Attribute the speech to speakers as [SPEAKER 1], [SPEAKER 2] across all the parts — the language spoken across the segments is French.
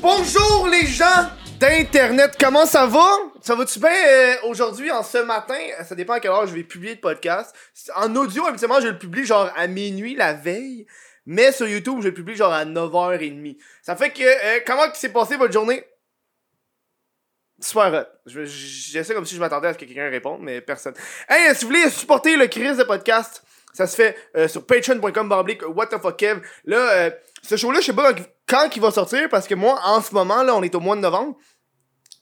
[SPEAKER 1] Bonjour les gens d'Internet, comment ça va? Ça va-tu bien euh, aujourd'hui, en ce matin? Euh, Ça dépend à quelle heure je vais publier le podcast. En audio, habituellement, je le publie genre à minuit la veille, mais sur YouTube, je le publie genre à 9h30. Ça fait que, euh, comment s'est passée votre journée? Super hot. Je- J'essaie comme si je m'attendais à ce que quelqu'un réponde, mais personne. Hey, euh, si vous voulez supporter le Chris de podcast, ça se fait euh, sur patreon.com barblique what the fuck Kev. Là, euh, ce show-là, je sais pas quand il va sortir parce que moi, en ce moment, là, on est au mois de novembre.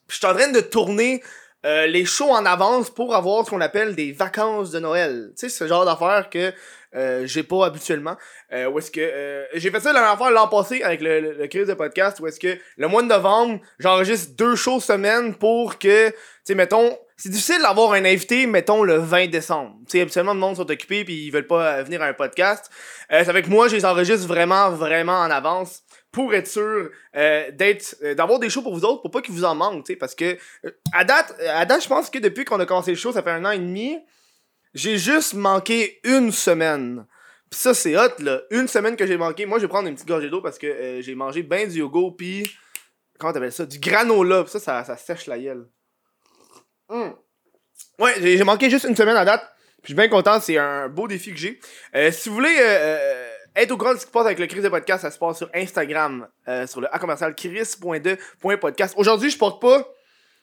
[SPEAKER 1] Puis Je suis en train de tourner euh, les shows en avance pour avoir ce qu'on appelle des vacances de Noël. Tu sais, ce genre d'affaires que euh, j'ai pas habituellement. Euh, où est-ce que euh, j'ai fait ça la dernière fois l'an passé avec le, le, le crise de podcast où est-ce que le mois de novembre, j'enregistre deux shows semaine pour que tu sais mettons, c'est difficile d'avoir un invité mettons le 20 décembre. Tu sais habituellement le monde sont occupés puis ils veulent pas euh, venir à un podcast. Euh, ça fait que moi je les enregistre vraiment vraiment en avance pour être sûr euh, d'être euh, d'avoir des shows pour vous autres pour pas qu'ils vous en manquent, tu sais parce que euh, à date euh, à date je pense que depuis qu'on a commencé le show, ça fait un an et demi, j'ai juste manqué une semaine. Pis ça, c'est hot, là. Une semaine que j'ai manqué. Moi, je vais prendre une petite gorgée d'eau parce que euh, j'ai mangé ben du yogourt, puis... Comment t'appelles ça? Du granola. Pis ça, ça, ça sèche la gueule. Hum. Ouais, j'ai j'ai manqué juste une semaine à date. Puis je suis bien content, c'est un beau défi que j'ai. Euh, si vous voulez euh, euh, être au courant de ce qui se passe avec le Chris de podcast, ça se passe sur Instagram, euh, sur le A commercial chris.de.podcast. Aujourd'hui, je porte pas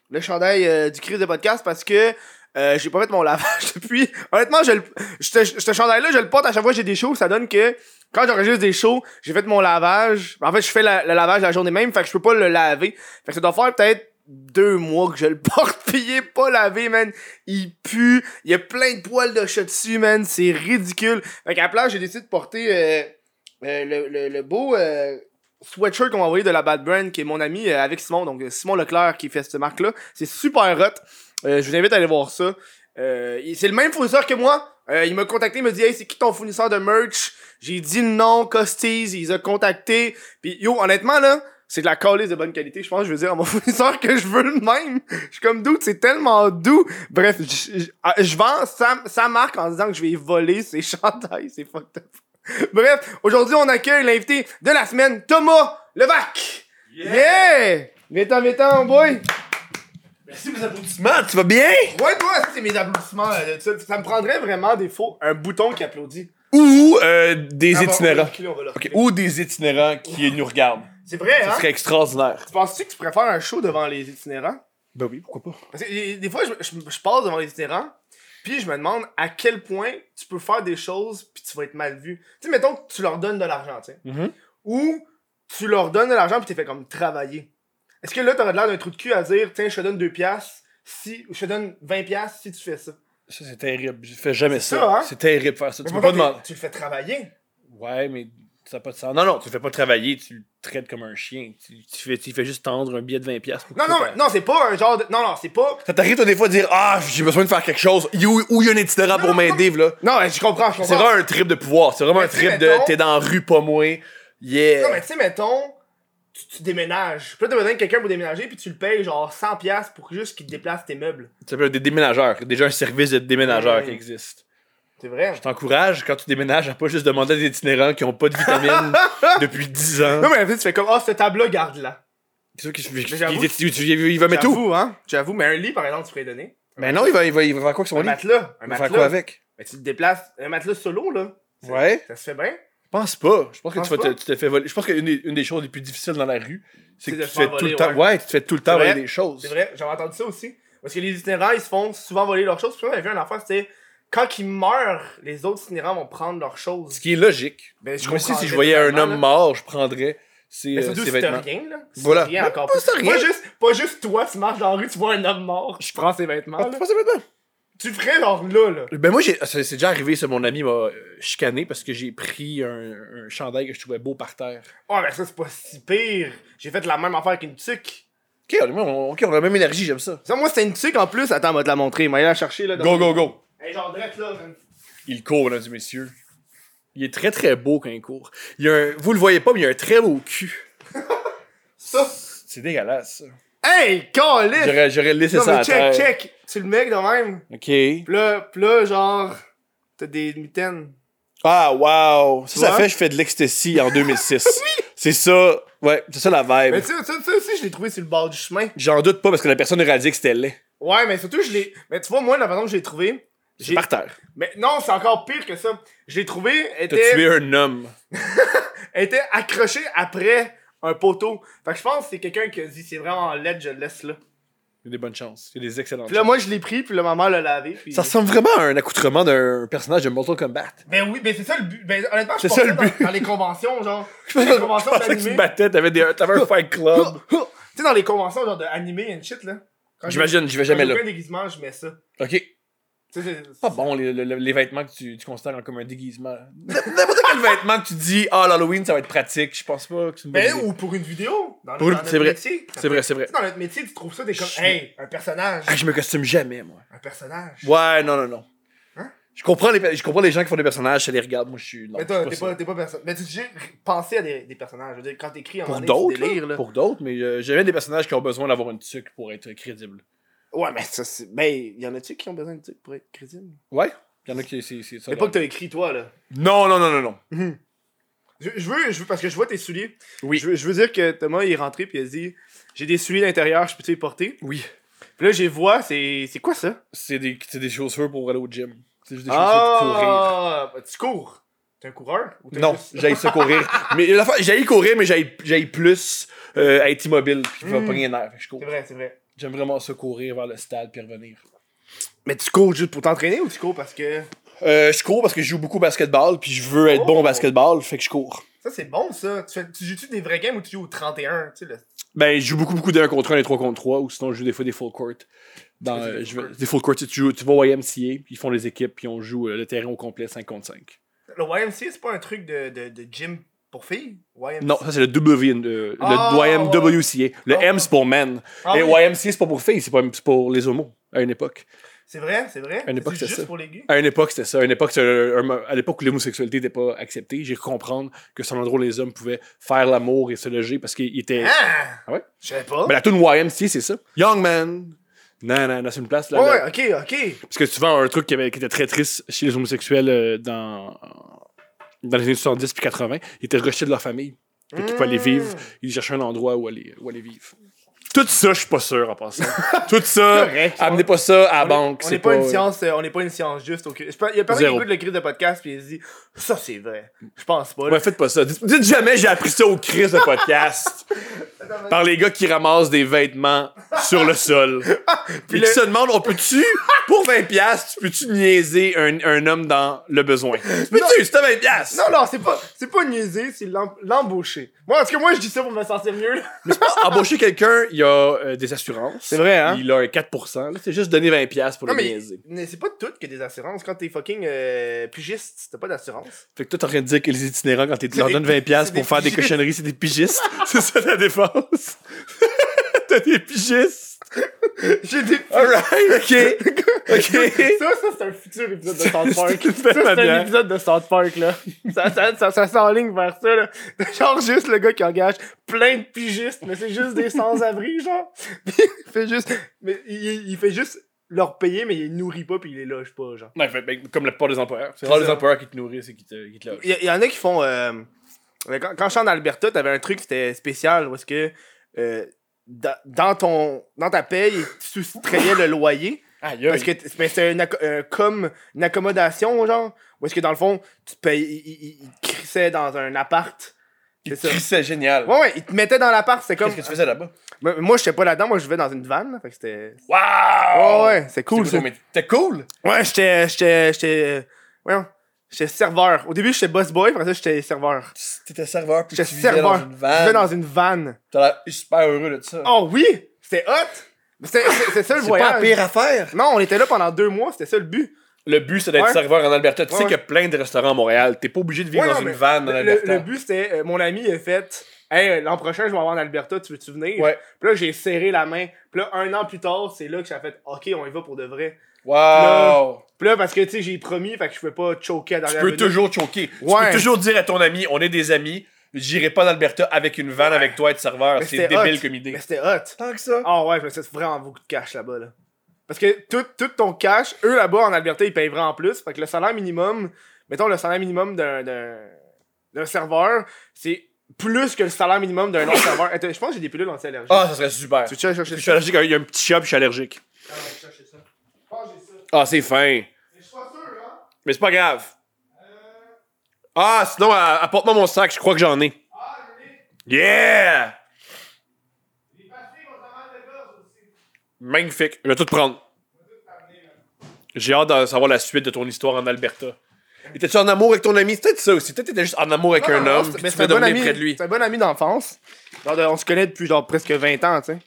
[SPEAKER 1] le chandail euh, du Chris de podcast parce que euh, j'ai pas fait mon lavage depuis. Honnêtement, je le, je te- je te chandail là, je le porte à chaque fois que j'ai des shows, ça donne que quand j'enregistre des shows, j'ai fait mon lavage. En fait, je fais la- le lavage la journée même, fait que je peux pas le laver. Fait que ça doit faire peut-être deux mois que je le porte, pis il est pas lavé, man. Il pue, il y a plein de poils de chat dessus, man. C'est ridicule. Fait qu'à la place, j'ai décidé de porter euh, euh, le, le- le beau euh, sweatshirt qu'on m'a envoyé de la Bad Brand, qui est mon ami euh, avec Simon, donc euh, Simon Leclerc qui fait cette marque-là. C'est super hot. Euh, je vous invite à aller voir ça. Euh, il- c'est le même fournisseur que moi. Euh, il m'a contacté, il m'a dit Hey, c'est qui ton fournisseur de merch J'ai dit non, Costis, il a contacté. Puis yo, honnêtement là, c'est de la calice de bonne qualité. Je pense que je veux dire à mon fournisseur que je veux le même. Je suis comme doute, c'est tellement doux. Bref, je, je- ah, je vends sa, sa marque en disant que je vais voler ses chandails, c'est fucked up. Bref, aujourd'hui on accueille l'invité de la semaine, Thomas Levac. Yeah! Viens-t'en, viens-t'en, boy!
[SPEAKER 2] Merci pour les applaudissements, tu vas bien?
[SPEAKER 1] Ouais, toi, ça, c'est mes applaudissements. euh, Ça, ça me prendrait vraiment des faux. Un bouton qui applaudit.
[SPEAKER 2] Ou euh, des
[SPEAKER 1] Ah bon, on
[SPEAKER 2] itinérants.
[SPEAKER 1] va reculer, on va le
[SPEAKER 2] Ok,
[SPEAKER 1] reculer.
[SPEAKER 2] Ou des itinérants qui nous regardent.
[SPEAKER 1] C'est vrai,
[SPEAKER 2] Ce
[SPEAKER 1] hein?
[SPEAKER 2] serait extraordinaire.
[SPEAKER 1] Tu penses-tu que tu pourrais faire un show devant les itinérants?
[SPEAKER 2] Ben oui, pourquoi pas?
[SPEAKER 1] Parce que euh, des fois, je, je- je passe devant les itinérants, puis je me demande à quel point tu peux faire des choses, puis tu vas être mal vu. Tu sais, mettons que tu leur donnes de l'argent, tu sais.
[SPEAKER 2] Mhm.
[SPEAKER 1] Ou tu leur donnes de l'argent, puis t'es fait comme travailler. Est-ce que là, t'aurais l'air d'un trou de cul à dire, tiens, je te donne 2 piastres, si, ou je te donne 20 piastres si tu fais ça?
[SPEAKER 2] Ça, c'est terrible. Je fais jamais
[SPEAKER 1] C'est
[SPEAKER 2] ça.
[SPEAKER 1] ça, hein?
[SPEAKER 2] C'est terrible faire ça. Tu
[SPEAKER 1] Mais
[SPEAKER 2] peux pas
[SPEAKER 1] pourquoi
[SPEAKER 2] demander.
[SPEAKER 1] t'es- Tu le fais travailler.
[SPEAKER 2] Ouais, mais ça n'a pas de sens. Non, non, tu le fais pas travailler, tu le traites comme un chien. Tu, tu fais, tu fais juste tendre un billet de 20$. piastres pour
[SPEAKER 1] Non,
[SPEAKER 2] que-
[SPEAKER 1] non, mais- non, c'est pas un genre de. Non, non, c'est pas.
[SPEAKER 2] Ça t'arrive, toi, des fois, de dire Ah, j'ai besoin de faire quelque chose. Il y a- Où il y a un itinérant
[SPEAKER 1] Non,
[SPEAKER 2] pour m'aider, là?
[SPEAKER 1] Non, mais je comprends, je comprends.
[SPEAKER 2] C'est vraiment un trip de pouvoir. C'est vraiment
[SPEAKER 1] Mais
[SPEAKER 2] un
[SPEAKER 1] tu sais,
[SPEAKER 2] trip de
[SPEAKER 1] mettons-
[SPEAKER 2] t'es dans la rue, pas moi.
[SPEAKER 1] Non,
[SPEAKER 2] Yeah.
[SPEAKER 1] mais tu sais, mettons, tu, tu déménages. Puis là, t'as besoin de quelqu'un pour déménager, puis tu le payes genre 100$ piastres pour juste qu'il te déplace tes meubles.
[SPEAKER 2] Ça s'appelle des déménageurs. Déjà un service de déménageurs
[SPEAKER 1] Mm.
[SPEAKER 2] qui existe.
[SPEAKER 1] C'est vrai. hein.
[SPEAKER 2] Je t'encourage, quand tu déménages, à pas juste demander à des itinérants qui ont pas de vitamines depuis 10 ans.
[SPEAKER 1] Non, mais après, tu fais comme, ah, ce table-là, garde-la.
[SPEAKER 2] C'est sûr qu'il- qu'il-
[SPEAKER 1] Mais j'avoue-
[SPEAKER 2] qu'il- tu- tu- il va mettre tout.
[SPEAKER 1] J'avoue, hein. J'avoue, mais un lit, par exemple, tu pourrais donner.
[SPEAKER 2] Mais non, il va, il, va, il va faire quoi avec son
[SPEAKER 1] Un
[SPEAKER 2] lit?
[SPEAKER 1] matelas. Un
[SPEAKER 2] Il va faire
[SPEAKER 1] matelas.
[SPEAKER 2] quoi avec?
[SPEAKER 1] Mais tu te déplaces. Un matelas solo, là. C'est-
[SPEAKER 2] Ouais.
[SPEAKER 1] Ça se fait bien.
[SPEAKER 2] Je pense pas. Je pense que
[SPEAKER 1] Pense
[SPEAKER 2] tu, vas te,
[SPEAKER 1] pas?
[SPEAKER 2] tu te fais voler. Je pense qu'une des, une des choses les plus difficiles dans la rue,
[SPEAKER 1] C'est
[SPEAKER 2] c'est que
[SPEAKER 1] de
[SPEAKER 2] tu te
[SPEAKER 1] se
[SPEAKER 2] fais
[SPEAKER 1] faire
[SPEAKER 2] tout le
[SPEAKER 1] voler,
[SPEAKER 2] temps.
[SPEAKER 1] ouais.
[SPEAKER 2] Ouais, tu te fais tout le temps
[SPEAKER 1] C'est
[SPEAKER 2] voler
[SPEAKER 1] vrai.
[SPEAKER 2] des choses.
[SPEAKER 1] C'est vrai, j'avais entendu ça aussi. Parce que les itinérants, ils se font souvent voler leurs choses. Puis j'avais vu un enfant, c'était. Quand ils meurent, les autres itinérants vont prendre leurs
[SPEAKER 2] Ce
[SPEAKER 1] choses.
[SPEAKER 2] qui est logique.
[SPEAKER 1] Ben, je
[SPEAKER 2] Moi aussi,
[SPEAKER 1] comprends
[SPEAKER 2] si je voyais un
[SPEAKER 1] totalement,
[SPEAKER 2] homme
[SPEAKER 1] là.
[SPEAKER 2] mort, je prendrais ses,
[SPEAKER 1] Mais
[SPEAKER 2] euh,
[SPEAKER 1] surtout
[SPEAKER 2] ses
[SPEAKER 1] si t'as
[SPEAKER 2] vêtements.
[SPEAKER 1] rien, là. Si
[SPEAKER 2] Voilà.
[SPEAKER 1] t'as rien
[SPEAKER 2] Mais
[SPEAKER 1] encore
[SPEAKER 2] pas
[SPEAKER 1] plus.
[SPEAKER 2] si t'as rien.
[SPEAKER 1] Pas juste, pas juste toi, tu marches dans la rue, tu vois un homme mort, je prends ses vêtements,
[SPEAKER 2] Ah,
[SPEAKER 1] là.
[SPEAKER 2] tu prends ses vêtements?
[SPEAKER 1] Tu le ferais genre là, là.
[SPEAKER 2] Ben moi, j'ai- c'est c'est déjà arrivé, ça, mon ami m'a euh, chicané parce que j'ai pris un, un chandail que je trouvais beau par terre.
[SPEAKER 1] Oh, mais ça, c'est pas si pire. J'ai fait la même affaire avec une tuque.
[SPEAKER 2] Ok, on, on- ok, on a la même énergie, j'aime ça.
[SPEAKER 1] Ça, moi, c'était une tuque en plus. Attends, on va te la montrer. M'a la chercher, là. dans-
[SPEAKER 2] Go, go, go.
[SPEAKER 1] Hey, genre, drette, là. man.
[SPEAKER 2] Il court, mesdames et messieurs. Il est très, très beau quand il court. Il a un- Vous le voyez pas, mais il a un très beau cul.
[SPEAKER 1] Ça.
[SPEAKER 2] C'est dégueulasse, ça.
[SPEAKER 1] Hey, calice!
[SPEAKER 2] J'aurais, j'aurais laissé
[SPEAKER 1] Non,
[SPEAKER 2] ça
[SPEAKER 1] mais
[SPEAKER 2] à
[SPEAKER 1] check,
[SPEAKER 2] terre.
[SPEAKER 1] check! C'est le mec de même.
[SPEAKER 2] OK.
[SPEAKER 1] Pis là, pis là genre, t'as des mitaines.
[SPEAKER 2] Ah, wow. Ça, ça
[SPEAKER 1] Ouais.
[SPEAKER 2] fait je fais de l'ecstasy en 2006. C'est ça. Ouais, c'est ça la
[SPEAKER 1] Mais
[SPEAKER 2] vibe.
[SPEAKER 1] tu sais, ça, ça aussi, je l'ai trouvé sur le bord du chemin.
[SPEAKER 2] J'en doute pas parce que la personne aurait dit que c'était laid.
[SPEAKER 1] Ouais, mais surtout, je l'ai. Mais tu vois, moi, la façon que je l'ai trouvé.
[SPEAKER 2] C'est
[SPEAKER 1] J'ai...
[SPEAKER 2] par terre.
[SPEAKER 1] Mais non, c'est encore pire que ça. Je l'ai trouvé, elle
[SPEAKER 2] T'as tué
[SPEAKER 1] était,
[SPEAKER 2] un homme.
[SPEAKER 1] elle était accrochée après un poteau. Fait que je pense que c'est quelqu'un qui a dit c'est vraiment laid, je le laisse là.
[SPEAKER 2] Il y a des bonnes chances. Il y a des excellentes
[SPEAKER 1] Puis là, moi, je l'ai pris, puis là, ma mère l'a lavé. Puis...
[SPEAKER 2] chances. Ça ressemble vraiment à un accoutrement d'un personnage de Mortal Kombat.
[SPEAKER 1] Ben oui, ben c'est ça le but. Ben honnêtement, je
[SPEAKER 2] C'est
[SPEAKER 1] pensais
[SPEAKER 2] ça, le
[SPEAKER 1] dans-
[SPEAKER 2] but.
[SPEAKER 1] Dans, les conventions, genre.
[SPEAKER 2] Je
[SPEAKER 1] dans les conventions
[SPEAKER 2] pensais que tu te
[SPEAKER 1] d'animé.
[SPEAKER 2] battais, t'avais des- t'avais un fight club.
[SPEAKER 1] Tu sais, dans les conventions, genre d'animé and shit, là. Quand j'ai-
[SPEAKER 2] J'imagine, je vais
[SPEAKER 1] quand
[SPEAKER 2] jamais
[SPEAKER 1] j'ai
[SPEAKER 2] là. Oh,
[SPEAKER 1] aucun déguisement, je mets ça.
[SPEAKER 2] OK.
[SPEAKER 1] Tu sais, c'est-
[SPEAKER 2] C'est pas bon les, le- le- les vêtements que tu, tu considères comme un déguisement. N'importe quel vêtement que tu dis, ah, l'Halloween, ça va être pratique, je pense pas que c'est une bonne
[SPEAKER 1] Ben,
[SPEAKER 2] idée.
[SPEAKER 1] ou pour une vidéo. Dans, dans
[SPEAKER 2] Pour une-
[SPEAKER 1] notre
[SPEAKER 2] c'est vrai.
[SPEAKER 1] métier.
[SPEAKER 2] C'est vrai, c'est vrai.
[SPEAKER 1] Tu sais, Dans notre métier, tu trouves ça des comme.
[SPEAKER 2] Je-
[SPEAKER 1] Hey, un personnage.
[SPEAKER 2] Ah, je me costume jamais, moi.
[SPEAKER 1] Un personnage.
[SPEAKER 2] Ouais, non, non, non.
[SPEAKER 1] Hein?
[SPEAKER 2] Je comprends, les, pe- je comprends les gens qui font des personnages, ça les regarde. Moi, je suis. Non,
[SPEAKER 1] mais toi,
[SPEAKER 2] je
[SPEAKER 1] t'es
[SPEAKER 2] suis pas
[SPEAKER 1] pas,
[SPEAKER 2] ça.
[SPEAKER 1] t'es pas personne. Mais tu sais, j'ai pensé à des, des personnages. Je veux dire, quand t'écris en
[SPEAKER 2] Pour d'autres, là,
[SPEAKER 1] là.
[SPEAKER 2] pour d'autres, mais euh, j'aimais des personnages qui ont besoin d'avoir une tuque pour être crédible.
[SPEAKER 1] Ouais, mais ça, c'est. Ben, y en a-tu qui ont besoin de trucs pour être crédible?
[SPEAKER 2] Ouais, il y en a qui. C'est, c'est ça,
[SPEAKER 1] Mais
[SPEAKER 2] leur-
[SPEAKER 1] pas que t'as écrit, toi, là.
[SPEAKER 2] Non, non, non, non, non.
[SPEAKER 1] Je, je veux, je veux, parce que je vois tes souliers.
[SPEAKER 2] Oui.
[SPEAKER 1] Je veux, je veux dire que Thomas, il est rentré, puis il a dit J'ai des souliers d'intérieur, je peux-tu les porter?
[SPEAKER 2] Oui.
[SPEAKER 1] Puis là, j'ai vois, c'est. C'est quoi ça?
[SPEAKER 2] C'est des, c'est des chaussures pour aller au gym. C'est juste des chaussures pour courir.
[SPEAKER 1] Ah! Tu cours. T'es un coureur? Ou t'es
[SPEAKER 2] Non,
[SPEAKER 1] juste-
[SPEAKER 2] j'aille se courir. mais la fois, j'aille courir, mais j'aille j'aille plus euh, à être immobile, puis va
[SPEAKER 1] Mm.
[SPEAKER 2] pogner un air. Fait que je cours.
[SPEAKER 1] C'est vrai, c'est vrai.
[SPEAKER 2] J'aime vraiment se courir vers le stade puis revenir.
[SPEAKER 1] Mais tu cours juste pour t'entraîner ou tu cours parce que.
[SPEAKER 2] Euh, je cours parce que je joue beaucoup au basketball, puis je veux être
[SPEAKER 1] Oh.
[SPEAKER 2] bon au basketball, fait que je cours.
[SPEAKER 1] Ça, c'est bon, ça. Tu, fais- tu joues-tu des vrais games ou tu joues au 31 tu sais, le...
[SPEAKER 2] Ben, je joue beaucoup, beaucoup d'un contre un, des trois contre trois, ou sinon je joue des fois des full court. Dans,
[SPEAKER 1] C'est des
[SPEAKER 2] euh,
[SPEAKER 1] full
[SPEAKER 2] je vais-
[SPEAKER 1] court.
[SPEAKER 2] des full court, tu, joues- tu vas au YMCA, puis ils font les équipes, puis on joue euh, le terrain au complet 5 contre 5.
[SPEAKER 1] le YMCA, c'est pas un truc de, de, de gym pour filles YMCA.
[SPEAKER 2] Non, ça c'est le, w, euh,
[SPEAKER 1] Ah,
[SPEAKER 2] le
[SPEAKER 1] ouais, ouais.
[SPEAKER 2] YMWCA. Le
[SPEAKER 1] Ah,
[SPEAKER 2] M c'est pour men.
[SPEAKER 1] Ah
[SPEAKER 2] Et
[SPEAKER 1] oui,
[SPEAKER 2] YMCA c'est pas pour filles, c'est pas- c'est pour les homos, à une époque.
[SPEAKER 1] C'est vrai, c'est vrai.
[SPEAKER 2] À une époque,
[SPEAKER 1] C'est
[SPEAKER 2] c'est
[SPEAKER 1] juste
[SPEAKER 2] ça. Ah,
[SPEAKER 1] pour les gays.
[SPEAKER 2] À une époque, c'était ça. À une époque, c'était un- un- à l'époque où l'homosexualité n'était pas acceptée, j'ai cru comprendre que c'est un endroit où les hommes pouvaient faire l'amour et se loger parce qu'ils étaient.
[SPEAKER 1] Ah!
[SPEAKER 2] Ah ouais?
[SPEAKER 1] Je savais pas.
[SPEAKER 2] Mais la tune YMCA, c'est ça. Young man. Non, non, non, c'est une place là.
[SPEAKER 1] ouais,
[SPEAKER 2] là.
[SPEAKER 1] ouais, ok, ok.
[SPEAKER 2] Parce que souvent, un truc qui, avait- qui était très triste chez les homosexuels euh, dans, dans les années 70 puis 80, ils étaient rejetés de leur famille. Fait qu'ils
[SPEAKER 1] Hmm.
[SPEAKER 2] pouvaient aller
[SPEAKER 1] Mmh.
[SPEAKER 2] vivre. Ils cherchaient un endroit où aller, où aller vivre. Tout ça, je suis pas sûr en passant. Tout ça,
[SPEAKER 1] Correct.
[SPEAKER 2] amenez pas ça à la
[SPEAKER 1] On est-
[SPEAKER 2] banque.
[SPEAKER 1] On
[SPEAKER 2] c'est
[SPEAKER 1] n'est pas, une science, euh, on n'est pas une science juste. ok. Je pense- Il y a personne qui
[SPEAKER 2] Zéro.
[SPEAKER 1] écoute le cri de podcast puis il se dit ça c'est vrai. Je pense pas. là.
[SPEAKER 2] Ouais, faites pas ça. Dites, dites jamais j'ai appris ça au Chris de podcast. par les gars qui ramassent des vêtements sur le sol. Puis
[SPEAKER 1] le-
[SPEAKER 2] qui se demandent, on peut-tu, pour 20$, piastres, tu peux-tu niaiser un, un homme dans le besoin? Tu peux-tu, c'est à 20$? piastres?
[SPEAKER 1] Non, non, c'est pas, c'est pas niaiser, c'est l'em- l'embaucher. Moi, en tout cas, moi, je dis ça pour me sentir mieux. là.
[SPEAKER 2] Mais c'est pas embaucher quelqu'un, il y a euh, des assurances.
[SPEAKER 1] C'est vrai, hein?
[SPEAKER 2] Il a un 4%. là, C'est juste donner 20$ piastres pour
[SPEAKER 1] Non,
[SPEAKER 2] le
[SPEAKER 1] mais,
[SPEAKER 2] niaiser.
[SPEAKER 1] mais c'est pas tout que des assurances. Quand t'es fucking euh, pigiste, t'as pas d'assurance.
[SPEAKER 2] Fait que toi, t'es en train de dire que les itinérants, quand tu
[SPEAKER 1] C'est
[SPEAKER 2] leur
[SPEAKER 1] des-
[SPEAKER 2] donnes 20$ piastres
[SPEAKER 1] c'est
[SPEAKER 2] pour
[SPEAKER 1] des
[SPEAKER 2] faire des
[SPEAKER 1] pigistes.
[SPEAKER 2] cochonneries, c'est des pigistes. c'est ça ta défense? T'as des pigistes?
[SPEAKER 1] J'ai des
[SPEAKER 2] Alright, ok. Ok.
[SPEAKER 1] Ça, ça c'est un futur épisode de South Park.
[SPEAKER 2] C'est une hein.
[SPEAKER 1] Ça,
[SPEAKER 2] belle
[SPEAKER 1] c'est un
[SPEAKER 2] manière.
[SPEAKER 1] épisode de South Park, là. Ça, ça, ça, ça s'enligne vers ça, là. Genre, juste le gars qui engage plein de pigistes, mais c'est juste des sans-abri, genre. Puis, il fait juste. Mais il, il fait juste leur payer, mais il les nourrit pas, puis il les loge pas, genre.
[SPEAKER 2] Ouais, fait- ben, comme la plupart des employeurs. C'est
[SPEAKER 1] C'est
[SPEAKER 2] rare
[SPEAKER 1] ça.
[SPEAKER 2] les employeurs qui te nourrissent et qui te, qui te logent.
[SPEAKER 1] Il y, il y en a qui font. euh, mais quand, quand je suis en Alberta, t'avais un truc qui était spécial où est-ce que euh, da- dans, ton, dans ta paye, tu soustrayais le loyer.
[SPEAKER 2] Aïe,
[SPEAKER 1] Parce que t- mais c'est une, acco- euh, comme une accommodation, genre. Où est-ce que dans le fond, tu te payes. Ils il, il te crissaient dans un appart. C'est ça.
[SPEAKER 2] c'est génial.
[SPEAKER 1] Ouais, ouais, ils te mettaient dans l'appart. C'était comme.
[SPEAKER 2] Qu'est-ce que tu faisais là-bas?
[SPEAKER 1] Mais- mais Moi, j'étais pas là-dedans. Moi, je vivais dans une vanne. là, Fait que c'était. Ouais,
[SPEAKER 2] Waouh!
[SPEAKER 1] ouais, c'est cool. ça.
[SPEAKER 2] T'es cool?
[SPEAKER 1] Ouais, j'étais. J'étais. J'étais. euh, Voyons. J'étais serveur. Au début, j'étais boss boy. Après ça, j'étais serveur.
[SPEAKER 2] T'étais serveur puis tu
[SPEAKER 1] J'étais
[SPEAKER 2] vivais dans
[SPEAKER 1] serveur.
[SPEAKER 2] Ah, une
[SPEAKER 1] Je vivais
[SPEAKER 2] van.
[SPEAKER 1] dans une vanne.
[SPEAKER 2] T'as l'air super heureux de ça.
[SPEAKER 1] Oh oui! C'était hot! C'était- C'est c'est ça le
[SPEAKER 2] c'est pas la
[SPEAKER 1] voyage.
[SPEAKER 2] pire affaire.
[SPEAKER 1] Non, on était là pendant deux mois, c'était ça le but.
[SPEAKER 2] Le but, c'est d'être
[SPEAKER 1] Ouais.
[SPEAKER 2] serveur en Alberta. Tu
[SPEAKER 1] Ouais,
[SPEAKER 2] sais
[SPEAKER 1] ouais.
[SPEAKER 2] qu'il y a plein de restaurants à Montréal. T'es pas obligé de vivre
[SPEAKER 1] Ouais,
[SPEAKER 2] dans
[SPEAKER 1] non,
[SPEAKER 2] une
[SPEAKER 1] mais
[SPEAKER 2] vanne en
[SPEAKER 1] Le, le-
[SPEAKER 2] Alberta.
[SPEAKER 1] le but, c'était. euh, mon ami, il a fait. Hey, euh, l'an prochain, je vais avoir en Alberta, tu veux-tu venir?
[SPEAKER 2] Ouais.
[SPEAKER 1] Puis là, j'ai serré la main. Puis là, un an plus tard, c'est là que j'ai fait. Ok, on y va pour de vrai.
[SPEAKER 2] Wow!
[SPEAKER 1] Puis là, parce que, tu sais, j'ai promis, fait que je pouvais pas choquer à
[SPEAKER 2] Tu
[SPEAKER 1] derrière.
[SPEAKER 2] peux toujours choquer. Tu
[SPEAKER 1] Ouais.
[SPEAKER 2] peux toujours dire à ton ami, on est des amis, J'irai pas en Alberta avec une vanne avec toi être serveur.
[SPEAKER 1] Mais
[SPEAKER 2] C'est
[SPEAKER 1] c'était
[SPEAKER 2] débile
[SPEAKER 1] hot.
[SPEAKER 2] comme idée.
[SPEAKER 1] Mais c'était hot.
[SPEAKER 2] Tant que ça.
[SPEAKER 1] Ah ouais, je me suis fait vraiment beaucoup de cash là-bas. Là. Parce que tout, tout ton cash, eux là-bas en Alberta, ils payent vraiment en plus. Fait que le salaire minimum, mettons le salaire minimum d'un- d'un d'un serveur, c'est plus que le salaire minimum d'un autre serveur. Attends, je pense que j'ai des pilules anti-allergiques.
[SPEAKER 2] Ah, ça serait super.
[SPEAKER 1] Tu veux chercher
[SPEAKER 3] Je
[SPEAKER 1] chercher
[SPEAKER 3] suis
[SPEAKER 1] ça?
[SPEAKER 3] allergique, il y a un petit shop, je suis allergique.
[SPEAKER 1] Ah, je vais chercher ça. Je pense que j'ai ça.
[SPEAKER 2] Ah, c'est fin.
[SPEAKER 1] Mais je suis pas sûr, hein? Euh.
[SPEAKER 2] Mais c'est pas grave. Ah, sinon, euh, apporte-moi mon sac, je crois que j'en ai.
[SPEAKER 1] Ah, je l'ai.
[SPEAKER 2] Yeah!
[SPEAKER 1] Les pastilles contre la mal de gorge aussi.
[SPEAKER 2] Magnifique. Je vais tout prendre. J'ai hâte de savoir la suite de ton histoire en Alberta. Étais-tu en amour avec ton ami? C'est peut-être ça aussi. Peut-être que t'étais juste en amour avec
[SPEAKER 1] Non,
[SPEAKER 2] un
[SPEAKER 1] non,
[SPEAKER 2] homme,
[SPEAKER 1] c'est-
[SPEAKER 2] puis
[SPEAKER 1] mais
[SPEAKER 2] tu
[SPEAKER 1] c'est
[SPEAKER 2] voulais
[SPEAKER 1] un bon
[SPEAKER 2] dormir
[SPEAKER 1] ami.
[SPEAKER 2] près de lui.
[SPEAKER 1] C'est un bon ami d'enfance. Genre de- on se connaît depuis genre presque 20 ans, tu sais.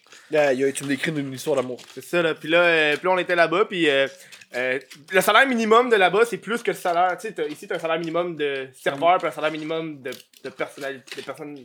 [SPEAKER 2] tu me décris une histoire d'amour.
[SPEAKER 1] C'est ça, là. Puis là, euh, plus on était là-bas, puis euh, euh, le salaire minimum de là-bas, c'est plus que le salaire. Tu sais, t'as- ici, t'as un salaire minimum de serveur, puis un salaire minimum de, de, personnel- de personnes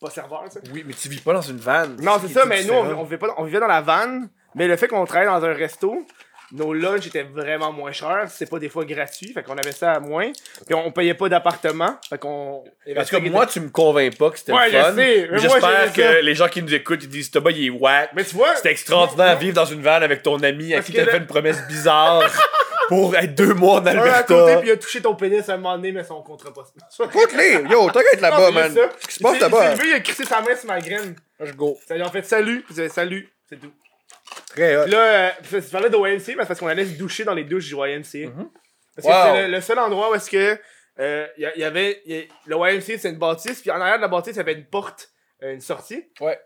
[SPEAKER 1] pas serveurs, tu sais.
[SPEAKER 2] Oui, mais tu vis pas dans une vanne.
[SPEAKER 1] Non, c'est ça, mais nous, on, on vivait pas, on vivait dans la vanne, mais le fait qu'on travaillait dans un resto, nos lunchs étaient vraiment moins chers, c'est pas des fois gratuit, fait qu'on avait ça à moins, puis on payait pas d'appartement, fait qu'on...
[SPEAKER 2] Parce que moi, tu me convaincs pas que c'était
[SPEAKER 1] Ouais,
[SPEAKER 2] le
[SPEAKER 1] je
[SPEAKER 2] fun.
[SPEAKER 1] sais, mais moi,
[SPEAKER 2] J'espère
[SPEAKER 1] j'aimais
[SPEAKER 2] que
[SPEAKER 1] ça.
[SPEAKER 2] les gens qui nous écoutent, ils disent Thomas, il est whack.
[SPEAKER 1] Mais tu vois...
[SPEAKER 2] C'était extraordinaire vivre dans une vanne avec ton ami à
[SPEAKER 1] Parce
[SPEAKER 2] qui
[SPEAKER 1] que
[SPEAKER 2] t'as
[SPEAKER 1] le-
[SPEAKER 2] fait une promesse bizarre pour être deux mois en
[SPEAKER 1] Un à côté,
[SPEAKER 2] Alberta.
[SPEAKER 1] puis il a touché ton pénis à un moment donné, mais son contrat pas.
[SPEAKER 2] Écoute-les, yo, t'as qu'à être
[SPEAKER 1] Non,
[SPEAKER 2] là-bas,
[SPEAKER 1] c'est
[SPEAKER 2] man.
[SPEAKER 1] ça.
[SPEAKER 2] Qu'est-ce qui se
[SPEAKER 1] Il
[SPEAKER 2] passe
[SPEAKER 1] s'est-
[SPEAKER 2] là-bas?
[SPEAKER 1] Il s'est levé, il a crissé sa main sur ma graine.
[SPEAKER 2] Je go.
[SPEAKER 1] Ça lui a fait salut, puis il a dit salut, c'est tout.
[SPEAKER 2] Très hot.
[SPEAKER 1] Puis là, euh, tu parlais d'OMC, mais c'est parce qu'on allait se doucher dans les douches du YMCA. Parce que
[SPEAKER 2] Wow.
[SPEAKER 1] c'est le, le seul endroit où est-ce que euh, il y, a- il y avait. il y a- le YMCA, c'est une bâtisse, puis en arrière de la bâtisse, il y avait une porte, euh, une sortie.
[SPEAKER 2] Ouais.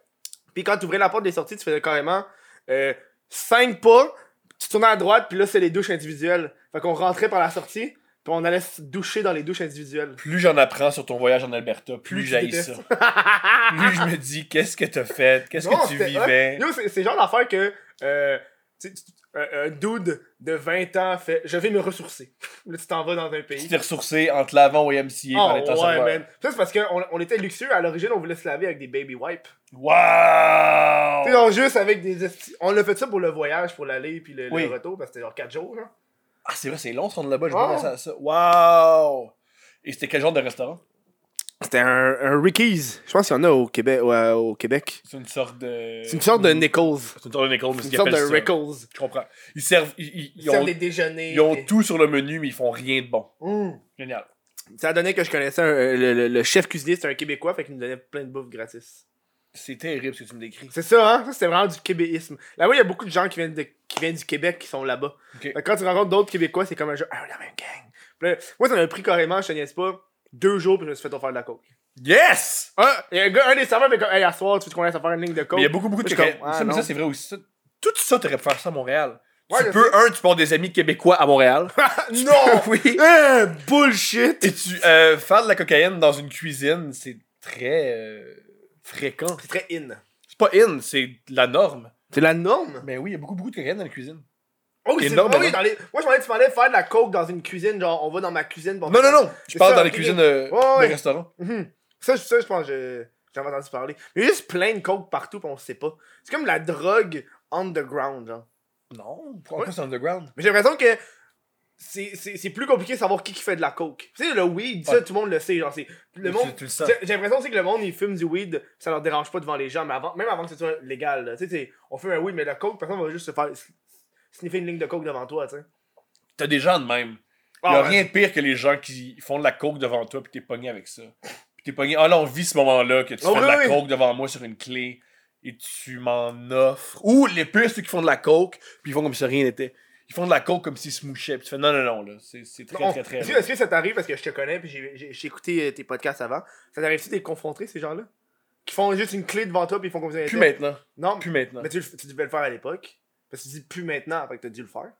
[SPEAKER 1] Puis quand tu ouvrais la porte des sorties, tu faisais carrément 5 pas, tu tournais à droite, puis là, c'est les douches individuelles. Fait qu'on rentrait par la sortie, puis on allait se doucher dans les douches individuelles.
[SPEAKER 2] Plus j'en apprends sur ton voyage en Alberta, plus,
[SPEAKER 1] tu
[SPEAKER 2] j'haïs ça.
[SPEAKER 1] détestes.
[SPEAKER 2] plus je me dis, qu'est-ce que t'as fait? Qu'est-ce
[SPEAKER 1] Non,
[SPEAKER 2] que tu
[SPEAKER 1] c'était
[SPEAKER 2] vivais?
[SPEAKER 1] hot. Yo, c'est c'est le genre d'affaire que euh, tu- tu- un, un dude de 20 ans fait Je vais me ressourcer. là, tu t'en vas dans un
[SPEAKER 2] Tu
[SPEAKER 1] pays.
[SPEAKER 2] t'es ressourcé entre l'avant au MCA
[SPEAKER 1] Oh,
[SPEAKER 2] par les temps
[SPEAKER 1] ouais,
[SPEAKER 2] serveurs.
[SPEAKER 1] man. Ça, c'est parce qu'on on était luxueux. À l'origine, on voulait se laver avec des baby wipes. Tu sais,
[SPEAKER 2] Wow!
[SPEAKER 1] genre, juste avec des. esti- On l'a fait ça pour le voyage, pour l'aller puis le, le
[SPEAKER 2] Oui.
[SPEAKER 1] retour, parce que c'était genre 4 jours. Hein.
[SPEAKER 2] Ah, c'est vrai, c'est long ce qu'on est là-bas, je
[SPEAKER 1] Oh.
[SPEAKER 2] pas pensé à ça. Wow! Et c'était quel genre de restaurant?
[SPEAKER 1] C'était un, Ricky's. Je pense qu'il y en a au Québec. au Québec.
[SPEAKER 2] C'est une sorte de. Mm.
[SPEAKER 1] C'est une sorte de Nichols.
[SPEAKER 2] C'est une sorte de Nichols,
[SPEAKER 1] C'est
[SPEAKER 2] mais ce
[SPEAKER 1] une
[SPEAKER 2] Euh,
[SPEAKER 1] sorte
[SPEAKER 2] qu'ils
[SPEAKER 1] de
[SPEAKER 2] appellent ça.
[SPEAKER 1] Rickles.
[SPEAKER 2] Je comprends. Ils servent. Ils, ils- ils
[SPEAKER 1] Ils
[SPEAKER 2] ont,
[SPEAKER 1] servent des déjeuners.
[SPEAKER 2] ils ont
[SPEAKER 1] des-
[SPEAKER 2] tout sur le menu, mais ils font rien de bon.
[SPEAKER 1] Mm.
[SPEAKER 2] Génial.
[SPEAKER 1] Ça a donné que je connaissais un- euh, le, le- le chef cuisinier, c'était un Québécois, fait qu'il nous donnait plein de bouffe gratis.
[SPEAKER 2] C'est terrible ce que tu me décris.
[SPEAKER 1] C'est ça, hein? Ça, c'était vraiment du québéisme. Là-bas, il y a beaucoup de gens qui viennent, de- qui viennent du Québec qui sont là-bas.
[SPEAKER 2] Ok.
[SPEAKER 1] Fait que Quand tu rencontres d'autres Québécois, c'est comme un jeu. Ah, la même gang. Puis là, moi, ça m'a pris carrément, je te niaise pas, deux jours, puis je me suis fait offrir de la coke.
[SPEAKER 2] Yes!
[SPEAKER 1] Ah, il y a un, gars, un des serveurs, mais comme, hey, à soir, tu veux qu'on laisse faire une ligne de coke?
[SPEAKER 2] Mais il y a beaucoup, beaucoup de
[SPEAKER 1] Je suis
[SPEAKER 2] Québécois.
[SPEAKER 1] comme, ah,
[SPEAKER 2] ça, mais
[SPEAKER 1] non.
[SPEAKER 2] ça, c'est vrai aussi. Ça- Tout ça, t'aurais pu faire ça à Montréal.
[SPEAKER 1] Ouais,
[SPEAKER 2] tu
[SPEAKER 1] je
[SPEAKER 2] peux, un, tu peux avoir des amis québécois à Montréal.
[SPEAKER 1] non!
[SPEAKER 2] oui!
[SPEAKER 1] Eh, bullshit!
[SPEAKER 2] Et tu. euh, faire de la cocaïne dans une cuisine, c'est très. euh, fréquent.
[SPEAKER 1] C'est très in.
[SPEAKER 2] C'est pas in, c'est la norme.
[SPEAKER 1] C'est la norme?
[SPEAKER 2] Mais Ben oui, il y a beaucoup, beaucoup de cocaïne dans la cuisine.
[SPEAKER 1] Oh, oui, c'est
[SPEAKER 2] Énorme,
[SPEAKER 1] ah oui,
[SPEAKER 2] hein.
[SPEAKER 1] dans les... Moi, je m'en tu parlais de faire de la coke dans une cuisine, genre, on va dans ma cuisine. bon,
[SPEAKER 2] Non, non, non! Je
[SPEAKER 1] C'est
[SPEAKER 2] parle
[SPEAKER 1] ça,
[SPEAKER 2] dans les
[SPEAKER 1] ok.
[SPEAKER 2] cuisines euh,
[SPEAKER 1] Ouais, ouais.
[SPEAKER 2] de restaurants.
[SPEAKER 1] Mhm. Ça, je- ça, je pense que j'ai- j'en ai entendu parler. Il y a juste plein de coke partout, pis on sait pas. C'est comme la drogue underground, genre.
[SPEAKER 2] Non, pourquoi c'est underground?
[SPEAKER 1] Mais j'ai l'impression que c'est- c'est c'est plus compliqué de savoir qui, qui fait de la coke. Tu sais, le weed, ça,
[SPEAKER 2] Ouais.
[SPEAKER 1] tout le monde le sait. Genre, c'est- le
[SPEAKER 2] Tu-
[SPEAKER 1] monde,
[SPEAKER 2] tu le sens.
[SPEAKER 1] j'ai j'ai l'impression c'est que le monde, il fume du weed, ça leur dérange pas devant les gens, mais avant, même avant que ce soit légal. là. Tu sais, c'est- on fume un weed, mais la coke, personne va juste se faire s- sniffer une ligne de coke devant toi, tu sais.
[SPEAKER 2] T'as des gens de même. Il
[SPEAKER 1] Ah,
[SPEAKER 2] a
[SPEAKER 1] ouais.
[SPEAKER 2] rien de pire que les gens qui font de la coke devant toi puis t'es pogné avec ça. Puis t'es pogné. Ah là, on vit ce moment-là que tu
[SPEAKER 1] Oh,
[SPEAKER 2] fais de la
[SPEAKER 1] oui, oui.
[SPEAKER 2] coke devant moi sur une clé et tu m'en offres. Ou les pires, ceux qui font de la coke puis ils font comme si rien n'était. Ils font de la coke comme s'ils se mouchaient. Puis tu fais non, non, non, là. C'est c'est très,
[SPEAKER 1] Non,
[SPEAKER 2] très, très,
[SPEAKER 1] est-ce que- est-ce que ça t'arrive parce que je te connais puis j'ai- j'ai j'ai écouté euh, tes podcasts avant ça t'arrive-tu de les confronter ces gens-là qui font juste une clé devant toi puis ils font comme ça
[SPEAKER 2] Plus maintenant.
[SPEAKER 1] non
[SPEAKER 2] Plus maintenant.
[SPEAKER 1] mais tu, le- tu devais le faire à l'époque parce que tu dis plus maintenant après que t'as dû le faire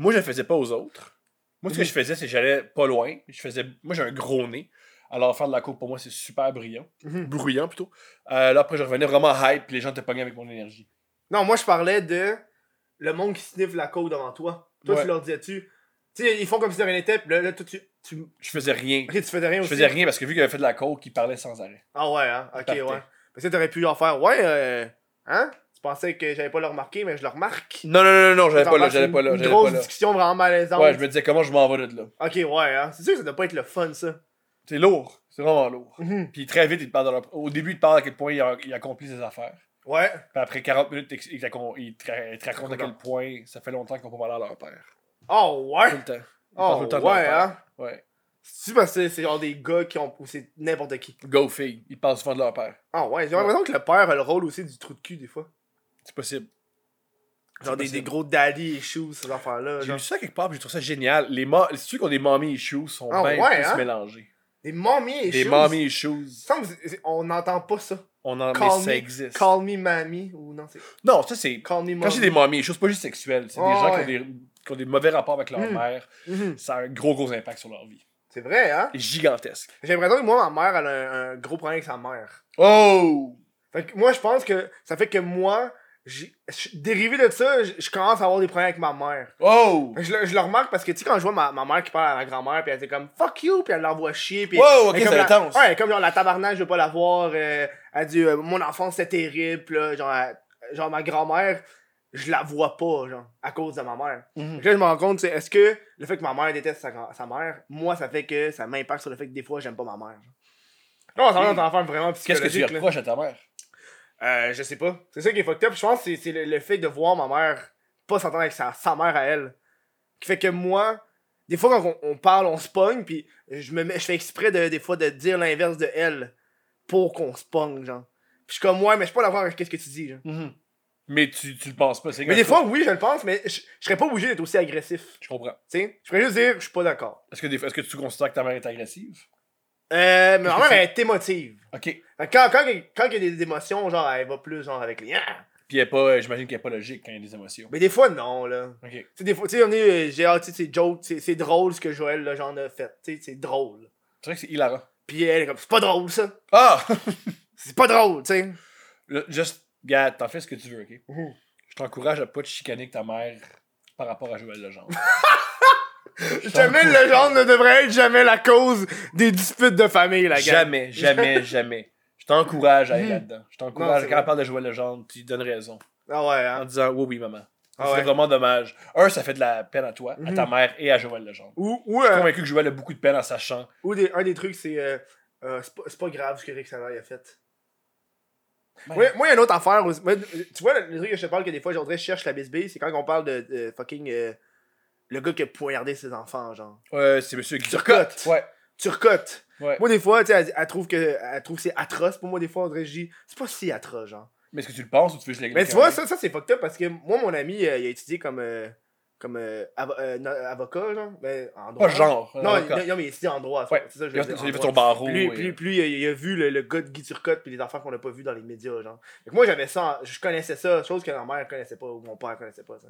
[SPEAKER 2] Moi, je le faisais pas aux autres. Moi, ce que
[SPEAKER 1] Mhm.
[SPEAKER 2] je faisais, c'est que j'allais pas loin. Je faisais... Moi, j'ai un gros nez. Alors, faire de la coke, pour moi, c'est super brillant. Bruyant, plutôt. Euh, là, après, je revenais vraiment hype, puis les gens étaient pognés avec mon énergie.
[SPEAKER 1] non moi je parlais de le monde qui sniffe la côte devant toi toi
[SPEAKER 2] Ouais.
[SPEAKER 1] tu leur disais-tu tu sais ils font comme si de rien n'était puis là, là, toi tu, tu
[SPEAKER 2] Je faisais rien.
[SPEAKER 1] ok tu faisais rien
[SPEAKER 2] Je
[SPEAKER 1] aussi
[SPEAKER 2] faisais rien parce que vu qu'il avait fait de la coke, il parlait sans arrêt.
[SPEAKER 1] ah ouais hein ok
[SPEAKER 2] Partait.
[SPEAKER 1] ouais parce que t'aurais pu leur faire ouais euh, hein tu pensais que j'avais pas le remarqué mais je le remarque
[SPEAKER 2] Non, non, non, non, non, j'allais pas là,
[SPEAKER 1] T'embarques
[SPEAKER 2] j'allais
[SPEAKER 1] une
[SPEAKER 2] pas là, j'allais
[SPEAKER 1] grosse
[SPEAKER 2] pas là.
[SPEAKER 1] discussion vraiment malaisante
[SPEAKER 2] Ouais, je me disais comment je m'en vais de là.
[SPEAKER 1] Ok, ouais, hein. C'est sûr que ça doit pas être le fun, ça.
[SPEAKER 2] C'est lourd. C'est vraiment lourd.
[SPEAKER 1] Mhm.
[SPEAKER 2] Puis très vite, il te parle de leur- Au début, il te parle à quel point il a, il a accompli ses affaires.
[SPEAKER 1] Ouais.
[SPEAKER 2] Puis après 40 minutes, t'ex- il, t'accon- il te, ra- il te raconte à quel point ça fait longtemps qu'on peut parler à leur père.
[SPEAKER 1] Oh, ouais.
[SPEAKER 2] Tout le temps. Il parle tout
[SPEAKER 1] Oh,
[SPEAKER 2] le temps de leur
[SPEAKER 1] ouais,
[SPEAKER 2] père.
[SPEAKER 1] hein.
[SPEAKER 2] Ouais.
[SPEAKER 1] C'est parce que c'est genre des gars qui ont. ou C'est n'importe qui.
[SPEAKER 2] Go fille. Il parle souvent de leur père.
[SPEAKER 1] Ah ouais, j'ai l'impression que le père a le rôle aussi du trou de cul des fois.
[SPEAKER 2] C'est possible.
[SPEAKER 1] Genre des,
[SPEAKER 2] possible.
[SPEAKER 1] des gros daddy issues, ces affaires-là.
[SPEAKER 2] J'ai
[SPEAKER 1] Genre.
[SPEAKER 2] lu ça quelque part, puis j'ai trouvé ça génial. Les ma- ceux qui ont des mommy issues sont
[SPEAKER 1] Ah,
[SPEAKER 2] bien
[SPEAKER 1] ouais,
[SPEAKER 2] plus
[SPEAKER 1] hein?
[SPEAKER 2] mélangés.
[SPEAKER 1] Des mommy issues.
[SPEAKER 2] Des mommy issues,
[SPEAKER 1] Il me semble que c'est- On n'entend pas ça.
[SPEAKER 2] on en
[SPEAKER 1] Call
[SPEAKER 2] mais ça
[SPEAKER 1] me-
[SPEAKER 2] existe.
[SPEAKER 1] Call me mammy ou non, c'est
[SPEAKER 2] Non, ça c'est
[SPEAKER 1] call me mommy.
[SPEAKER 2] quand c'est des mommy issues, c'est pas juste sexuel, c'est
[SPEAKER 1] Ouais,
[SPEAKER 2] des gens
[SPEAKER 1] ouais.
[SPEAKER 2] qui ont des, qui ont des mauvais rapports avec leur
[SPEAKER 1] Mm.
[SPEAKER 2] mère.
[SPEAKER 1] Mhm.
[SPEAKER 2] Ça a un gros gros impact sur leur vie.
[SPEAKER 1] C'est vrai, hein?
[SPEAKER 2] Gigantesque.
[SPEAKER 1] J'ai l'impression que moi, ma mère, elle a un, un gros problème avec sa mère.
[SPEAKER 2] Oh
[SPEAKER 1] Fait que moi, je pense que ça fait que moi, j'ai- je- dérivé de ça, je je commence à avoir des problèmes avec ma mère.
[SPEAKER 2] Oh
[SPEAKER 1] Je le, je le remarque parce que, tu sais, quand je vois ma, ma mère qui parle à ma grand-mère, puis elle dit comme fuck you, puis elle l'envoie chier, puis.
[SPEAKER 2] Wow, ok,
[SPEAKER 1] elle est comme
[SPEAKER 2] c'est
[SPEAKER 1] la-
[SPEAKER 2] intense.
[SPEAKER 1] Ouais, elle est comme genre la tabarnak, je veux pas la voir. euh, elle dit euh, mon enfance c'est terrible, puis là, genre, elle- genre ma grand-mère, je la vois pas, genre, à cause de ma mère. Fait que Là, je me rends compte, c'est est-ce que le fait que ma mère déteste sa, grand- sa mère, moi, ça fait que ça m'impacte sur le fait que des fois, j'aime pas ma mère. genre. Là, on s'en va dans un affaire vraiment
[SPEAKER 2] Qu'est-ce que tu
[SPEAKER 1] psychologique. là.
[SPEAKER 2] reproches à ta mère
[SPEAKER 1] Euh, je sais pas. C'est ça qui est fucked up. Je pense que c'est- c'est le, le fait de voir ma mère pas s'entendre avec sa, sa mère à elle. Qui fait que moi, des fois, quand on, on parle, on se pogne, puis je, me mets- je fais exprès de, des fois de dire l'inverse de elle pour qu'on se pogne, genre. Puis je suis comme, ouais, mais je suis pas d'accord avec qu'est-ce que tu dis, genre.
[SPEAKER 2] Mais tu, tu le penses pas, c'est
[SPEAKER 1] Hmm. Mais des fois, oui, je le pense, mais je, je serais pas obligé d'être aussi agressif.
[SPEAKER 2] je comprends.
[SPEAKER 1] Tu sais, je pourrais juste dire, je suis pas d'accord.
[SPEAKER 2] Est-ce que, des fois- est-ce que tu considères que ta mère est agressive
[SPEAKER 1] Euh, mais ma
[SPEAKER 2] Qu'est-ce que
[SPEAKER 1] mère, elle est émotive.
[SPEAKER 2] OK.
[SPEAKER 1] Fait que Quand, quand, quand il y a des émotions, genre, elle va plus, genre, avec les. Ah!
[SPEAKER 2] Puis elle est pas euh, j'imagine qu'elle est pas logique quand il y a des émotions.
[SPEAKER 1] Mais des fois, non, là.
[SPEAKER 2] OK.
[SPEAKER 1] Tu sais, des fois, tu sais, on est, euh, j'ai hâte, tu sais, c'est joke, c'est c'est drôle ce que Joël Legendre a fait, tu sais, c'est drôle.
[SPEAKER 2] C'est vrai que c'est hilarant.
[SPEAKER 1] Puis elle est comme, c'est pas drôle ça,
[SPEAKER 2] Ah
[SPEAKER 1] c'est pas drôle, tu sais.
[SPEAKER 2] Là, Juste, gars, t'en fais ce que tu veux, ok?
[SPEAKER 1] Mhm.
[SPEAKER 2] Je t'encourage à pas te chicaner avec ta mère par rapport à Joël Legendre.
[SPEAKER 1] Jamais Legendre ne devrait être jamais la cause des disputes de famille, la gars.
[SPEAKER 2] jamais, jamais, jamais. Je t'encourage à aller
[SPEAKER 1] Mhm.
[SPEAKER 2] là-dedans. Je
[SPEAKER 1] Non,
[SPEAKER 2] t'encourage,
[SPEAKER 1] c'est
[SPEAKER 2] quand
[SPEAKER 1] vrai.
[SPEAKER 2] elle parle de Joël Legendre, tu lui donnes raison.
[SPEAKER 1] Ah ouais,
[SPEAKER 2] En
[SPEAKER 1] hein.
[SPEAKER 2] disant, oui, oui, maman.
[SPEAKER 1] Ah
[SPEAKER 2] c'est
[SPEAKER 1] ouais. Hmm.
[SPEAKER 2] vraiment dommage. Un, ça fait de la peine à toi, à ta mère et à Joël Legendre.
[SPEAKER 1] Ou, ou,
[SPEAKER 2] Je suis
[SPEAKER 1] euh,
[SPEAKER 2] convaincu que Joël a beaucoup de peine en sachant.
[SPEAKER 1] ou des- un des trucs, c'est, euh, euh, c'est pas, c'est pas grave ce que Rick Sander a fait.
[SPEAKER 2] Man.
[SPEAKER 1] Moi, moi, il y a une autre affaire. aussi. Moi, tu vois, le, le truc que je te parle que des fois, j'aimerais je cherche la bisbille, c'est quand on parle de, de fucking. euh, le gars qui a poignardé ses enfants, genre.
[SPEAKER 2] Euh, c'est monsieur Guy
[SPEAKER 1] Turcotte.
[SPEAKER 2] Turcotte. Ouais,
[SPEAKER 1] Turcotte!
[SPEAKER 2] ouais.
[SPEAKER 1] Moi, des fois, tu sais, elle, elle trouve que elle trouve que c'est atroce. Pour moi, des fois, on dirait, je dis, c'est pas si atroce, genre.
[SPEAKER 2] Mais est-ce que tu le penses ou tu veux juste la
[SPEAKER 1] Mais tu vois, ça, ça c'est fucked up parce que moi, mon ami, euh, il a étudié comme, euh, comme euh, avo- euh, no- avocat, genre. Ben, en droit.
[SPEAKER 2] Pas genre.
[SPEAKER 1] Non,
[SPEAKER 2] euh,
[SPEAKER 1] il- non, mais il a étudié en droit. ça,
[SPEAKER 2] Ouais.
[SPEAKER 1] C'est ça, je
[SPEAKER 2] Il
[SPEAKER 1] veux
[SPEAKER 2] a
[SPEAKER 1] dire,
[SPEAKER 2] il a
[SPEAKER 1] en
[SPEAKER 2] fait
[SPEAKER 1] droit.
[SPEAKER 2] ton barreau.
[SPEAKER 1] Puis lui,
[SPEAKER 2] et-
[SPEAKER 1] puis, puis, il, il a vu le, le gars de Guy Turcotte puis les affaires qu'on n'a pas vues dans les médias, genre. Fait que moi, j'avais ça, en- je connaissais ça, chose que ma mère connaissait pas ou mon père connaissait pas, ça.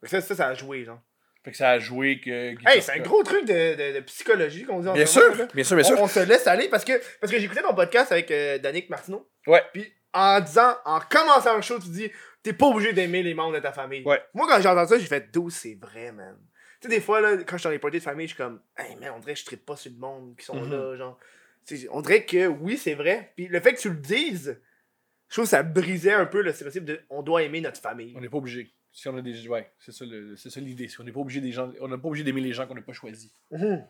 [SPEAKER 1] Fait que ça, ça, ça a joué, genre.
[SPEAKER 2] Fait que ça a joué que. Guy
[SPEAKER 1] Hey, c'est un
[SPEAKER 2] Turcotte-
[SPEAKER 1] gros truc de, de, de psychologie qu'on dit en
[SPEAKER 2] Bien
[SPEAKER 1] ce moment, là.
[SPEAKER 2] sûr, bien sûr, bien sûr.
[SPEAKER 1] On, on se laisse aller parce que, parce que j'écoutais ton podcast avec euh, Danick Martineau.
[SPEAKER 2] Ouais.
[SPEAKER 1] Puis en disant, en commençant le show, tu dis, t'es pas obligé d'aimer les membres de ta famille.
[SPEAKER 2] Ouais.
[SPEAKER 1] Moi, quand j'ai entendu ça, j'ai fait, d'où c'est vrai, man. Tu sais, des fois, là, quand je suis dans les parties de famille, je suis comme, hey, man, on dirait que je trippe pas sur le monde qui sont
[SPEAKER 2] Mhm.
[SPEAKER 1] là, genre. Tu sais, on dirait que oui, c'est vrai. Puis le fait que tu le dises, je trouve que ça brisait un peu le stéréotype de on doit aimer notre famille.
[SPEAKER 2] On n'est pas obligé. Si on a des. Ouais, c'est ça le- c'est ça l'idée. Si on n'est pas obligé des gens. On n'est pas obligé d'aimer les gens qu'on n'a pas choisis.
[SPEAKER 1] Mhm.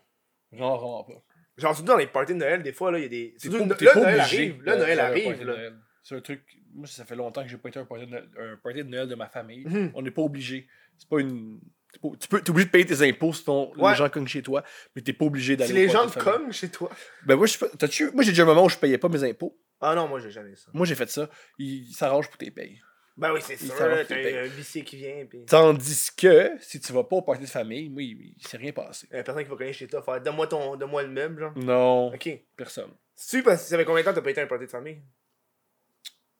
[SPEAKER 2] Genre, vraiment pas.
[SPEAKER 1] Genre, surtout dans les parties de Noël, des fois, là, il y a des.
[SPEAKER 2] T'es
[SPEAKER 1] surtout
[SPEAKER 2] pas-
[SPEAKER 1] no-
[SPEAKER 2] t'es
[SPEAKER 1] là,
[SPEAKER 2] pas
[SPEAKER 1] Noël
[SPEAKER 2] obligé
[SPEAKER 1] arrive. Là,
[SPEAKER 2] de
[SPEAKER 1] Noël
[SPEAKER 2] faire un
[SPEAKER 1] arrive.
[SPEAKER 2] party de
[SPEAKER 1] Là.
[SPEAKER 2] Noël. C'est un truc. Moi, ça fait longtemps que j'ai pas été à un party de Noël, un party de, Noël de ma famille.
[SPEAKER 1] Mhm.
[SPEAKER 2] On n'est pas obligé. C'est pas une. t'es pas- Tu peux, t'es obligé de payer tes impôts si ton-
[SPEAKER 1] Ouais.
[SPEAKER 2] les gens cognent chez toi, mais t'es pas obligé
[SPEAKER 1] Si
[SPEAKER 2] d'aller.
[SPEAKER 1] les
[SPEAKER 2] au
[SPEAKER 1] gens
[SPEAKER 2] party
[SPEAKER 1] te
[SPEAKER 2] de famille.
[SPEAKER 1] cognent chez toi.
[SPEAKER 2] Ben, moi, je suis pas- t'as-tu- moi, j'ai déjà un moment où je payais pas mes impôts.
[SPEAKER 1] Ah non, moi, j'ai jamais ça.
[SPEAKER 2] Moi, j'ai fait ça. Ils s'arrangent pour tes payes.
[SPEAKER 1] Ben oui, c'est
[SPEAKER 2] Il
[SPEAKER 1] sûr,
[SPEAKER 2] s'en va
[SPEAKER 1] là, t'as
[SPEAKER 2] flipper.
[SPEAKER 1] un huissier qui vient, pis...
[SPEAKER 2] Tandis que si tu vas pas au party de famille, moi, il, il s'est rien passé.
[SPEAKER 1] La personne qui va connaître chez toi, faire donne-moi ton, donne-moi le meuble,
[SPEAKER 2] Mm.
[SPEAKER 1] genre.
[SPEAKER 2] Non,
[SPEAKER 1] Ok.
[SPEAKER 2] personne.
[SPEAKER 1] Tu parce que ça fait combien de temps que t'as pas été à un party de famille?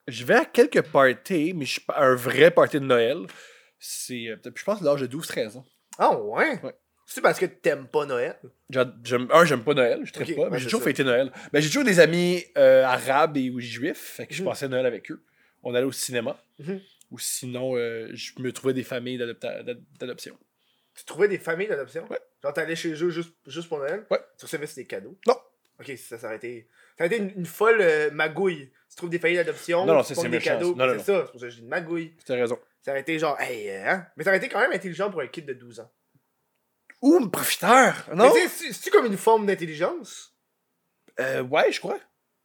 [SPEAKER 2] Je vais à quelques parties, mais je suis pas à un vrai party de Noël. C'est euh, peut-être, je pense, l'âge de 12-13 ans.
[SPEAKER 1] Ah ouais?
[SPEAKER 2] Ouais.
[SPEAKER 1] C'est parce que t'aimes pas Noël?
[SPEAKER 2] J'a- j'aime- un, j'aime pas Noël, je tripe
[SPEAKER 1] Ok,
[SPEAKER 2] pas, mais
[SPEAKER 1] ouais,
[SPEAKER 2] j'ai
[SPEAKER 1] c'est
[SPEAKER 2] toujours
[SPEAKER 1] ça.
[SPEAKER 2] fêté Noël. Ben, j'ai toujours des amis euh, arabes et ou juifs, fait que je
[SPEAKER 1] Mhm.
[SPEAKER 2] passais Noël avec eux. On allait au cinéma.
[SPEAKER 1] Mhm.
[SPEAKER 2] Ou sinon, euh, je me trouvais des familles d'adopta- d'ad- d'adoption.
[SPEAKER 1] Tu trouvais des familles d'adoption?
[SPEAKER 2] Ouais.
[SPEAKER 1] Genre t'allais chez eux juste, juste pour Noël?
[SPEAKER 2] Ouais.
[SPEAKER 1] Tu recevais des cadeaux?
[SPEAKER 2] Non.
[SPEAKER 1] Ok, ça, ça aurait été... Ça aurait été une, une folle euh, magouille. Tu trouves des familles d'adoption,
[SPEAKER 2] Non, non,
[SPEAKER 1] tu
[SPEAKER 2] c'est-
[SPEAKER 1] prends
[SPEAKER 2] c'est
[SPEAKER 1] des
[SPEAKER 2] méchant,
[SPEAKER 1] cadeaux.
[SPEAKER 2] ça. Non, non,
[SPEAKER 1] C'est ça, c'est pour ça que j'ai une magouille.
[SPEAKER 2] T'as raison.
[SPEAKER 1] Ça aurait été genre, hey, euh, hein? Mais ça aurait été quand même intelligent pour un kid de 12 ans.
[SPEAKER 2] Ou un profiteur, non?
[SPEAKER 1] Mais tu sais, c'est- c'est-tu comme une forme d'intelligence?
[SPEAKER 2] Euh, ouais, je crois.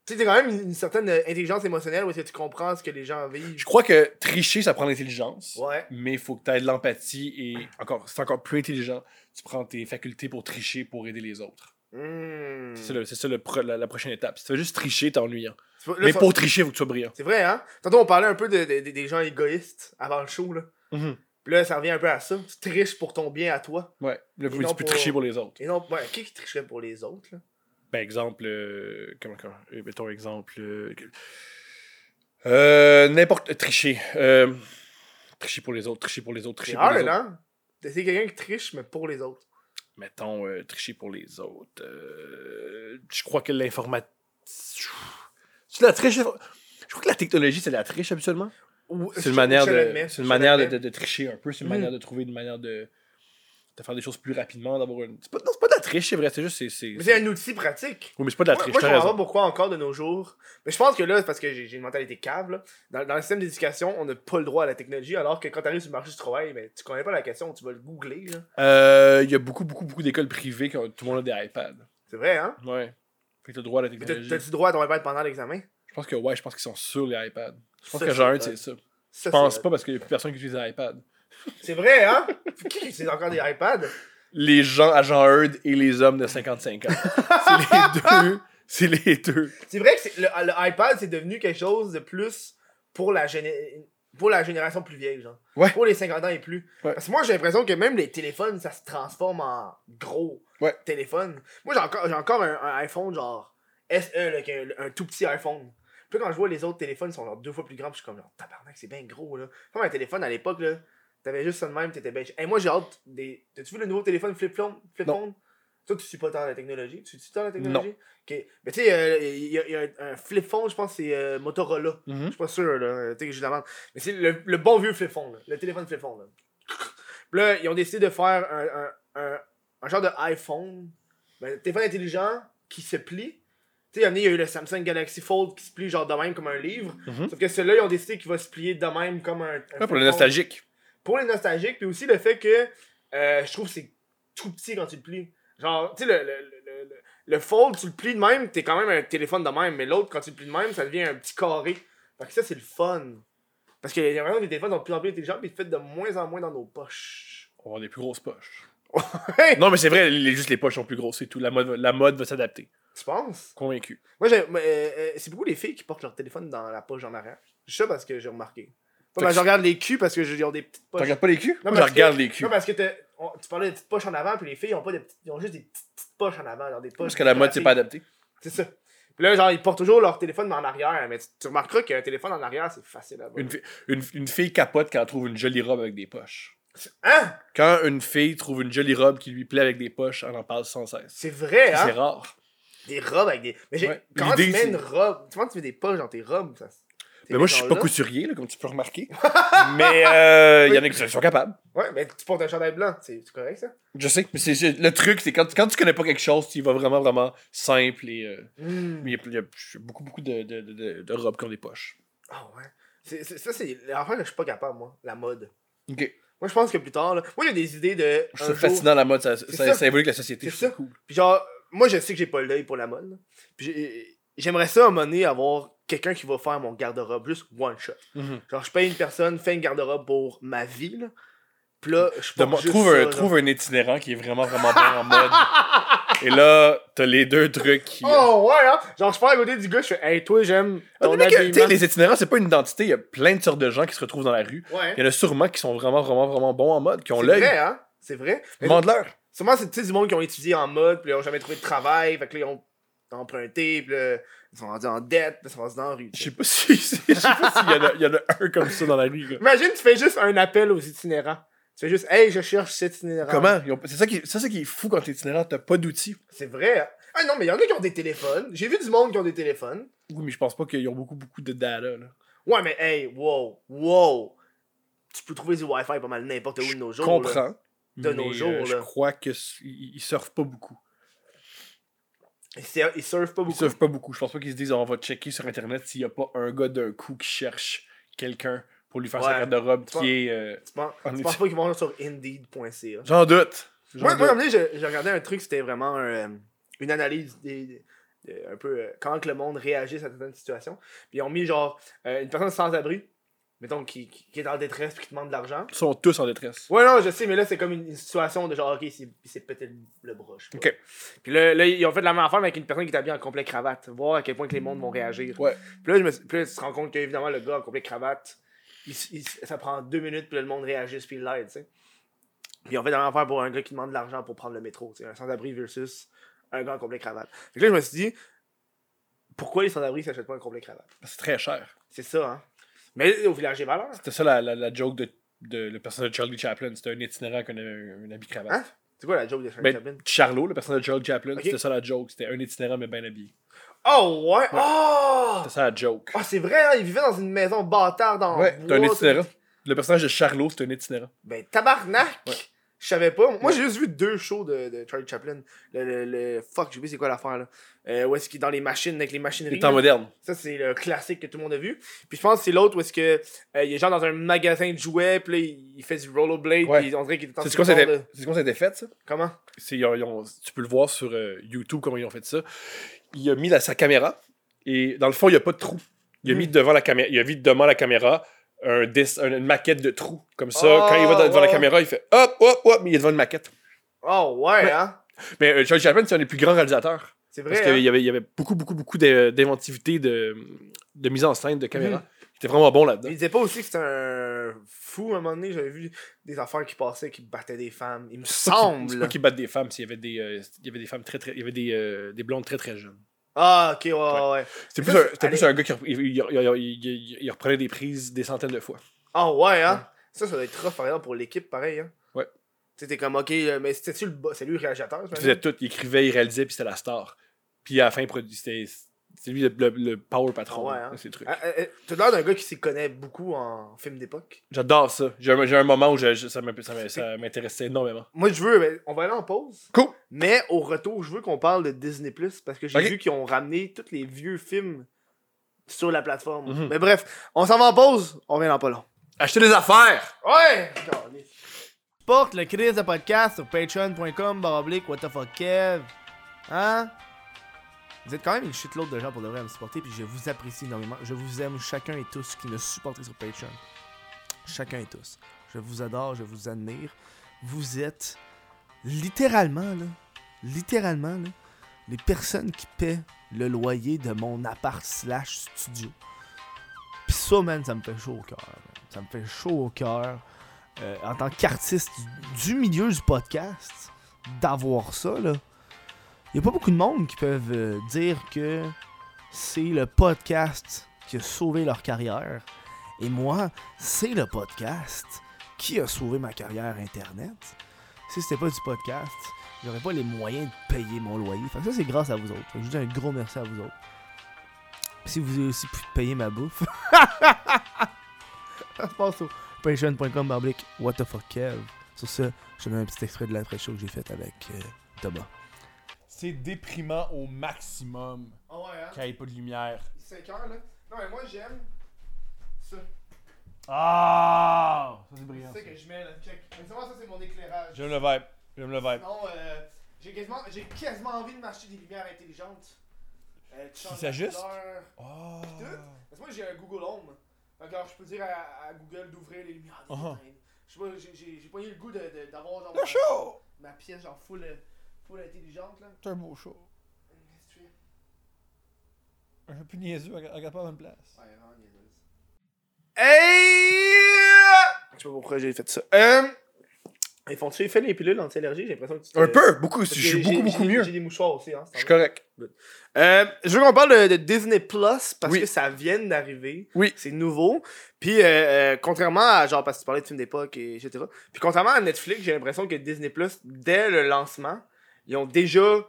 [SPEAKER 1] Tu sais, t'as quand même une, une certaine euh, intelligence émotionnelle où est-ce que tu comprends ce que les gens vivent.
[SPEAKER 2] Je crois que tricher, ça prend de l'intelligence.
[SPEAKER 1] Ouais.
[SPEAKER 2] Mais il faut que tu aies de l'empathie et encore, c'est encore plus intelligent. Tu prends tes facultés pour tricher pour aider les autres.
[SPEAKER 1] Hmm.
[SPEAKER 2] C'est ça, le- c'est ça le pro- la, la prochaine étape. Si tu fais juste tricher, t'es ennuyant.
[SPEAKER 1] Tu vois, là,
[SPEAKER 2] mais
[SPEAKER 1] faut-
[SPEAKER 2] pour tricher, il faut que tu sois brillant.
[SPEAKER 1] C'est vrai, hein? Tantôt, on parlait un peu de- de- de- des gens égoïstes avant le show, là.
[SPEAKER 2] Mhm.
[SPEAKER 1] Puis là, ça revient un peu à ça. Tu triches pour ton bien à toi.
[SPEAKER 2] Ouais. Là,
[SPEAKER 1] Et
[SPEAKER 2] tu
[SPEAKER 1] non
[SPEAKER 2] peux
[SPEAKER 1] pour-
[SPEAKER 2] tricher pour les autres.
[SPEAKER 1] Et non, ouais, qui qui tricherait pour les autres, là?
[SPEAKER 2] Par Ben, exemple, euh, comment, comment euh, mettons exemple. euh, euh, N'importe. Tricher. Euh, tricher pour les autres, tricher pour les autres,
[SPEAKER 1] C'est
[SPEAKER 2] tricher pour les
[SPEAKER 1] hard,
[SPEAKER 2] autres.
[SPEAKER 1] hein? C'est quelqu'un qui triche, mais pour les autres.
[SPEAKER 2] Mettons, euh, tricher pour les autres. Euh, je crois que l'informatique. C'est la triche. Je crois que la technologie, c'est la triche habituellement.
[SPEAKER 1] Ou-
[SPEAKER 2] C'est
[SPEAKER 1] Euh, je-
[SPEAKER 2] une manière,
[SPEAKER 1] je
[SPEAKER 2] de,
[SPEAKER 1] l'admets,
[SPEAKER 2] c'est une
[SPEAKER 1] je
[SPEAKER 2] manière de,
[SPEAKER 1] l'admets.
[SPEAKER 2] de- de tricher un peu, c'est une
[SPEAKER 1] Mm.
[SPEAKER 2] manière de trouver une manière de, de faire des choses plus rapidement, d'avoir une... C'est pas, non, c'est pas de la triche, c'est vrai, c'est juste... C'est, c'est,
[SPEAKER 1] Mais c'est un outil pratique.
[SPEAKER 2] Oui, mais c'est pas de la
[SPEAKER 1] Moi,
[SPEAKER 2] triche,
[SPEAKER 1] moi, je
[SPEAKER 2] t'as
[SPEAKER 1] comprends
[SPEAKER 2] raison.
[SPEAKER 1] pas pourquoi encore de nos jours. Mais je pense que là, c'est parce que j'ai j'ai une mentalité cave. Là. Dans, dans le système d'éducation, on n'a pas le droit à la technologie, alors que quand t'arrives sur le marché du travail, ben, tu connais pas la question, tu vas le googler. là.
[SPEAKER 2] Euh, Il y a beaucoup, beaucoup, beaucoup d'écoles privées qui ont... Tout le monde a des iPads.
[SPEAKER 1] C'est vrai, hein?
[SPEAKER 2] Ouais. Fait que t'as le droit à la
[SPEAKER 1] Mais t'as-
[SPEAKER 2] technologie.
[SPEAKER 1] T'as-tu droit à ton iPad pendant l'examen?
[SPEAKER 2] Je pense que, ouais, je pense qu'ils sont sur les iPads. Je pense
[SPEAKER 1] Ça,
[SPEAKER 2] que
[SPEAKER 1] c'est
[SPEAKER 2] genre
[SPEAKER 1] hot.
[SPEAKER 2] un, c'est ça.
[SPEAKER 1] Ça,
[SPEAKER 2] Je pense
[SPEAKER 1] c'est-
[SPEAKER 2] pas parce qu'il y a plus personne qui utilise les iPads.
[SPEAKER 1] C'est vrai, hein? Qui utilise encore des iPads?
[SPEAKER 2] Les gens à genre 1 et les hommes de 55 ans. c'est les deux. C'est les deux.
[SPEAKER 1] C'est vrai que c'est- le, le iPad, c'est devenu quelque chose de plus pour la, géné- pour la génération plus vieille, genre.
[SPEAKER 2] Ouais.
[SPEAKER 1] Pour les 50 ans et plus.
[SPEAKER 2] Ouais.
[SPEAKER 1] Parce que moi, j'ai l'impression que même les téléphones, ça se transforme en gros
[SPEAKER 2] Ouais.
[SPEAKER 1] téléphone. Moi, j'ai encore, j'ai encore un, un iPhone, genre SE, là, qui est un, un tout petit iPhone. Puis quand je vois les autres téléphones, ils sont genre deux fois plus grands, puis je suis comme, genre, tabarnak, c'est bien gros, là. Comme un téléphone à l'époque, là, t'avais juste ça de même, t'étais bien. Et moi, j'ai hâte des. T'as-tu vu le nouveau téléphone flip phone flip
[SPEAKER 2] Non.
[SPEAKER 1] phone Toi, tu suis pas tant la technologie. Tu suis tant la technologie Ok. Mais tu sais, euh, il y, a- il y a un, un flip phone, je pense, c'est euh, Motorola. Je suis pas sûr, là. Euh, Tu sais que j'ai de la merde. Mais c'est le, le bon vieux flip phone, là. Le téléphone flip phone, là. Puis là, ils ont décidé de faire un, un, un, un genre de iPhone. Ben, téléphone intelligent qui se plie. Tu sais, il y a eu le Samsung Galaxy Fold qui se plie genre de même comme un livre.
[SPEAKER 2] Mhm.
[SPEAKER 1] Sauf que celui-là, ils ont décidé qu'il va se plier de même comme un. un
[SPEAKER 2] Ouais, pour
[SPEAKER 1] flip
[SPEAKER 2] les
[SPEAKER 1] phone
[SPEAKER 2] nostalgiques.
[SPEAKER 1] pour les nostalgiques, puis aussi le fait que euh, je trouve que c'est tout petit quand tu le plies. Genre, tu sais, le, le, le, le- le fold, tu le plies de même, t'es quand même un téléphone de même, mais l'autre, quand tu le plies de même, ça devient un petit carré. Fait que ça, c'est le fun. Parce que vraiment, les téléphones sont de plus en plus intelligents, puis ils font de moins en moins dans nos poches.
[SPEAKER 2] On va avoir des plus grosses poches.
[SPEAKER 1] Hey!
[SPEAKER 2] Non, mais c'est vrai, les, juste les poches sont plus grosses, c'est tout. La mode, la mode va s'adapter.
[SPEAKER 1] Tu penses?
[SPEAKER 2] Convaincu.
[SPEAKER 1] Moi, j'ai- mais, euh, euh, c'est beaucoup les filles qui portent leur téléphone dans la poche en arrière. Je sais parce que j'ai remarqué. Pas
[SPEAKER 2] Fait
[SPEAKER 1] mal,
[SPEAKER 2] que-
[SPEAKER 1] je regarde les culs parce que j'ai- ils ont des petites poches.
[SPEAKER 2] pas les culs?
[SPEAKER 1] Non,
[SPEAKER 2] Moi,
[SPEAKER 1] parce
[SPEAKER 2] je
[SPEAKER 1] que-
[SPEAKER 2] regarde les culs.
[SPEAKER 1] Non, parce que t'as- on- tu parlais des petites poches en avant, puis les filles, ils ont, pas de petites- ils ont juste des petites, petites poches en avant. Genre des poches
[SPEAKER 2] parce que la mode, c'est pas adapté.
[SPEAKER 1] C'est ça. Puis là, genre, ils portent toujours leur téléphone, mais en arrière. Mais tu, tu remarqueras qu'un téléphone en arrière, c'est facile à voir.
[SPEAKER 2] Une, fi- une, une fille capote quand elle trouve une jolie robe avec des poches.
[SPEAKER 1] Hein?
[SPEAKER 2] Quand une fille trouve une jolie robe qui lui plaît avec des poches, elle en parle sans cesse.
[SPEAKER 1] C'est vrai,
[SPEAKER 2] C'est
[SPEAKER 1] hein?
[SPEAKER 2] rare.
[SPEAKER 1] Des robes avec des. Mais j'ai-
[SPEAKER 2] Ouais.
[SPEAKER 1] comment tu
[SPEAKER 2] L'idée,
[SPEAKER 1] mets
[SPEAKER 2] c'est-
[SPEAKER 1] une robe? Comment tu mets des poches dans tes robes? Ça,
[SPEAKER 2] Mais moi, je suis pas
[SPEAKER 1] cousu.
[SPEAKER 2] couturier, là, comme tu peux remarquer. mais euh, il y en a qui sont capables.
[SPEAKER 1] Ouais, mais tu portes un chandail blanc. C'est c'est correct, ça?
[SPEAKER 2] Je sais, mais c'est- c'est- le truc, c'est quand, tu- quand tu connais pas quelque chose, tu y vas vraiment, vraiment simple. Et, euh,
[SPEAKER 1] Hmm.
[SPEAKER 2] mais il y a- il y, a beaucoup, beaucoup de, de, de- de- de robes qui ont des poches.
[SPEAKER 1] Ah ouais. C'est- c'est- ça, c'est l'affaire que je suis pas capable, moi. La mode.
[SPEAKER 2] Ok.
[SPEAKER 1] Moi, je pense que plus tard, là. Moi, il y a des idées de.
[SPEAKER 2] Je
[SPEAKER 1] un
[SPEAKER 2] trouve
[SPEAKER 1] jour-
[SPEAKER 2] ça fascinant la mode, ça, ça,
[SPEAKER 1] C'est
[SPEAKER 2] ça,
[SPEAKER 1] ça.
[SPEAKER 2] évolue avec la société.
[SPEAKER 1] C'est
[SPEAKER 2] je trouve
[SPEAKER 1] ça.
[SPEAKER 2] cool.
[SPEAKER 1] Puis genre, moi je sais que j'ai pas l'œil pour la mode. là. Puis j'ai- j'aimerais ça à un moment donné avoir quelqu'un qui va faire mon garde-robe, juste one shot.
[SPEAKER 2] Mhm.
[SPEAKER 1] Genre je paye une personne, fais une garde-robe pour ma vie là. Puis là, je
[SPEAKER 2] Dema-
[SPEAKER 1] porte juste
[SPEAKER 2] trouve,
[SPEAKER 1] ça,
[SPEAKER 2] un,
[SPEAKER 1] genre.
[SPEAKER 2] trouve un itinérant qui est vraiment, vraiment bon en mode. Et là, t'as les deux trucs qui. euh,
[SPEAKER 1] Oh ouais hein! Genre je pars à côté du gars, je fais Hey toi j'aime
[SPEAKER 2] Ah, mais
[SPEAKER 1] ton
[SPEAKER 2] mec,
[SPEAKER 1] habillement.
[SPEAKER 2] t'sais, les itinérants, c'est pas une identité. Il y a plein de sortes de gens qui se retrouvent dans la rue.
[SPEAKER 1] Ouais.
[SPEAKER 2] Il y en a sûrement qui sont vraiment, vraiment, vraiment bons en mode, qui ont
[SPEAKER 1] C'est
[SPEAKER 2] l'œil.
[SPEAKER 1] vrai, hein? C'est vrai. Mais
[SPEAKER 2] Demande-leur.
[SPEAKER 1] Sûrement c'est tu sais, du monde qui ont étudié en mode, puis ils ont jamais trouvé de travail, fait que là ils ont emprunté, puis là, ils sont rendus en dette, puis ils sont rendus dans la rue. tu
[SPEAKER 2] Je
[SPEAKER 1] sais.
[SPEAKER 2] sais pas si. Je sais pas s'il y, en a- il y en a un comme ça dans la rue. là.
[SPEAKER 1] Imagine, tu fais juste un appel aux itinérants. Tu fais juste, hey, je cherche cet itinérant.
[SPEAKER 2] Comment Ils ont- C'est ça, qui... c'est ça qui est fou quand t'es itinérant, t'as pas d'outils.
[SPEAKER 1] C'est vrai. hein? Ah non, mais il y en a qui ont des téléphones. J'ai vu du monde qui ont des téléphones.
[SPEAKER 2] Oui, mais je pense pas qu'ils ont beaucoup, beaucoup de data. Là.
[SPEAKER 1] Ouais, mais hey, wow, wow. Tu peux trouver du Wi-Fi pas mal n'importe où de nos
[SPEAKER 2] Je
[SPEAKER 1] jours. là.
[SPEAKER 2] comprends.
[SPEAKER 1] De nos
[SPEAKER 2] mais,
[SPEAKER 1] jours,
[SPEAKER 2] euh, Je
[SPEAKER 1] là.
[SPEAKER 2] crois qu'ils surfent pas beaucoup.
[SPEAKER 1] Ils ser- Ils surfent pas
[SPEAKER 2] Ils
[SPEAKER 1] beaucoup.
[SPEAKER 2] savent pas beaucoup. Je pense pas qu'ils se disent on va checker sur internet s'il y a pas un gars d'un coup qui cherche quelqu'un pour lui faire
[SPEAKER 1] Ouais.
[SPEAKER 2] sa garde-robe
[SPEAKER 1] Tu penses-
[SPEAKER 2] qui est. euh,
[SPEAKER 1] Tu penses,
[SPEAKER 2] En
[SPEAKER 1] tu penses
[SPEAKER 2] effet.
[SPEAKER 1] pas qu'ils vont sur Indeed.ca?
[SPEAKER 2] J'en doute. J'en
[SPEAKER 1] Moi, moi, à un
[SPEAKER 2] doute.
[SPEAKER 1] moment donné, j'ai j'ai regardé un truc, c'était vraiment un, euh, une analyse des, euh, un peu euh, comment que le monde réagit à certaines situations. Puis ils ont mis genre euh, une personne sans abri, mettons, qui, qui, qui est en détresse puis qui demande de l'argent.
[SPEAKER 2] Ils sont tous en détresse.
[SPEAKER 1] Ouais, non, je sais, mais là, c'est comme une une situation de genre, ok, il s'est- il s'est pété le, le bras. je sais pas.
[SPEAKER 2] Ok.
[SPEAKER 1] Puis là, là, ils ont fait la même affaire, mais avec une personne qui est habillée en complet cravate. Voir à quel point que les mondes vont réagir.
[SPEAKER 2] Ouais.
[SPEAKER 1] Puis là, je me suis- puis là, tu te rends compte qu'évidemment, le gars en complet cravate, il s- il s- ça prend deux minutes, puis là, le monde réagisse, puis il l'aide, tu sais. Puis on fait la même affaire pour un gars qui demande de l'argent pour prendre le métro, tu sais. Un sans-abri versus un gars en complet cravate. Fait que là, je me suis dit, pourquoi les sans-abri s'achètent pas un complet cravate
[SPEAKER 2] C'est très cher.
[SPEAKER 1] C'est ça, hein. Mais au village des valeurs.
[SPEAKER 2] C'était ça la, la, la joke de, de le personnage de Charlie Chaplin. C'était un itinérant avec un, un- un habit cravate.
[SPEAKER 1] Hein? C'est quoi la joke de Charlie
[SPEAKER 2] Ben,
[SPEAKER 1] Chaplin?
[SPEAKER 2] Charlot, le personnage de Charlie Chaplin,
[SPEAKER 1] Ok.
[SPEAKER 2] c'était ça la joke. C'était un itinérant mais bien habillé.
[SPEAKER 1] Oh, ouais! Oh!
[SPEAKER 2] C'était ça la joke.
[SPEAKER 1] Ah, c'est vrai, hein, il vivait dans une maison bâtarde en
[SPEAKER 2] ouais,
[SPEAKER 1] bois.
[SPEAKER 2] c'est un
[SPEAKER 1] tout.
[SPEAKER 2] itinérant. Le personnage de Charlot, c'est un itinérant.
[SPEAKER 1] Ben, tabarnak!
[SPEAKER 2] Ouais.
[SPEAKER 1] Je savais pas. Moi,
[SPEAKER 2] Ouais.
[SPEAKER 1] j'ai juste vu deux shows de, de Charlie Chaplin. Le, le- le- Fuck, j'ai oublié c'est quoi l'affaire, là. Euh, où est-ce qu'il est dans les machines, avec les
[SPEAKER 2] Les
[SPEAKER 1] machineries.
[SPEAKER 2] temps
[SPEAKER 1] là.
[SPEAKER 2] modernes.
[SPEAKER 1] Ça, c'est le classique que tout le monde a vu. Puis je pense que c'est l'autre où est-ce que euh, il est genre dans un magasin de jouets, puis là, il il fait du rollerblade,
[SPEAKER 2] Ouais.
[SPEAKER 1] puis on dirait qu'il est en
[SPEAKER 2] C'est
[SPEAKER 1] train
[SPEAKER 2] quoi
[SPEAKER 1] de-
[SPEAKER 2] c'était c'est quoi c'était fait, ça?
[SPEAKER 1] Comment?
[SPEAKER 2] C'est- ils ont- ils ont- tu peux le voir sur euh, YouTube comment ils ont fait ça. Il a mis la, sa caméra et dans le fond, il n'y a pas de trou. Il a
[SPEAKER 1] Hmm.
[SPEAKER 2] mis devant la caméra, il a mis devant la caméra un dess- un- une maquette de trous. Comme ça,
[SPEAKER 1] Ah,
[SPEAKER 2] quand il va dans- devant
[SPEAKER 1] ouais.
[SPEAKER 2] la caméra, il fait hop, hop, hop, mais il est devant une maquette.
[SPEAKER 1] Oh, ouais,
[SPEAKER 2] Ouais.
[SPEAKER 1] hein?
[SPEAKER 2] Mais euh, Charlie Chaplin, c'est un des plus grands réalisateurs.
[SPEAKER 1] C'est vrai.
[SPEAKER 2] Parce
[SPEAKER 1] hein?
[SPEAKER 2] qu'il y avait, il y avait beaucoup, beaucoup, beaucoup d'in- d'inventivité, de, de mise en scène, de caméra.
[SPEAKER 1] Hmm.
[SPEAKER 2] Il était vraiment bon là-dedans.
[SPEAKER 1] Il disait pas aussi que c'était un fou à un moment donné, j'avais vu des affaires qui passaient qui battaient des femmes. Il me
[SPEAKER 2] C'est pas qu'il-
[SPEAKER 1] semble.
[SPEAKER 2] C'est pas qu'il batte des femmes, s'il y avait des, euh, il y avait des femmes très, très. Il y avait des, euh, des blondes très, très jeunes.
[SPEAKER 1] Ah, ok, ouais, ouais, ouais.
[SPEAKER 2] C'était
[SPEAKER 1] Mais
[SPEAKER 2] plus,
[SPEAKER 1] ça,
[SPEAKER 2] un-
[SPEAKER 1] c'est-
[SPEAKER 2] c'était plus un gars qui rep- il, il- il- il- il- il reprenait des prises des centaines de fois.
[SPEAKER 1] Ah ouais, hein? Ça, ça doit être rough, par exemple, pour l'équipe, pareil, hein?
[SPEAKER 2] Ouais.
[SPEAKER 1] Tu sais, t'es comme, ok, euh, mais c'était-tu le bo- C'est lui le réalisateur,
[SPEAKER 2] Il
[SPEAKER 1] j'imagine?
[SPEAKER 2] faisait tout, il écrivait, il réalisait, puis c'était la star. Puis à la fin, il produit- c'était c'est lui le, le- le power patron
[SPEAKER 1] Ah ouais, hein.
[SPEAKER 2] de ces trucs.
[SPEAKER 1] Ah, ah, ah, T'as l'air d'un gars qui s'y connaît beaucoup en films d'époque.
[SPEAKER 2] J'adore ça. J'ai un, j'ai un moment où je- je- ça m'imp- ça m'in- ça m'intéressait énormément.
[SPEAKER 1] Moi, je veux, ben, on va aller en pause.
[SPEAKER 2] Cool.
[SPEAKER 1] Mais au retour, je veux qu'on parle de Disney Plus parce que j'ai
[SPEAKER 2] Ok.
[SPEAKER 1] vu qu'ils ont ramené tous les vieux films sur la plateforme.
[SPEAKER 2] Mhm.
[SPEAKER 1] Mais bref, on s'en va en pause, on revient dans pas long.
[SPEAKER 2] Acheter des affaires!
[SPEAKER 1] Ouais! Porte le crise de podcast sur patreon.com baroblique what the fuck Kev. Hein? Vous êtes quand même une shitload de gens pour de vrai à me supporter, puis je vous apprécie énormément. Je vous aime chacun et tous qui me supportez sur Patreon. Chacun et tous. Je vous adore, je vous admire. Vous êtes littéralement, là, littéralement, là, les personnes qui paient le loyer de mon appart slash studio. Puis ça, man, ça me fait chaud au cœur. man. Ça me fait chaud au cœur. euh, en tant qu'artiste du, du milieu du podcast, d'avoir ça, là. Il n'y a pas beaucoup de monde qui peuvent euh, dire que c'est le podcast qui a sauvé leur carrière. Et moi, c'est le podcast qui a sauvé ma carrière Internet. Si c'était pas du podcast, j'aurais pas les moyens de payer mon loyer. Fait que ça, c'est grâce à vous autres. Fait que Je vous dis un gros merci à vous autres. Si vous avez aussi pu payer ma bouffe, ça se passe au patreon.com barblick what the fuck Kev. Sur ce, je te mets un petit extrait de l'après show que j'ai fait avec euh, Thomas.
[SPEAKER 2] C'est déprimant au maximum
[SPEAKER 1] Ah ouais, hein?
[SPEAKER 2] qu'il n'y ait pas de lumière.
[SPEAKER 1] 5 heures, là. Non, mais moi, j'aime ça.
[SPEAKER 2] Ah! Ça, c'est
[SPEAKER 1] C'est ça que je mets, là. Check. Mais seulement ça, c'est mon éclairage.
[SPEAKER 2] J'aime le vibe. J'aime le vibe.
[SPEAKER 1] Non, euh, j'ai quasiment, j'ai quasiment envie de m'acheter des lumières intelligentes. Euh, tu changes la
[SPEAKER 2] s'ajustent?
[SPEAKER 1] couleur.
[SPEAKER 2] Ah!
[SPEAKER 1] Parce que moi, j'ai un Google Home. Alors, je peux dire à, à Google d'ouvrir les lumières. des
[SPEAKER 2] Uh-huh.
[SPEAKER 1] éteintes. Je sais pas, j'ai- j'ai j'ai pas eu le goût de- de- d'avoir genre
[SPEAKER 2] Le
[SPEAKER 1] ma,
[SPEAKER 2] show!
[SPEAKER 1] ma pièce genre full, euh, full intelligente, là.
[SPEAKER 2] C'est un beau show.
[SPEAKER 1] Qu'est-ce que tu fais?
[SPEAKER 2] Un peu plus niaiseux, regarde pas à la même place.
[SPEAKER 1] Ouais, vraiment niaiseuse. Hey! Je sais pas pourquoi j'ai fait ça. Euh, ils font-tu effet les pilules anti-allergie? J'ai l'impression que tu te-
[SPEAKER 2] Un peu, beaucoup.
[SPEAKER 1] Euh, Parce
[SPEAKER 2] Je
[SPEAKER 1] que j'ai-
[SPEAKER 2] suis beaucoup, beaucoup
[SPEAKER 1] j'ai-
[SPEAKER 2] mieux.
[SPEAKER 1] J'ai des mouchoirs aussi, hein.
[SPEAKER 2] Je suis correct.
[SPEAKER 1] Euh, je veux qu'on parle de, de Disney Plus parce
[SPEAKER 2] Oui.
[SPEAKER 1] que ça vient d'arriver.
[SPEAKER 2] Oui.
[SPEAKER 1] C'est nouveau. Puis, euh, euh, contrairement à genre, parce que tu parlais de films d'époque, et etc. Puis, contrairement à Netflix, j'ai l'impression que Disney Plus, dès le lancement, ils ont déjà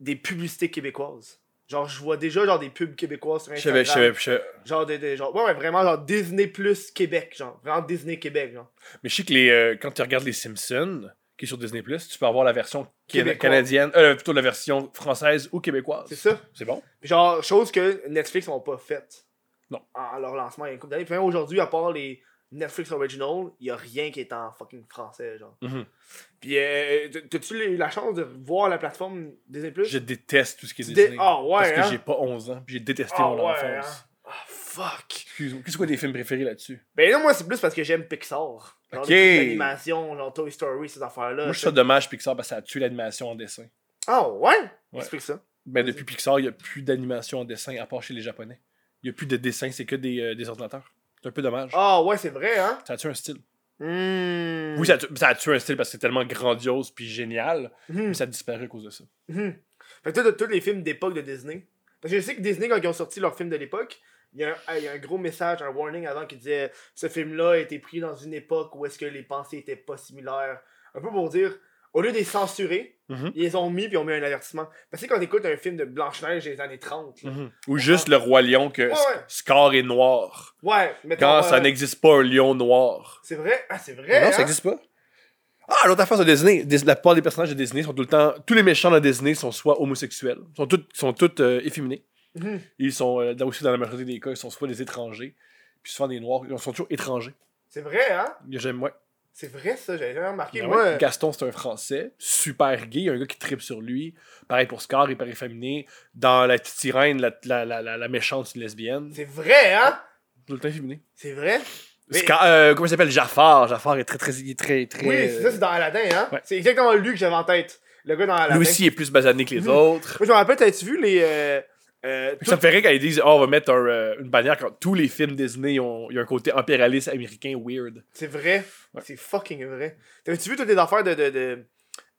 [SPEAKER 1] des publicités québécoises. Genre, je vois déjà genre des pubs québécoises sur
[SPEAKER 2] Je
[SPEAKER 1] Instagram.
[SPEAKER 2] savais, je savais, je savais.
[SPEAKER 1] Genre, de, de- genre, ouais, ouais, vraiment, genre Disney Plus Québec, genre. Vraiment Disney Québec, genre.
[SPEAKER 2] Mais je sais que les, euh, quand tu regardes les Simpsons, qui est sur Disney+, tu peux avoir la version can-
[SPEAKER 1] Québécois.
[SPEAKER 2] canadienne, euh, plutôt la version française ou québécoise.
[SPEAKER 1] C'est ça.
[SPEAKER 2] C'est bon?
[SPEAKER 1] Puis genre, chose que Netflix n'ont pas faite.
[SPEAKER 2] Non.
[SPEAKER 1] En leur lancement il y a une couple d'années. Puis même aujourd'hui, à part les, Netflix Original, il y a rien qui est en fucking français, genre.
[SPEAKER 3] Mhm.
[SPEAKER 1] Puis, euh, t- t'as-tu eu la chance de voir la plateforme Disney Plus?
[SPEAKER 2] Je déteste tout ce qui est
[SPEAKER 1] Dé-
[SPEAKER 2] Disney.
[SPEAKER 1] Ah
[SPEAKER 2] parce
[SPEAKER 1] ouais,
[SPEAKER 2] que j'ai
[SPEAKER 1] hein?
[SPEAKER 2] pas 11 ans, puis j'ai détesté
[SPEAKER 1] Ah
[SPEAKER 2] mon
[SPEAKER 1] ouais,
[SPEAKER 2] enfance.
[SPEAKER 1] hein? Ah, fuck!
[SPEAKER 2] Excuse-moi, qu'est-ce que tes films préférés là-dessus?
[SPEAKER 1] Ben non, moi, c'est plus parce que j'aime Pixar. Genre,
[SPEAKER 2] Ok.
[SPEAKER 1] des trucs d'animation, genre Toy Story, ces affaires-là.
[SPEAKER 2] Moi, je trouve ça dommage, Pixar, parce que ça a tué l'animation en dessin.
[SPEAKER 1] Ah ouais?
[SPEAKER 2] Ouais.
[SPEAKER 1] Explique ça.
[SPEAKER 2] Ben, depuis Pixar, il n'y a plus d'animation en dessin, à part chez les Japonais. Il n'y a plus de dessin, c'est que des, euh, des ordinateurs. C'est un peu dommage.
[SPEAKER 1] Ah ouais, c'est vrai, hein?
[SPEAKER 2] Ça a tué un style.
[SPEAKER 1] Hmm.
[SPEAKER 2] Oui, ça a, tué, ça a tué un style parce que c'est tellement grandiose puis génial,
[SPEAKER 1] Mhm.
[SPEAKER 2] mais ça disparaît à cause de ça.
[SPEAKER 1] Mhm. Fait que toi, t'as tous les films d'époque de Disney. Parce que je sais que Disney, quand ils ont sorti leurs films de l'époque, il y, a un- il y a un gros message, un warning avant qui disait ce film-là a été pris dans une époque où est-ce que les pensées étaient pas similaires. Un peu pour dire, au lieu de les censurer,
[SPEAKER 2] Mhm.
[SPEAKER 1] ils les ont mis puis ils ont mis un avertissement. Parce que quand t'écoutes un film de Blanche-Neige des années 30,
[SPEAKER 2] Mhm.
[SPEAKER 1] là,
[SPEAKER 2] Ou juste le roi lion que
[SPEAKER 1] Ouais,
[SPEAKER 2] S-
[SPEAKER 1] ouais.
[SPEAKER 2] Scar est noir.
[SPEAKER 1] ouais, mais
[SPEAKER 2] Quand ça n'existe pas un lion noir.
[SPEAKER 1] C'est vrai? Ah, c'est
[SPEAKER 2] Mais
[SPEAKER 1] vrai!
[SPEAKER 2] non,
[SPEAKER 1] hein?
[SPEAKER 2] ça n'existe pas. Eh, Ah, l'autre affaire de Disney, Dis- la plupart des personnages de Disney sont tout le temps. Tous les méchants de Disney sont soit homosexuels, sont tous sont toutes, euh, efféminés.
[SPEAKER 1] Mhm.
[SPEAKER 2] Ils sont euh, dans- aussi dans la majorité des cas, ils sont soit des étrangers, puis souvent des noirs, ils sont toujours étrangers.
[SPEAKER 1] C'est vrai, hein?
[SPEAKER 2] Il y a jamais- ouais.
[SPEAKER 1] C'est vrai, ça, j'avais jamais remarqué.
[SPEAKER 2] Ben
[SPEAKER 1] Moi,
[SPEAKER 2] ouais. Gaston, c'est un Français, super gay, il y a un gars qui tripe sur lui. Pareil pour Scar, il paraît féminin. Dans La Petite Sirène, la, la, la, la, la méchante, c'est une lesbienne.
[SPEAKER 1] c'est vrai, hein?
[SPEAKER 2] Tout le temps féminin.
[SPEAKER 1] C'est vrai? Mais-
[SPEAKER 2] Scar- euh, comment il s'appelle Jafar. Jafar est très, très, il est très, très.
[SPEAKER 1] Oui, c'est ça, c'est dans Aladdin, hein?
[SPEAKER 2] ouais.
[SPEAKER 1] C'est exactement lui que j'avais en tête. Le gars dans Aladdin.
[SPEAKER 2] Lui aussi est plus basané que les
[SPEAKER 1] Mhm.
[SPEAKER 2] autres.
[SPEAKER 1] Moi, je me rappelle, t'as-tu vu les. euh, euh,
[SPEAKER 2] Ça me fait rire quand ils disent, oh, on va mettre un, euh, une bannière quand tous les films Disney ont, il y a un côté impérialiste américain weird.
[SPEAKER 1] C'est vrai.
[SPEAKER 2] Ouais.
[SPEAKER 1] C'est fucking vrai. T'avais-tu vu toutes les affaires de. de, de...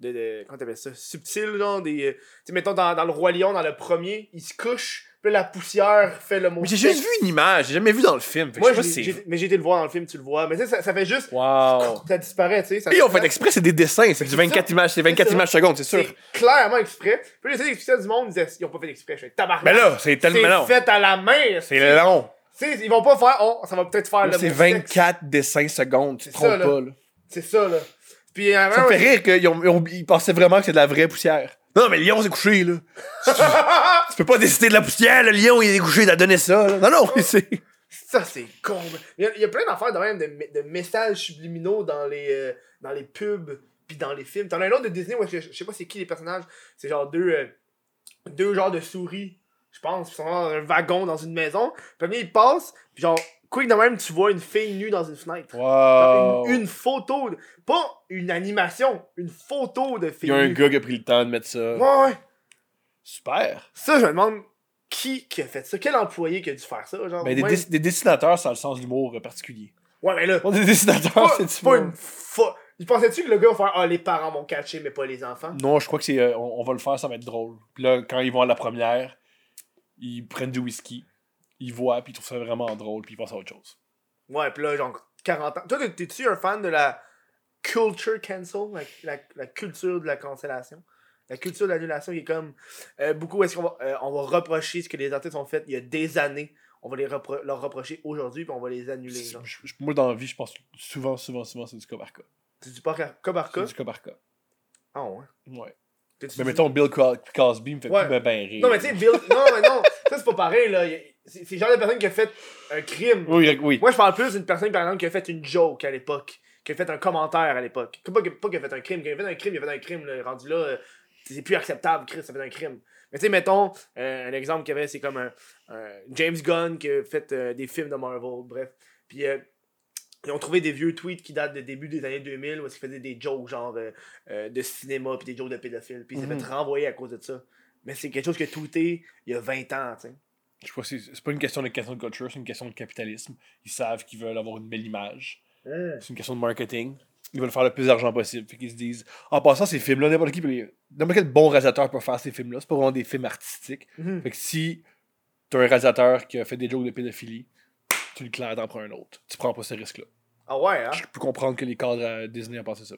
[SPEAKER 1] De, de- comment t'appelles ça subtil genre des euh, tu sais mettons dans, dans le roi lion dans le premier il se couche puis la poussière fait le mot
[SPEAKER 2] Mais j'ai juste vu une image, j'ai jamais vu dans le film. Fait que
[SPEAKER 1] moi
[SPEAKER 2] je
[SPEAKER 1] j'ai,
[SPEAKER 2] sais pas si
[SPEAKER 1] j'ai- mais j'ai été le voir dans le film tu le vois mais tu sais ça, ça fait juste
[SPEAKER 2] c'est. Wow.
[SPEAKER 1] ça disparaît tu sais ça
[SPEAKER 2] Et on fait
[SPEAKER 1] disparaît.
[SPEAKER 2] exprès, c'est des dessins, c'est du
[SPEAKER 1] c'est
[SPEAKER 2] 24
[SPEAKER 1] ça.
[SPEAKER 2] images, c'est 24
[SPEAKER 1] ça.
[SPEAKER 2] images secondes, c'est sûr.
[SPEAKER 1] c'est clairement exprès puis j'essaie d'expliquer ça du monde ils, disaient, ils ont pas fait exprès je fais tabarnak
[SPEAKER 2] Mais Ben là, c'est
[SPEAKER 1] c'est
[SPEAKER 2] tellement long.
[SPEAKER 1] fait à la main
[SPEAKER 2] C'est long.
[SPEAKER 1] Tu sais, ils vont pas faire oh ça va peut-être faire le
[SPEAKER 2] C'est
[SPEAKER 1] mot sexe.
[SPEAKER 2] 24 dessins secondes, tu te
[SPEAKER 1] C'est
[SPEAKER 2] trompes
[SPEAKER 1] ça, là.
[SPEAKER 2] pas. Là.
[SPEAKER 1] c'est ça là puis euh,
[SPEAKER 2] Ça me fait rire qu'ils ont- ils ont- ils pensaient vraiment que c'est de la vraie poussière. Non, mais le lion s'est couché, là. Tu peux pas décider de la poussière, le lion il est couché, il a donné ça. là. Non,
[SPEAKER 1] Ah.
[SPEAKER 2] non, c'est.
[SPEAKER 1] Ça, c'est con. man. Il y a, il y a plein d'affaires de même, de, me- de messages subliminaux dans les, euh, dans les pubs, puis dans les films. T'en as un autre de Disney où est-ce que je, je sais pas c'est qui les personnages. C'est genre deux, euh, deux genres de souris, je pense, qui sont dans un wagon dans une maison. Puis après, ils passent, puis genre, quick de même, tu vois une fille nue dans une fenêtre.
[SPEAKER 2] Wow.
[SPEAKER 1] Une, une photo, de- pas une animation, une photo de
[SPEAKER 2] Il
[SPEAKER 1] fille
[SPEAKER 2] y a un
[SPEAKER 1] nue.
[SPEAKER 2] gars qui a pris le temps de mettre ça.
[SPEAKER 1] Ouais, ouais.
[SPEAKER 2] Super.
[SPEAKER 1] Ça, je me demande qui, qui a fait ça. Quel employé qui a dû faire ça, genre.
[SPEAKER 2] Ben, des,
[SPEAKER 1] ouais.
[SPEAKER 2] dess- des dessinateurs, ça a le sens de l'humour euh, particulier.
[SPEAKER 1] Ouais, mais là,
[SPEAKER 2] Bon, des dessinateurs,
[SPEAKER 1] pas,
[SPEAKER 2] c'est
[SPEAKER 1] pas
[SPEAKER 2] super.
[SPEAKER 1] une fa... Il pensait-tu que le gars va faire Ah, les parents m'ont catché, mais pas les enfants
[SPEAKER 2] Non, je crois que c'est. euh, on, on va le faire, ça va être drôle. Puis là, quand ils vont à la première, ils prennent du whisky, ils voient, puis ils trouvent ça vraiment drôle, puis ils passent à autre chose.
[SPEAKER 1] Ouais, pis là, genre, 40 ans. Toi, t'es- t'es-tu un fan de la culture cancel La, la- la culture de la cancellation La culture de l'annulation qui est comme euh, beaucoup, est-ce qu'on va, euh, on va reprocher ce que les artistes ont fait il y a des années On va les repro- leur reprocher aujourd'hui, puis on va les annuler.
[SPEAKER 2] C'est-
[SPEAKER 1] genre.
[SPEAKER 2] je- je- moi, dans la vie, je pense souvent, souvent, souvent, c'est du cas par cas.
[SPEAKER 1] C'est du parc à- cas par cas
[SPEAKER 2] C'est du cas par cas.
[SPEAKER 1] Ah, ouais.
[SPEAKER 2] Ouais.
[SPEAKER 1] T'es-tu-
[SPEAKER 2] Mais mettons, Bill Co- Cosby me fait
[SPEAKER 1] Ouais.
[SPEAKER 2] plus ben, ben rire.
[SPEAKER 1] Non, mais tu sais, Bill. Non, mais non, ça, c'est pas pareil, là. Il y a- C'est c'est le genre de personne qui a fait un crime.
[SPEAKER 2] Oui, oui.
[SPEAKER 1] Moi, je parle plus d'une personne, par exemple, qui a fait une joke à l'époque, qui a fait un commentaire à l'époque. Que- Pas, que- pas qui a fait un crime, qui a fait un crime, il a fait un crime, là, rendu là, euh, c'est plus acceptable, Chris, ça fait un crime. Mais tu sais, mettons, euh, un exemple qu'il y avait, c'est comme un, un James Gunn qui a fait euh, des films de Marvel, bref. Puis euh, ils ont trouvé des vieux tweets qui datent de début des années 2000 où ils faisaient des jokes genre euh, euh, de cinéma puis des jokes de pédophiles. Puis ils s'est
[SPEAKER 2] Mhm.
[SPEAKER 1] fait renvoyer à cause de ça. Mais c'est quelque chose que a tweeté il y a 20 ans, tu sais.
[SPEAKER 2] Je crois que c'est c'est pas une question de question de culture, c'est une question de capitalisme. Ils savent qu'ils veulent avoir une belle image. C'est une question de marketing. Ils veulent faire le plus d'argent possible. Fait qu'ils se disent, en passant, ces films-là, n'importe qui peut les- N'importe quel bon réalisateur peut faire ces films-là. C'est pas vraiment des films artistiques.
[SPEAKER 1] Mhm.
[SPEAKER 2] Fait que si t'as un réalisateur qui a fait des jokes de pédophilie, tu le claires, t'en prends un autre. Tu prends pas ce risque-là.
[SPEAKER 1] Ah ouais, hein?
[SPEAKER 2] Je peux comprendre que les cadres à Disney ont pensé ça.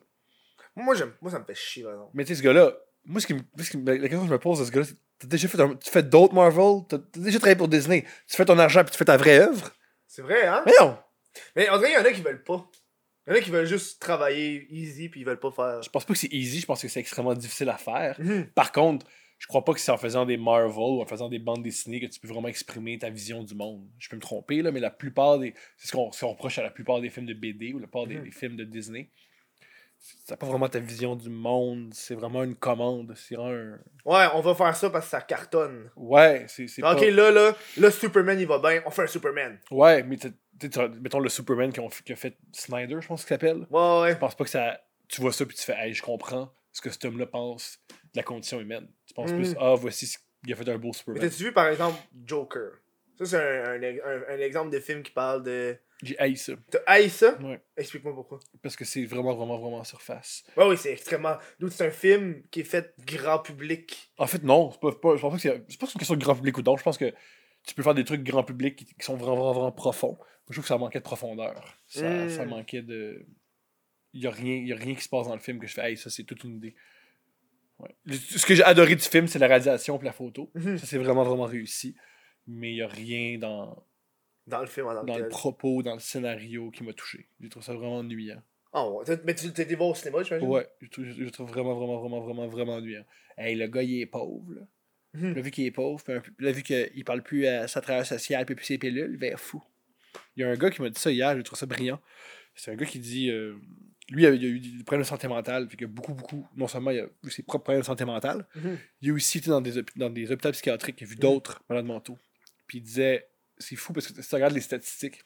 [SPEAKER 1] Moi, j'aime- moi, ça me fait chier, par exemple.
[SPEAKER 2] Mais tu sais, ce gars-là, moi, ce qui me- moi, ce qui me- la question que je me pose de ce gars-là, c'est t'as déjà fait, un- tu fais d'autres Marvel, t'as t'as déjà travaillé pour Disney, tu fais ton argent puis tu fais ta vraie œuvre.
[SPEAKER 1] C'est vrai, hein?
[SPEAKER 2] Mais non!
[SPEAKER 1] Mais on dirait qu'il y en a qui veulent pas. Il y en a qui veulent juste travailler easy puis ils veulent pas faire.
[SPEAKER 2] Je pense pas que c'est easy, je pense que c'est extrêmement difficile à faire.
[SPEAKER 1] Mhm.
[SPEAKER 2] Par contre, je crois pas que c'est en faisant des Marvel ou en faisant des bandes dessinées que tu peux vraiment exprimer ta vision du monde. Je peux me tromper, là, mais la plupart des. C'est ce qu'on ce qu'on reproche à la plupart des films de BD ou la plupart des,
[SPEAKER 1] Mhm.
[SPEAKER 2] des films de Disney. C'est pas vraiment ta vision du monde, c'est vraiment une commande. C'est vraiment un.
[SPEAKER 1] Ouais, on va faire ça parce que ça cartonne.
[SPEAKER 2] Ouais, c'est c'est
[SPEAKER 1] Ok,
[SPEAKER 2] pas-
[SPEAKER 1] là, là, là, Superman, il va bien. On fait un Superman.
[SPEAKER 2] Ouais, mais t'as- t'as- t'as- mettons le Superman qu'a fait, fait Snyder, je pense qu'il s'appelle.
[SPEAKER 1] Ouais, ouais.
[SPEAKER 2] Je pense pas que ça. Tu vois ça puis tu fais, hey, je comprends ce que cet homme-là pense de la condition humaine. Tu penses
[SPEAKER 1] Mhm.
[SPEAKER 2] plus, ah, voici ce qu'il a fait un beau
[SPEAKER 1] Mais
[SPEAKER 2] Superman.
[SPEAKER 1] t'as-tu vu, par exemple, Joker? Ça, c'est un, un, un- un exemple de film qui parle de...
[SPEAKER 2] J'ai haï ça.
[SPEAKER 1] T'as haï ça?
[SPEAKER 2] Ouais.
[SPEAKER 1] Explique-moi pourquoi.
[SPEAKER 2] Parce que c'est vraiment, vraiment, vraiment en surface.
[SPEAKER 1] Ouais, oui, c'est extrêmement... D'où c'est un film qui est fait grand public.
[SPEAKER 2] En fait, non, c'est pas, pas- je pense pas que c'est c'est pas une question de grand public ou non. Je pense que tu peux faire des trucs grand public qui, qui sont vraiment, vraiment, vraiment profonds. Je trouve que ça manquait de profondeur. Ça,
[SPEAKER 1] Mm.
[SPEAKER 2] ça manquait de. Il n'y a, rien- y a rien qui se passe dans le film que je fais, hey, ça, c'est toute une idée. Ouais. Le- Ce que j'ai adoré du film, c'est la réalisation et la photo.
[SPEAKER 1] Mhm.
[SPEAKER 2] Ça, c'est vraiment, vraiment réussi. Mais il n'y a rien dans,
[SPEAKER 1] Dans le film, en tant que
[SPEAKER 2] dans le
[SPEAKER 1] tel.
[SPEAKER 2] propos, dans le scénario qui m'a touché. J'ai trouvé ça vraiment ennuyant.
[SPEAKER 1] Oh, ouais. T'as- Mais tu t'es été voir au cinéma, j'imagine?
[SPEAKER 2] Ouais, je trouve, je trouve vraiment, vraiment, vraiment, vraiment, vraiment ennuyant. Hey, le gars, il est pauvre, là.
[SPEAKER 1] Mhm.
[SPEAKER 2] Puis là, vu qu'il est pauvre, puis un peu- puis là, vu qu'il parle plus à sa travailleuse sociale, puis plus ses pilules, ben fou. Il y a un gars qui m'a dit ça hier, je trouve ça brillant. C'est un gars qui dit. euh, lui, il a, il a eu des problèmes de santé mentale, fait que beaucoup, beaucoup, non seulement il a eu ses propres problèmes de santé mentale,
[SPEAKER 1] Mhm.
[SPEAKER 2] il a aussi été dans des, hôp- dans des hôpitaux psychiatriques, il a vu d'autres malades mentaux. Puis il disait, c'est fou parce que si tu regardes les statistiques,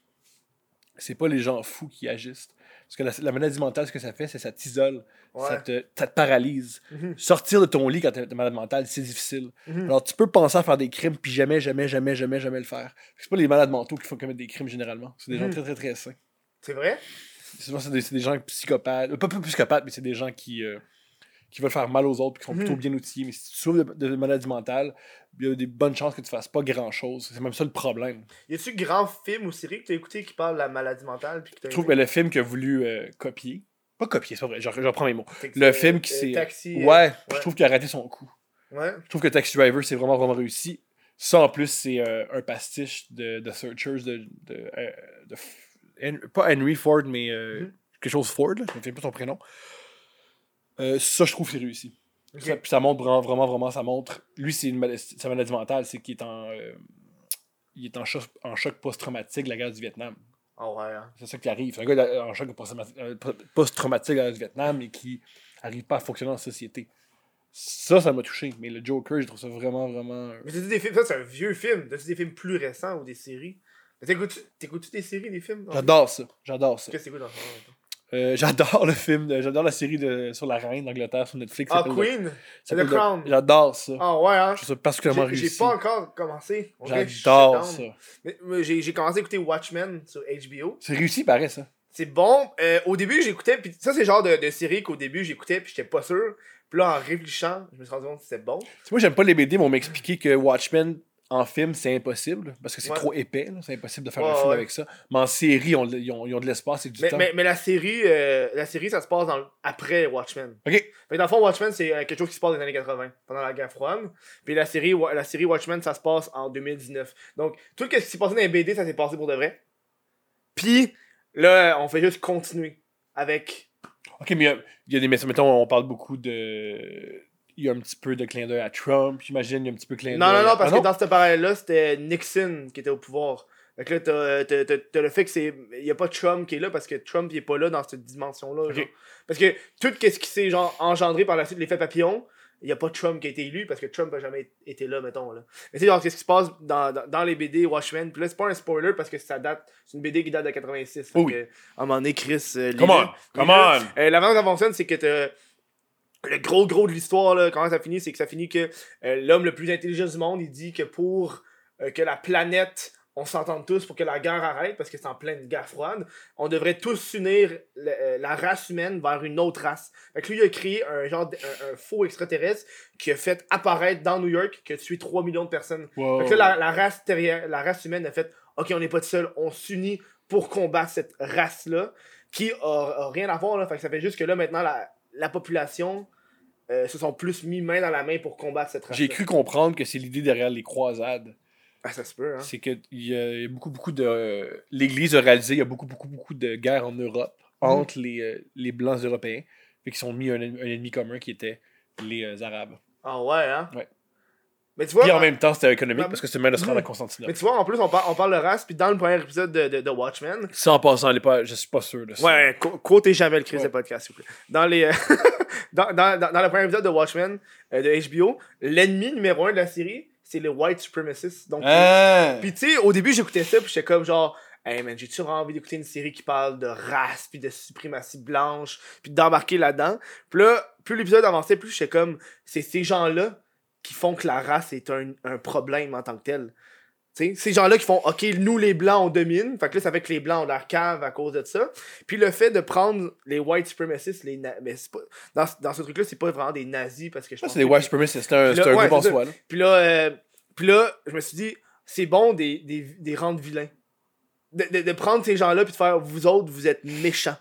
[SPEAKER 2] c'est pas les gens fous qui agissent. Parce que la, la maladie mentale, ce que ça fait, c'est ça t'isole,
[SPEAKER 1] Ouais.
[SPEAKER 2] ça, te, ça te paralyse.
[SPEAKER 1] Mhm.
[SPEAKER 2] Sortir de ton lit quand t'es t'es malade mental, c'est difficile.
[SPEAKER 1] Mhm.
[SPEAKER 2] Alors, tu peux penser à faire des crimes, puis jamais, jamais, jamais, jamais, jamais le faire. C'est pas les malades mentaux qui font commettre des crimes généralement. C'est des gens
[SPEAKER 1] Mhm.
[SPEAKER 2] très, très, très sains.
[SPEAKER 1] C'est vrai?
[SPEAKER 2] Souvent, c'est des, c'est des gens psychopathes. euh, Pas, pas psychopathes, mais c'est des gens qui, euh, qui veulent faire mal aux autres, puis qui sont
[SPEAKER 1] Mhm.
[SPEAKER 2] plutôt bien outillés. Mais si tu souffres de, de maladie mentale, il y a des bonnes chances que tu fasses pas grand-chose. C'est même ça le problème.
[SPEAKER 1] Y a-tu grand film ou série que t'as écouté qui parle de la maladie mentale? Puis que t'as
[SPEAKER 2] Je trouve que
[SPEAKER 1] aimé?
[SPEAKER 2] le film qu'il a voulu euh, copier, pas copier, c'est pas vrai, je, re- je reprends mes mots.
[SPEAKER 1] Taxi-
[SPEAKER 2] le film qui
[SPEAKER 1] euh,
[SPEAKER 2] s'est-
[SPEAKER 1] Taxi. euh,
[SPEAKER 2] Ouais, je trouve qu'il a raté son coup.
[SPEAKER 1] Ouais.
[SPEAKER 2] Je trouve que Taxi Driver, c'est vraiment, vraiment réussi. Ça, en plus, c'est euh, un pastiche de, de Searchers, de. de, euh, de F- Hen- pas Henry Ford, mais euh,
[SPEAKER 1] Mhm.
[SPEAKER 2] quelque chose Ford, là, je ne me souviens pas son prénom. Euh, ça, je trouve que c'est réussi.
[SPEAKER 1] Ok.
[SPEAKER 2] Ça, puis ça montre vraiment, vraiment, vraiment, ça montre. Lui, c'est une maladie, sa maladie mentale, c'est qu'il est en. euh, il est en choc, en choc post-traumatique de la guerre du Vietnam.
[SPEAKER 1] Ah ouais. hein.
[SPEAKER 2] C'est ça qui arrive. C'est un gars euh, en choc post-traumati- euh, po- post-traumatique de la guerre du Vietnam et qui n'arrive pas à fonctionner en société. Ça, ça m'a touché. Mais le Joker, je trouve ça vraiment, vraiment. euh,
[SPEAKER 1] Mais t'as-tu des films? Ça, c'est un vieux film. T'as-tu des films plus récents ou des séries? Mais t'écoutes-tu- T'écoutes-tu des séries, des films?
[SPEAKER 2] J'adore ça. J'adore ça.
[SPEAKER 1] Qu'est-ce que t'écoutes en ce moment? mettons?
[SPEAKER 2] Euh, j'adore le film. de- J'adore la série de, sur la reine d'Angleterre sur Netflix. ça
[SPEAKER 1] Ah,
[SPEAKER 2] s'appelle
[SPEAKER 1] Queen?
[SPEAKER 2] ça
[SPEAKER 1] The
[SPEAKER 2] s'appelle
[SPEAKER 1] Crown.
[SPEAKER 2] J'adore ça.
[SPEAKER 1] Ah ouais, hein?
[SPEAKER 2] Je trouve ça particulièrement
[SPEAKER 1] J'ai- J'ai
[SPEAKER 2] réussi.
[SPEAKER 1] pas encore commencé. On dirait que je suis
[SPEAKER 2] J'adore
[SPEAKER 1] down.
[SPEAKER 2] ça.
[SPEAKER 1] Mais- mais J'ai j'ai commencé à écouter Watchmen sur HBO.
[SPEAKER 2] C'est réussi, pareil, ça.
[SPEAKER 1] C'est bon. Euh, au début, j'écoutais. Puis ça, c'est le genre de, de série qu'au début, j'écoutais. Puis j'étais pas sûr. Puis là, en réfléchissant, je me suis rendu compte que c'était bon.
[SPEAKER 2] Tu sais, moi, j'aime pas les BD, mais on m'a expliqué que Watchmen en film, c'est impossible. Parce que c'est
[SPEAKER 1] Ouais.
[SPEAKER 2] trop épais. là. C'est impossible de faire
[SPEAKER 1] Ouais,
[SPEAKER 2] un film
[SPEAKER 1] ouais.
[SPEAKER 2] avec ça. Mais en série, on l'a- ils ont, ils ont de l'espace et du
[SPEAKER 1] Mais,
[SPEAKER 2] temps.
[SPEAKER 1] mais, mais la série, euh, la série, ça se passe dans, le- après Watchmen.
[SPEAKER 2] Ok.
[SPEAKER 1] Fait que dans le fond, Watchmen, c'est euh, quelque chose qui se passe dans les années 80, pendant la guerre froide. Puis la série, Wa- la série Watchmen, ça se passe en 2019. Donc, tout ce qui s'est passé dans les BD, ça s'est passé pour de vrai. Puis, là, on fait juste continuer avec.
[SPEAKER 2] Ok, mais il y a- il y, a des messages. Mettons, on parle beaucoup de. Il y a un petit peu de clin d'œil à Trump, j'imagine. Il y a un petit peu de clin d'œil.
[SPEAKER 1] Non, non, non, parce
[SPEAKER 2] Ah,
[SPEAKER 1] que dans ce parallèle-là, c'était Nixon qui était au pouvoir. Fait que là, t'as- t'as t'as- t'as le fait que c'est. Il a pas Trump qui est là parce que Trump, il est pas là dans cette dimension-là.
[SPEAKER 2] Ok.
[SPEAKER 1] genre. Parce que tout ce qui s'est genre, engendré par la suite, l'effet papillon, il n'y a pas Trump qui a été élu parce que Trump n'a jamais été là, mettons. Là. Mais tu sais, genre, qu'est-ce qui se passe dans, dans, dans les BD Watchmen? Puis là, c'est pas un spoiler parce que ça date. C'est une BD qui date de 86. Fait
[SPEAKER 2] Oh oui.
[SPEAKER 1] que, à un moment donné, Chris. euh,
[SPEAKER 2] Come
[SPEAKER 1] lis-le.
[SPEAKER 2] on, come
[SPEAKER 1] Lis-le.
[SPEAKER 2] on!
[SPEAKER 1] Euh, la manière dont ça fonctionne, c'est que t'as- Le gros gros de l'histoire, là, comment ça finit, c'est que ça finit que euh, l'homme le plus intelligent du monde, il dit que pour euh, que la planète, on s'entende tous pour que la guerre arrête, parce que c'est en pleine guerre froide, on devrait tous s'unir, le- euh, la race humaine, vers une autre race. Fait que lui, il a créé un genre de- un, un faux extraterrestre qui a fait apparaître dans New York, qui a tué 3 millions de personnes.
[SPEAKER 2] Wow.
[SPEAKER 1] Fait que là, la, la race terrière- la race humaine a fait OK, on n'est pas tout seul, on s'unit pour combattre cette race-là qui a, a rien à voir. Là. Fait que ça fait juste que là, maintenant, la, la population euh, se sont plus mis main dans la main pour combattre cette race.
[SPEAKER 2] J'ai cru comprendre que c'est l'idée derrière les croisades.
[SPEAKER 1] Ah, ça se peut, hein.
[SPEAKER 2] C'est qu'il y, a- il y a beaucoup, beaucoup de. L'Église a réalisé, il y a beaucoup, beaucoup, beaucoup de guerres en Europe
[SPEAKER 1] Hmm.
[SPEAKER 2] entre les, euh, les Blancs européens, puis qui sont mis un, en- un ennemi commun qui était les euh, Arabes.
[SPEAKER 1] Ah ouais, hein.
[SPEAKER 2] Ouais.
[SPEAKER 1] Mais tu vois,
[SPEAKER 2] Puis en
[SPEAKER 1] en-
[SPEAKER 2] même temps, c'était économique
[SPEAKER 1] Ouais.
[SPEAKER 2] parce que c'est même de se rendre à
[SPEAKER 1] mais
[SPEAKER 2] Constantinople.
[SPEAKER 1] tu vois, en plus, on, par- on parle de race, puis dans le premier épisode de, de, de Watchmen.
[SPEAKER 2] Sans passer à l'époque, je suis pas sûr de ça.
[SPEAKER 1] Ouais, co- quotez jamais le crise
[SPEAKER 2] Ouais.
[SPEAKER 1] de podcast, s'il vous plaît. Dans, les, euh, dans, dans, dans, dans le premier épisode de Watchmen euh, de HBO, l'ennemi numéro un de la série, c'est les white supremacists. Donc,
[SPEAKER 2] Ah!
[SPEAKER 1] Puis tu sais, au début, j'écoutais ça, puis j'étais comme genre, hey man, j'ai toujours envie d'écouter une série qui parle de race, puis de suprématie blanche, puis d'embarquer là-dedans. Puis là, plus l'épisode avançait, plus j'étais comme, c'est ces gens-là qui font que la race est un, un problème en tant que tel. Tu sais, ces gens-là qui font, ok, nous les blancs, on domine. Fait que là, ça fait que les blancs ont leur cave à cause de ça. Puis le fait de prendre les white supremacists, les na- mais c'est pas, dans, dans ce truc-là, c'est pas vraiment des nazis parce que je
[SPEAKER 2] Ça,
[SPEAKER 1] pense
[SPEAKER 2] c'est des
[SPEAKER 1] que-
[SPEAKER 2] white supremacists, c'est un,
[SPEAKER 1] Puis là,
[SPEAKER 2] c'est un
[SPEAKER 1] ouais,
[SPEAKER 2] groupe en
[SPEAKER 1] c'est ça.
[SPEAKER 2] soi. là.
[SPEAKER 1] puis là, euh, puis là, je me suis dit, c'est bon des, des, des rendre vilains. De, de, de prendre ces gens-là puis de faire, vous autres, vous êtes méchants.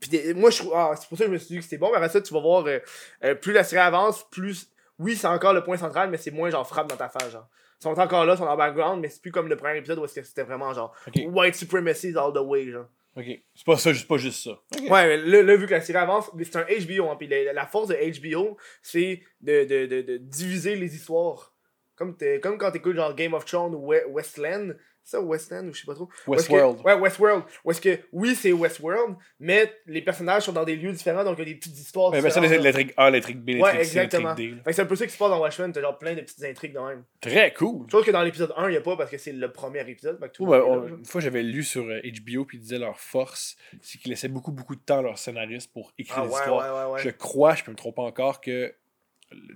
[SPEAKER 1] Puis des- moi, je trouve- ah, c'est pour ça que je me suis dit que c'était bon. Mais après ça, tu vas voir, euh, euh, plus la série avance, plus. Oui, c'est encore le point central, mais c'est moins genre frappe dans ta face, genre. Ils sont encore là, ils sont en background, mais c'est plus comme le premier épisode où est-ce que c'était vraiment genre
[SPEAKER 2] Ok.
[SPEAKER 1] white supremacy is all the way, genre.
[SPEAKER 2] Ok. C'est pas ça, juste pas juste ça.
[SPEAKER 1] Ouais, mais là, là, vu que la série avance, mais c'est un HBO. Hein, puis la, la force de HBO, c'est de, de, de, de diviser les histoires. Comme, t'es- comme quand t'écoutes genre Game of Thrones ou We- Westland. C'est ça, Westland ou je sais pas trop. Où est-ce que-
[SPEAKER 2] Westworld.
[SPEAKER 1] ouais, Westworld. Où est-ce que, oui, c'est Westworld, mais les personnages sont dans des lieux différents, donc il y a des petites histoires.
[SPEAKER 2] Ouais, ben ça,
[SPEAKER 1] différentes.
[SPEAKER 2] les- l'intrigue A, l'intrigue B,
[SPEAKER 1] Ouais,
[SPEAKER 2] l'intrigue C,
[SPEAKER 1] exactement.
[SPEAKER 2] l'intrigue D. là.
[SPEAKER 1] Fait que c'est un peu ça qui se passe dans Watchmen, t'as genre plein de petites intrigues de même.
[SPEAKER 2] Très cool.
[SPEAKER 1] Chose que dans l'épisode 1, il a pas parce que c'est le premier épisode. fait que tout le
[SPEAKER 2] Ouais,
[SPEAKER 1] monde est
[SPEAKER 2] on-
[SPEAKER 1] là, là.
[SPEAKER 2] une fois, j'avais lu sur euh, HBO, puis ils disaient leur force, c'est qu'ils laissaient beaucoup, beaucoup de temps à leurs scénaristes pour écrire
[SPEAKER 1] Ah
[SPEAKER 2] des
[SPEAKER 1] ouais,
[SPEAKER 2] histoires.
[SPEAKER 1] ouais, ouais, ouais.
[SPEAKER 2] Je crois, je peux me tromper encore, que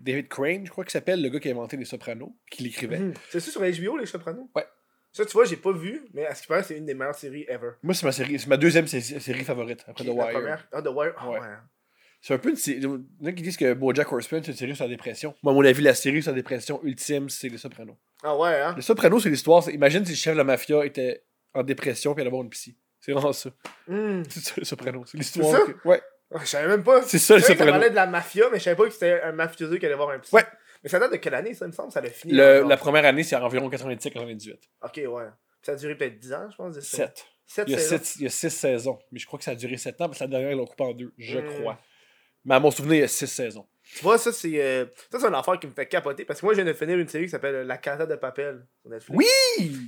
[SPEAKER 2] David Crane, je crois qu'il s'appelle, le gars qui a inventé Les Sopranos, qui l'écrivait.
[SPEAKER 1] Mhm. C'est ça sur HBO, les Sopranos?
[SPEAKER 2] Ouais.
[SPEAKER 1] Ça, tu vois, j'ai pas vu, mais à ce qui paraît, c'est une des meilleures séries ever.
[SPEAKER 2] Moi, c'est ma série, c'est ma deuxième sé- série favorite, après The
[SPEAKER 1] La
[SPEAKER 2] Wire.
[SPEAKER 1] première- Ah, The Wire. ah,
[SPEAKER 2] Ouais.
[SPEAKER 1] ouais.
[SPEAKER 2] C'est un peu une série. Il y en a qui disent que Bojack Horseman, c'est une série sur la dépression. Moi, à mon avis, la série sur la dépression ultime, c'est Les Sopranos.
[SPEAKER 1] Ah ouais, hein?
[SPEAKER 2] Les Sopranos, c'est l'histoire. c'est- Imagine si le chef de la mafia était en dépression, puis allait avoir une psy. C'est vraiment ça.
[SPEAKER 1] Hmm.
[SPEAKER 2] C'est ça, Les Sopranos. C'est l'histoire.
[SPEAKER 1] ça?
[SPEAKER 2] que- Ouais,
[SPEAKER 1] Ah, Je savais même pas.
[SPEAKER 2] c'est ça,
[SPEAKER 1] Je savais
[SPEAKER 2] Les
[SPEAKER 1] que ça
[SPEAKER 2] Sopranos.
[SPEAKER 1] parlait de la mafia, mais je savais pas que c'était un mafieux qui allait voir un psy.
[SPEAKER 2] Ouais.
[SPEAKER 1] Mais ça date de quelle année, ça, il me semble? Ça l'a fini.
[SPEAKER 2] Le-
[SPEAKER 1] hein,
[SPEAKER 2] la
[SPEAKER 1] genre.
[SPEAKER 2] première année, c'est environ 97-98.
[SPEAKER 1] Ok, ouais. Ça a duré peut-être 10 ans, je pense. de ça.
[SPEAKER 2] 7.
[SPEAKER 1] Sept
[SPEAKER 2] Il y, a
[SPEAKER 1] saisons.
[SPEAKER 2] sept- il y a six saisons. Mais je crois que ça a duré 7 ans parce que la dernière, ils l'ont coupée en deux, je
[SPEAKER 1] Hmm.
[SPEAKER 2] crois. Mais à mon souvenir, il y a 6 saisons.
[SPEAKER 1] Tu vois, ça, c'est euh, ça, c'est un affaire qui me fait capoter parce que moi, je viens de finir une série qui s'appelle La Casa de Papel sur Netflix.
[SPEAKER 2] Oui!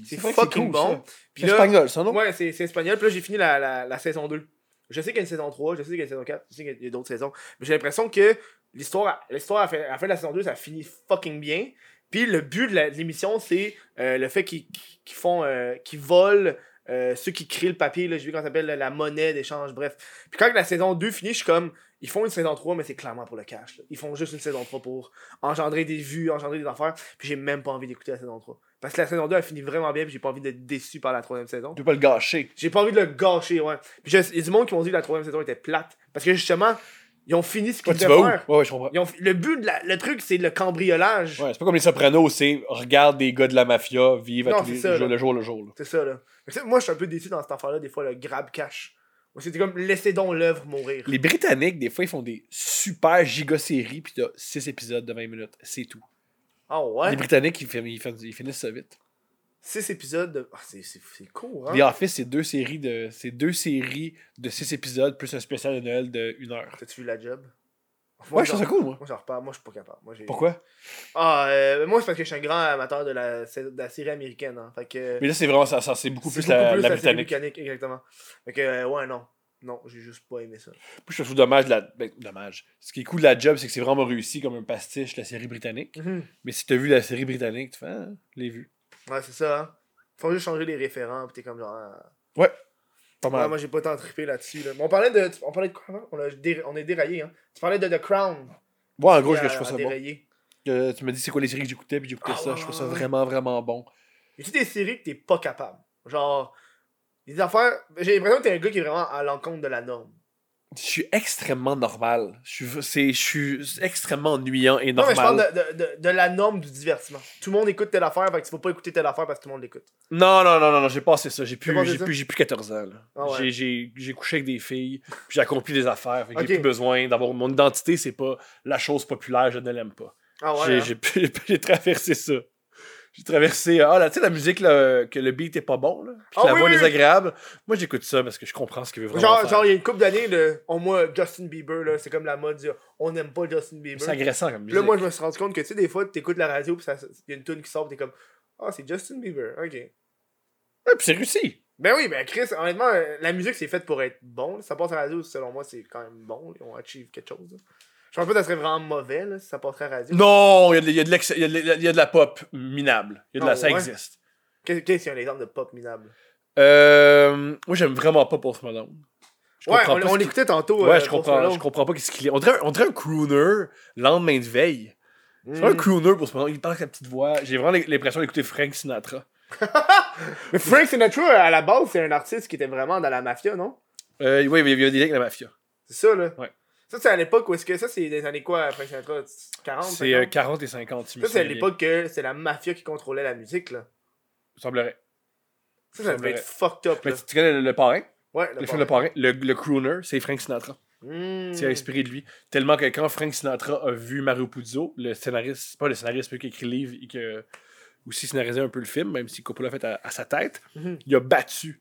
[SPEAKER 1] C'est
[SPEAKER 2] vrai que
[SPEAKER 1] fucking
[SPEAKER 2] cool,
[SPEAKER 1] bon.
[SPEAKER 2] ça.
[SPEAKER 1] Puis
[SPEAKER 2] C'est
[SPEAKER 1] là-
[SPEAKER 2] espagnol, ça, non?
[SPEAKER 1] Ouais, c'est c'est espagnol. Puis là, j'ai fini la, la, la saison 2. Je sais qu'il y a une saison 3, je sais qu'il y a une saison 4, je sais qu'il y a d'autres saisons. Mais j'ai l'impression que l'histoire, l'histoire à, la fin- à la fin de la saison 2, ça finit fucking bien. Puis le but de la- de l'émission, c'est euh, le fait qu'ils qu'ils font, euh, qu'ils volent euh, ceux qui créent le papier. Là, j'ai vu qu'on s'appelle la monnaie d'échange, bref. Puis quand la saison 2 finit, je suis comme, ils font une saison 3, mais c'est clairement pour le cash. là. Ils font juste une saison 3 pour engendrer des vues, engendrer des affaires. Puis j'ai même pas envie d'écouter la saison 3. Parce que la saison 2, elle finit vraiment bien, puis j'ai pas envie d'être déçu par la troisième saison.
[SPEAKER 2] Tu peux pas le gâcher.
[SPEAKER 1] J'ai pas envie de le gâcher, ouais. Puis je- il y a du monde qui m'ont dit que la troisième saison était plate. Parce que justement, ils ont fini ce qu'ils
[SPEAKER 2] Ouais, tu
[SPEAKER 1] devaient
[SPEAKER 2] vas où?
[SPEAKER 1] faire.
[SPEAKER 2] Ouais, ouais, je comprends.
[SPEAKER 1] Ils ont fi- le but, de la- le truc, c'est le cambriolage.
[SPEAKER 2] Ouais, c'est pas comme les Sopranos, c'est regarde des gars de la mafia vivre
[SPEAKER 1] Non,
[SPEAKER 2] à tous
[SPEAKER 1] c'est
[SPEAKER 2] les
[SPEAKER 1] ça,
[SPEAKER 2] jours,
[SPEAKER 1] là.
[SPEAKER 2] le jour, le jour. là.
[SPEAKER 1] C'est ça, là. Mais tu sais, moi, je suis un peu déçu dans cette affaire-là, des fois, le grab cash. Moi, C'était comme, laissez donc l'œuvre mourir.
[SPEAKER 2] Les Britanniques, des fois, ils font des super giga-séries, puis t'as 6 épisodes de 20 minutes. C'est tout.
[SPEAKER 1] Ah ouais?
[SPEAKER 2] Les Britanniques, ils, fin- ils fin- ils finissent ça vite.
[SPEAKER 1] Six épisodes de. Ah, c'est- c'est c'est court, hein?
[SPEAKER 2] The Office, c'est deux séries de c'est deux séries de six épisodes plus un spécial de Noël de une heure.
[SPEAKER 1] T'as-tu vu la job? Moi,
[SPEAKER 2] Ouais, je
[SPEAKER 1] j'en-
[SPEAKER 2] trouve ça cool, moi.
[SPEAKER 1] Moi, j'en repars. Moi, je suis pas capable. Moi, j'ai-
[SPEAKER 2] Pourquoi
[SPEAKER 1] Ah, euh, moi, c'est parce que je suis un grand amateur de la, de la série américaine, hein. Fait que.
[SPEAKER 2] Mais là, c'est vraiment ça, ça- c'est beaucoup
[SPEAKER 1] c'est
[SPEAKER 2] plus, la, la
[SPEAKER 1] série
[SPEAKER 2] britannique.
[SPEAKER 1] britannique, exactement. Fait que, euh, ouais, non. Non, j'ai juste pas aimé ça.
[SPEAKER 2] Puis je trouve dommage de la. ben, dommage. Ce qui est cool de la job, c'est que c'est vraiment réussi comme un pastiche la série britannique. Mais si t'as vu la série britannique, tu fais, ah, je l'ai vu.
[SPEAKER 1] Ouais, c'est ça, hein. Faut juste changer les référents, pis t'es comme genre. ah.
[SPEAKER 2] Pas
[SPEAKER 1] Ouais,
[SPEAKER 2] mal.
[SPEAKER 1] moi, j'ai pas tant trippé là-dessus. Là. Mais on parlait de. On parlait de quoi avant on, a dé- on est déraillé, hein. Tu parlais de The Crown.
[SPEAKER 2] Ouais, en gros,
[SPEAKER 1] Puis,
[SPEAKER 2] je,
[SPEAKER 1] à-
[SPEAKER 2] je trouve
[SPEAKER 1] à
[SPEAKER 2] ça bon.
[SPEAKER 1] dérailler.
[SPEAKER 2] Euh, tu me dis c'est quoi les séries que j'écoutais, puis j'écoutais
[SPEAKER 1] Ah,
[SPEAKER 2] ça.
[SPEAKER 1] ouais,
[SPEAKER 2] Je trouve
[SPEAKER 1] ouais,
[SPEAKER 2] ça
[SPEAKER 1] ouais.
[SPEAKER 2] vraiment, vraiment bon.
[SPEAKER 1] Y a-tu des séries que t'es pas capable Genre. Des affaires. J'ai l'impression que t'es un gars qui est vraiment à l'encontre de la norme.
[SPEAKER 2] Je suis extrêmement normal. Je suis, c'est- je suis extrêmement ennuyant et
[SPEAKER 1] Non, mais
[SPEAKER 2] normal.
[SPEAKER 1] je parle de, de, de, de la norme du divertissement. Tout le monde écoute telle affaire, fait que tu faut pas écouter telle affaire parce que tout le monde l'écoute.
[SPEAKER 2] Non, non, non, non, non, j'ai passé ça. J'ai plus,
[SPEAKER 1] passé
[SPEAKER 2] j'ai
[SPEAKER 1] ça?
[SPEAKER 2] plus, j'ai plus 14 ans. là.
[SPEAKER 1] Ah ouais.
[SPEAKER 2] J'ai- j'ai- J'ai couché avec des filles, puis j'ai accompli des affaires. fait que
[SPEAKER 1] Ok.
[SPEAKER 2] J'ai plus besoin d'avoir. Mon identité, c'est pas la chose populaire, je ne l'aime pas.
[SPEAKER 1] Ah ouais.
[SPEAKER 2] J'ai-
[SPEAKER 1] hein?
[SPEAKER 2] j'ai plus- j'ai traversé ça. J'ai traversé. Ah, là, tu sais, la musique, là, que le beat est pas bon, là. Puis que
[SPEAKER 1] Ah
[SPEAKER 2] la
[SPEAKER 1] oui,
[SPEAKER 2] voix
[SPEAKER 1] oui, oui.
[SPEAKER 2] désagréable. Moi, j'écoute ça parce que je comprends ce qu'il veut vraiment.
[SPEAKER 1] Genre,
[SPEAKER 2] faire.
[SPEAKER 1] genre, il y a une couple d'années, le- au moins Justin Bieber, là, c'est comme la mode du on n'aime pas Justin Bieber.
[SPEAKER 2] c'est agressant comme musique.
[SPEAKER 1] Là, moi, je me suis rendu compte que, tu sais, des fois, t'écoutes la radio, puis ça- il y a une tune qui sort, puis t'es comme, ah, c'est Justin Bieber, ok.
[SPEAKER 2] Ouais, puis c'est réussi.
[SPEAKER 1] Ben oui, ben Chris, honnêtement, euh, la musique, c'est faite pour être bon. là. Ça passe à la radio, selon moi, c'est quand même bon. là. On achieve quelque chose. là. Je pense pas que ça serait vraiment mauvais, là, si ça passerait à la radio.
[SPEAKER 2] Non, il y, a de- il y a de l'ex- il y a de la- il y a de la pop minable. Il y a de la,
[SPEAKER 1] Ah,
[SPEAKER 2] ça
[SPEAKER 1] ouais?
[SPEAKER 2] existe.
[SPEAKER 1] Qu'est-ce qu'il y a un exemple de pop minable?
[SPEAKER 2] Euh, moi, j'aime vraiment pas Post Malone. Je
[SPEAKER 1] Ouais,
[SPEAKER 2] comprends
[SPEAKER 1] on, on
[SPEAKER 2] pas ce qu'il-
[SPEAKER 1] l'écoutait tantôt.
[SPEAKER 2] Ouais,
[SPEAKER 1] euh,
[SPEAKER 2] je
[SPEAKER 1] Post
[SPEAKER 2] comprends,
[SPEAKER 1] Malone.
[SPEAKER 2] je comprends pas qu'est-ce qu'il est. On dirait, on dirait un crooner lendemain de veille.
[SPEAKER 1] Mm.
[SPEAKER 2] C'est un crooner pour ce moment. Il parle avec sa petite voix. J'ai vraiment l'impression d'écouter Frank Sinatra.
[SPEAKER 1] Mais Frank Sinatra, à la base, c'est un artiste qui était vraiment dans la mafia, non?
[SPEAKER 2] Euh, oui, il y a- il y a des liens avec la mafia.
[SPEAKER 1] C'est ça, là.
[SPEAKER 2] Ouais.
[SPEAKER 1] Ça, c'est à l'époque où est-ce que. Ça, c'est des années quoi, Frank Sinatra? 40?
[SPEAKER 2] C'est euh,
[SPEAKER 1] 50?
[SPEAKER 2] 40 et 50, si je me
[SPEAKER 1] Ça, c'est à
[SPEAKER 2] souviens bien.
[SPEAKER 1] l'époque que c'est la mafia qui contrôlait la musique, là.
[SPEAKER 2] Il semblerait.
[SPEAKER 1] Ça, ça devait
[SPEAKER 2] Semblerait.
[SPEAKER 1] être fucked up,
[SPEAKER 2] Mais
[SPEAKER 1] là.
[SPEAKER 2] tu, tu connais le, le parrain?
[SPEAKER 1] Ouais,
[SPEAKER 2] Le, film Le Parrain. Le, le crooner, c'est Frank Sinatra.
[SPEAKER 1] Mm.
[SPEAKER 2] C'est inspiré de lui. Tellement que quand Frank Sinatra a vu Mario Puzo, le scénariste, pas le scénariste, mais qui a écrit le livre et qui a aussi scénarisé un peu le film, même si Coppola a fait à, à sa tête,
[SPEAKER 1] Mhm.
[SPEAKER 2] il a battu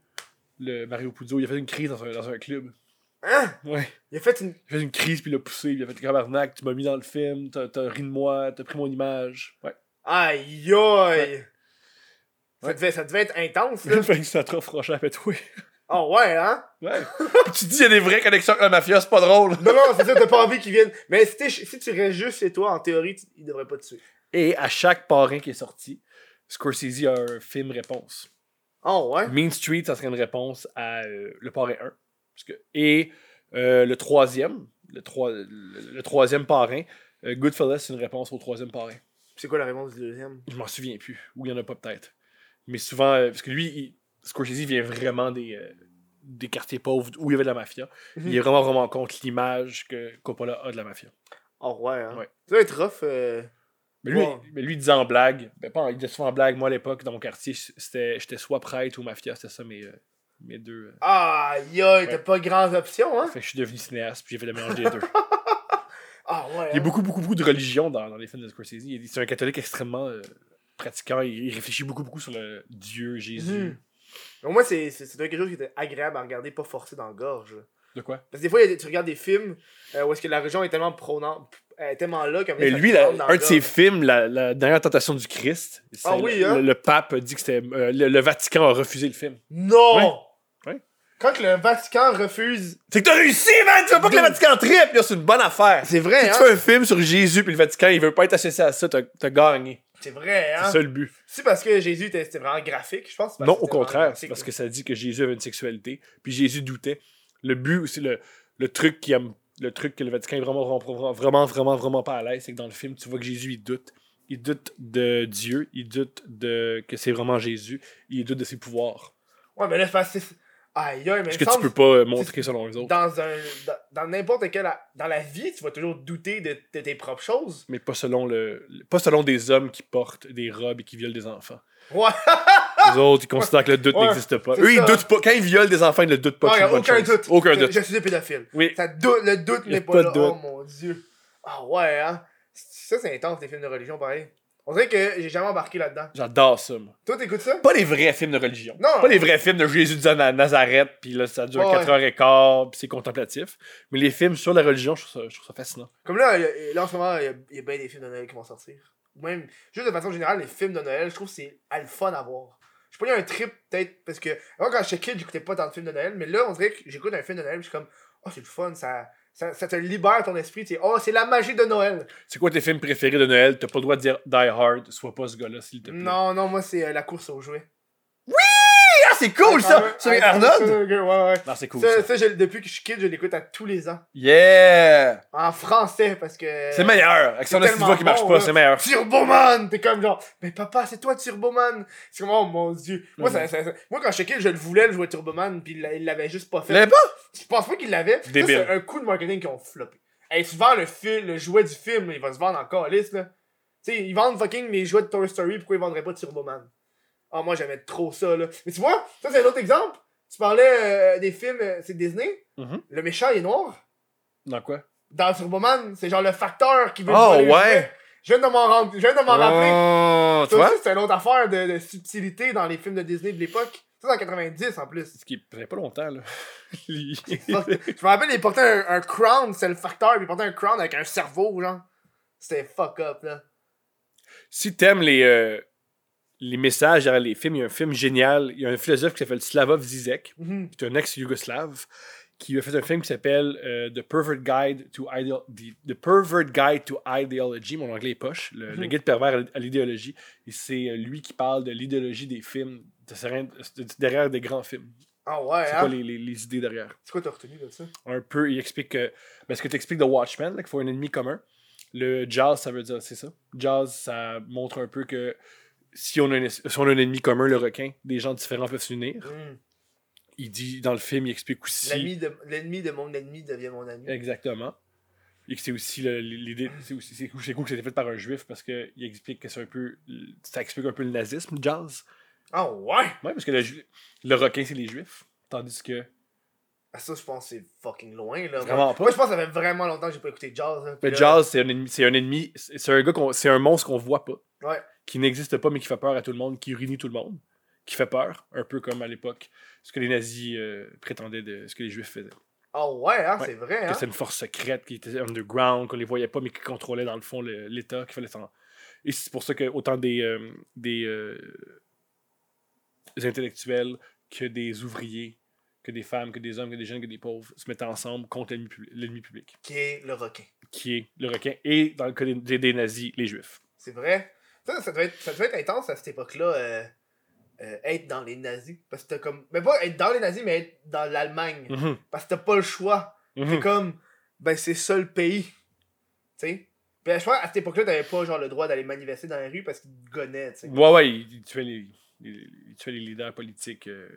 [SPEAKER 2] le Mario Puzo. Il a fait une crise dans un, dans un club.
[SPEAKER 1] Hein?
[SPEAKER 2] Ouais.
[SPEAKER 1] Il a fait une.
[SPEAKER 2] Il a fait une crise, puis il l'a poussé, puis il a fait le cabernac, tu m'as mis dans le film, t'as t'as ri de moi, t'as pris mon image. Ouais.
[SPEAKER 1] Aïe, aïe! Ça,
[SPEAKER 2] Ouais.
[SPEAKER 1] devait, ça devait être intense, là.
[SPEAKER 2] Frank Sinatra franchement fait oui.
[SPEAKER 1] oh, ouais, hein?
[SPEAKER 2] Ouais. Puis tu dis, il y a des vraies connexions avec la mafia, c'est pas drôle.
[SPEAKER 1] Non, non, c'est ça, t'as pas envie qu'il vienne. Mais si, t'es- si tu restes juste chez toi, en théorie, tu- il devrait pas te tuer.
[SPEAKER 2] Et à chaque parrain qui est sorti, Scorsese a un film réponse.
[SPEAKER 1] Oh, ouais?
[SPEAKER 2] Mean Street, ça serait une réponse à euh, Le Parrain 1. Parce que- et euh, le troisième, le, troi- le- le troisième parrain, euh, Goodfellas, c'est une réponse au troisième parrain.
[SPEAKER 1] C'est quoi la réponse du deuxième?
[SPEAKER 2] Je m'en souviens plus. Ou il y en a pas peut-être. Mais souvent, euh, parce que lui, il- Scorsese vient vraiment des, euh, des quartiers pauvres où il y avait de la mafia.
[SPEAKER 1] Hmm.
[SPEAKER 2] Il est vraiment, vraiment contre l'image que Coppola a de la mafia.
[SPEAKER 1] Oh, ouais, hein?
[SPEAKER 2] Ouais.
[SPEAKER 1] Ça doit être rough. euh.
[SPEAKER 2] Mais lui,
[SPEAKER 1] Ouais.
[SPEAKER 2] mais lui il disait en blague, ben pas, en- il disait souvent en blague, moi à l'époque, dans mon quartier, c'était- j'étais soit prêtre ou mafia, c'était ça mes, euh, mes deux. euh.
[SPEAKER 1] Aïe, aïe, t'as
[SPEAKER 2] Ouais.
[SPEAKER 1] pas grandes options, hein?
[SPEAKER 2] Fait que je suis devenu cinéaste, puis j'ai fait le mélange des deux.
[SPEAKER 1] Ah, ouais.
[SPEAKER 2] Il y a
[SPEAKER 1] hein?
[SPEAKER 2] beaucoup, beaucoup, beaucoup de religion dans, dans les films de Scorsese. Il- C'est un catholique extrêmement euh, pratiquant, il, il réfléchit beaucoup, beaucoup sur le Dieu, Jésus.
[SPEAKER 1] Mhm. Au moins, c'est c'est- c'est quelque chose qui était agréable à regarder, pas forcé dans la gorge. là.
[SPEAKER 2] De quoi
[SPEAKER 1] Parce que des fois, il y a des- tu regardes des films euh, où est-ce que la religion est tellement prônante, elle est tellement là comme
[SPEAKER 2] Mais lui, la- un de ses films, la, la dernière tentation du Christ, c'est
[SPEAKER 1] Ah oui, hein?
[SPEAKER 2] le, le pape a dit que c'était. euh, le, le Vatican a refusé le film.
[SPEAKER 1] Non!
[SPEAKER 2] Ouais. Ouais.
[SPEAKER 1] Quand le Vatican refuse.
[SPEAKER 2] C'est que t'as réussi, man! Tu veux pas que le Vatican tripe, là, c'est une bonne affaire!
[SPEAKER 1] C'est vrai,
[SPEAKER 2] Si tu
[SPEAKER 1] hein?
[SPEAKER 2] fais un film sur Jésus puis le Vatican, il veut pas être associé à ça, t'as t'as gagné.
[SPEAKER 1] C'est vrai,
[SPEAKER 2] C'est
[SPEAKER 1] hein?
[SPEAKER 2] ça le but.
[SPEAKER 1] C'est parce que Jésus était c'était vraiment graphique, je pense. parce
[SPEAKER 2] non,
[SPEAKER 1] que c'était
[SPEAKER 2] au
[SPEAKER 1] Bah, vraiment
[SPEAKER 2] contraire, c'est
[SPEAKER 1] graphique.
[SPEAKER 2] parce que ça dit que Jésus avait une sexualité, puis Jésus doutait. Le but aussi, le, le truc qui aime, le truc que le Vatican est vraiment, vraiment, vraiment, vraiment, vraiment pas à l'aise, c'est que dans le film, tu vois que Jésus, il doute. Il doute de Dieu, il doute de que c'est vraiment Jésus, il doute de ses pouvoirs.
[SPEAKER 1] Ouais, mais là, c'est parce que. c'est- Aïe, aïe, mais.
[SPEAKER 2] Parce
[SPEAKER 1] il
[SPEAKER 2] que tu
[SPEAKER 1] semble-
[SPEAKER 2] peux pas euh, montrer selon les autres,
[SPEAKER 1] Dans un. dans- Dans n'importe quel. Dans la vie, tu vas toujours douter de, de tes propres choses.
[SPEAKER 2] mais pas selon le, le- pas selon des hommes qui portent des robes et qui violent des enfants.
[SPEAKER 1] Ouais!
[SPEAKER 2] Les autres, ils considèrent que le doute
[SPEAKER 1] Ouais,
[SPEAKER 2] n'existe pas.
[SPEAKER 1] c'est
[SPEAKER 2] Eux, ils
[SPEAKER 1] ça.
[SPEAKER 2] doutent pas. Quand ils violent des enfants, ils ne doutent pas.
[SPEAKER 1] Ah,
[SPEAKER 2] que c'est une bonne
[SPEAKER 1] aucun
[SPEAKER 2] chose.
[SPEAKER 1] doute.
[SPEAKER 2] Aucun
[SPEAKER 1] Je-
[SPEAKER 2] doute.
[SPEAKER 1] Je suis des pédophiles.
[SPEAKER 2] Oui.
[SPEAKER 1] Ça dou- le doute
[SPEAKER 2] Il y a
[SPEAKER 1] n'est pas,
[SPEAKER 2] pas
[SPEAKER 1] là.
[SPEAKER 2] de
[SPEAKER 1] Oh
[SPEAKER 2] doute.
[SPEAKER 1] mon dieu. Ah ouais, hein. Ça, c'est intense, les films de religion, pareil. On dirait que j'ai jamais embarqué là-dedans.
[SPEAKER 2] J'adore ça, moi.
[SPEAKER 1] Toi, t'écoutes ça?
[SPEAKER 2] Pas les vrais films de religion.
[SPEAKER 1] Non.
[SPEAKER 2] Pas les vrais films de Jésus de Na- Nazareth, puis là, ça dure
[SPEAKER 1] Ouais,
[SPEAKER 2] 4
[SPEAKER 1] ouais.
[SPEAKER 2] heures et quart, puis c'est contemplatif. Mais les films sur la religion, je trouve ça, je trouve ça fascinant.
[SPEAKER 1] Comme là, il y a- là, en ce moment, il y a, il y a bien des films de Noël qui vont sortir. Ou Même, juste de façon générale, les films de Noël, je trouve que c'est ah, le fun à voir. Je pas eu un trip, peut-être, parce que avant, quand j'étais kid, j'écoutais pas tant de films de Noël, mais là, on dirait que j'écoute un film de Noël, puis je suis comme, oh, c'est le fun, ça, ça, ça te libère ton esprit, tu sais, oh, c'est la magie de Noël.
[SPEAKER 2] C'est quoi tes films préférés de Noël? T'as pas le droit de dire Die Hard, sois pas ce gars-là, s'il te plaît.
[SPEAKER 1] Non, non, moi, c'est euh, la course aux jouets.
[SPEAKER 2] Ah, c'est cool, ça!
[SPEAKER 1] Ah,
[SPEAKER 2] C'est
[SPEAKER 1] ah,
[SPEAKER 2] Arnold?
[SPEAKER 1] Ouais, ouais.
[SPEAKER 2] Non, c'est cool,
[SPEAKER 1] ça,
[SPEAKER 2] ça.
[SPEAKER 1] ça, je- depuis que je suis kid, je l'écoute à tous les ans.
[SPEAKER 2] Yeah!
[SPEAKER 1] En français, parce que.
[SPEAKER 2] C'est meilleur! Avec son
[SPEAKER 1] Euh, c'est
[SPEAKER 2] astuce de voix qui
[SPEAKER 1] tellement
[SPEAKER 2] marche
[SPEAKER 1] bon,
[SPEAKER 2] pas,
[SPEAKER 1] là.
[SPEAKER 2] c'est meilleur.
[SPEAKER 1] Turboman! T'es comme genre, mais papa, c'est toi Turboman! C'est comme, oh mon dieu. Moi,
[SPEAKER 2] Mhm.
[SPEAKER 1] ça, ça- ça- moi quand j'étais kid, je le voulais, le jouer Turboman, puis il l'a- il l'avait juste pas fait.
[SPEAKER 2] L'avait pas?
[SPEAKER 1] Je pense pas qu'il l'avait. Ça,
[SPEAKER 2] Débile.
[SPEAKER 1] C'est un coup de marketing qu'ils ont floppé. Hey, tu vends le, fil, le jouet du film, il va se vendre encore liste, là. Tu sais, ils vendent fucking les jouets de Toy Story, pourquoi ils vendraient pas Turboman? Ah, moi, j'aimais trop ça, là. Mais tu vois, ça, c'est un autre exemple. Tu parlais euh, des films, euh, c'est Disney.
[SPEAKER 2] Mhm.
[SPEAKER 1] Le méchant, il est noir.
[SPEAKER 2] Dans quoi?
[SPEAKER 1] Dans Turboman, c'est genre le facteur qui veut
[SPEAKER 2] Oh,
[SPEAKER 1] voler le
[SPEAKER 2] ouais. Ah,
[SPEAKER 1] jouet. Je viens de m'en rendre- je viens de m'en rappeler.
[SPEAKER 4] Oh, tu
[SPEAKER 1] Ça
[SPEAKER 4] vois?
[SPEAKER 1] aussi, c'est une autre affaire de, de subtilité dans les films de Disney de l'époque. Ça, c'est en 90 en plus.
[SPEAKER 2] Ce qui faisait pas longtemps, là. Les-
[SPEAKER 1] Ça, c'est- je me rappelle, il portait un, un crown, c'est le facteur, puis il portait un crown avec un cerveau, genre. C'était fuck up, là.
[SPEAKER 2] si t'aimes les, euh, les messages derrière les films, il y a un film génial. Il y a un philosophe qui s'appelle Slavov Zizek,
[SPEAKER 1] Mhm.
[SPEAKER 2] qui est un ex-Yougoslave, qui a fait un film qui s'appelle euh, The Pervert Guide to Ideo- The, The Pervert Guide to Ideology. Mon anglais est poche. Le,
[SPEAKER 1] Mhm.
[SPEAKER 2] le guide pervers à l- à l'idéologie. Et c'est euh, lui qui parle de l'idéologie des films, de ce- de- de- derrière des grands films.
[SPEAKER 1] Ah ouais,
[SPEAKER 2] C'est
[SPEAKER 1] hein?
[SPEAKER 2] quoi les, les- les idées derrière?
[SPEAKER 1] C'est quoi t'as retenu de ça?
[SPEAKER 2] Un peu, il explique que. Parce que tu expliques The Watchmen, là, qu'il faut un ennemi commun. Le jazz, ça veut dire, c'est ça. Jazz, ça montre un peu que si on, a un, si on a un ennemi commun, le requin, des gens différents peuvent s'unir.
[SPEAKER 1] Mm.
[SPEAKER 2] Il dit, dans le film, il explique aussi.
[SPEAKER 1] L'ami de- L'ennemi de, mon ennemi devient mon ami.
[SPEAKER 2] Exactement. Et que c'est aussi le- l'idée. C'est aussi- c'est cool, c'est cool que c'était fait par un juif parce qu'il explique que c'est un peu. Ça explique un peu le nazisme, jazz.
[SPEAKER 1] Ah ouais!
[SPEAKER 2] Ouais, parce que le, ju- le requin, c'est les juifs. Tandis que.
[SPEAKER 1] Ah, Ça, je pense que c'est fucking loin, là.
[SPEAKER 2] Vraiment pas.
[SPEAKER 1] Moi, je pense que ça fait vraiment longtemps que j'ai pas écouté Jazz. Là, Puis
[SPEAKER 2] Le
[SPEAKER 1] là,
[SPEAKER 2] ben, Jazz, c'est un ennemi, c'est un ennemi, c'est c'est un gars qu'on, c'est un monstre qu'on voit pas,
[SPEAKER 1] Ouais.
[SPEAKER 2] qui n'existe pas mais qui fait peur à tout le monde, qui urinit tout le monde, qui fait peur, un peu comme à l'époque ce que les nazis euh, prétendaient de ce que les juifs faisaient.
[SPEAKER 1] Ah ouais, hein,
[SPEAKER 2] Ouais.
[SPEAKER 1] c'est vrai, hein?
[SPEAKER 2] Que c'était une force secrète qui était underground, qu'on les voyait pas mais qui contrôlait dans le fond le- l'État, qu'il fallait s'en- Et c'est pour ça que autant des euh, des, euh, des intellectuels que des ouvriers, que des femmes, que des hommes, que des jeunes, que des pauvres se mettaient ensemble contre l'ennemi publi- l'ennemi public,
[SPEAKER 1] Qui est le requin.
[SPEAKER 2] qui est le requin et dans le cas des- des- des nazis, les juifs.
[SPEAKER 1] C'est vrai. Ça, ça devait, être, ça devait être intense à cette époque-là, euh, euh, être dans les nazis. Parce que t'as comme. Mais pas être dans les nazis, mais être dans l'Allemagne.
[SPEAKER 2] Mhm.
[SPEAKER 1] Parce que t'as pas le choix.
[SPEAKER 2] Mm.
[SPEAKER 1] C'est comme. Ben, c'est ça le pays. Tu sais? Puis je pense à cette époque-là, t'avais pas genre le droit d'aller manifester dans la rue parce qu'ils te gonnaient, tu sais.
[SPEAKER 2] Ouais, ouais, il, il tuait les, il, il tuait les leaders politiques. euh.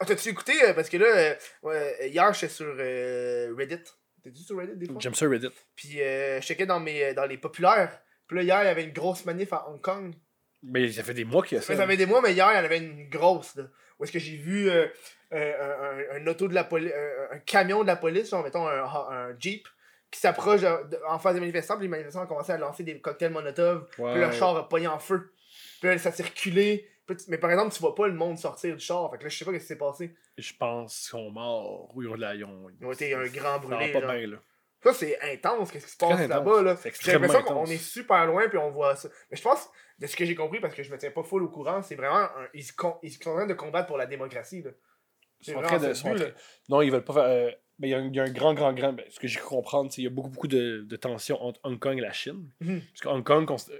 [SPEAKER 1] Ah, t'as-tu écouté? euh, Parce que là, euh, ouais, hier, j'étais sur euh, Reddit. T'es-tu sur Reddit des fois?
[SPEAKER 2] J'aime ça Reddit.
[SPEAKER 1] Puis euh, je checkais dans, mes, dans les populaires. Puis là, hier, il y avait une grosse manif à Hong Kong.
[SPEAKER 2] Mais ça fait des mois qu'il y a ça.
[SPEAKER 1] Ça fait des mois, mais hier, il y en avait une grosse. Là, où est-ce que j'ai vu euh, euh, un, un- un auto de la police, un, un camion de la police, genre, mettons un, un Jeep, qui s'approche de- de- en face des manifestants. Puis les manifestants ont commencé à lancer des cocktails Molotov.
[SPEAKER 2] Ouais.
[SPEAKER 1] Puis leur char a pogné en feu. Puis là, ça s'est reculé. Puis tu- Mais par exemple, tu vois pas le monde sortir du char. Fait que là, je sais pas ce qui s'est passé.
[SPEAKER 2] Je pense qu'ils sont morts. Oui, ils ont de la. Ils ont,
[SPEAKER 1] Ils ont été un grand
[SPEAKER 2] ça va
[SPEAKER 1] brûlé.
[SPEAKER 2] pas
[SPEAKER 1] là.
[SPEAKER 2] bien, là.
[SPEAKER 1] Ça, c'est intense, qu'est-ce qui se
[SPEAKER 2] Très
[SPEAKER 1] passe
[SPEAKER 2] intense.
[SPEAKER 1] là-bas, là.
[SPEAKER 2] C'est
[SPEAKER 1] J'ai
[SPEAKER 2] extrêmement
[SPEAKER 1] l'impression qu'on
[SPEAKER 2] intense.
[SPEAKER 1] est super loin, puis on voit ça. Mais je pense, de ce que j'ai compris, parce que je me tiens pas full au courant, c'est vraiment, un- ils, se con- ils sont en train de combattre pour la démocratie, là.
[SPEAKER 2] Ils
[SPEAKER 1] C'est
[SPEAKER 2] sont en train
[SPEAKER 1] vraiment
[SPEAKER 2] de.
[SPEAKER 1] ce
[SPEAKER 2] sont en
[SPEAKER 1] but,
[SPEAKER 2] train- Non, ils veulent pas faire. euh, mais il y, a un- il y a un grand, grand, grand. ben, ce que j'ai cru comprendre, c'est qu'il y a beaucoup, beaucoup de, de tensions entre Hong Kong et la Chine.
[SPEAKER 1] Mhm.
[SPEAKER 2] Parce que Hong Kong, cons-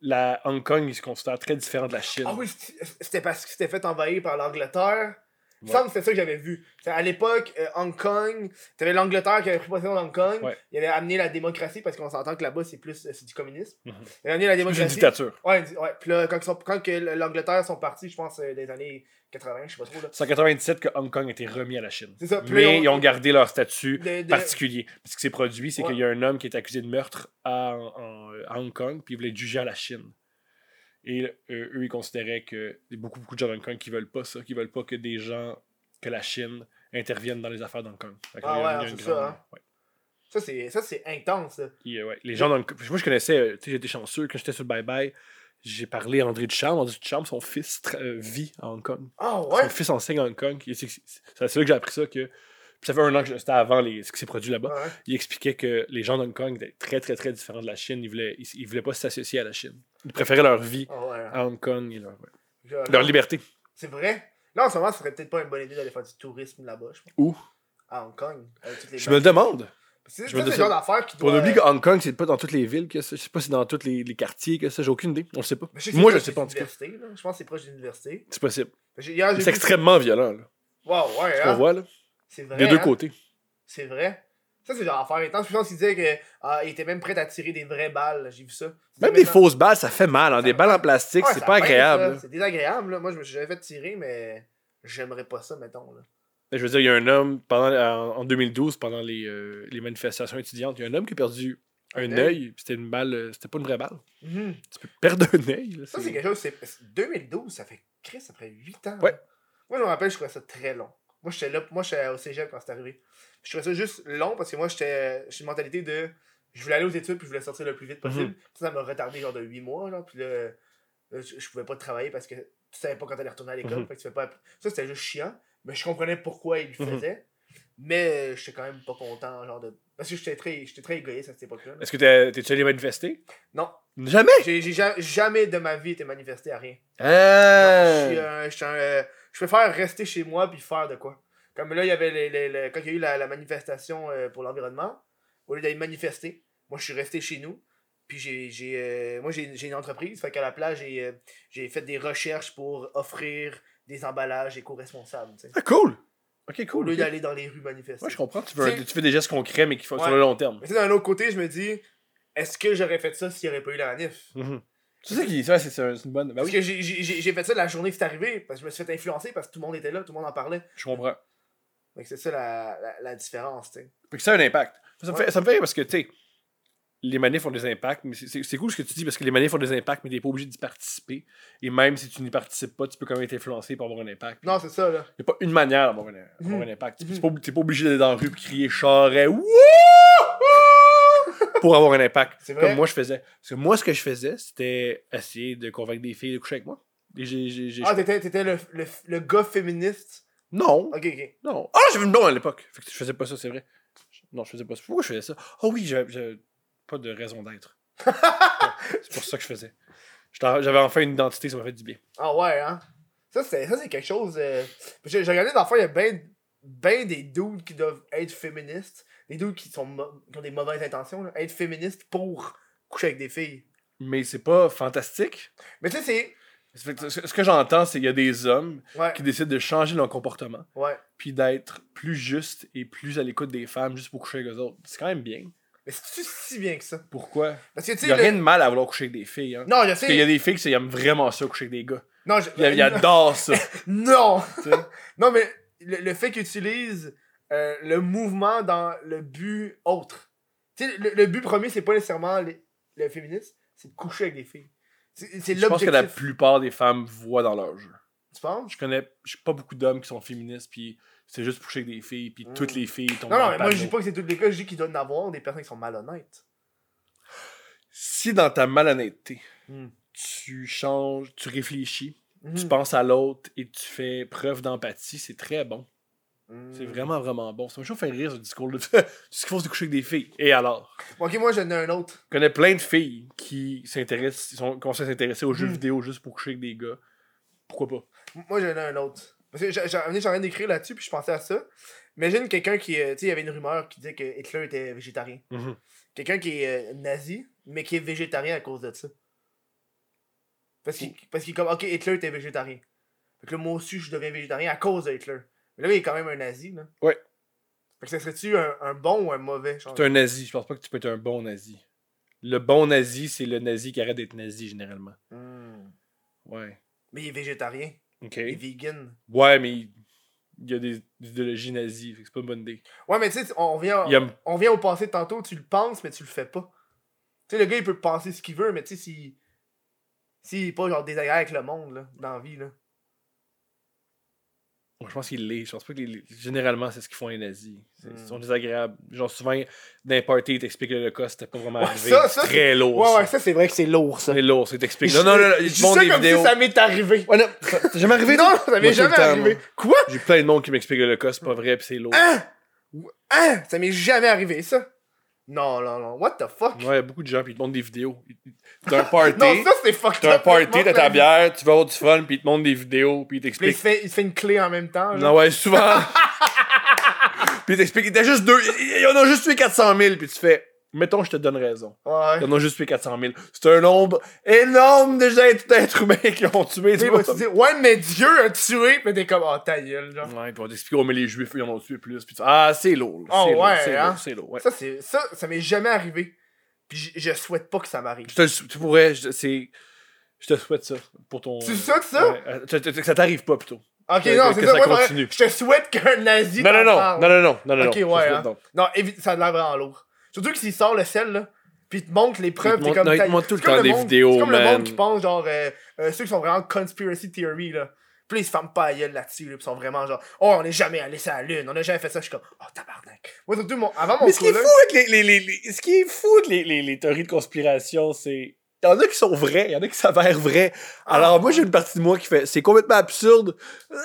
[SPEAKER 2] la Hong Kong, ils se considèrent très différent de la Chine.
[SPEAKER 1] Ah oui, c'est- c'était parce qu'ils s'étaient fait envahir par l'Angleterre. Il me
[SPEAKER 2] Ouais.
[SPEAKER 1] semble que c'était ça que j'avais vu. C'est À l'époque, euh, Hong Kong, t'avais l'Angleterre qui avait pris possession d'Hong Kong.
[SPEAKER 2] Ouais.
[SPEAKER 1] Il avait amené la démocratie, parce qu'on s'entend que là-bas, c'est plus euh, c'est du communisme.
[SPEAKER 2] Mhm.
[SPEAKER 1] Il avait amené la
[SPEAKER 2] C'est une
[SPEAKER 1] démocratie.
[SPEAKER 2] dictature.
[SPEAKER 1] Ouais, di- ouais. Puis là, quand, ils sont- quand que l'Angleterre sont partis, je pense, euh, des années 80, je sais pas trop, là.
[SPEAKER 2] C'est en 97 que Hong Kong a été remis à la Chine.
[SPEAKER 1] C'est ça. Puis là,
[SPEAKER 2] Mais ils ont gardé leur statut
[SPEAKER 1] de- de-
[SPEAKER 2] particulier. Parce que c'est produit, c'est
[SPEAKER 1] Ouais.
[SPEAKER 2] qu'il y a un homme qui est accusé de meurtre à, en- à Hong Kong, puis il voulait être jugé à la Chine. Et euh, eux, ils considéraient que il y a beaucoup, beaucoup de gens d'Hong Kong qui veulent pas ça, qui veulent pas que des gens, que la Chine intervienne dans les affaires d'Hong Kong. Fait que
[SPEAKER 1] Ah
[SPEAKER 2] il y a-
[SPEAKER 1] ouais,
[SPEAKER 2] il y a une
[SPEAKER 1] c'est
[SPEAKER 2] grande-
[SPEAKER 1] ça, hein.
[SPEAKER 2] ouais.
[SPEAKER 1] Ça, c'est ça, c'est intense, là.
[SPEAKER 2] Puis, euh, ouais, Les gens dans le- Moi, je connaissais, euh, tu sais, j'étais chanceux, quand j'étais sur le Bye Bye, j'ai parlé à André Ducharme. André Ducharme, son fils tra- euh, vit à Hong Kong.
[SPEAKER 1] Ah ouais?
[SPEAKER 2] Son fils enseigne à Hong Kong. Et C'est c'est- c'est là que j'ai appris ça. que puis ça fait un an que je- c'était avant les, ce qui s'est produit là-bas.
[SPEAKER 1] Ah, Ouais.
[SPEAKER 2] il expliquait que les gens d'Hong Kong étaient très, très, très différents de la Chine. Ils voulaient, ils, ils voulaient pas s'associer à la Chine. Ils préféraient leur vie
[SPEAKER 1] Ah ouais.
[SPEAKER 2] à Hong Kong et leur, ouais,
[SPEAKER 1] Je-
[SPEAKER 2] leur liberté.
[SPEAKER 1] C'est vrai? Là, en ce moment, ce serait peut-être pas une bonne idée d'aller faire du tourisme là-bas, je pense.
[SPEAKER 2] Où?
[SPEAKER 1] À Hong Kong. avec toutes les
[SPEAKER 2] Je me le demande.
[SPEAKER 1] C'est
[SPEAKER 2] je
[SPEAKER 1] ça,
[SPEAKER 2] me
[SPEAKER 1] c'est le
[SPEAKER 2] dis-
[SPEAKER 1] genre d'affaires qui
[SPEAKER 2] On
[SPEAKER 1] doit... euh,
[SPEAKER 2] oublie que Hong Kong, c'est pas dans toutes les villes que ça. Je sais pas si c'est dans tous les, les quartiers que ça. J'ai aucune idée. On le sait pas.
[SPEAKER 1] Mais sais que c'est
[SPEAKER 2] Moi, je le
[SPEAKER 1] proche
[SPEAKER 2] sais pas en
[SPEAKER 1] des Ah,
[SPEAKER 2] tout cas.
[SPEAKER 1] universités, là. Je pense que c'est proche de l'université.
[SPEAKER 2] C'est possible.
[SPEAKER 1] Hier, j'ai
[SPEAKER 2] C'est
[SPEAKER 1] vu-
[SPEAKER 2] extrêmement violent, là.
[SPEAKER 1] Wow, ouais,
[SPEAKER 2] Ce
[SPEAKER 1] hein.
[SPEAKER 2] qu'on voit, là.
[SPEAKER 1] C'est vrai,
[SPEAKER 2] Des deux
[SPEAKER 1] hein.
[SPEAKER 2] côtés.
[SPEAKER 1] C'est vrai. Ça, c'est genre affaire intense. Puis je pense qu'il disait qu'il était même prêt à tirer des vraies balles. J'ai vu ça.
[SPEAKER 2] Même des fausses balles, ça fait mal. hein. Des balles en plastique,
[SPEAKER 1] Ouais,
[SPEAKER 2] c'est
[SPEAKER 1] Ah, ça
[SPEAKER 2] pas
[SPEAKER 1] pince, là.
[SPEAKER 2] agréable. là.
[SPEAKER 1] C'est désagréable, là. Moi, je me suis jamais fait tirer, mais j'aimerais pas ça, mettons, là.
[SPEAKER 2] Mais Je veux dire, il y a un homme, pendant, en, en 2012, pendant les, euh, les manifestations étudiantes, il y a un homme qui a perdu un
[SPEAKER 1] Un
[SPEAKER 2] œil. puis C'était une balle. euh, C'était pas une vraie balle.
[SPEAKER 1] Mhm.
[SPEAKER 2] Tu peux perdre un œil. là,
[SPEAKER 1] Ça, c'est quelque chose, c'est c'est 2012, ça fait Chris, ça fait 8 ans.
[SPEAKER 2] Ouais.
[SPEAKER 1] là. Moi, je me rappelle, je trouvais ça très long. Moi, j'étais là, moi, j'étais au cégep quand c'est arrivé. Je trouvais ça juste long parce que moi, j'étais, j'ai une mentalité de je voulais aller aux études, puis je voulais sortir le plus vite possible. Ça, ça m'a retardé genre de 8 mois, là, puis là, euh, je, je pouvais pas travailler parce que tu savais pas quand t'allais retourner à l'école,
[SPEAKER 3] Mhm.
[SPEAKER 1] fait que tu fais pas... Ça, c'était juste chiant, mais je comprenais pourquoi il le
[SPEAKER 3] Mhm.
[SPEAKER 1] faisait, mais euh, j'étais quand même pas content, genre de... Parce que j'étais très, j'étais très égoïste à cette époque-là. là.
[SPEAKER 2] Est-ce que t'es- t'es-tu allé manifester?
[SPEAKER 1] Non,
[SPEAKER 2] Jamais!
[SPEAKER 1] j'ai j'ai ja- jamais de ma vie été manifesté à rien. Je suis
[SPEAKER 2] Ah!
[SPEAKER 1] un- je suis un, euh, je préfère rester chez moi puis faire de quoi. Comme là, il y avait les, les- les- quand il y a eu la, la manifestation euh, pour l'environnement, au lieu d'aller manifester, moi je suis resté chez nous. Puis j'ai, j'ai, euh, moi j'ai, j'ai une entreprise, fait qu'à la plage j'ai, euh, j'ai fait des recherches pour offrir des emballages éco-responsables. tu sais.
[SPEAKER 2] Ah, cool! Ok,
[SPEAKER 1] Au
[SPEAKER 2] cool.
[SPEAKER 1] lieu
[SPEAKER 2] ok.
[SPEAKER 1] d'aller dans les rues manifester.
[SPEAKER 2] Ouais, je comprends. Tu, veux-
[SPEAKER 1] C'est-
[SPEAKER 2] tu fais des gestes concrets, mais qui font sur
[SPEAKER 1] Ouais.
[SPEAKER 2] le long terme.
[SPEAKER 1] Mais tu sais, d'un autre côté, je me dis, est-ce que j'aurais fait ça s'il n'y aurait pas eu la manif?
[SPEAKER 2] Mhm. C'est ça qui. ça, C'est c'est une bonne. Ben
[SPEAKER 1] Parce
[SPEAKER 2] oui,
[SPEAKER 1] que j'ai, j'ai- j'ai- j'ai fait ça la journée que c'est arrivé, parce que je me suis fait influencer, parce que tout le monde était là, tout le monde en parlait.
[SPEAKER 2] je comprends.
[SPEAKER 1] Fait que c'est ça la, la, la différence, tu sais.
[SPEAKER 2] Fait que ça a un impact. Ça, me,
[SPEAKER 1] Ouais.
[SPEAKER 2] fait, ça me fait rire parce que, tu sais, les manifs ont des impacts, mais c'est- c'est c'est cool ce que tu dis parce que les manifs ont des impacts, mais t'es pas obligé d'y participer. Et même si tu n'y participes pas, tu peux quand même être influencé pour avoir un impact.
[SPEAKER 1] Non, c'est ça, là.
[SPEAKER 2] Il n'y a pas une manière d'avoir un, d'avoir un impact. Tu
[SPEAKER 1] Mhm.
[SPEAKER 2] n'es pas, t'es pas obligé d'aller dans la rue et crier charret Wouhou! pour avoir un impact.
[SPEAKER 1] C'est vrai.
[SPEAKER 2] Comme moi, je faisais. Parce que moi, ce que je faisais, c'était essayer de convaincre des filles de coucher avec moi. Et j'ai. j'ai- j'ai-
[SPEAKER 1] Ah, t'étais, t'étais le, le, le gars féministe.
[SPEAKER 2] Non!
[SPEAKER 1] Ok, ok.
[SPEAKER 2] Non. Ah, j'avais une blonde à l'époque. Fait que je faisais pas ça, c'est vrai. Je- Non, je faisais pas ça. Pourquoi je faisais ça? Ah oui, j'avais- j'avais pas de raison d'être. Ouais, c'est pour ça que je faisais. J'étais- J'avais enfin une identité, ça m'a fait du bien.
[SPEAKER 1] Ah ouais, hein. Ça, c'est, ça, c'est quelque chose. euh, J'ai, j'ai regardé l'enfant, il y a ben, ben des dudes qui doivent être féministes. Des dudes qui, sont mo- qui ont des mauvaises intentions, là, être féministes pour coucher avec des filles.
[SPEAKER 2] Mais c'est pas fantastique.
[SPEAKER 1] Mais tu sais,
[SPEAKER 2] Ça fait que Ce ce que j'entends, c'est qu'il y a des hommes
[SPEAKER 1] c'est. Ouais,
[SPEAKER 2] qui décident de changer leur comportement,
[SPEAKER 1] ouais.
[SPEAKER 2] puis d'être plus justes et plus à l'écoute des femmes juste pour coucher avec eux autres. C'est quand même bien.
[SPEAKER 1] Mais c'est-tu si bien que ça?
[SPEAKER 2] Pourquoi?
[SPEAKER 1] Parce que tu
[SPEAKER 2] Il
[SPEAKER 1] sais.
[SPEAKER 2] y a
[SPEAKER 1] le-
[SPEAKER 2] rien de mal à vouloir coucher avec des filles. Hein.
[SPEAKER 1] Non, je
[SPEAKER 2] Parce qu'il y a
[SPEAKER 1] sais.
[SPEAKER 2] des filles qui aiment vraiment ça, coucher avec des gars.
[SPEAKER 1] Non, je-
[SPEAKER 2] Ils, ils adorent ça.
[SPEAKER 1] Non!
[SPEAKER 2] sais.
[SPEAKER 1] non, mais le, le fait qu'ils utilisent euh, le mouvement dans le but autre. Tu sais, le, le but premier, c'est pas nécessairement les- le féminisme, c'est de coucher avec des filles. C'est c'est
[SPEAKER 2] Je pense que la
[SPEAKER 1] l'objectif.
[SPEAKER 2] plupart des femmes voient dans leur jeu.
[SPEAKER 1] Tu penses?
[SPEAKER 2] je connais j'ai pas beaucoup d'hommes qui sont féministes puis c'est juste pour chier avec des filles puis
[SPEAKER 1] Mm.
[SPEAKER 2] toutes les filles tombent
[SPEAKER 1] Non,
[SPEAKER 2] dans
[SPEAKER 1] non,
[SPEAKER 2] le
[SPEAKER 1] mais moi je dis
[SPEAKER 2] panneau.
[SPEAKER 1] pas que c'est tous les cas, je dis qu'il doit en avoir des personnes qui sont malhonnêtes.
[SPEAKER 2] si dans ta malhonnêteté
[SPEAKER 1] Mm.
[SPEAKER 2] tu changes tu réfléchis tu
[SPEAKER 1] Mhm.
[SPEAKER 2] penses à l'autre et tu fais preuve d'empathie c'est très bon
[SPEAKER 1] Mm.
[SPEAKER 2] c'est vraiment vraiment bon ça m'a toujours fait rire ce discours là c'est ce qu'il faut c'est coucher avec des filles et alors
[SPEAKER 1] Ok, moi j'en ai un autre.
[SPEAKER 2] je connais plein de filles qui s'intéressent qui sont commencent à s'intéresser aux jeux
[SPEAKER 1] Mm.
[SPEAKER 2] vidéo juste pour coucher avec des gars pourquoi pas
[SPEAKER 1] Moi j'en ai un autre. Parce que j'ai- j'ai- j'en ai rien d'écrire là-dessus, puis je pensais à ça. Imagine quelqu'un qui. euh, Tu sais, il y avait une rumeur qui disait que Hitler était végétarien.
[SPEAKER 2] Mhm.
[SPEAKER 1] quelqu'un qui est euh, nazi, mais qui est végétarien à cause de ça. Parce qu'il parce qu'il est comme, ok, Hitler était végétarien. Fait que là, moi aussi, je deviens végétarien à cause de Hitler. Mais là, il est quand même un nazi, là.
[SPEAKER 2] Ouais.
[SPEAKER 1] Fait que ça serait-tu un, un bon ou un mauvais, genre?
[SPEAKER 2] t'es un nazi je pense pas que tu peux être un bon nazi le bon nazi c'est le nazi qui arrête d'être nazi généralement
[SPEAKER 1] Hmm.
[SPEAKER 2] ouais
[SPEAKER 1] Mais il est végétarien,
[SPEAKER 2] ok
[SPEAKER 1] il est vegan.
[SPEAKER 2] Ouais, mais il il y a des idéologies nazies, fait que c'est pas une bonne idée.
[SPEAKER 1] Ouais, mais tu sais, on vient,
[SPEAKER 2] Il aime-
[SPEAKER 1] on vient au passé de tantôt, tu le penses, mais tu le fais pas. Tu sais, le gars, il peut penser ce qu'il veut, mais tu sais, s'il. S'il est pas, genre, désagréable avec le monde, là, dans la vie, là.
[SPEAKER 2] Moi, je pense qu'il l'est. Je pense pas que les- généralement, c'est ce qu'ils font les nazis. C'est-
[SPEAKER 1] Mm.
[SPEAKER 2] Ils sont désagréables. Genre, souvent, d'un party, ils t'expliquent le cas, c'était pas vraiment
[SPEAKER 1] Ouais,
[SPEAKER 2] arrivé.
[SPEAKER 1] ça,
[SPEAKER 2] C'est
[SPEAKER 1] ça,
[SPEAKER 2] très lourd.
[SPEAKER 1] Ouais,
[SPEAKER 2] ça.
[SPEAKER 1] ouais, ça, c'est vrai que c'est lourd, ça.
[SPEAKER 2] C'est lourd, ça, ils t'expliquent.
[SPEAKER 1] Je-
[SPEAKER 2] Non, non, non,
[SPEAKER 1] je
[SPEAKER 2] ils
[SPEAKER 1] dis
[SPEAKER 2] font
[SPEAKER 1] ça
[SPEAKER 2] des
[SPEAKER 1] comme
[SPEAKER 2] vidéos.
[SPEAKER 1] si ça m'est arrivé.
[SPEAKER 2] Ouais, non, ça- t'es jamais arrivé?
[SPEAKER 1] Non,
[SPEAKER 2] toi?
[SPEAKER 1] ça
[SPEAKER 2] Moi,
[SPEAKER 1] m'est
[SPEAKER 2] tout le
[SPEAKER 1] jamais
[SPEAKER 2] temps,
[SPEAKER 1] arrivé.
[SPEAKER 2] moi.
[SPEAKER 1] Quoi?
[SPEAKER 2] J'ai plein de monde qui m'explique le cas, c'est pas vrai, pis c'est lourd.
[SPEAKER 1] Hein? Hein? Ça m'est jamais arrivé, ça. Non, non, non. What the fuck?
[SPEAKER 2] Ouais, beaucoup de gens, pis ils te montrent des vidéos. Ils- T'as un party,
[SPEAKER 1] Non, ça, c'est fucked
[SPEAKER 2] t'as un
[SPEAKER 1] up.
[SPEAKER 2] party, t'as ta
[SPEAKER 1] Puis
[SPEAKER 2] bière, tu vas avoir du fun, pis ils te montrent des vidéos, pis ils
[SPEAKER 1] Il
[SPEAKER 2] t'expliquent
[SPEAKER 1] se fait, il se fait une clé en même temps. genre.
[SPEAKER 2] Non, ouais, souvent. puis il t'explique, il était juste deux. Il y en a juste tué 400 000. Puis tu fais, mettons, je te donne raison.
[SPEAKER 1] Ouais.
[SPEAKER 2] Il y en a juste tué 400 000. C'est un nombre énorme de gens, tout être humain qui ont tué.
[SPEAKER 1] Tu sais,
[SPEAKER 2] Tu
[SPEAKER 1] il va
[SPEAKER 2] vois,
[SPEAKER 1] te dire, ouais, mais Dieu a tué. Mais t'es comme, oh, ta gueule, genre.
[SPEAKER 2] Ouais, puis on t'explique, oh, mais les juifs, ils en ont tué plus. Puis tu- ah, c'est lourd. là.
[SPEAKER 1] Oh,
[SPEAKER 2] c'est lourd,
[SPEAKER 1] ouais,
[SPEAKER 2] c'est
[SPEAKER 1] hein.
[SPEAKER 2] lourd, c'est lourd. ouais.
[SPEAKER 1] Ça, c'est, ça, ça m'est jamais arrivé. Puis je, je souhaite pas que ça m'arrive.
[SPEAKER 2] Je te le sou- tu pourrais, je, c'est. Je te souhaite ça pour ton.
[SPEAKER 1] Tu
[SPEAKER 2] euh,
[SPEAKER 1] souhaites ça?
[SPEAKER 2] ouais, euh, tu- tu- que ça t'arrive pas plutôt.
[SPEAKER 1] Ok,
[SPEAKER 2] que-
[SPEAKER 1] non,
[SPEAKER 2] que
[SPEAKER 1] c'est
[SPEAKER 2] ça
[SPEAKER 1] ça. ouais, faudrait-
[SPEAKER 2] continue.
[SPEAKER 1] Je te souhaite qu'un nazi.
[SPEAKER 2] Non, non,
[SPEAKER 1] t'en
[SPEAKER 2] non,
[SPEAKER 1] parle.
[SPEAKER 2] non, non, non, non, non.
[SPEAKER 1] Ok,
[SPEAKER 2] non,
[SPEAKER 1] ouais,
[SPEAKER 2] je te
[SPEAKER 1] hein.
[SPEAKER 2] souhaite
[SPEAKER 1] Non, évi- ça a l'air vraiment lourd. Surtout que s'il sort le sel, là, pis il te montre les
[SPEAKER 2] Il
[SPEAKER 1] preuves,
[SPEAKER 2] te
[SPEAKER 1] t'es
[SPEAKER 2] montre-
[SPEAKER 1] comme...
[SPEAKER 2] non, il te
[SPEAKER 1] t'as-
[SPEAKER 2] montre tout le
[SPEAKER 1] c'est comme
[SPEAKER 2] temps des
[SPEAKER 1] monde-
[SPEAKER 2] vidéos,
[SPEAKER 1] C'est comme le
[SPEAKER 2] man.
[SPEAKER 1] monde qui pense, genre, euh, euh, ceux qui sont vraiment conspiracy theory, là. Puis là, ils se ferment pas à gueule là-dessus. là, puis ils sont vraiment genre, oh, on n'est jamais allé sur la lune, on n'a jamais fait ça. Je suis comme, oh, tabarnak. Moi, surtout, mon, avant mon
[SPEAKER 2] Mais ce qui est
[SPEAKER 1] cours-là.
[SPEAKER 2] fou avec les, les, les, les- ce qui est fou avec les, les, les théories de conspiration, c'est. Il y en a qui sont vraies, il y en a qui s'avèrent vraies. Alors moi, j'ai une partie de moi qui fait c'est complètement absurde. Euh,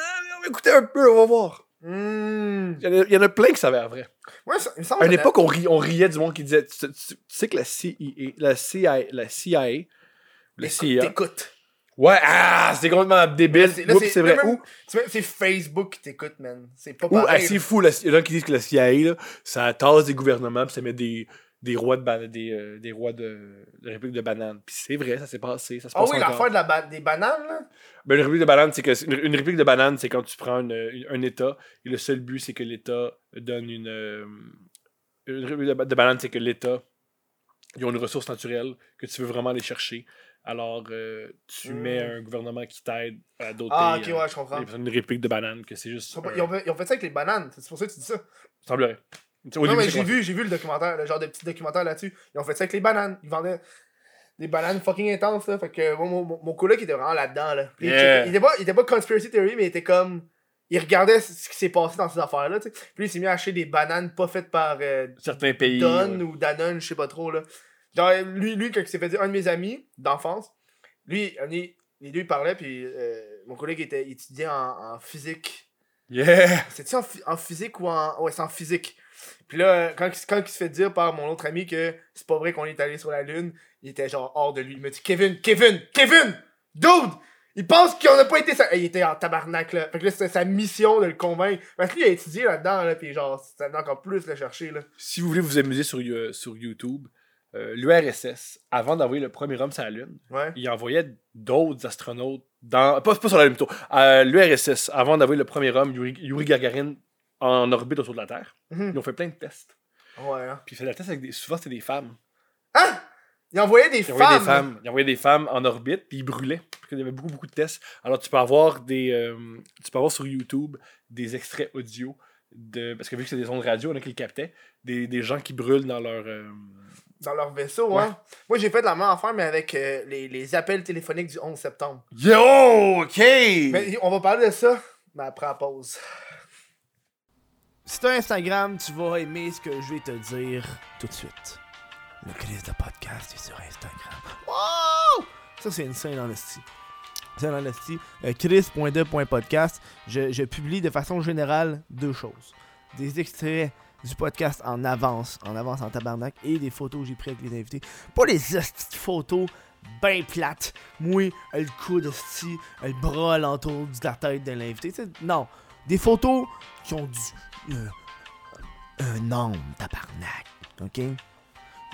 [SPEAKER 2] écoutez un peu, on va voir.
[SPEAKER 1] Hmm.
[SPEAKER 2] Il y en a, il y en a plein qui s'avèrent vraies.
[SPEAKER 1] Ouais, ça- il me semble
[SPEAKER 2] À une
[SPEAKER 1] qu'on a-
[SPEAKER 2] époque, on, ri- on riait du monde qui disait tu, tu- tu sais que la CIA. La CIA. La CIA. La
[SPEAKER 1] Écoute,
[SPEAKER 2] CIA.
[SPEAKER 1] T'écoutes.
[SPEAKER 2] Ouais, ah, c'est complètement débile.
[SPEAKER 1] C'est- là,
[SPEAKER 2] Oups, c'est vrai.
[SPEAKER 1] là, même-
[SPEAKER 2] Ou-
[SPEAKER 1] tu vois, C'est Facebook qui t'écoute, man. C'est pas
[SPEAKER 2] Ou, ah,
[SPEAKER 1] pareil.
[SPEAKER 2] c'est fou, la- il y en a qui disent que la CIA, là, ça tasse des gouvernements, puis ça met des, des rois de, bana- des, euh, des rois de, de République de bananes. Puis c'est vrai, ça s'est passé, ça se
[SPEAKER 1] Ah
[SPEAKER 2] passe
[SPEAKER 1] oui,
[SPEAKER 2] encore.
[SPEAKER 1] l'affaire de la ba- des bananes, là.
[SPEAKER 2] Ben, une République de bananes, c'est que c'est- une, une République de bananes, c'est quand tu prends une- une- un État, et le seul but, c'est que l'État donne une... euh, une République de, ba- de bananes, c'est que l'État, ils ont une ressource naturelle que tu veux vraiment aller chercher. Alors, euh, tu
[SPEAKER 1] Hmm.
[SPEAKER 2] mets un gouvernement qui t'aide à doter
[SPEAKER 1] Ah, ok,
[SPEAKER 2] euh,
[SPEAKER 1] ouais, je comprends.
[SPEAKER 2] les personnes- une République de bananes, que c'est juste...
[SPEAKER 1] Ils ont,
[SPEAKER 2] un-
[SPEAKER 1] ils ont fait- ils ont fait ça avec les bananes, c'est pour ça que tu dis ça.
[SPEAKER 2] semblerait. Au
[SPEAKER 1] non,
[SPEAKER 2] début,
[SPEAKER 1] mais
[SPEAKER 2] c'est
[SPEAKER 1] j'ai vu, j'ai vu le documentaire, le genre de petit documentaire là-dessus. Ils ont fait ça avec les bananes. Ils vendaient des bananes fucking intenses, là. Fait que moi, mon, mon, mon coloc, il était vraiment là-dedans, là. Puis il
[SPEAKER 2] Yeah.
[SPEAKER 1] checkait- il, était pas, il était pas conspiracy theory, mais il était comme. Il regardait ce qui s'est passé dans ces affaires-là, tu sais. Puis il s'est mis à acheter des bananes pas faites par euh,
[SPEAKER 2] certains pays.
[SPEAKER 1] Don
[SPEAKER 2] ouais.
[SPEAKER 1] ou Danone, je sais pas trop, là. Genre, lui, lui, quand il s'est fait dire un de mes amis d'enfance, lui, on est- les deux, ils parlaient, puis euh, mon collègue était étudiant en, en physique.
[SPEAKER 2] Yeah!
[SPEAKER 1] C'est-tu en, phy- en physique ou en. Ouais, c'est en physique. Puis là, quand, il s- quand il se fait dire par mon autre ami que c'est pas vrai qu'on est allé sur la Lune, il était genre hors de lui. Il me dit Kevin, Kevin, Kevin Dude Il pense qu'on n'a pas été. sur- Il était en tabarnak, là. Fait que là, c'était sa mission de le convaincre. Parce que lui, il a étudié là-dedans, là, puis genre, ça venait encore plus le chercher, là.
[SPEAKER 2] Si vous voulez vous amuser sur, You- sur YouTube, euh, l'URSS, avant d'envoyer le premier homme sur la Lune,
[SPEAKER 1] Ouais.
[SPEAKER 2] il envoyait d'autres astronautes dans. Pas, pas sur la Lune plutôt. Euh, L'URSS, avant d'envoyer le premier homme, Yuri, Yuri Gagarin, en orbite autour de la Terre,
[SPEAKER 1] Mhm.
[SPEAKER 2] ils ont fait plein de tests.
[SPEAKER 1] Ouais, hein.
[SPEAKER 2] Puis ils faisaient des tests avec des. Souvent, c'était des femmes.
[SPEAKER 1] Hein? Il envoyait des
[SPEAKER 2] Ils
[SPEAKER 1] femmes.
[SPEAKER 2] envoyaient des femmes. Ils envoyaient des femmes en orbite, puis ils brûlaient. Parce qu'il y avait beaucoup, beaucoup de tests. Alors, tu peux avoir des. euh, tu peux avoir sur YouTube des extraits audio de. Parce que vu que c'est des ondes radio, il y en a qui le captaient. Des, des gens qui brûlent dans leur. euh,
[SPEAKER 1] Dans leur vaisseau,
[SPEAKER 2] Ouais.
[SPEAKER 1] hein. Moi, j'ai fait de la même affaire, mais avec euh, les, les appels téléphoniques du 11 septembre.
[SPEAKER 2] Yo, OK!
[SPEAKER 1] Mais on va parler de ça, mais après la pause. Si t'as Instagram, tu vas aimer ce que je vais te dire tout de suite. Le crise de podcast est sur Instagram. Wow! Ça, c'est une scène en esti. Scène en esti. Euh, chris.de.podcast. Je, je publie de façon générale deux choses. Des extraits du podcast en avance, en avance en tabarnak, et des photos que j'ai prises avec les invités. Pas les esti de photos ben plates. Moi, le coude esti, le bras alentour de la tête de l'invité. Tu sais, Non. Des photos qui ont du. euh, un homme, tabarnak. OK?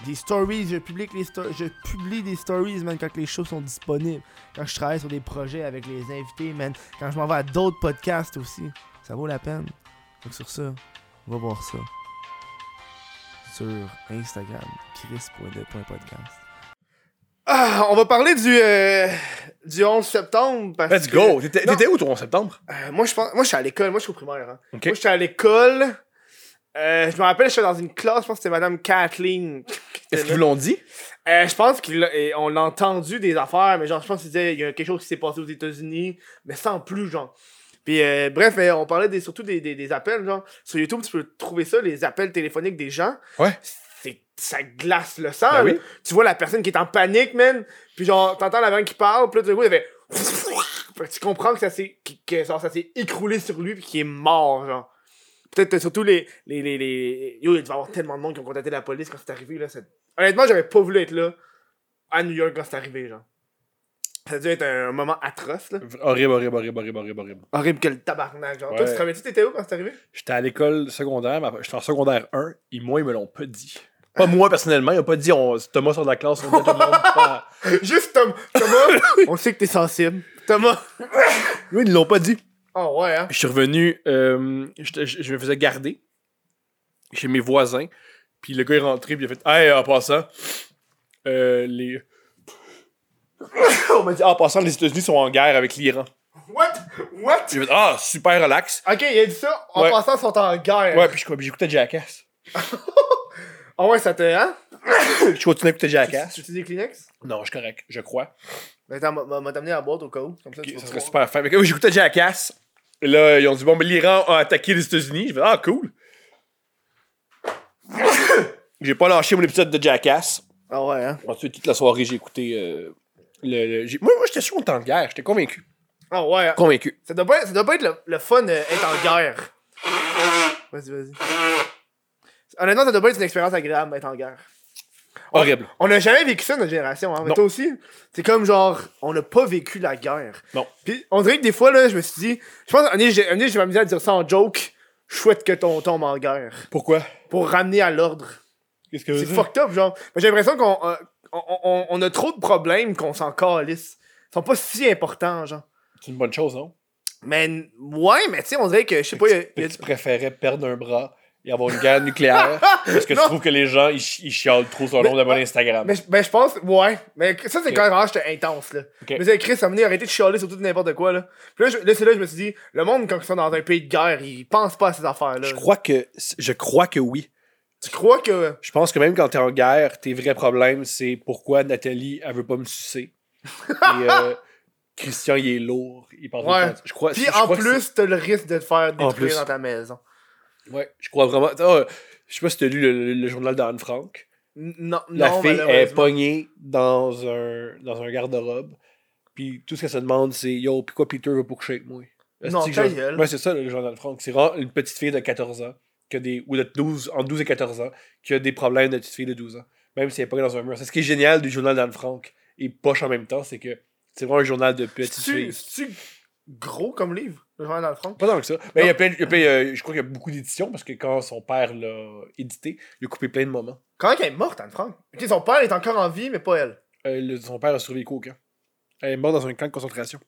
[SPEAKER 1] Des stories, je publie, les sto- je publie des stories, man, quand les choses sont disponibles. Quand je travaille sur des projets avec les invités, man. Quand je m'en vais à d'autres podcasts aussi. Ça vaut la peine. Donc, sur ça, on va voir ça. Sur Instagram, chris.de.podcast. Ah, on va parler du, euh, du 11 septembre.
[SPEAKER 2] Let's go! T'étais
[SPEAKER 1] Non.
[SPEAKER 2] t'étais où, toi, en septembre?
[SPEAKER 1] Euh, moi, je pense, moi, je suis à l'école. Moi, je suis au primaire. hein.
[SPEAKER 2] Ok.
[SPEAKER 1] Moi, j'étais à l'école. Euh, je me rappelle, j'étais dans une classe. Je pense que c'était Madame Kathleen.
[SPEAKER 2] Est-ce qu'ils vous l'ont dit?
[SPEAKER 1] Euh, je pense qu'on l'a entendu des affaires, mais genre, je pense qu'il disait il y a quelque chose qui s'est passé aux États-Unis, mais sans plus, genre. Puis, euh, bref, mais on parlait des, surtout des, des, des appels, genre. Sur YouTube, tu peux trouver ça, les appels téléphoniques des gens.
[SPEAKER 2] Ouais.
[SPEAKER 1] C'est, ça glace le sang.
[SPEAKER 2] Ben oui.
[SPEAKER 1] là. Tu vois la personne qui est en panique, man. Puis, genre, t'entends la personne qui parle, puis là, tout d'un coup, il fait. Fait que tu comprends que ça s'est, que, que, genre, ça s'est écroulé sur lui, puis qu'il est mort, genre. Peut-être euh, surtout les, les, les, les. Yo, il devait y avoir tellement de monde qui ont contacté la police quand c'est arrivé, là. ça- Honnêtement, j'aurais pas voulu être là à New York quand c'est arrivé, genre. Ça a dû être un moment atroce, là.
[SPEAKER 2] Horrible, horrible, horrible, horrible, horrible, horrible.
[SPEAKER 1] Horrible que le tabarnak, genre. Toi,
[SPEAKER 2] Ouais.
[SPEAKER 1] tu te rappelles-tu, t'étais où quand c'est arrivé?
[SPEAKER 2] J'étais à l'école secondaire, mais après- j'étais en secondaire 1, et moi, ils me l'ont pas dit. Pas moi, personnellement, ils ont pas dit on, Thomas sort de la classe, on dit à tout le monde. pas-
[SPEAKER 1] Juste Tom- Thomas, on sait que t'es sensible. Thomas.
[SPEAKER 2] Oui, ils l'ont pas dit.
[SPEAKER 1] Oh ouais, hein.
[SPEAKER 2] Je suis revenu, euh, j'étais- je, je me faisais garder chez mes voisins, puis le gars est rentré, puis il a fait Hey, en passant, euh, les. on m'a dit Ah, En passant, les États-Unis sont en guerre avec l'Iran.
[SPEAKER 1] What? What?
[SPEAKER 2] J'ai fait Ah, super relax.
[SPEAKER 1] Ok, il a dit ça. En
[SPEAKER 2] Ouais.
[SPEAKER 1] passant, ils sont en guerre.
[SPEAKER 2] Ouais, puis je- puis j'écoutais Jackass.
[SPEAKER 1] Ah ouais, ça te. Hein?
[SPEAKER 2] Je continue à écouter
[SPEAKER 1] Tu
[SPEAKER 2] Jackass.
[SPEAKER 1] tu utilises des Kleenex?
[SPEAKER 2] Non, je suis correct, je crois.
[SPEAKER 1] Mais attends, m'a- m'a t'amener la boîte au cas où. Comme ça, tu
[SPEAKER 2] Ok,
[SPEAKER 1] vas
[SPEAKER 2] ça serait
[SPEAKER 1] pouvoir-
[SPEAKER 2] super fin. Mais quand j'écoutais Jackass, là, ils ont dit bon, mais l'Iran a attaqué les États-Unis. Je fais ah, cool. j'ai pas lâché mon épisode de Jackass.
[SPEAKER 1] Ah ouais, hein.
[SPEAKER 2] Ensuite, toute la soirée, j'ai écouté. euh, le, le- j'ai- Moi, moi j'étais sûr qu'on était en guerre. J'étais convaincu.
[SPEAKER 1] Ah ouais, hein.
[SPEAKER 2] Convaincu.
[SPEAKER 1] Ça doit pas, ça doit pas être le, le fun euh, être en guerre. Vas-y, vas-y. Honnêtement, ça doit pas être une expérience agréable être en guerre.
[SPEAKER 2] Horrible.
[SPEAKER 1] On n'a jamais vécu ça, notre génération, hein. Mais
[SPEAKER 2] Non.
[SPEAKER 1] toi aussi, c'est comme genre, on n'a pas vécu la guerre.
[SPEAKER 2] Non.
[SPEAKER 1] Puis, on dirait que des fois, là, je me suis dit, je pense, un moment donné, j'ai- un moment donné, je vais m'amuser à dire ça en joke. Chouette que ton tombe en guerre.
[SPEAKER 2] Pourquoi
[SPEAKER 1] Pour ramener à l'ordre.
[SPEAKER 2] Qu'est-ce que
[SPEAKER 1] C'est fucked up, genre. Mais J'ai l'impression qu'on euh, on, on- on a trop de problèmes qu'on s'en calisse. Ils sont pas si importants, genre.
[SPEAKER 2] C'est une bonne chose, non
[SPEAKER 1] Mais n- ouais, mais tu sais, on dirait que, je sais pas, il y a- il y a-
[SPEAKER 2] Fait que tu préférais perdre un bras et avoir une guerre nucléaire parce que
[SPEAKER 1] Non.
[SPEAKER 2] tu trouves que les gens ils, chi- ils chialent trop sur le
[SPEAKER 1] Mais-
[SPEAKER 2] nombre d'abonnés Instagram.
[SPEAKER 1] Mais je- ben, je pense, ouais. Mais que- ça, c'est
[SPEAKER 2] Ok.
[SPEAKER 1] quand même j'étais intense, là.
[SPEAKER 2] Ok.
[SPEAKER 1] Mais c'est Chris, ça m'a arrêter de chialer sur tout et n'importe quoi, là. Puis là, je- là, c'est là, que je me suis dit, le monde, quand ils sont dans un pays de guerre, ils pensent pas à ces affaires-là.
[SPEAKER 2] Je crois que je crois que oui.
[SPEAKER 1] Tu crois que.
[SPEAKER 2] Je pense que même quand t'es en guerre, tes vrais problèmes c'est pourquoi Nathalie elle veut pas me sucer. Et, euh, Christian il est lourd, il parle
[SPEAKER 1] Ouais.
[SPEAKER 2] de Je crois.
[SPEAKER 1] Puis
[SPEAKER 2] je
[SPEAKER 1] en
[SPEAKER 2] crois que
[SPEAKER 1] plus, t'as le risque de te faire
[SPEAKER 2] plus.
[SPEAKER 1] détruire dans ta maison.
[SPEAKER 2] c'est- ouais, je crois vraiment. Ah, je sais pas si t'as lu le, le- le journal d'Anne Frank.
[SPEAKER 1] N- Non,
[SPEAKER 2] La
[SPEAKER 1] non,
[SPEAKER 2] fille est
[SPEAKER 1] malheureusement.
[SPEAKER 2] pognée dans un dans un garde-robe. Puis tout ce qu'elle se demande c'est yo, puis quoi Peter veut pour coucher avec moi.
[SPEAKER 1] Non,
[SPEAKER 2] Est-ce que
[SPEAKER 1] ta
[SPEAKER 2] je-
[SPEAKER 1] gueule.
[SPEAKER 2] Ouais, c'est ça le journal Frank. C'est vraiment une petite fille de 14 ans, qui a des, ou de 12, entre 12 et 14 ans, qui a des problèmes de petite fille de 12 ans. Même si elle n'est pas dans un mur. C'est ce qui est génial du journal d'Anne Frank et poche en même temps, c'est que c'est vraiment un journal de petites
[SPEAKER 1] C'est-tu
[SPEAKER 2] filles.
[SPEAKER 1] c'est-tu gros comme livre, le journal dans le front?
[SPEAKER 2] Pas tant que ça. Mais il y a plein, de- il y a plein, euh, je crois qu'il y a beaucoup d'éditions parce que quand son père l'a édité, il a coupé plein de moments.
[SPEAKER 1] Quand elle est morte, Anne-Franck? Ok, son père est encore en vie, mais pas elle.
[SPEAKER 2] Euh, le- son père a survécu au camp. Elle est morte dans un camp de concentration.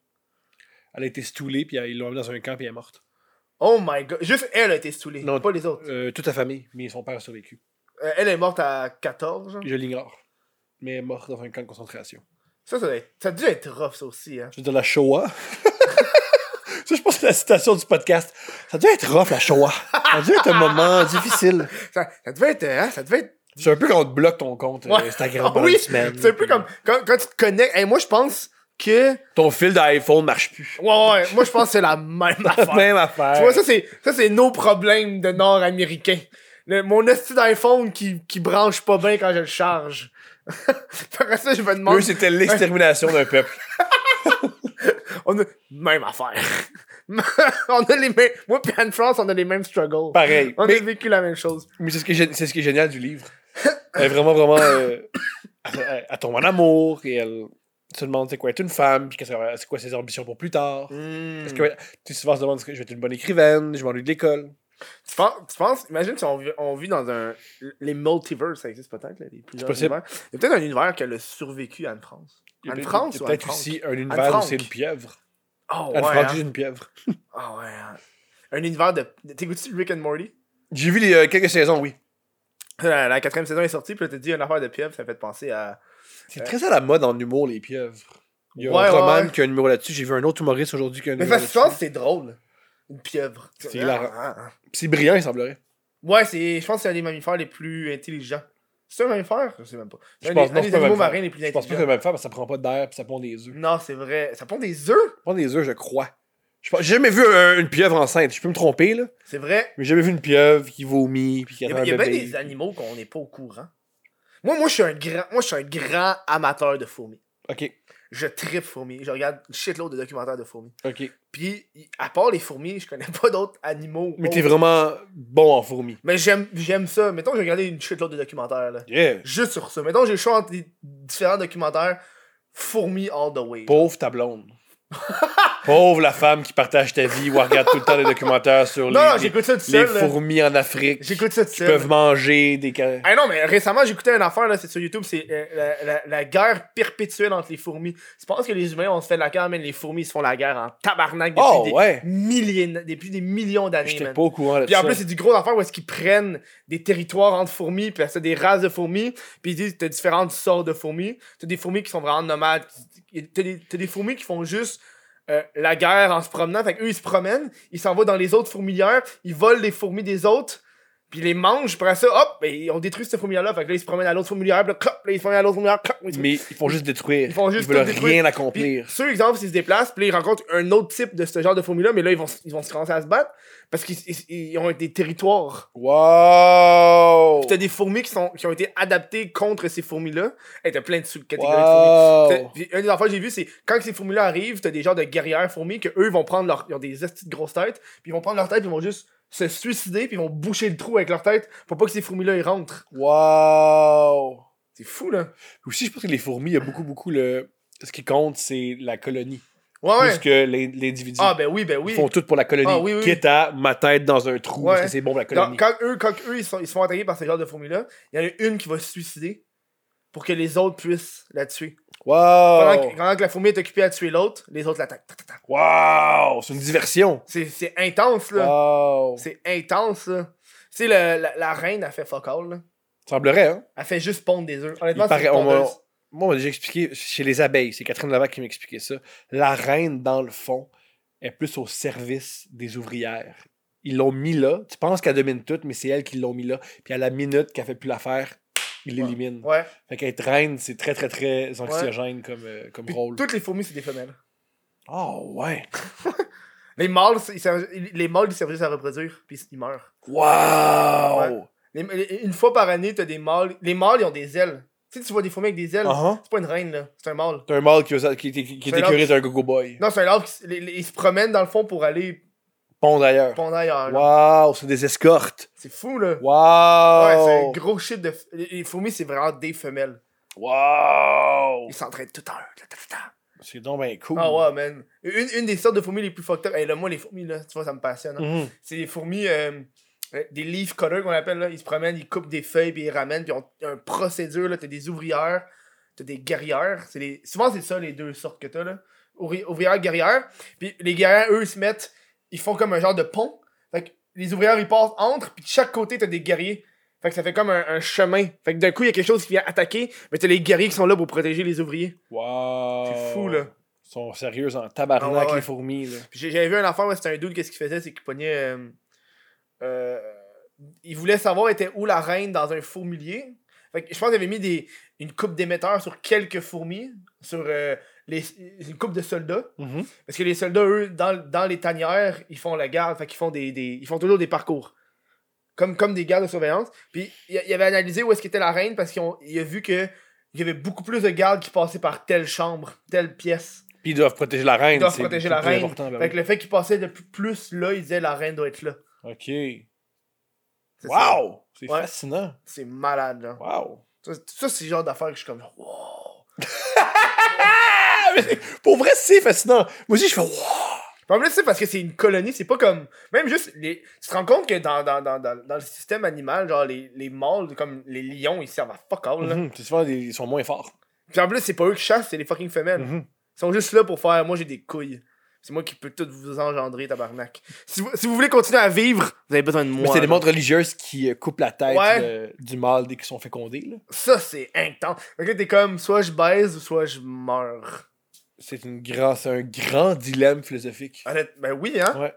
[SPEAKER 2] Elle a été stoulée, puis elle- ils l'ont emmenée dans un camp, puis elle est morte.
[SPEAKER 1] Oh my god. Juste elle a été stoulée,
[SPEAKER 2] Non.
[SPEAKER 1] pas les autres.
[SPEAKER 2] Euh, toute sa famille, mais son père a survécu.
[SPEAKER 1] Euh, elle est morte à 14. genre.
[SPEAKER 2] Je l'ignore. Mais elle est morte dans un camp de concentration.
[SPEAKER 1] Ça, ça, doit être- ça a dû être rough, ça aussi. Hein.
[SPEAKER 2] Je veux dire, la Shoah. ça, je pense que c'est la citation du podcast. Ça devait être rough, la Shoah. Ça devait être un moment difficile.
[SPEAKER 1] Ça, ça devait être. hein, ça devait être.
[SPEAKER 2] C'est un peu quand on te bloque ton compte euh,
[SPEAKER 1] Ouais.
[SPEAKER 2] Instagram
[SPEAKER 1] Ah
[SPEAKER 2] pendant
[SPEAKER 1] oui!
[SPEAKER 2] une semaine.
[SPEAKER 1] C'est un peu comme quand, quand tu te connectes. Hey, moi, je pense que. Ouais,
[SPEAKER 2] Ton fil d'iPhone marche plus.
[SPEAKER 1] ouais, moi, je pense que c'est la même affaire.
[SPEAKER 2] Même affaire.
[SPEAKER 1] Tu vois, ça, c'est, ça, c'est nos problèmes de Nord-Américains. Le- mon esti d'iPhone qui, qui branche pas bien quand je le charge. Après ça, je me demande.
[SPEAKER 2] Eux, c'était l'extermination d'un peuple.
[SPEAKER 1] On a même affaire. on a les mêmes. Moi et Anne France, on a les mêmes struggles.
[SPEAKER 2] Pareil.
[SPEAKER 1] on a
[SPEAKER 2] mais
[SPEAKER 1] vécu la même chose.
[SPEAKER 2] mais c'est, ce qui est, gé- c'est ce qui est génial du livre. Elle est vraiment, vraiment. euh, elle, elle- elle tombe en amour et elle se demande c'est quoi être une femme, puis qu'est-ce qu'elle- c'est quoi ses ambitions pour plus tard. Est-ce que, tu souvent se demande est-ce que je vais être une bonne écrivaine, je vais enlever de l'école.
[SPEAKER 1] Tu penses, tu penses- imagine si on vit, on vit dans un. Les multiverses, ça existe peut-être, là, les plusieurs
[SPEAKER 2] possible.
[SPEAKER 1] univers. Il y a peut-être un univers qui a le survécu à Anne-France.
[SPEAKER 2] Il y a peut-
[SPEAKER 1] Anne-France
[SPEAKER 2] il y
[SPEAKER 1] ou
[SPEAKER 2] a peut-être
[SPEAKER 1] Anne-Franck?
[SPEAKER 2] aussi un
[SPEAKER 1] Anne-Franck.
[SPEAKER 2] univers où c'est une pieuvre.
[SPEAKER 1] Oh, ouais.
[SPEAKER 2] Anne Frank, c'est
[SPEAKER 1] hein.
[SPEAKER 2] une pieuvre.
[SPEAKER 1] Ah ouais. hein. Un univers de. de- T'écoutes-tu Rick and Morty
[SPEAKER 2] J'ai vu les, euh, quelques saisons, oui.
[SPEAKER 1] La la quatrième saison est sortie, puis là, t'as dit une affaire de pieuvre, ça fait penser à.
[SPEAKER 2] C'est très à la mode en humour, les pieuvres. Il y a
[SPEAKER 1] Ouais,
[SPEAKER 2] un
[SPEAKER 1] ouais,
[SPEAKER 2] roman
[SPEAKER 1] ouais.
[SPEAKER 2] qui a un numéro là-dessus. J'ai vu un autre humoriste aujourd'hui qui a un
[SPEAKER 1] Mais
[SPEAKER 2] numéro
[SPEAKER 1] parce que je pense que
[SPEAKER 2] là-dessus.
[SPEAKER 1] c'est drôle. Une pieuvre.
[SPEAKER 2] C'est
[SPEAKER 1] Ah,
[SPEAKER 2] hilarant.
[SPEAKER 1] ah, ah.
[SPEAKER 2] C'est brillant, il semblerait.
[SPEAKER 1] Ouais, c'est, je pense que c'est un des mammifères les plus intelligents. C'est un mammifère Je sais même pas. C'est
[SPEAKER 2] Je
[SPEAKER 1] un,
[SPEAKER 2] pense
[SPEAKER 1] des,
[SPEAKER 2] non,
[SPEAKER 1] un
[SPEAKER 2] c'est
[SPEAKER 1] des
[SPEAKER 2] pas un
[SPEAKER 1] animaux
[SPEAKER 2] mammifère.
[SPEAKER 1] marins les plus
[SPEAKER 2] Je pense pas
[SPEAKER 1] intelligents.
[SPEAKER 2] que le même faire parce que ça prend pas d'air puis ça pond des œufs.
[SPEAKER 1] Non, c'est vrai. Ça pond des œufs
[SPEAKER 2] Ça pond des œufs, je crois. Je pense- J'ai jamais vu euh, une pieuvre enceinte. Je peux me tromper, là.
[SPEAKER 1] C'est vrai.
[SPEAKER 2] Mais j'ai jamais vu une pieuvre qui vomit puis qui
[SPEAKER 1] Il y
[SPEAKER 2] attend
[SPEAKER 1] a,
[SPEAKER 2] un
[SPEAKER 1] il y a bien
[SPEAKER 2] bébé.
[SPEAKER 1] des animaux qu'on n'est pas au courant. Moi, moi, je suis un grand, moi, je suis un grand amateur de fourmis.
[SPEAKER 2] Ok,
[SPEAKER 1] Je tripe fourmis. Je regarde une shitload de documentaires de fourmis.
[SPEAKER 2] ok.
[SPEAKER 1] Puis, y- à part les fourmis, je connais pas d'autres animaux.
[SPEAKER 2] Mais
[SPEAKER 1] autres.
[SPEAKER 2] t'es vraiment bon en fourmi.
[SPEAKER 1] Mais j'aime, j'aime ça. Mettons, que j'ai regardé une shitload de documentaires, là.
[SPEAKER 2] Yeah.
[SPEAKER 1] Juste sur ça. Mettons, j'ai le choix entre les différents documentaires. Fourmis all the way.
[SPEAKER 2] Pauvre ta blonde. Pauvre la femme qui partage ta vie ou elle regarde tout le temps des documentaires sur
[SPEAKER 1] Non, non,
[SPEAKER 2] les,
[SPEAKER 1] j'écoute ça tout
[SPEAKER 2] les
[SPEAKER 1] seul. là.
[SPEAKER 2] fourmis en Afrique
[SPEAKER 1] J'écoute ça tout
[SPEAKER 2] qui
[SPEAKER 1] seul.
[SPEAKER 2] peuvent manger des ca-
[SPEAKER 1] Ah non, mais récemment, j'écoutais une affaire, là, c'est sur YouTube, c'est euh, la, la- la guerre perpétuelle entre les fourmis. Tu penses que les humains, on se fait de la guerre, mais les fourmis, ils se font la guerre en tabarnak depuis,
[SPEAKER 2] Oh
[SPEAKER 1] des,
[SPEAKER 2] ouais.
[SPEAKER 1] milliers, depuis des millions d'années,
[SPEAKER 2] J'étais
[SPEAKER 1] man.
[SPEAKER 2] pas au courant de
[SPEAKER 1] Puis
[SPEAKER 2] ça.
[SPEAKER 1] en plus, c'est du gros affaire où est-ce qu'ils prennent des territoires entre fourmis, puis c'est des races de fourmis, puis ils disent t'as différentes sortes de fourmis. T'as des fourmis qui sont vraiment nomades. T'as des, t'as des fourmis qui font juste euh, la guerre en se promenant. Fait qu'eux, ils se promènent, ils s'en vont dans les autres fourmilières, ils volent les fourmis des autres. Puis ils les mangent, après ça, hop, et on détruit ce fourmilière-là. Fait que là, ils se promènent à l'autre fourmilière, puis là, clop, là, ils se promènent à l'autre fourmilière, clop, ils se-
[SPEAKER 2] Mais ils font juste détruire.
[SPEAKER 1] Ils
[SPEAKER 2] Ils,
[SPEAKER 1] font juste
[SPEAKER 2] veulent
[SPEAKER 1] tout détruire.
[SPEAKER 2] rien
[SPEAKER 1] Puis
[SPEAKER 2] accomplir.
[SPEAKER 1] ceux, exemple, s'ils se déplacent, puis là, ils rencontrent un autre type de ce genre de fourmi-là, mais là, ils vont, s- ils vont se commencer à se battre parce qu'ils ils- ils ont des territoires.
[SPEAKER 2] Wow!
[SPEAKER 1] Puis
[SPEAKER 2] Oh.
[SPEAKER 1] t'as des fourmis qui, sont, qui ont été adaptées contre ces fourmis-là. Et t'as plein de sous-catégories de fourmis.
[SPEAKER 2] Wow!
[SPEAKER 1] T'as- puis Une des affaires que j'ai vu, c'est quand ces fourmis-là arrivent, t'as des genres de guerrières fourmis que eux vont prendre leur. Ils ont des estis de grosses têtes, puis ils vont prendre leur tête, puis ils vont juste se suicider, puis ils vont boucher le trou avec leur tête pour pas que ces fourmis-là ils rentrent.
[SPEAKER 2] Wow!
[SPEAKER 1] C'est fou, là.
[SPEAKER 2] Aussi, je pense que les fourmis, il y a beaucoup, beaucoup le. Ce qui compte, c'est la colonie.
[SPEAKER 1] Ah Ouais, ouais.
[SPEAKER 2] Plus que l'in- l'individu.
[SPEAKER 1] Ah, ben oui, ben
[SPEAKER 2] Ils
[SPEAKER 1] oui.
[SPEAKER 2] font tout pour la colonie.
[SPEAKER 1] Ah, oui, oui,
[SPEAKER 2] Quitte à ma tête dans un trou, parce
[SPEAKER 1] Ouais.
[SPEAKER 2] que c'est bon pour la
[SPEAKER 1] Quand,
[SPEAKER 2] colonie.
[SPEAKER 1] quand eux, quand eux ils, sont- ils se font attaquer par ce genre de fourmis-là, il y en a une qui va se suicider pour que les autres puissent la tuer. Pendant,
[SPEAKER 2] Wow!
[SPEAKER 1] que, pendant que la fourmi est occupée à tuer l'autre, les autres l'attaquent. Ta, ta, ta.
[SPEAKER 2] Wow! C'est une diversion.
[SPEAKER 1] C'est c'est intense, là.
[SPEAKER 2] Wow!
[SPEAKER 1] C'est intense, là. Tu sais, le- la, la reine, elle fait fuck all, là.
[SPEAKER 2] Semblerait, hein?
[SPEAKER 1] Elle fait juste pondre des œufs. Honnêtement,
[SPEAKER 2] Il
[SPEAKER 1] c'est
[SPEAKER 2] paraît-
[SPEAKER 1] une
[SPEAKER 2] on m'a-
[SPEAKER 1] pondeuse.
[SPEAKER 2] Moi, on m'a déjà expliqué chez les abeilles, c'est Catherine Lavac qui m'expliquait ça. La reine, dans le fond, est plus au service des ouvrières. Ils l'ont mis là. Tu penses qu'elle domine tout, mais c'est elle qui l'ont mis là. Puis à la minute qu'elle fait plus l'affaire, il l'élimine.
[SPEAKER 1] Ouais.
[SPEAKER 2] Fait qu'être reine, c'est très, très, très anxiogène comme, euh, comme
[SPEAKER 1] Puis
[SPEAKER 2] rôle.
[SPEAKER 1] toutes les fourmis, c'est des femelles.
[SPEAKER 2] Oh, ouais.
[SPEAKER 1] Les mâles, c'est- ils servent- les mâles, ils servent juste à reproduire, puis ils meurent.
[SPEAKER 2] Wow!
[SPEAKER 1] Les- les- une fois par année, t'as des mâles. Les mâles, ils ont des ailes. Tu sais, tu vois des fourmis avec des ailes.
[SPEAKER 2] Uh-huh.
[SPEAKER 1] C'est pas une reine, là. C'est un mâle.
[SPEAKER 2] T'as un mâle qui, ose- qui, qui, qui est
[SPEAKER 1] Ah, hein? C'est
[SPEAKER 2] écœuré
[SPEAKER 1] l'autre.
[SPEAKER 2] d'un gogo boy.
[SPEAKER 1] Non, c'est un arbre qui s- les- les- ils se promènent dans le fond pour aller
[SPEAKER 2] Pond d'ailleurs.
[SPEAKER 1] pondre ailleurs. là.
[SPEAKER 2] Wow, c'est des escortes.
[SPEAKER 1] C'est fou, là. Ouais, c'est un
[SPEAKER 2] Wow!
[SPEAKER 1] gros shit de. f- Les les fourmis, c'est vraiment des femelles.
[SPEAKER 2] wow!
[SPEAKER 1] Ils s'entraînent tout à l'heure. Ta, ta, ta, ta.
[SPEAKER 2] C'est donc bien cool.
[SPEAKER 1] Ah ouais, man. Une, une des sortes de fourmis les plus fucked up. Hey, là, moi, les fourmis, là, tu vois, ça me passionne. hein.
[SPEAKER 2] Mhm.
[SPEAKER 1] C'est des fourmis, euh, euh, des leaf cutters qu'on appelle, là. Ils se promènent, ils coupent des feuilles, puis ils ramènent, puis ils ont un procédure, là. T'as des ouvrières, t'as des guerrières. C'est les... Souvent, c'est ça, les deux sortes que t'as, là. Ouvri- Ouvrières, guerrières. Puis les guerrières, eux, ils se mettent, ils font comme un genre de pont. Fait que les ouvrières, ils passent entre, puis de chaque côté, t'as des guerriers. Fait que ça fait comme un, un chemin. Fait que d'un coup, il y a quelque chose qui vient attaquer, mais t'as les guerriers qui sont là pour protéger les ouvriers.
[SPEAKER 2] Wow!
[SPEAKER 1] C'est fou, là.
[SPEAKER 2] Ils sont sérieux en tabarnak,
[SPEAKER 1] Ah ouais, ouais.
[SPEAKER 2] les fourmis, là.
[SPEAKER 1] Puis j'ai- j'avais vu un enfant, ouais, c'était un dude, qu'est-ce qu'il faisait, c'est qu'il pognait. euh, euh, il voulait savoir était où la reine dans un fourmilier. Fait que je pense qu'il avait mis des, une coupe d'émetteurs sur quelques fourmis, sur euh, les, une coupe de soldats.
[SPEAKER 2] Mhm.
[SPEAKER 1] Parce que les soldats, eux, dans, dans les tanières, ils font la garde, fait qu'ils font des, des- ils font toujours des parcours. Comme, comme des gardes de surveillance. Puis il il avait analysé où est-ce qu'était la reine parce qu'il a vu que il y avait beaucoup plus de gardes qui passaient par telle chambre, telle pièce.
[SPEAKER 2] Puis ils doivent protéger la reine.
[SPEAKER 1] Ils doivent
[SPEAKER 2] c'est
[SPEAKER 1] protéger
[SPEAKER 2] le
[SPEAKER 1] la
[SPEAKER 2] plus
[SPEAKER 1] reine.
[SPEAKER 2] important, ben
[SPEAKER 1] Fait que le fait qu'il passait de plus- plus là, il disait la reine doit être là.
[SPEAKER 2] oui.
[SPEAKER 1] C'est
[SPEAKER 2] OK.
[SPEAKER 1] ça.
[SPEAKER 2] Wow! C'est
[SPEAKER 1] Ouais.
[SPEAKER 2] fascinant.
[SPEAKER 1] C'est malade, là.
[SPEAKER 2] Wow!
[SPEAKER 1] Ça, c'est- ça, c'est le genre d'affaires que je suis comme, wow.
[SPEAKER 2] Ah, mais c'est- Pour vrai, c'est fascinant. Moi aussi, je fais wow!
[SPEAKER 1] Puis en plus, c'est parce que c'est une colonie, c'est pas comme. Même juste. Les... Tu te rends compte que dans, dans, dans, dans, dans le système animal, genre, les, les mâles, comme les lions, ils servent à fuck all, là.
[SPEAKER 2] Mhm, C'est souvent des- ils sont moins forts.
[SPEAKER 1] Puis en plus, c'est pas eux qui chassent, c'est les fucking femelles.
[SPEAKER 2] Mhm.
[SPEAKER 1] Ils sont juste là pour faire moi j'ai des couilles. C'est moi qui peux tout vous engendrer, tabarnak. Si vous, si vous voulez continuer à vivre, vous avez besoin de
[SPEAKER 2] Mais
[SPEAKER 1] moi.
[SPEAKER 2] c'est des
[SPEAKER 1] là.
[SPEAKER 2] montres religieuses qui euh, coupent la tête
[SPEAKER 1] Ouais.
[SPEAKER 2] euh, du mâle dès qu'ils sont fécondés. là.
[SPEAKER 1] Ça, c'est intense. Fait que là, t'es comme soit je baise ou soit je meurs.
[SPEAKER 2] C'est une grand- c'est un grand dilemme philosophique.
[SPEAKER 1] Honnête- ben oui, hein.
[SPEAKER 2] Ouais.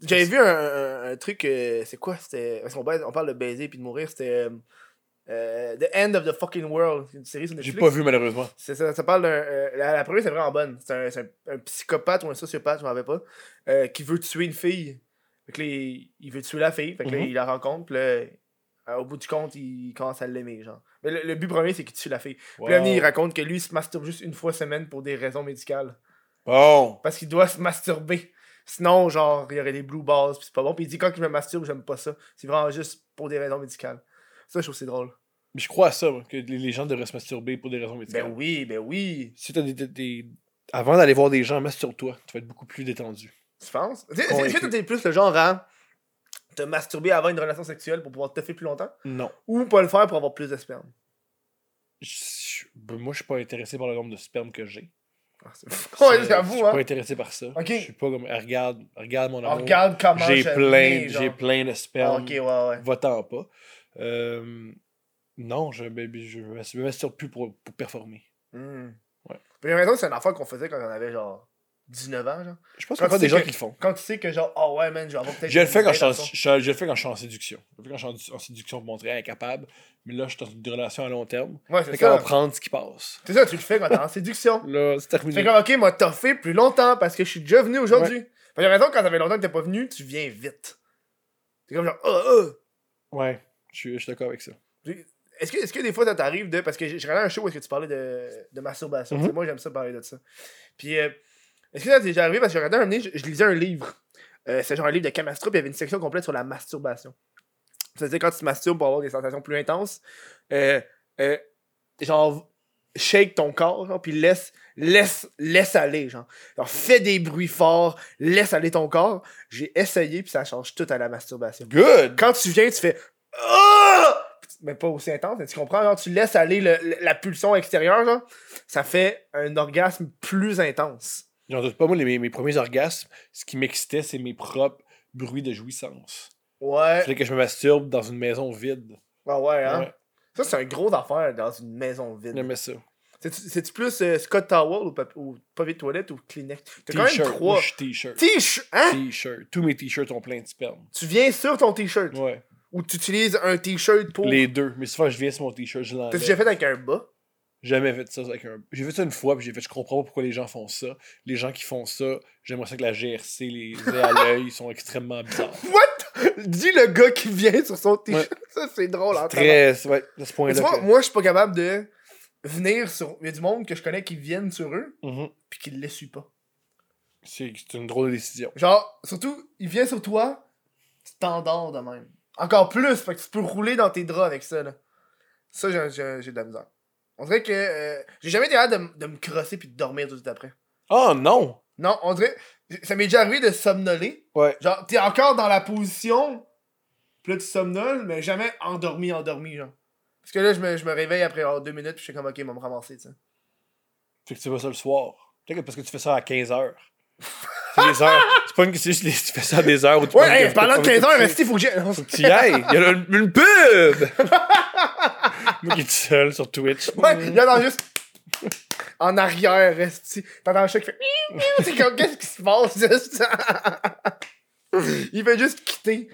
[SPEAKER 1] J'avais vu un, un- un truc, euh, c'est quoi C'était. Parce qu'on baise- on parle de baiser puis de mourir, c'était. euh, euh, the End of the Fucking World, une série sur
[SPEAKER 2] J'ai
[SPEAKER 1] Netflix.
[SPEAKER 2] pas vu, malheureusement.
[SPEAKER 1] C'est- Ça, ça parle d'un. euh, la, la première, c'est vraiment bonne. C'est un, c'est un- un psychopathe ou un sociopathe, je m'en rappelle pas, euh, qui veut tuer une fille. Fait que là, il, il veut tuer la fille. Fait que là,
[SPEAKER 2] Mhm.
[SPEAKER 1] il la rencontre. Puis là, euh, au bout du compte, il commence à l'aimer, genre. Mais le, le but premier, c'est qu'il tue la fille. Puis là,
[SPEAKER 2] Wow.
[SPEAKER 1] il raconte que lui, il se masturbe juste une fois semaine pour des raisons médicales.
[SPEAKER 2] Bon!
[SPEAKER 1] Parce qu'il doit se masturber. Sinon, genre, il y aurait des blue balls, puis c'est pas bon. Puis il dit, quand je me masturbe, j'aime pas ça. C'est vraiment juste pour des raisons médicales. Ça, je trouve que c'est drôle.
[SPEAKER 2] Mais je crois à ça, moi, que les les gens devraient se masturber pour des raisons médicales.
[SPEAKER 1] Ben oui, ben oui.
[SPEAKER 2] Si t'as des, des- des- Avant d'aller voir des gens, masturbe-toi. Tu vas être beaucoup plus détendu.
[SPEAKER 1] Tu penses? Tu sais,
[SPEAKER 2] Convaincu.
[SPEAKER 1] Est-ce que toi, t'es plus le genre à te masturber avant une relation sexuelle pour pouvoir te faire plus longtemps?
[SPEAKER 2] Non.
[SPEAKER 1] Ou pas le faire pour avoir plus de sperme?
[SPEAKER 2] Je- je- ben, moi, je suis pas intéressé par le nombre de sperme que j'ai.
[SPEAKER 1] Ah, c'est- ouais,
[SPEAKER 2] C'est- Je
[SPEAKER 1] j'avoue,
[SPEAKER 2] suis pas
[SPEAKER 1] hein?
[SPEAKER 2] intéressé par ça.
[SPEAKER 1] Ok.
[SPEAKER 2] Je suis pas comme. Regarde, regarde mon
[SPEAKER 1] On
[SPEAKER 2] amour.
[SPEAKER 1] regarde comment
[SPEAKER 2] j'ai
[SPEAKER 1] je
[SPEAKER 2] plein,
[SPEAKER 1] nais, genre.
[SPEAKER 2] j'ai plein de
[SPEAKER 1] Ah,
[SPEAKER 2] sperme.
[SPEAKER 1] Ok, ouais, ouais.
[SPEAKER 2] Va-t'en pas. Euh, non, je, ben, je, je me masturbe plus pour, pour performer.
[SPEAKER 1] Hmm.
[SPEAKER 2] Ouais.
[SPEAKER 1] Puis j'ai l'impression que c'est une affaire qu'on faisait quand on avait genre 19 ans, genre.
[SPEAKER 2] Je pense
[SPEAKER 1] Quand
[SPEAKER 2] qu'il y a
[SPEAKER 1] tu
[SPEAKER 2] encore des
[SPEAKER 1] sais
[SPEAKER 2] gens
[SPEAKER 1] Ah, que-
[SPEAKER 2] qui le font.
[SPEAKER 1] Quand tu sais que, genre, ah ouais, man, je vais avoir peut-être.
[SPEAKER 2] Je le fais quand je suis en-
[SPEAKER 1] Dans son-
[SPEAKER 2] je- je le fais quand je suis en séduction. Je le fais quand je suis en- en séduction pour montrer incapable. Mais là, je suis dans une relation à long terme.
[SPEAKER 1] Ouais,
[SPEAKER 2] Fait
[SPEAKER 1] c'est
[SPEAKER 2] qu'on va
[SPEAKER 1] ça.
[SPEAKER 2] prendre ce qui passe.
[SPEAKER 1] C'est ça, tu le fais quand t'es en séduction.
[SPEAKER 2] Là, c'est
[SPEAKER 1] Tu
[SPEAKER 2] terminé.
[SPEAKER 1] fais comme, ok, moi, t'as fait plus longtemps parce que je suis déjà venu aujourd'hui. Fait que raison, quand ça fait longtemps que t'es pas venu, tu viens vite. C'est comme, genre, ah, ah.
[SPEAKER 2] Ouais, je suis je suis d'accord avec ça.
[SPEAKER 1] Est-ce que, est-ce que des fois, ça t'arrive de. Parce que j'ai- je regardais un show où est-ce que tu parlais de, de masturbation.
[SPEAKER 2] Mhm.
[SPEAKER 1] Tu sais, Moi, j'aime ça parler de ça. Puis, euh, est-ce que ça t'est déjà arrivé? Parce que je regardais un moment donné, je, je lisais un livre. Euh, c'est genre un livre de Camastra, puis il y avait une section complète sur la masturbation. C'est-à-dire, quand tu te masturbes pour avoir des sensations plus intenses, euh, euh, genre, shake ton corps, genre, puis laisse, laisse, laisse aller, genre. Genre, fais des bruits forts, laisse aller ton corps. J'ai essayé, puis ça change tout à la masturbation
[SPEAKER 2] Good!
[SPEAKER 1] quand tu viens, tu fais Ah! mais pas aussi intense, mais tu comprends, genre, tu laisses aller le- le- la pulsion extérieure, genre, ça fait un orgasme plus intense.
[SPEAKER 2] J'en doute pas, moi, les- mes, mes premiers orgasmes, ce qui m'excitait, c'est mes propres bruits de jouissance.
[SPEAKER 1] Ouais.
[SPEAKER 2] Fallait que je me masturbe dans une maison vide.
[SPEAKER 1] Ah ouais, hein?
[SPEAKER 2] Ouais,
[SPEAKER 1] Ça, c'est un gros affaire dans une maison vide.
[SPEAKER 2] j'aimais ça.
[SPEAKER 1] C'est-tu c'est-tu plus euh, Scott Towel ou, pap- ou papier de toilette ou Kleenex? T'as quand même
[SPEAKER 2] T-shirt, moi,
[SPEAKER 1] trois.
[SPEAKER 2] je suis T-shirt.
[SPEAKER 1] T-shirt, hein?
[SPEAKER 2] T-shirt. Tous mes T-shirts ont plein de sperme.
[SPEAKER 1] Tu viens sur ton T-shirt
[SPEAKER 2] Ouais.
[SPEAKER 1] ou tu utilises un T-shirt pour.
[SPEAKER 2] Les deux. Mais souvent, je viens sur mon T-shirt, je
[SPEAKER 1] T'as
[SPEAKER 2] l'enlève.
[SPEAKER 1] déjà fait avec un bas?
[SPEAKER 2] Jamais fait ça avec un. J'ai fait ça une fois, puis j'ai fait, je comprends pas pourquoi les gens font ça. Les gens qui font ça, j'aimerais ça que la GRC les ait à l'œil, ils sont extrêmement bizarres.
[SPEAKER 1] What? Dis le gars qui vient sur son T-shirt. Ça, c'est drôle, en Oh tabarnak.
[SPEAKER 2] Très, ouais, à ce
[SPEAKER 1] Mais
[SPEAKER 2] point-là.
[SPEAKER 1] tu vois,
[SPEAKER 2] que-
[SPEAKER 1] moi, je suis pas capable de venir sur. Il y a du monde que je connais qui viennent sur eux,
[SPEAKER 2] Mhm.
[SPEAKER 1] puis qui ne suit pas.
[SPEAKER 2] C'est c'est une drôle de décision.
[SPEAKER 1] Genre, surtout, il vient sur toi, tu t'endors de même. Encore plus, fait que tu peux rouler dans tes draps avec ça, là. Ça, j'ai- j'ai j'ai de la misère. On dirait que. euh, j'ai jamais été capable de, m- de me crosser puis de dormir tout de suite après.
[SPEAKER 2] Oh non!
[SPEAKER 1] Non, on dirait. Ça m'est déjà arrivé de somnoler.
[SPEAKER 2] Ouais.
[SPEAKER 1] Genre, t'es encore dans la position, puis là, tu somnoles, mais jamais endormi, endormi, genre. Parce que là, je me, je me réveille après genre, deux minutes, puis je suis comme, ok, ils vont me ramasser, tu sais.
[SPEAKER 2] Fait que tu fais ça le soir. Peut-être que parce que tu fais ça à 15 heures. C'est les heures. C'est pas une question, juste les- tu fais ça à des heures où tu
[SPEAKER 1] Ouais,
[SPEAKER 2] penses
[SPEAKER 1] hey,
[SPEAKER 2] que-
[SPEAKER 1] parlant de
[SPEAKER 2] que-
[SPEAKER 1] 15 heures, restez, faut que j'aille.
[SPEAKER 2] Faut que tu y ailles. Il y a une, une pub! Moi qui est tout seul sur Twitch.
[SPEAKER 1] Ouais, il y en a juste. En arrière, resti. T'entends un chat qui fait. miou, miou, C'est comme, qu'est-ce qui se passe, juste? Il fait juste quitter.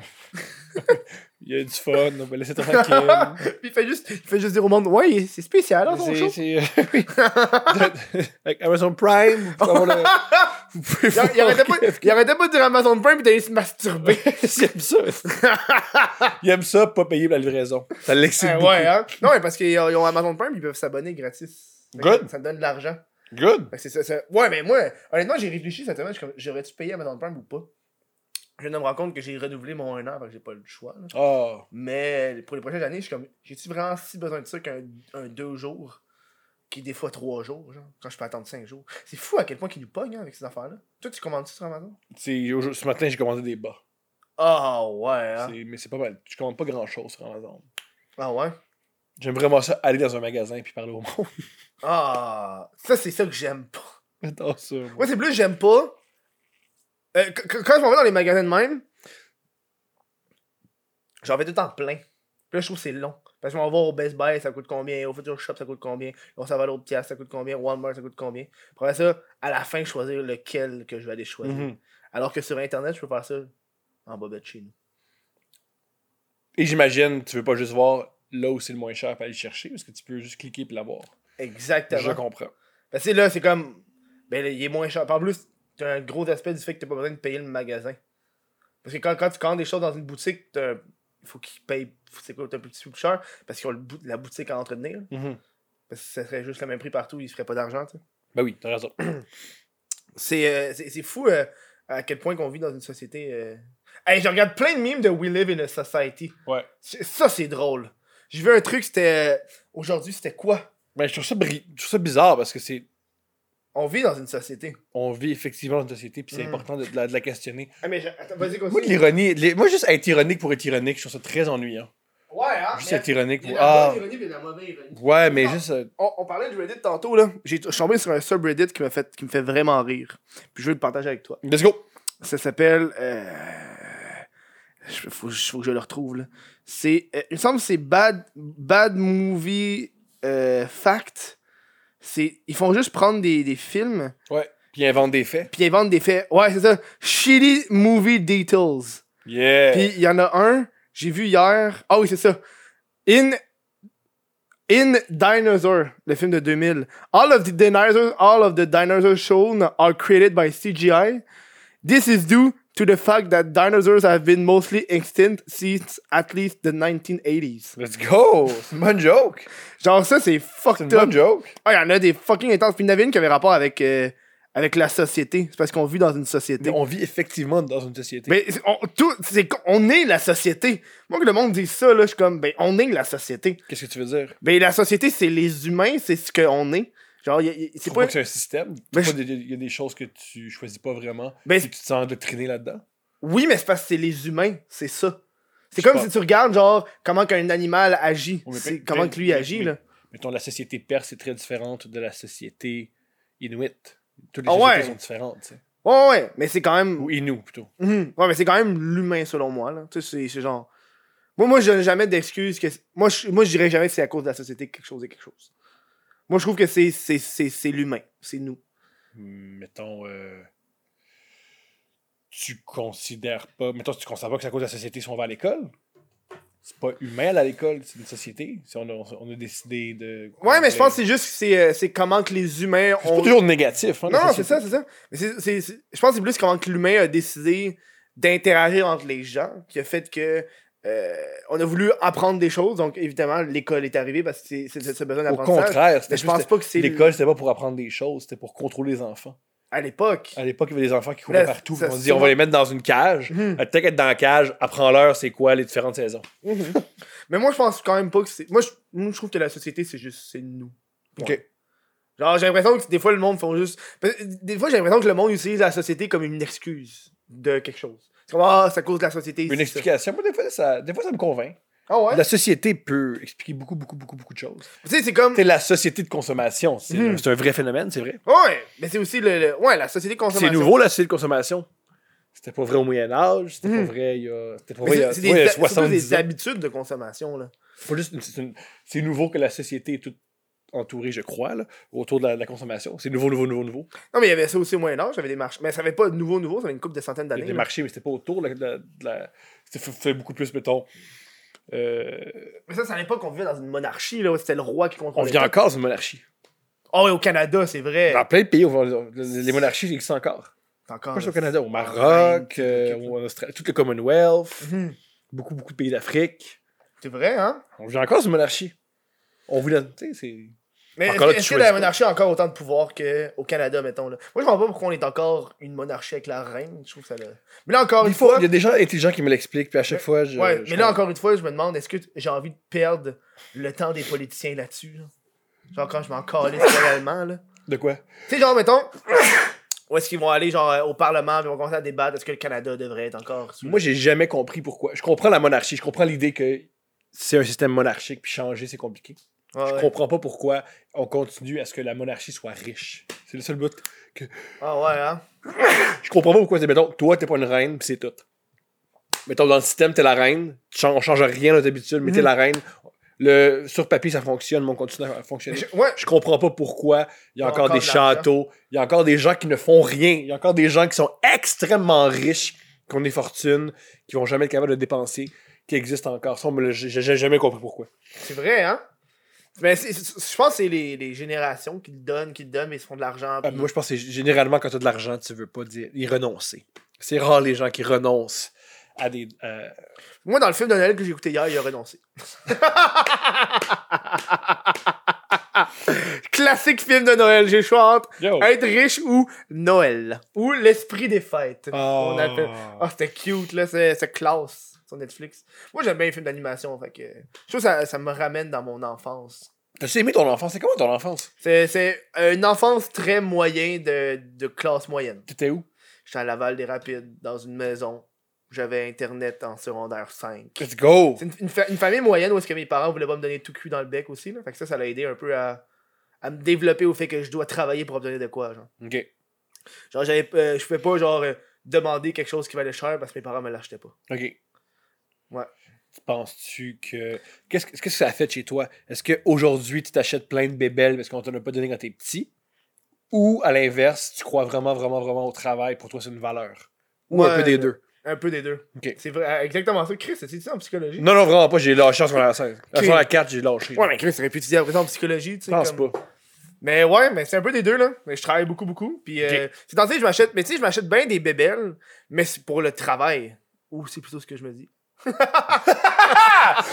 [SPEAKER 2] Il y a du fun, on va laisser tranquille.
[SPEAKER 1] Puis il fait juste, il fait juste dire au monde, ouais, c'est spécial, hein, son
[SPEAKER 2] C'est-
[SPEAKER 1] show.
[SPEAKER 2] c'est- euh, oui. Avec Amazon Prime, vous pouvez avoir le- vous pouvez
[SPEAKER 1] Il, il
[SPEAKER 2] voir-
[SPEAKER 1] arrêtait pas, il arrêtait pas de dire Amazon Prime pis d'aller se masturber.
[SPEAKER 2] Il aime ça. Il aime ça, pas payer pour la livraison. Ça l'excite
[SPEAKER 1] Ah,
[SPEAKER 2] beaucoup.
[SPEAKER 1] ouais, hein. Non, mais parce qu'ils ont ils ont Amazon Prime, ils peuvent s'abonner gratis. Fait que
[SPEAKER 2] Good.
[SPEAKER 1] Ça donne de l'argent.
[SPEAKER 2] Good.
[SPEAKER 1] Fait que c'est ça, ça- Ouais, mais moi, honnêtement, j'ai réfléchi cette semaine, je suis comme, j'aurais-tu payé Amazon Prime ou pas? Je viens de me rendre compte que j'ai renouvelé mon 1 an, fait que j'ai pas le choix. là.
[SPEAKER 2] Ah.
[SPEAKER 1] Mais pour les prochaines années, je suis comme, j'ai-tu vraiment si besoin de ça qu'un un deux jours, qui est des fois trois jours, genre, quand je peux attendre cinq jours? C'est fou à quel point qu'ils nous pognent hein, avec ces affaires-là. Toi, tu commandes-tu sur Amazon?
[SPEAKER 2] C'est- au- Ce matin, j'ai commandé des bas.
[SPEAKER 1] Ah ouais, hein?
[SPEAKER 2] C'est- Mais c'est pas mal. Je commande pas grand chose sur Amazon.
[SPEAKER 1] Ah ouais?
[SPEAKER 2] J'aime vraiment ça aller dans un magasin et puis parler au monde.
[SPEAKER 1] Ah! Ça, c'est ça que j'aime pas.
[SPEAKER 2] J'adore ça. moi.
[SPEAKER 1] Moi, c'est plus, j'aime pas. Euh, qu- qu- quand je m'en vais dans les magasins de même, j'en vais tout le temps plein. Puis là, je trouve que c'est long. Parce que je m'en vais au Best Buy, ça coûte combien. Au Future Shop, ça coûte combien. On s'en va à l'autre pièce, ça coûte combien. Walmart, ça coûte combien. Puis Après ça, à la fin, choisir lequel que je vais aller choisir.
[SPEAKER 2] Mhm.
[SPEAKER 1] Alors que sur Internet, je peux faire ça en bobette chez nous.
[SPEAKER 2] Et j'imagine, tu veux pas juste voir là où c'est le moins cher pour aller le chercher, parce que tu peux juste cliquer et l'avoir. Je
[SPEAKER 1] Exactement.
[SPEAKER 2] comprends.
[SPEAKER 1] Parce que là, c'est comme. Ben, là, il est moins cher. Puis En plus, t'as un gros aspect du fait que t'as pas besoin de payer le magasin. Parce que quand, quand tu commandes des choses dans une boutique, t'as un- il faut qu'ils payent. faut- C'est quoi, t'as un peu petit peu plus cher parce qu'ils ont le bout- la boutique à entretenir.
[SPEAKER 2] Mhm.
[SPEAKER 1] Parce que ça serait juste le même prix partout, ils se feraient pas d'argent, tu sais.
[SPEAKER 2] Ben oui, t'as raison.
[SPEAKER 1] C'est, euh, c'est, c'est fou euh, à quel point qu'on vit dans une société. euh. Hey, je regarde plein de mimes de We Live in a Society.
[SPEAKER 2] Ouais.
[SPEAKER 1] C'est- Ça, c'est drôle. J'ai vu un truc, c'était. euh, Aujourd'hui, c'était quoi
[SPEAKER 2] Mais Ben, je trouve ça, bri- je trouve ça bizarre parce que c'est.
[SPEAKER 1] On vit dans une société.
[SPEAKER 2] On vit effectivement dans une société, puis c'est
[SPEAKER 1] Mm.
[SPEAKER 2] important de, de la, de la questionner.
[SPEAKER 1] Ah, mais je- attends, vas-y,
[SPEAKER 2] Moi, de
[SPEAKER 1] continue.
[SPEAKER 2] l'ironie, de l'i- moi, juste être ironique pour être ironique, je trouve ça très ennuyant.
[SPEAKER 1] Ouais, hein,
[SPEAKER 2] Juste
[SPEAKER 1] mais-
[SPEAKER 2] être ironique
[SPEAKER 1] Il y a
[SPEAKER 2] pour.
[SPEAKER 1] la
[SPEAKER 2] Ah,
[SPEAKER 1] bonne ironie, puis il y a la mauvaise ironie.
[SPEAKER 2] ouais, mais
[SPEAKER 1] Ah.
[SPEAKER 2] juste. euh,
[SPEAKER 1] On, on parlait de Reddit tantôt, là. J'ai je suis tombé sur un subreddit qui me fait, qui me fait vraiment rire. Puis je vais le partager avec toi.
[SPEAKER 2] Let's go!
[SPEAKER 1] Ça s'appelle. Euh... je- Faut, faut que je le retrouve, là. C'est. euh, il me semble que c'est Bad, Bad Movie euh, Fact. C'est- Ils font juste prendre des, des films.
[SPEAKER 2] Ouais.
[SPEAKER 1] Ils
[SPEAKER 2] Puis ils inventent des faits.
[SPEAKER 1] Puis ils vendent des faits. Ouais, c'est ça. Shitty movie details.
[SPEAKER 2] Yeah.
[SPEAKER 1] Puis il y en a un, j'ai vu hier. Ah oui, c'est ça. In. In Dinosaur, le film de 2000. All of the dinosaurs, all of the dinosaurs shown are created by CGI. This is due to the fact that dinosaurs have been mostly extinct since at least the 1980s.
[SPEAKER 2] Let's go. C'est une bonne joke.
[SPEAKER 1] Genre ça, c'est
[SPEAKER 2] C'est une
[SPEAKER 1] fucked up.
[SPEAKER 2] bonne joke.
[SPEAKER 1] Ah, il y en a des fucking intenses. Puis il y en avait une qui avait rapport avec, euh, avec la société. C'est parce qu'on vit dans une société.
[SPEAKER 2] Mais on vit effectivement dans une société.
[SPEAKER 1] Mais c'est- on, tout, c'est qu'on- on est la société. Moi, que le monde dit ça, là, je suis comme, ben, on est la société.
[SPEAKER 2] Qu'est-ce que tu veux dire?
[SPEAKER 1] Ben, la société, c'est les humains, c'est ce qu'on est. Genre, y a- y- c'est
[SPEAKER 2] C'est pas
[SPEAKER 1] pas.
[SPEAKER 2] que c'est un système.
[SPEAKER 1] Mais
[SPEAKER 2] Il y a des choses que tu choisis pas vraiment.
[SPEAKER 1] Ben,
[SPEAKER 2] et tu te sens endoctriné là-dedans.
[SPEAKER 1] Oui, mais c'est parce que c'est les humains, c'est ça. C'est
[SPEAKER 2] Je sais
[SPEAKER 1] comme
[SPEAKER 2] pas.
[SPEAKER 1] si tu regardes, genre, comment qu'un animal agit.
[SPEAKER 2] Oui, mais
[SPEAKER 1] c'est
[SPEAKER 2] pe-
[SPEAKER 1] comment
[SPEAKER 2] pe-
[SPEAKER 1] que lui
[SPEAKER 2] oui,
[SPEAKER 1] agit,
[SPEAKER 2] oui.
[SPEAKER 1] là.
[SPEAKER 2] Mettons, la société perse est très différente de la société inuite. Toutes les
[SPEAKER 1] Ah
[SPEAKER 2] sociétés
[SPEAKER 1] ouais.
[SPEAKER 2] sont différentes. tu sais.
[SPEAKER 1] Ouais, ouais, ouais, mais c'est quand même.
[SPEAKER 2] Ou inou, plutôt.
[SPEAKER 1] Mhm. Ouais, mais c'est quand même l'humain, selon moi, là. Tu sais, c'est- c'est genre. Moi, moi, je donne jamais d'excuses que. Moi, je, moi, je dirais jamais que c'est à cause de la société que quelque chose est quelque chose. Moi, je trouve que c'est- c'est c'est- c'est l'humain, c'est nous.
[SPEAKER 2] Hum, Mettons, euh, tu considères pas. Mettons, tu considères pas que c'est à cause de la société si on va à l'école. C'est pas humain à l'école, c'est une société. Si on, a, on a décidé de.
[SPEAKER 1] Ouais, mais je pense que c'est juste que c'est, euh, c'est comment que les humains
[SPEAKER 2] C'est pas
[SPEAKER 1] ont.
[SPEAKER 2] toujours négatif. hein, la
[SPEAKER 1] Non, non, c'est ça,
[SPEAKER 2] société.
[SPEAKER 1] c'est ça. Mais c'est, c'est- c'est- je pense que c'est plus comment que l'humain a décidé d'interagir entre les gens, qui a fait que euh, on a voulu apprendre des choses. Donc, évidemment, l'école est arrivée parce que c'est, c'est- c'est ce besoin
[SPEAKER 2] Au
[SPEAKER 1] d'apprentissage.
[SPEAKER 2] contraire,
[SPEAKER 1] Mais
[SPEAKER 2] c'était
[SPEAKER 1] je
[SPEAKER 2] juste-
[SPEAKER 1] pense pas que c'est
[SPEAKER 2] L'école, c'était pas pour apprendre des choses, c'était pour contrôler les enfants.
[SPEAKER 1] à l'époque.
[SPEAKER 2] À l'époque, il y avait des enfants qui couraient
[SPEAKER 1] Là,
[SPEAKER 2] partout.
[SPEAKER 1] ça,
[SPEAKER 2] puis On se
[SPEAKER 1] c'est
[SPEAKER 2] dit, on
[SPEAKER 1] moi.
[SPEAKER 2] va les mettre dans une cage.
[SPEAKER 1] Mhm.
[SPEAKER 2] Euh, Peut-être être dans la cage, apprends-leur c'est quoi les différentes saisons.
[SPEAKER 1] Mhm. Mais moi, je pense quand même pas que c'est. Moi, je, moi, je trouve que la société, c'est juste. C'est nous.
[SPEAKER 2] Ok.
[SPEAKER 1] Ouais. Genre, j'ai l'impression que des fois, le monde font juste. Parce que Des fois, j'ai l'impression que le monde utilise la société comme une excuse de quelque chose. C'est comme, ah, c'est à cause de la société.
[SPEAKER 2] Une
[SPEAKER 1] c'est ça.
[SPEAKER 2] explication. Moi, des fois, ça, des fois, ça me convainc.
[SPEAKER 1] Ah ouais?
[SPEAKER 2] La société peut expliquer beaucoup, beaucoup, beaucoup, beaucoup de choses. Hmm.
[SPEAKER 1] Tu sais, c'est comme.
[SPEAKER 2] C'est la société de consommation. C'est
[SPEAKER 1] Mhm.
[SPEAKER 2] c'est un vrai phénomène, c'est vrai.
[SPEAKER 1] Ouais, mais c'est aussi le, le- Ouais, la société de consommation.
[SPEAKER 2] C'est nouveau, la société de consommation. C'était pas vrai au Moyen-Âge, c'était
[SPEAKER 1] Mhm.
[SPEAKER 2] pas vrai il y a. C'était pas
[SPEAKER 1] Mais
[SPEAKER 2] vrai il y
[SPEAKER 1] c'est-
[SPEAKER 2] a,
[SPEAKER 1] c'est
[SPEAKER 2] ouais, il y
[SPEAKER 1] des,
[SPEAKER 2] a
[SPEAKER 1] c'est surtout
[SPEAKER 2] 70
[SPEAKER 1] des
[SPEAKER 2] ans.
[SPEAKER 1] habitudes de consommation, là.
[SPEAKER 2] Faut juste une- c'est une- C'est nouveau que la société est toute entourée, je crois, là, autour de la, de la consommation. C'est nouveau, nouveau, nouveau, nouveau.
[SPEAKER 1] Non, mais il y avait ça aussi au Moyen-Âge, il y avait des marchés. Mais ça avait pas de nouveau, nouveau, ça avait une couple de centaines
[SPEAKER 2] Il y
[SPEAKER 1] d'années.
[SPEAKER 2] a des
[SPEAKER 1] là.
[SPEAKER 2] marchés, mais c'était pas autour de la. de la- de la- c'était f- fait beaucoup plus, mettons. euh,
[SPEAKER 1] Mais ça, c'est à l'époque qu'on vivait dans une monarchie, là, où c'était le roi qui
[SPEAKER 2] on
[SPEAKER 1] contrôlait.
[SPEAKER 2] vit encore d'une monarchie.
[SPEAKER 1] Oh, ouais, au Canada, c'est vrai.
[SPEAKER 2] Dans plein de pays, on va- on- les monarchies existent encore.
[SPEAKER 1] C'est encore.
[SPEAKER 2] Pas juste au
[SPEAKER 1] là.
[SPEAKER 2] Canada, au Maroc, euh,
[SPEAKER 1] ok, ok.
[SPEAKER 2] en Australie, tout le Commonwealth,
[SPEAKER 1] Mhm.
[SPEAKER 2] beaucoup, beaucoup de pays d'afrique.
[SPEAKER 1] C'est vrai, hein?
[SPEAKER 2] On vit encore d'une monarchie. On vit là, tu sais, c'est.
[SPEAKER 1] Mais est-ce
[SPEAKER 2] Encore là,
[SPEAKER 1] que-
[SPEAKER 2] tu
[SPEAKER 1] est-ce que
[SPEAKER 2] choisis
[SPEAKER 1] la
[SPEAKER 2] pas.
[SPEAKER 1] monarchie a encore autant de pouvoir qu'au Canada, mettons? Là? Moi, je comprends pas pourquoi on est encore une monarchie avec la reine. Je trouve ça. Là... Mais là, encore
[SPEAKER 2] Des
[SPEAKER 1] une
[SPEAKER 2] fois,
[SPEAKER 1] fois.
[SPEAKER 2] il y a des gens intelligents qui me l'expliquent, puis à chaque fois, je.
[SPEAKER 1] ouais, mais
[SPEAKER 2] je
[SPEAKER 1] là,
[SPEAKER 2] comprends.
[SPEAKER 1] encore une fois, je me demande est-ce que t- j'ai envie de perdre le temps des politiciens là-dessus? là? Genre, quand je m'en calais réellement, là.
[SPEAKER 2] De quoi
[SPEAKER 1] Tu sais, genre, mettons. Où est-ce qu'ils vont aller, genre, euh, au Parlement, puis ils vont commencer à débattre est-ce que le Canada devrait être encore. sous-
[SPEAKER 2] Moi, j'ai jamais compris pourquoi. Je comprends la monarchie, je comprends l'idée que c'est un système monarchique, puis changer, c'est compliqué.
[SPEAKER 1] Ouais,
[SPEAKER 2] Je
[SPEAKER 1] ouais.
[SPEAKER 2] comprends pas pourquoi on continue à ce que la monarchie soit riche. C'est le seul but.
[SPEAKER 1] Ah, ouais, hein.
[SPEAKER 2] Je comprends pas pourquoi c'est, mettons, toi, t'es pas une reine, pis c'est tout. Mettons, dans le système, t'es la reine, tu changes- on change rien à nos habitudes, mais t'es
[SPEAKER 1] Mhm.
[SPEAKER 2] la reine. Le, sur papier, ça fonctionne, mon continent a
[SPEAKER 1] Mais
[SPEAKER 2] fonctionné.
[SPEAKER 1] je- Ouais,
[SPEAKER 2] Je comprends pas pourquoi il y
[SPEAKER 1] Ils ont
[SPEAKER 2] a encore,
[SPEAKER 1] encore
[SPEAKER 2] des
[SPEAKER 1] de l'argent.
[SPEAKER 2] châteaux, il y a encore des gens qui ne font rien, il y a encore des gens qui sont extrêmement riches, qui ont des fortunes, qui vont jamais être capables de dépenser, qui existent encore. Ça, on me l'a- j'ai j'ai jamais compris pourquoi.
[SPEAKER 1] C'est vrai, hein? Mais c'est- c'est- je pense que c'est les, les générations qui le donnent, qui le donnent, mais ils se font de l'argent.
[SPEAKER 2] Ah,
[SPEAKER 1] puis-
[SPEAKER 2] moi, je pense que c'est g- généralement, quand tu as de l'argent, tu veux pas dire, y renoncer. C'est rare les gens qui renoncent à des. euh,
[SPEAKER 1] Moi, dans le film de Noël que j'ai écouté hier, il a renoncé. Classique film de Noël, j'ai le choix entre
[SPEAKER 2] Oh.
[SPEAKER 1] être riche ou Noël. Ou l'esprit des fêtes.
[SPEAKER 2] Oh.
[SPEAKER 1] On appelle- Ah, c'était cute, là, c'est c'est classe sur Netflix. Moi, j'aime bien les films d'animation, fait que... Je trouve que ça, ça me ramène dans mon enfance.
[SPEAKER 2] T'as-tu aimé ton enfance? C'est comment ton enfance?
[SPEAKER 1] C'est- C'est une enfance très moyenne de, de classe moyenne.
[SPEAKER 2] T'étais où?
[SPEAKER 1] J'étais à Laval des Rapides, dans une maison. J'avais Internet en secondaire 5.
[SPEAKER 2] Let's go!
[SPEAKER 1] C'est une, une fa- une famille moyenne où est-ce que mes parents voulaient pas me donner tout cul dans le bec aussi. Là. Fait que ça, ça l'a aidé un peu à, à me développer au fait que je dois travailler pour obtenir de quoi. Genre,
[SPEAKER 2] Ok.
[SPEAKER 1] genre j'avais, euh, je pouvais pas genre euh, demander quelque chose qui valait cher parce que mes parents me l'achetaient pas.
[SPEAKER 2] Ok.
[SPEAKER 1] Ouais.
[SPEAKER 2] Tu Penses-tu que. Qu'est-ce que qu'est-ce que ça a fait chez toi? Est-ce qu'aujourd'hui, tu t'achètes plein de bébelles parce qu'on t'en a pas donné quand t'es petit? Ou, à l'inverse, tu crois vraiment, vraiment, vraiment au travail. Pour toi, c'est une valeur. Ou
[SPEAKER 1] Ouais,
[SPEAKER 2] un peu des
[SPEAKER 1] ouais.
[SPEAKER 2] deux.
[SPEAKER 1] Un peu des deux.
[SPEAKER 2] Ok.
[SPEAKER 1] C'est vrai, euh, exactement ça. Chris, c'est ça en psychologie?
[SPEAKER 2] Non, non, vraiment pas. J'ai lâché en secondaire 5. En
[SPEAKER 1] Ok.
[SPEAKER 2] secondaire 4, j'ai lâché.
[SPEAKER 1] Ouais, mais Chris, t'aurais pu étudier après ça en psychologie, tu sais.
[SPEAKER 2] Je pense
[SPEAKER 1] comme-
[SPEAKER 2] pas.
[SPEAKER 1] Mais ouais, mais c'est un peu des deux, là. Mais je travaille beaucoup, beaucoup. Puis, euh, c'est dans je m'achète, mais tu sais, je m'achète bien des bébelles, mais c'est pour le travail. Ou c'est plutôt ce que je me dis.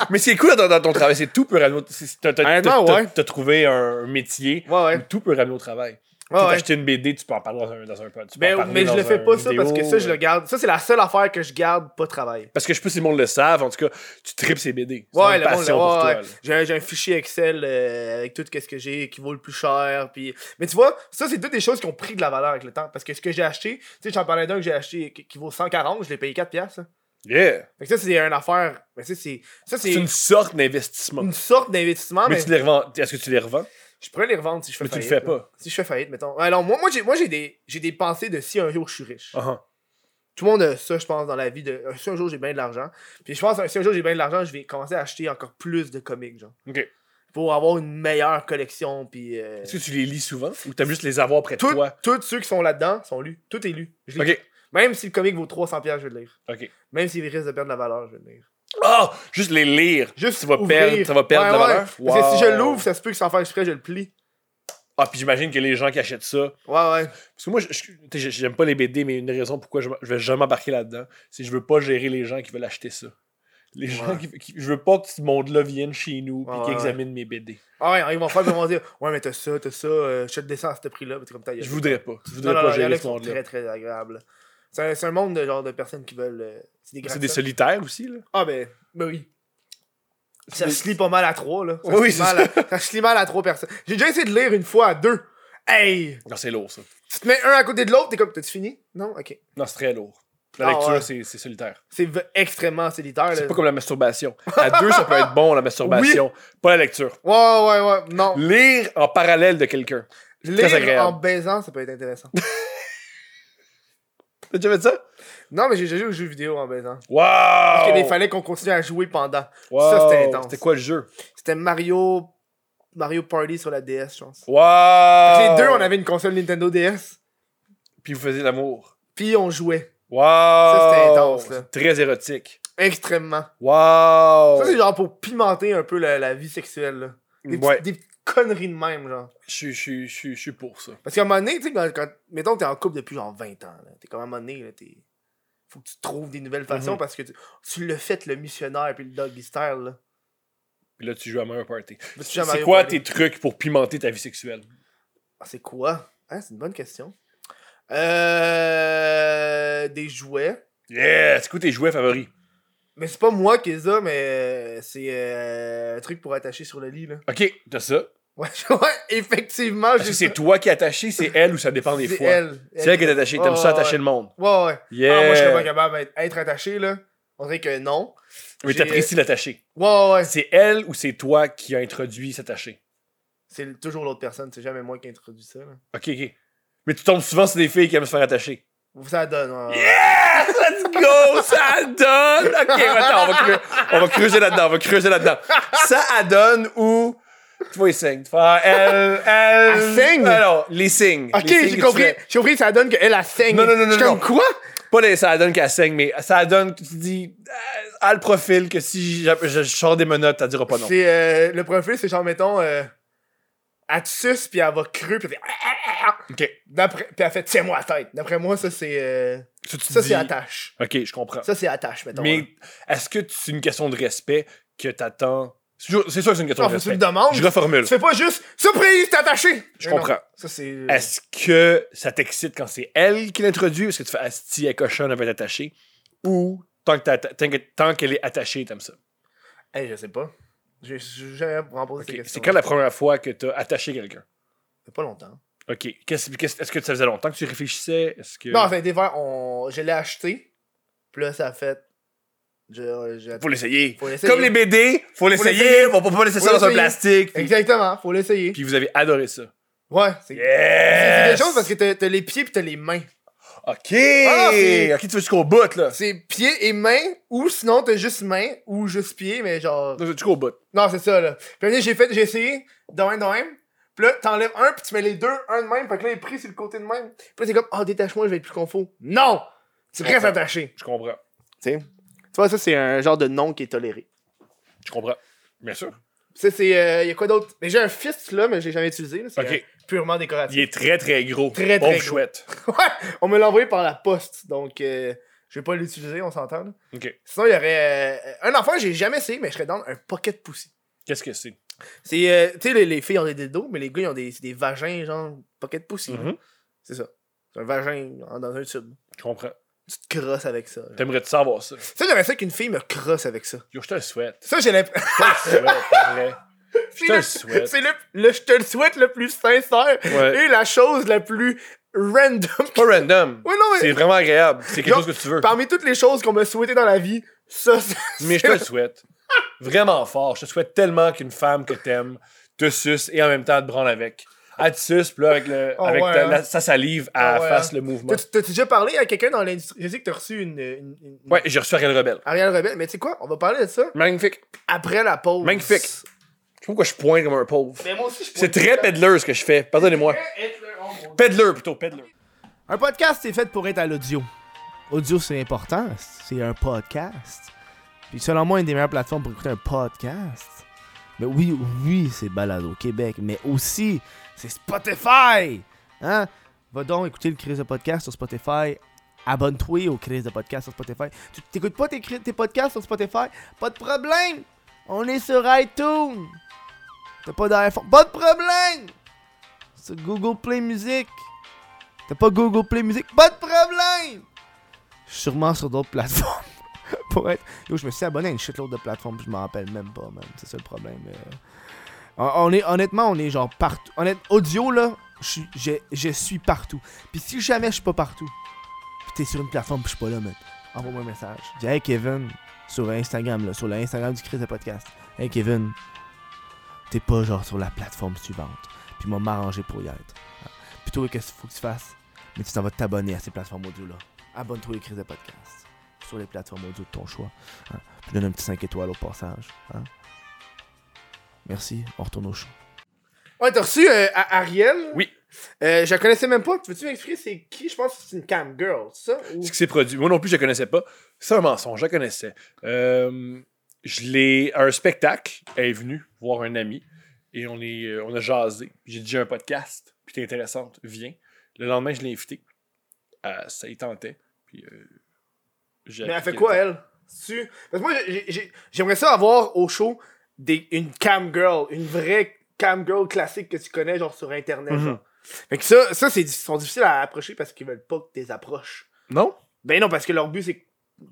[SPEAKER 2] Mais c'est cool dans, dans ton travail. C'est tout peut ramener au travail.
[SPEAKER 1] Honnêtement, ouais.
[SPEAKER 2] T'as trouvé un métier
[SPEAKER 1] Ouais, ouais.
[SPEAKER 2] où tout peut ramener au travail. Tu
[SPEAKER 1] Ah ouais, ouais.
[SPEAKER 2] acheté une BD, tu peux en parler dans un, dans un pod. tu peux
[SPEAKER 1] Mais,
[SPEAKER 2] en
[SPEAKER 1] Ben,
[SPEAKER 2] parler
[SPEAKER 1] mais je
[SPEAKER 2] dans
[SPEAKER 1] le fais
[SPEAKER 2] un
[SPEAKER 1] pas ça parce que
[SPEAKER 2] vidéo,
[SPEAKER 1] ça, je
[SPEAKER 2] euh,
[SPEAKER 1] le garde. Ça, c'est la seule affaire que je garde pas travail.
[SPEAKER 2] Parce que je sais pas si le monde le savent, en tout cas, tu tripes ces BD. C'est
[SPEAKER 1] Ouais,
[SPEAKER 2] une
[SPEAKER 1] le monde,
[SPEAKER 2] passion
[SPEAKER 1] ouais,
[SPEAKER 2] pour toi.
[SPEAKER 1] ouais.
[SPEAKER 2] là.
[SPEAKER 1] J'ai un, j'ai un fichier Excel euh, avec tout ce que j'ai qui vaut le plus cher. Puis... Mais tu vois, ça, c'est toutes des choses qui ont pris de la valeur avec le temps. Parce que ce que j'ai acheté, tu sais, j'en parlais d'un que j'ai acheté qui, qui vaut 140, je l'ai payé 4$. piastres, hein.
[SPEAKER 2] Yeah!
[SPEAKER 1] Fait que ça, c'est une affaire. Mais tu sais, c'est. Ça, c'est
[SPEAKER 2] C'est une
[SPEAKER 1] une...
[SPEAKER 2] sorte d'investissement.
[SPEAKER 1] sorte d'investissement, mais,
[SPEAKER 2] Mais tu les revends. Est-ce que tu les revends?
[SPEAKER 1] je pourrais les revendre si je fais
[SPEAKER 2] Mais tu le
[SPEAKER 1] faillite.
[SPEAKER 2] fais
[SPEAKER 1] là.
[SPEAKER 2] pas.
[SPEAKER 1] Si je fais faillite, mettons. Alors, moi, moi j'ai moi, j'ai des, j'ai des pensées de si un jour je suis riche.
[SPEAKER 2] Ah,
[SPEAKER 1] Tout le monde a ça, je pense, dans la vie. De, euh, si un jour j'ai bien de l'argent. Puis je pense, si un jour j'ai bien de l'argent, je vais commencer à acheter encore plus de comics, genre.
[SPEAKER 2] Ok.
[SPEAKER 1] Pour avoir une meilleure collection. Puis. euh,
[SPEAKER 2] Est-ce que tu les lis souvent ou t'aimes juste les avoir près de
[SPEAKER 1] tout-
[SPEAKER 2] toi?
[SPEAKER 1] Tous ceux qui sont là-dedans sont lus. Tout est lu. Je l'ai-
[SPEAKER 2] Ok.
[SPEAKER 1] Même si le comic vaut 300$, piastres, je vais le lire.
[SPEAKER 2] Ok.
[SPEAKER 1] Même s'il risque de perdre de la valeur, je vais le lire.
[SPEAKER 2] Ah! juste les lire.
[SPEAKER 1] Juste,
[SPEAKER 2] Ça va
[SPEAKER 1] ouvrir.
[SPEAKER 2] perdre- ça va perdre de la valeur?
[SPEAKER 1] Parce que si je
[SPEAKER 2] Wow.
[SPEAKER 1] l'ouvre, ça se peut que sans faire exprès, je le plie.
[SPEAKER 2] Ah, puis j'imagine que les gens qui achètent ça.
[SPEAKER 1] Ouais, ouais.
[SPEAKER 2] Parce que moi, je- je- t'sais, j'ai- j'aime pas les BD, mais une raison pourquoi je, m- je vais jamais embarquer là-dedans, c'est que je veux pas gérer les gens qui veulent acheter ça. Les gens
[SPEAKER 1] Ouais.
[SPEAKER 2] qui, qui- Je veux pas que ce monde-là vienne chez nous puis
[SPEAKER 1] Ouais,
[SPEAKER 2] qu'ils
[SPEAKER 1] ouais.
[SPEAKER 2] examine mes BD.
[SPEAKER 1] Ah ouais, ils vont faire, ils vont dire Ouais, mais t'as ça, t'as ça, euh, je te le descends à ce prix-là. Puis t'es comme ta gueule.
[SPEAKER 2] Je voudrais pas. Je voudrais
[SPEAKER 1] Non, non,
[SPEAKER 2] pas
[SPEAKER 1] non, il y en
[SPEAKER 2] gérer
[SPEAKER 1] a qui
[SPEAKER 2] ce
[SPEAKER 1] sont
[SPEAKER 2] monde-là.
[SPEAKER 1] très, très agréables. C'est un, c'est un monde de genre de personnes qui veulent. euh, c'est des
[SPEAKER 2] C'est des
[SPEAKER 1] gratteurs.
[SPEAKER 2] solitaires aussi, là.
[SPEAKER 1] Ah, ben, ben oui. Ça
[SPEAKER 2] des-
[SPEAKER 1] se lit pas mal à trois, là. Ça
[SPEAKER 2] Oui, oui,
[SPEAKER 1] se
[SPEAKER 2] c'est
[SPEAKER 1] lit mal à- ça se lit mal à trois personnes. J'ai déjà essayé de lire une fois à deux. Hey!
[SPEAKER 2] Non, c'est lourd, ça.
[SPEAKER 1] Tu te mets un à côté de l'autre, t'es comme, t'as-tu fini? Non? Ok.
[SPEAKER 2] Non, c'est très lourd. La
[SPEAKER 1] Ah,
[SPEAKER 2] lecture,
[SPEAKER 1] ouais.
[SPEAKER 2] c'est c'est solitaire.
[SPEAKER 1] C'est v- extrêmement solitaire, là.
[SPEAKER 2] C'est pas comme la masturbation. À deux, ça peut être bon, la masturbation. Pas la lecture.
[SPEAKER 1] Ouais, ouais, ouais. Non.
[SPEAKER 2] Lire en parallèle de quelqu'un.
[SPEAKER 1] Lire
[SPEAKER 2] agréable.
[SPEAKER 1] en baisant, ça peut être intéressant.
[SPEAKER 2] T'as déjà fait ça?
[SPEAKER 1] non, mais j'ai déjà joué aux jeux vidéo en baisant.
[SPEAKER 2] Wow!
[SPEAKER 1] Parce
[SPEAKER 2] Oh.
[SPEAKER 1] qu'il fallait qu'on continue à jouer pendant.
[SPEAKER 2] Wow!
[SPEAKER 1] Ça, c'était intense.
[SPEAKER 2] C'était quoi le jeu?
[SPEAKER 1] C'était Mario. Mario Party sur la DS, je pense.
[SPEAKER 2] Wow!
[SPEAKER 1] Les deux, on avait une console Nintendo DS.
[SPEAKER 2] Puis vous faisiez l'amour.
[SPEAKER 1] Puis on jouait.
[SPEAKER 2] Wow!
[SPEAKER 1] Ça, c'était intense, là.
[SPEAKER 2] C'est Très érotique.
[SPEAKER 1] Extrêmement.
[SPEAKER 2] Wow!
[SPEAKER 1] Ça, c'est genre pour pimenter un peu la, la vie sexuelle. Là. Des,
[SPEAKER 2] Ouais,
[SPEAKER 1] petites- des petites conneries de même, genre.
[SPEAKER 2] je suis- je suis- je suis je suis pour ça.
[SPEAKER 1] Parce qu'à un moment donné, tu sais, quand, quand- mettons, t'es en couple depuis genre 20 ans. là. T'es comme à un moment donné, là, t'es. Faut que tu trouves des nouvelles façons
[SPEAKER 2] Mhm.
[SPEAKER 1] parce que tu, tu le fais, le missionnaire, puis le doggy style, là.
[SPEAKER 2] Puis là, tu joues à Mario Party.
[SPEAKER 1] Parce que tu joues à
[SPEAKER 2] C'est
[SPEAKER 1] Mario
[SPEAKER 2] quoi
[SPEAKER 1] Party.
[SPEAKER 2] tes trucs pour pimenter ta vie sexuelle?
[SPEAKER 1] Ah, c'est quoi? Hein, c'est une bonne question. Euh, des jouets.
[SPEAKER 2] Yeah! C'est quoi tes jouets favoris?
[SPEAKER 1] Mais c'est pas moi qui les a, mais euh, c'est euh, un truc pour attacher sur le lit, là.
[SPEAKER 2] Ok, t'as ça.
[SPEAKER 1] Ouais, ouais, effectivement,
[SPEAKER 2] Est-ce que c'est toi qui es attaché, c'est elle ou ça dépend des
[SPEAKER 1] C'est
[SPEAKER 2] fois?
[SPEAKER 1] elle.
[SPEAKER 2] C'est elle qui est attachée. T'aimes
[SPEAKER 1] Ouais,
[SPEAKER 2] ça
[SPEAKER 1] ouais,
[SPEAKER 2] attacher le monde?
[SPEAKER 1] Ouais, ouais.
[SPEAKER 2] Yeah!
[SPEAKER 1] Ah, moi, je serais pas capable d'être être attaché, là. On dirait que non.
[SPEAKER 2] Mais
[SPEAKER 1] J'ai- euh,
[SPEAKER 2] t'apprécies l'attaché.
[SPEAKER 1] Ouais, ouais, ouais.
[SPEAKER 2] C'est elle ou c'est toi qui a introduit s'attacher?
[SPEAKER 1] C'est toujours l'autre personne, c'est jamais moi qui introduis ça, là.
[SPEAKER 2] Ok, ok. Mais tu tombes souvent sur des filles qui aiment se faire attacher.
[SPEAKER 1] Ça donne, hein. ouais, ouais.
[SPEAKER 2] Yeah! Let's go! Ça donne! Ok, attends, on va, creu- on va creuser là-dedans, on va creuser là-dedans. Ça donne ou. Tu vois, les signes. Tu fais, ah, elle, elle.
[SPEAKER 1] Elle signe?
[SPEAKER 2] Alors, Ah, les signes.
[SPEAKER 1] Ah, Ok,
[SPEAKER 2] Les signes
[SPEAKER 1] j'ai
[SPEAKER 2] que tu
[SPEAKER 1] compris.
[SPEAKER 2] fais.
[SPEAKER 1] J'ai compris que ça donne qu'elle a saigne.
[SPEAKER 2] Non, non, non,
[SPEAKER 1] Je suis
[SPEAKER 2] non,
[SPEAKER 1] comme
[SPEAKER 2] non.
[SPEAKER 1] quoi?
[SPEAKER 2] Pas les ça donne qu'elle saigne, mais ça donne, tu te dis, euh, à le profil que si j'a- je, je sors des menottes, t'as dira pas non.
[SPEAKER 1] C'est euh, le profil, c'est genre, mettons, euh, elle te suce, puis elle va creux, puis elle fait.
[SPEAKER 2] Ok.
[SPEAKER 1] D'après, puis elle fait, tiens-moi la tête. D'après moi, ça, c'est. euh,
[SPEAKER 2] Ça, tu te
[SPEAKER 1] ça,
[SPEAKER 2] dis-
[SPEAKER 1] c'est attache.
[SPEAKER 2] Ok, je comprends.
[SPEAKER 1] Ça, c'est attache, mettons. hein. là.
[SPEAKER 2] mais est-ce que c'est une question de respect que t'attends? C'est sûr c'est sûr que c'est une question
[SPEAKER 1] Non,
[SPEAKER 2] de
[SPEAKER 1] Ah, faut que tu
[SPEAKER 2] respect.
[SPEAKER 1] le demandes.
[SPEAKER 2] Je reformule.
[SPEAKER 1] Tu fais pas juste surprise, t'es attaché.
[SPEAKER 2] Je
[SPEAKER 1] Mais non,
[SPEAKER 2] comprends.
[SPEAKER 1] Ça, c'est. euh,
[SPEAKER 2] Est-ce que ça t'excite quand c'est elle qui l'introduit? Est-ce que tu fais Asti, elle cochonne, elle va être attachée? Ou tant que t'as- tant que- tant qu'elle est attachée, t'aimes ça?
[SPEAKER 1] Hey, je sais pas. J'ai j'ai jamais remposé
[SPEAKER 2] Ok.
[SPEAKER 1] cette question.
[SPEAKER 2] C'est quand la première fois que t'as attaché quelqu'un?
[SPEAKER 1] Ça fait pas longtemps.
[SPEAKER 2] OK. Qu'est-ce- qu'est-ce- Est-ce que ça faisait longtemps que tu réfléchissais? Est-ce que...
[SPEAKER 1] Non, ça a été vers. On... Je l'ai acheté. Puis là, ça a fait. Je, je-
[SPEAKER 2] faut l'essayer.
[SPEAKER 1] Faut l'essayer.
[SPEAKER 2] Comme les BD, faut l'essayer.
[SPEAKER 1] l'essayer.
[SPEAKER 2] On peut pas laisser
[SPEAKER 1] Faut
[SPEAKER 2] ça dans un
[SPEAKER 1] l'essayer.
[SPEAKER 2] plastique. Puis,
[SPEAKER 1] Exactement, faut l'essayer.
[SPEAKER 2] puis vous avez adoré ça.
[SPEAKER 1] Ouais, c'est. C'est
[SPEAKER 2] Yes!
[SPEAKER 1] quelque chose parce que t'as t'as les pieds puis t'as les mains.
[SPEAKER 2] OK!
[SPEAKER 1] Ah, c'est-
[SPEAKER 2] OK, tu veux jusqu'au bout, là.
[SPEAKER 1] C'est pieds et mains, ou sinon t'as juste mains, ou juste pieds, mais genre.
[SPEAKER 2] Tu veux jusqu'au bout.
[SPEAKER 1] Non, c'est ça, là. Puis un moment donné, j'ai fait, j'ai essayé, de même, de même. Puis là, t'enlèves un, puis tu mets les deux, un de même, puis que là, il est pris sur le côté de même. Puis là, c'est comme, ah, détache-moi, je vais être plus confo. Non! Tu restes attaché.
[SPEAKER 2] Je
[SPEAKER 1] Tu
[SPEAKER 2] comprends.
[SPEAKER 1] sais? Tu vois, ça, c'est un genre de nom qui est toléré.
[SPEAKER 2] Je comprends. Bien sûr.
[SPEAKER 1] Ça, c'est. euh, Il y a quoi d'autre? Mais j'ai un fist, là, mais je l'ai jamais utilisé. là. C'est
[SPEAKER 2] Ok.
[SPEAKER 1] euh, purement décoratif.
[SPEAKER 2] Il est très, très gros.
[SPEAKER 1] Très, très
[SPEAKER 2] Pauvre
[SPEAKER 1] gros.
[SPEAKER 2] chouette.
[SPEAKER 1] Ouais! On me l'a envoyé par la poste, donc euh, je vais pas l'utiliser, on s'entend. là.
[SPEAKER 2] OK.
[SPEAKER 1] Sinon, il y aurait. euh, un enfant, j'ai jamais essayé, mais je serais dans un pocket pussy.
[SPEAKER 2] Qu'est-ce que c'est?
[SPEAKER 1] C'est. euh, tu sais, les, les filles ont des dildos, mais les gars, ils ont des, c'est des vagins, genre, pocket pussy. là.
[SPEAKER 2] Mhm.
[SPEAKER 1] C'est ça. C'est un vagin en- dans un tube.
[SPEAKER 2] Je comprends.
[SPEAKER 1] Tu te crosses avec ça. genre.
[SPEAKER 2] T'aimerais-tu savoir ça?
[SPEAKER 1] Ça, j'aimerais ça qu'une fille me crosse avec ça.
[SPEAKER 2] Yo, je te le souhaite.
[SPEAKER 1] Ça, j'ai l'impression.
[SPEAKER 2] Je te le souhaite, pour
[SPEAKER 1] C'est
[SPEAKER 2] vrai. te le
[SPEAKER 1] le-
[SPEAKER 2] souhaite.
[SPEAKER 1] c'est le, le- je te le souhaite le plus sincère
[SPEAKER 2] Ouais.
[SPEAKER 1] et la chose la plus random.
[SPEAKER 2] Pas random.
[SPEAKER 1] Oui, non,
[SPEAKER 2] C'est
[SPEAKER 1] mais
[SPEAKER 2] vraiment agréable. C'est quelque
[SPEAKER 1] Yo,
[SPEAKER 2] chose que tu veux.
[SPEAKER 1] parmi toutes les choses qu'on m'a souhaité dans la vie, ça, c'est.
[SPEAKER 2] Mais je te le souhaite. Vraiment fort. Je te souhaite tellement qu'une femme que t'aimes te suce et en même temps te branle avec. Elle te suce, puis là, avec, le,
[SPEAKER 1] Oh,
[SPEAKER 2] avec
[SPEAKER 1] ouais,
[SPEAKER 2] ta-
[SPEAKER 1] hein.
[SPEAKER 2] la- sa salive, elle
[SPEAKER 1] Ah, ouais,
[SPEAKER 2] fasse
[SPEAKER 1] hein.
[SPEAKER 2] le mouvement.
[SPEAKER 1] T'as- T'as t'as déjà parlé à quelqu'un dans l'industrie? Je sais que t'as reçu une. une, une- une-
[SPEAKER 2] Ouais, j'ai reçu Ariel Rebelle.
[SPEAKER 1] Ariel Rebelle, mais tu sais quoi? On va parler de ça
[SPEAKER 2] Magnifique.
[SPEAKER 1] après la pause.
[SPEAKER 2] Magnifique. Je sais pas pourquoi je pointe comme un pauvre.
[SPEAKER 1] Mais moi aussi, je
[SPEAKER 2] C'est très peddler ce que je fais. Pardonnez-moi. oh Peddler plutôt, peddler.
[SPEAKER 1] Un podcast, c'est fait pour être à l'audio. Audio, c'est important. C'est un podcast. Puis selon moi, une des meilleures plateformes pour écouter un podcast. Mais oui, oui, c'est Balado Québec, mais aussi, c'est Spotify. Hein? Va donc écouter le Crise de podcast sur Spotify. Abonne-toi au Crise de podcast sur Spotify. Tu t'écoutes pas tes, cri- tes podcasts sur Spotify? Pas de problème! On est sur iTunes! T'as pas d'iPhone? Pas de problème! Sur Google Play Music! T'as pas Google Play Music? Pas de problème! Sûrement sur d'autres plateformes. Pour être... Yo, je me suis abonné à une shitload de plateformes, puis je m'en rappelle même pas, man. C'est ça le problème. euh. On- On est, honnêtement, on est genre partout. Honnête, audio, là, je suis- je- je suis partout. Puis si jamais je suis pas partout, puis t'es sur une plateforme, puis je suis pas là, man, envoie-moi un message. Dis, hey Kevin, sur Instagram, là, sur l'Instagram du Chris de Podcast. Hey Kevin, t'es pas genre sur la plateforme suivante. Puis moi, m'arranger pour y être. Plutôt, qu'est-ce qu'il faut que tu fasses? mais tu t'en vas t'abonner à ces plateformes audio-là. Abonne-toi aux crises de podcast sur les plateformes audio de ton choix. hein. Puis donne un petit 5 étoiles au passage. hein. Merci, on retourne au show. Ouais, t'as reçu euh, Ariel. Euh,
[SPEAKER 2] Oui.
[SPEAKER 1] je la connaissais même pas. Veux-tu m'expliquer c'est qui Je pense que c'est une cam girl, ça
[SPEAKER 2] Ce qui s'est produit. Moi non plus, je ne connaissais pas. C'est un mensonge, je la connaissais. Euh, je l'ai. À un spectacle, elle est venue voir un ami et on, est, euh, on a jasé. J'ai dit j'ai un podcast, puis t'es intéressante, viens. Le lendemain, je l'ai invitée. Euh, ça y tentait. Puis, euh, j'ai
[SPEAKER 1] Mais elle
[SPEAKER 2] appliqué
[SPEAKER 1] fait
[SPEAKER 2] le
[SPEAKER 1] quoi,
[SPEAKER 2] temps.
[SPEAKER 1] elle Tu- Parce que moi, j'ai- j'ai- j'aimerais ça avoir au show des, une cam girl, une vraie cam girl classique que tu connais, genre sur Internet.
[SPEAKER 2] Mhm.
[SPEAKER 1] genre. Fait que ça, ça c'est, ils sont difficiles à approcher parce qu'ils veulent pas que tu les approches.
[SPEAKER 2] Non?
[SPEAKER 1] Ben non, parce que leur but, c'est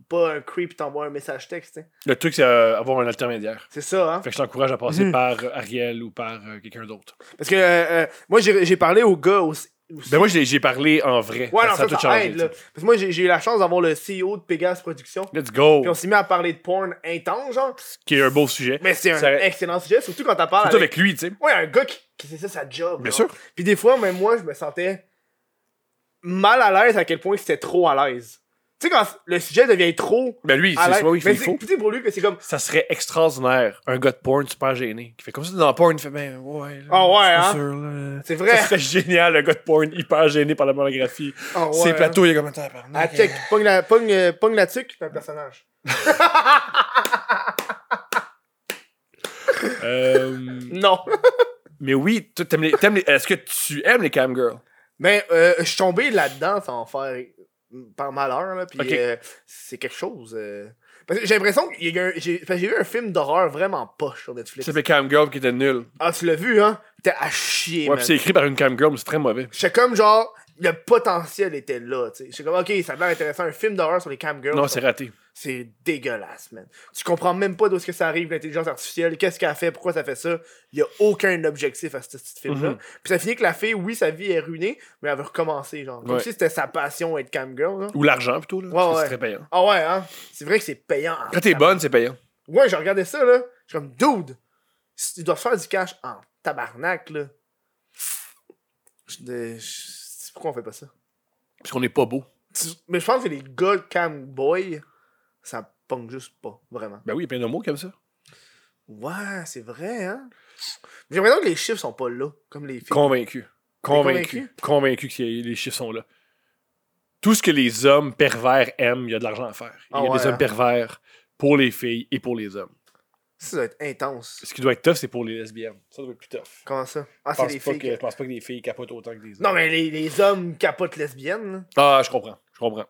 [SPEAKER 1] pas un creep t'envoie un message texte. hein.
[SPEAKER 2] Le truc, c'est euh, avoir un intermédiaire.
[SPEAKER 1] C'est ça, hein.
[SPEAKER 2] Fait que je t'encourage à passer
[SPEAKER 1] Mhm.
[SPEAKER 2] par euh, Ariel ou par euh, quelqu'un d'autre.
[SPEAKER 1] Parce que euh, euh, moi, j'ai j'ai parlé au gars aussi. aussi.
[SPEAKER 2] Ben moi, je l'ai- j'ai parlé en vrai.
[SPEAKER 1] ouais, non,
[SPEAKER 2] ça a
[SPEAKER 1] ça,
[SPEAKER 2] tout
[SPEAKER 1] ça
[SPEAKER 2] changé.
[SPEAKER 1] aide,
[SPEAKER 2] tu
[SPEAKER 1] là.
[SPEAKER 2] sais.
[SPEAKER 1] Parce que moi, j'ai j'ai eu la chance d'avoir le CEO de Pegasus Productions.
[SPEAKER 2] Let's go!
[SPEAKER 1] Puis on s'est mis à parler de porn intense, genre.
[SPEAKER 2] Qui est un beau sujet.
[SPEAKER 1] Mais c'est un
[SPEAKER 2] Ça-
[SPEAKER 1] excellent sujet, surtout quand t'en parles.
[SPEAKER 2] Surtout
[SPEAKER 1] avec-
[SPEAKER 2] avec lui, tu sais.
[SPEAKER 1] Ouais, un gars qui, qui c'est ça sa job.
[SPEAKER 2] Bien
[SPEAKER 1] genre.
[SPEAKER 2] sûr.
[SPEAKER 1] Puis des fois, même moi, je me sentais mal à l'aise à quel point c'était trop à l'aise. Tu sais, quand le sujet devient trop
[SPEAKER 2] Ben lui,
[SPEAKER 1] à
[SPEAKER 2] c'est
[SPEAKER 1] l'aise.
[SPEAKER 2] soit oui,
[SPEAKER 1] mais
[SPEAKER 2] il faut.
[SPEAKER 1] c'est tu sais, pour lui que c'est comme.
[SPEAKER 2] Ça serait extraordinaire, un gars de porn super gêné. Qui fait comme ça dans le porn, il fait ben ouais. là,
[SPEAKER 1] Ah ouais,
[SPEAKER 2] je suis pas
[SPEAKER 1] hein?
[SPEAKER 2] sûr, là.
[SPEAKER 1] C'est vrai.
[SPEAKER 2] Ça serait génial, un gars de porn hyper gêné par la pornographie.
[SPEAKER 1] Ah ouais,
[SPEAKER 2] Ses
[SPEAKER 1] hein.
[SPEAKER 2] plateaux, il est comme attends, pardon.
[SPEAKER 1] Ah, check, pogne la, pogne, euh, pogne la tuque, c'est un personnage.
[SPEAKER 2] Euh,
[SPEAKER 1] Non.
[SPEAKER 2] mais oui, toi, t'aimes les- t'aimes les- est-ce que tu aimes les cam girls?
[SPEAKER 1] Mais euh, je suis tombé là-dedans sans faire par malheur, là, puis
[SPEAKER 2] Ok.
[SPEAKER 1] euh, c'est quelque chose. euh. Parce que j'ai l'impression que j'ai parce que j'ai vu un film d'horreur vraiment poche sur
[SPEAKER 2] Ça
[SPEAKER 1] Netflix.
[SPEAKER 2] s'appelait cam girl qui était nul.
[SPEAKER 1] Ah, tu l'as vu, hein? T'es à chier,
[SPEAKER 2] Ouais,
[SPEAKER 1] man.
[SPEAKER 2] puis c'est écrit par une cam girl, mais c'est très mauvais.
[SPEAKER 1] J'étais comme genre, le potentiel était là, tu sais. J'étais comme, ok, ça a l'air intéressant, un film d'horreur sur les camgirls.
[SPEAKER 2] Non, c'est raté.
[SPEAKER 1] C'est dégueulasse, man. Tu comprends même pas d'où est-ce que ça arrive, l'intelligence artificielle, qu'est-ce qu'elle fait, pourquoi ça fait ça. Il y a aucun objectif à ce petit film-là.
[SPEAKER 2] Mhm.
[SPEAKER 1] Puis ça finit que la fille, oui, sa vie est ruinée, mais elle veut recommencer, genre. Comme
[SPEAKER 2] Ouais.
[SPEAKER 1] si c'était sa passion être camgirl, là.
[SPEAKER 2] Ou l'argent plutôt, là. parce que
[SPEAKER 1] ouais.
[SPEAKER 2] C'est très payant.
[SPEAKER 1] Ah ouais, hein? C'est vrai que c'est payant. en
[SPEAKER 2] Quand t'es bonne, c'est payant.
[SPEAKER 1] Ouais, j'ai regardé ça, là. Je suis comme, dude, si tu dois faire du cash en tabarnak, là. Je- de- je- c'est Pourquoi on fait pas ça?
[SPEAKER 2] Parce qu'on est pas beau.
[SPEAKER 1] Tu- Mais je pense que les gars cam boy, ça pong juste pas, vraiment.
[SPEAKER 2] Ben oui, il y a plein de mots comme ça.
[SPEAKER 1] Ouais, c'est vrai, hein? J'ai l'impression que les chiffres sont pas là, comme les films.
[SPEAKER 2] Convaincu. Convaincu. Convaincu que les chiffres sont là. Tout ce que les hommes pervers aiment, il y a de l'argent à faire. Il
[SPEAKER 1] Ah
[SPEAKER 2] y a
[SPEAKER 1] ouais,
[SPEAKER 2] des hommes
[SPEAKER 1] hein?
[SPEAKER 2] pervers pour les filles et pour les hommes.
[SPEAKER 1] Ça doit être intense.
[SPEAKER 2] Ce qui doit être tough, c'est pour les lesbiennes. Ça doit être plus tough.
[SPEAKER 1] Comment ça? Ah,
[SPEAKER 2] Je
[SPEAKER 1] c'est
[SPEAKER 2] pense,
[SPEAKER 1] les
[SPEAKER 2] pas
[SPEAKER 1] filles.
[SPEAKER 2] que, je pense pas que les filles capotent autant que les
[SPEAKER 1] que-
[SPEAKER 2] hommes.
[SPEAKER 1] Non, mais les, les hommes capotent lesbiennes, là.
[SPEAKER 2] Ah, je comprends. Je comprends.
[SPEAKER 1] Tu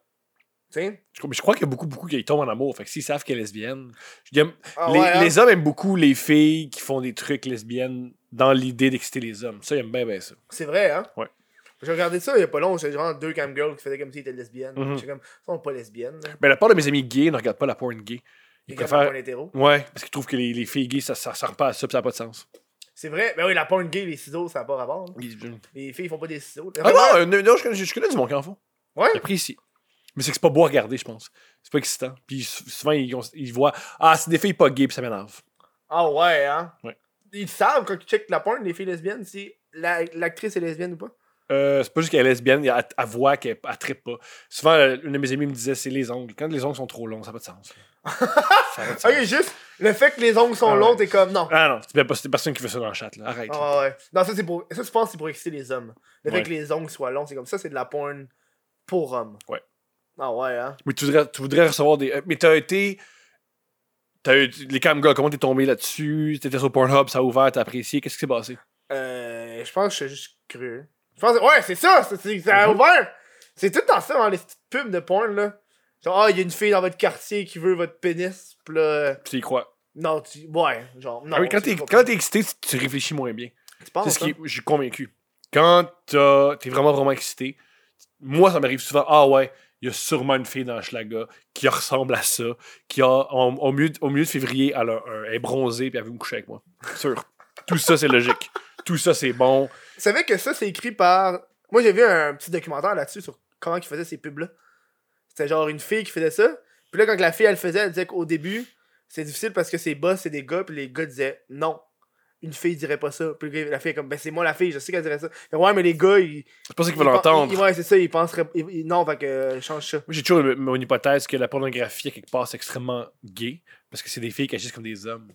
[SPEAKER 1] sais?
[SPEAKER 2] Je, mais je crois qu'il y a beaucoup, beaucoup qui tombent en amour. Fait que s'ils savent qu'elle est lesbienne. je dis-
[SPEAKER 1] Ah,
[SPEAKER 2] les,
[SPEAKER 1] ouais, hein?
[SPEAKER 2] les hommes aiment beaucoup les filles qui font des trucs lesbiennes dans l'idée d'exciter les hommes. Ça, ils aiment bien, bien ça.
[SPEAKER 1] C'est vrai, hein?
[SPEAKER 2] Ouais.
[SPEAKER 1] J'ai regardé ça il y a pas long, c'est genre deux camgirls qui faisaient comme si étaient lesbiennes.
[SPEAKER 2] Mhm.
[SPEAKER 1] J'étais comme, ils sont pas lesbiennes, là.
[SPEAKER 2] Mais la part de mes amis gays ne regardent pas la porn gay. Ils
[SPEAKER 1] Ils
[SPEAKER 2] préfèrent.
[SPEAKER 1] pas hétéro.
[SPEAKER 2] Ouais, parce qu'ils trouvent que les, les filles gays, ça, ça, ça ressemble pas à ça, pis ça n'a pas de sens.
[SPEAKER 1] C'est vrai, ben oui, la porn gay, les ciseaux, ça n'a pas rapport. là. Les filles, ils font pas des ciseaux.
[SPEAKER 2] Ah non, euh, non, je, connais- je connais du monde qui en font.
[SPEAKER 1] Ouais.
[SPEAKER 2] J'ai pris ici. Mais c'est que c'est pas beau à regarder, je pense. C'est pas excitant. Puis sou- souvent, ils, ont- ils voient Ah, c'est des filles pas gays, puis ça m'énerve.
[SPEAKER 1] Ah ouais, hein?
[SPEAKER 2] Ouais.
[SPEAKER 1] Ils savent quand tu checkes la porn, les filles lesbiennes, si la- l'actrice est lesbienne ou pas.
[SPEAKER 2] Euh, c'est pas juste qu'elle est lesbienne, elle, elle voit qu'elle elle trippe pas. Souvent, euh, une de mes amies me disait C'est les ongles. Quand les ongles sont trop longs, ça n'a pas de sens. Ça a pas de sens.
[SPEAKER 1] Ok, juste le fait que les ongles sont
[SPEAKER 2] Ah
[SPEAKER 1] longs,
[SPEAKER 2] ouais.
[SPEAKER 1] t'es comme non.
[SPEAKER 2] Ah non, c'est pas- c'est personne qui fait ça dans le chat, là. Arrête. là.
[SPEAKER 1] Ah ouais. Non, ça, c'est pour. Ça, je pense que c'est pour exciter les hommes. Le fait
[SPEAKER 2] Ouais.
[SPEAKER 1] que les ongles soient longs, c'est comme ça, c'est de la porn pour hommes.
[SPEAKER 2] Ouais.
[SPEAKER 1] Ah ouais, hein?
[SPEAKER 2] Mais tu voudrais, tu voudrais recevoir des. euh, Mais t'as été. T'as eu. Les camgirls, comment t'es tombé là-dessus? T'étais sur Pornhub, ça a ouvert, t'as apprécié. Qu'est-ce qui s'est passé?
[SPEAKER 1] Euh, je pense que je suis juste cru. Je pense ouais, c'est ça, c'est, c'est, ça a
[SPEAKER 2] Mm-hmm.
[SPEAKER 1] ouvert. C'est tout dans ça, hein, les petites pubs de porn, là. Genre, ah, il y a une fille dans votre quartier qui veut votre pénis, pis là. euh,
[SPEAKER 2] Puis tu y crois.
[SPEAKER 1] Non, tu. Ouais, genre, non.
[SPEAKER 2] Ah oui, quand
[SPEAKER 1] tu
[SPEAKER 2] t'es
[SPEAKER 1] crois
[SPEAKER 2] quand
[SPEAKER 1] pas.
[SPEAKER 2] t'es excité, tu- tu réfléchis moins bien.
[SPEAKER 1] Tu penses,
[SPEAKER 2] C'est ce
[SPEAKER 1] hein?
[SPEAKER 2] qui. Je suis convaincu. Quand t'as- t'es vraiment, vraiment excité, moi, ça m'arrive souvent. Ah ouais, il y a sûrement une fille dans Schlaga qui ressemble à ça, qui a, en- au, milieu, de- au milieu de février, elle, a un- elle est bronzée, puis elle veut me coucher avec moi. Sûr. Tout ça, c'est logique. Tout ça, c'est bon.
[SPEAKER 1] Tu savais que ça, c'est écrit par. Moi, j'ai vu un petit documentaire là-dessus sur comment ils faisaient ces pubs-là. C'était genre une fille qui faisait ça. Puis là, quand la fille, elle le faisait, elle disait qu'au début, c'est difficile parce que ses boss, c'est des gars. Puis les gars disaient non. Une fille dirait pas ça. Puis le gars- la fille est comme, ben c'est moi la fille, je sais qu'elle dirait ça. Mais ouais, mais les gars, ils.
[SPEAKER 2] C'est pas ça
[SPEAKER 1] ils
[SPEAKER 2] qu'ils veulent
[SPEAKER 1] pen-
[SPEAKER 2] entendre.
[SPEAKER 1] ils- Ouais, c'est ça, ils penseraient. ils- ils- non, fait que euh, change ça.
[SPEAKER 2] Moi, j'ai toujours m- mon hypothèse que la pornographie, à quelque part, c'est extrêmement gay parce que c'est des filles qui agissent comme des hommes.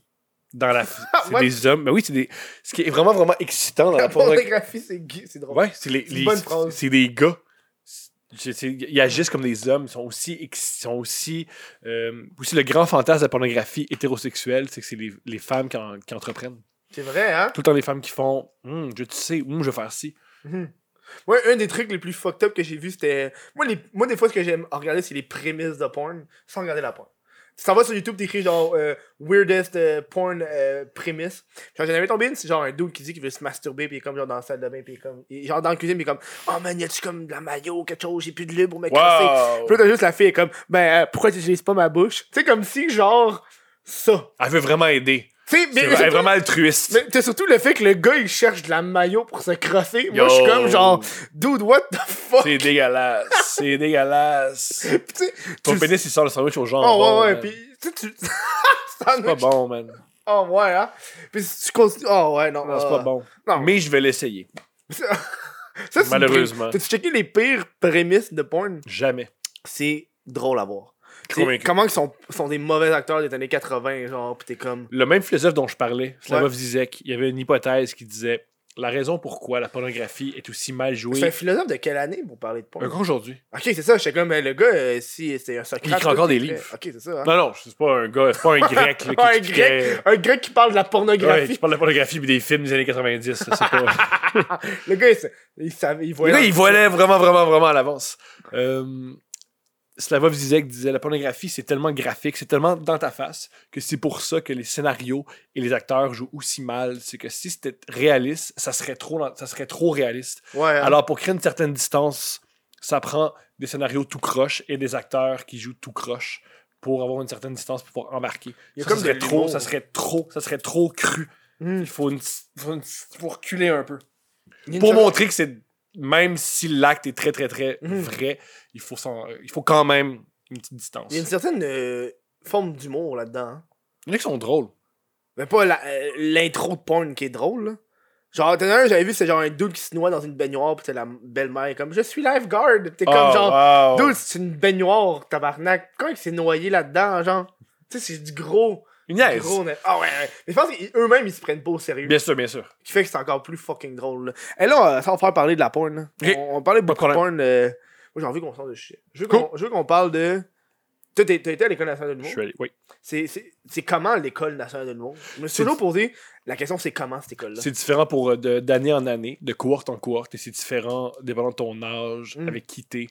[SPEAKER 2] Dans la. f- c'est
[SPEAKER 1] What?
[SPEAKER 2] des hommes. Mais oui, c'est des. Ce qui est vraiment, vraiment excitant dans la
[SPEAKER 1] La
[SPEAKER 2] pornographie.
[SPEAKER 1] pornographie, c'est gay, c'est drôle.
[SPEAKER 2] Ouais, c'est les.
[SPEAKER 1] C'est une
[SPEAKER 2] les-
[SPEAKER 1] bonne phrase.
[SPEAKER 2] C'est des gars. C'est- c'est- Ils agissent comme des hommes. Ils sont aussi. ex- ils sont aussi, euh, aussi le grand fantasme de la pornographie hétérosexuelle, c'est que c'est les, les femmes qui, en- qui entreprennent.
[SPEAKER 1] C'est vrai, hein?
[SPEAKER 2] Tout le temps, les femmes qui font. Hum, je tu sais, hum, je vais faire ci.
[SPEAKER 1] Mhm. Ouais, un des trucs les plus fucked up que j'ai vu, c'était. Moi, les... Moi, des fois, ce que j'aime à regarder, c'est les prémices de porn sans regarder la porn. Tu t'en vas sur YouTube, t'écris genre euh, Weirdest euh, porn euh, prémisse. Genre, j'en avais tombé une, c'est genre un dude qui dit qu'il veut se masturber, puis il est comme genre dans la salle de bain, puis il est comme. il est genre dans la cuisine, puis il est comme Oh man, y a-tu comme de la maillot, quelque chose, j'ai plus de lube pour me casser. Puis là, t'as juste la fille, elle est comme Ben, euh, pourquoi t'utilises pas ma bouche Tu sais, comme si genre. Ça.
[SPEAKER 2] Elle veut vraiment aider.
[SPEAKER 1] Tu sais, mais.
[SPEAKER 2] C'est vrai- elle est
[SPEAKER 1] surtout-
[SPEAKER 2] vraiment altruiste.
[SPEAKER 1] mais c'est surtout le fait que le gars il cherche de la maillot pour se crosser. Moi je suis
[SPEAKER 2] Yo.
[SPEAKER 1] comme genre dude what the fuck.
[SPEAKER 2] C'est dégueulasse. C'est dégueulasse.
[SPEAKER 1] Puis, tu sais,
[SPEAKER 2] Ton
[SPEAKER 1] tu-
[SPEAKER 2] pénis, il sort le sandwich au genre.
[SPEAKER 1] Oh, ouais, ouais,
[SPEAKER 2] man.
[SPEAKER 1] puis tu sais, tu. c'est
[SPEAKER 2] C'est pas bon, man.
[SPEAKER 1] Oh, ouais, hein. Puis si tu continues. Oh, ouais, non.
[SPEAKER 2] Non, c'est
[SPEAKER 1] ah.
[SPEAKER 2] pas bon.
[SPEAKER 1] Non.
[SPEAKER 2] Mais je vais l'essayer.
[SPEAKER 1] Ça, c'est
[SPEAKER 2] Malheureusement.
[SPEAKER 1] une pré- T'as-tu checké les pires prémices de porn?
[SPEAKER 2] Jamais.
[SPEAKER 1] C'est drôle à voir.
[SPEAKER 2] Je suis
[SPEAKER 1] C'est-
[SPEAKER 2] convaincu.
[SPEAKER 1] Comment ils sont, sont des mauvais acteurs des années 80, genre, pis t'es comme.
[SPEAKER 2] Le même philosophe dont je parlais, Slavoj Zizek, il y avait une hypothèse qui disait la raison pourquoi la pornographie est aussi mal
[SPEAKER 1] C'est un
[SPEAKER 2] jouée.
[SPEAKER 1] philosophe de quelle année pour parler de porn?
[SPEAKER 2] Encore aujourd'hui.
[SPEAKER 1] Ok, c'est ça, j'étais comme, ben, le gars, euh, si c'est un Socrate.
[SPEAKER 2] Il écrit
[SPEAKER 1] tout
[SPEAKER 2] encore des
[SPEAKER 1] est fait.
[SPEAKER 2] livres.
[SPEAKER 1] Ok, c'est ça, hein.
[SPEAKER 2] Non, non, c'est pas un gars, c'est pas un grec. Là, qui
[SPEAKER 1] Un
[SPEAKER 2] expliquait-
[SPEAKER 1] Un grec qui parle de la
[SPEAKER 2] Ouais, qui
[SPEAKER 1] pornographie.
[SPEAKER 2] parle de la pornographie et des films des années 90. Là, c'est pas...
[SPEAKER 1] Le gars, il, sa- il savait, il voyait.
[SPEAKER 2] Là, il voilait vraiment, vraiment, vraiment à l'avance. Euh, Slavov Zizek disait la pornographie, c'est tellement graphique, c'est tellement dans ta face que c'est pour ça que les scénarios et les acteurs jouent aussi mal. C'est que si c'était réaliste, ça serait trop, dans- ça serait trop réaliste.
[SPEAKER 1] Ouais, hein.
[SPEAKER 2] Alors, pour créer une certaine distance, ça prend des scénarios tout croche et des acteurs qui jouent tout croche pour avoir une certaine distance pour pouvoir embarquer.
[SPEAKER 1] Il y a
[SPEAKER 2] ça,
[SPEAKER 1] comme
[SPEAKER 2] ça serait
[SPEAKER 1] de
[SPEAKER 2] trop,
[SPEAKER 1] l'humour.
[SPEAKER 2] ça serait trop, ça serait trop cru.
[SPEAKER 1] Hmm.
[SPEAKER 2] Il faut, une, faut, une- faut reculer un peu
[SPEAKER 1] Il y a une
[SPEAKER 2] pour
[SPEAKER 1] chose-
[SPEAKER 2] montrer que c'est même si l'acte est très très très
[SPEAKER 1] Mhm.
[SPEAKER 2] vrai, il faut s'en- euh, il faut quand même une petite distance.
[SPEAKER 1] Il y a une certaine euh, forme d'humour là-dedans. hein.
[SPEAKER 2] Il y en a qui sont drôles.
[SPEAKER 1] Mais pas la- euh, l'intro de porn qui est drôle, là. Genre, t'en as un, j'avais vu, c'est genre un dude qui se noie dans une baignoire, pis c'est la belle-mère est comme, je suis lifeguard! Pis t'es
[SPEAKER 2] Oh,
[SPEAKER 5] Oh,
[SPEAKER 1] comme, genre, dude, c'est une baignoire, tabarnak. Comment il s'est noyé là-dedans, genre? Tu sais, c'est du gros.
[SPEAKER 5] Une niaise.
[SPEAKER 1] Gros, net. Ah ouais, ouais. Mais je pense qu'eux-mêmes, ils se prennent pas au sérieux.
[SPEAKER 5] Bien sûr, bien sûr.
[SPEAKER 1] Ce qui fait que c'est encore plus fucking drôle. Là. Et là, euh, sans faire parler de la porn, là.
[SPEAKER 5] Ok.
[SPEAKER 1] On, on parlait beaucoup de
[SPEAKER 5] problème.
[SPEAKER 1] porn. euh, Moi, j'ai envie qu'on sorte de shit. Je veux qu'on je veux qu'on parle de. Toi, t'es- t'as été à l'École
[SPEAKER 5] Je
[SPEAKER 1] nationale de l'humour.
[SPEAKER 5] suis allé. Oui.
[SPEAKER 1] C'est- C'est c'est comment l'École nationale de l'humour Je me suis
[SPEAKER 5] C'est-
[SPEAKER 1] toujours posé la question c'est comment cette école-là
[SPEAKER 2] C'est différent pour euh, de- d'année en année, de cohorte en cohorte, et c'est différent dépendant de ton âge,
[SPEAKER 1] Mm.
[SPEAKER 2] avec qui t'es.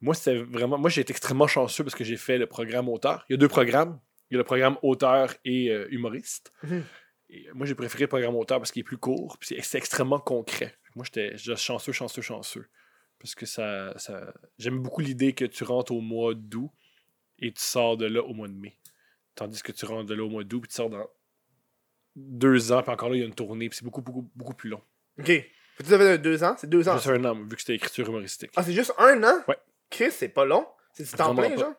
[SPEAKER 2] Moi, c'était vraiment. Moi, j'ai été extrêmement chanceux parce que j'ai fait le programme auteur. Il y a deux programmes. Il y a le programme auteur et euh, humoriste.
[SPEAKER 1] Mhm.
[SPEAKER 2] Et, euh, moi, j'ai préféré le programme auteur parce qu'il est plus court, puis c'est- c'est extrêmement concret. Moi, j'étais juste chanceux, chanceux, chanceux. Parce que ça. ça... J'aime beaucoup l'idée que tu rentres au mois d'août et tu sors de là au mois de mai. Tandis que tu rentres de là au mois d'août puis tu sors dans deux ans, puis encore là, il y a une tournée, puis c'est beaucoup, beaucoup, beaucoup plus long.
[SPEAKER 1] Ok. Fait que Tu avais deux ans C'est deux ans.
[SPEAKER 2] Juste un an, vu que c'était écriture humoristique.
[SPEAKER 1] Ah, c'est juste un an
[SPEAKER 2] Ouais.
[SPEAKER 1] Chris, c'est pas long. C'est du temps
[SPEAKER 2] Vraiment
[SPEAKER 1] plein,
[SPEAKER 2] pas.
[SPEAKER 1] genre.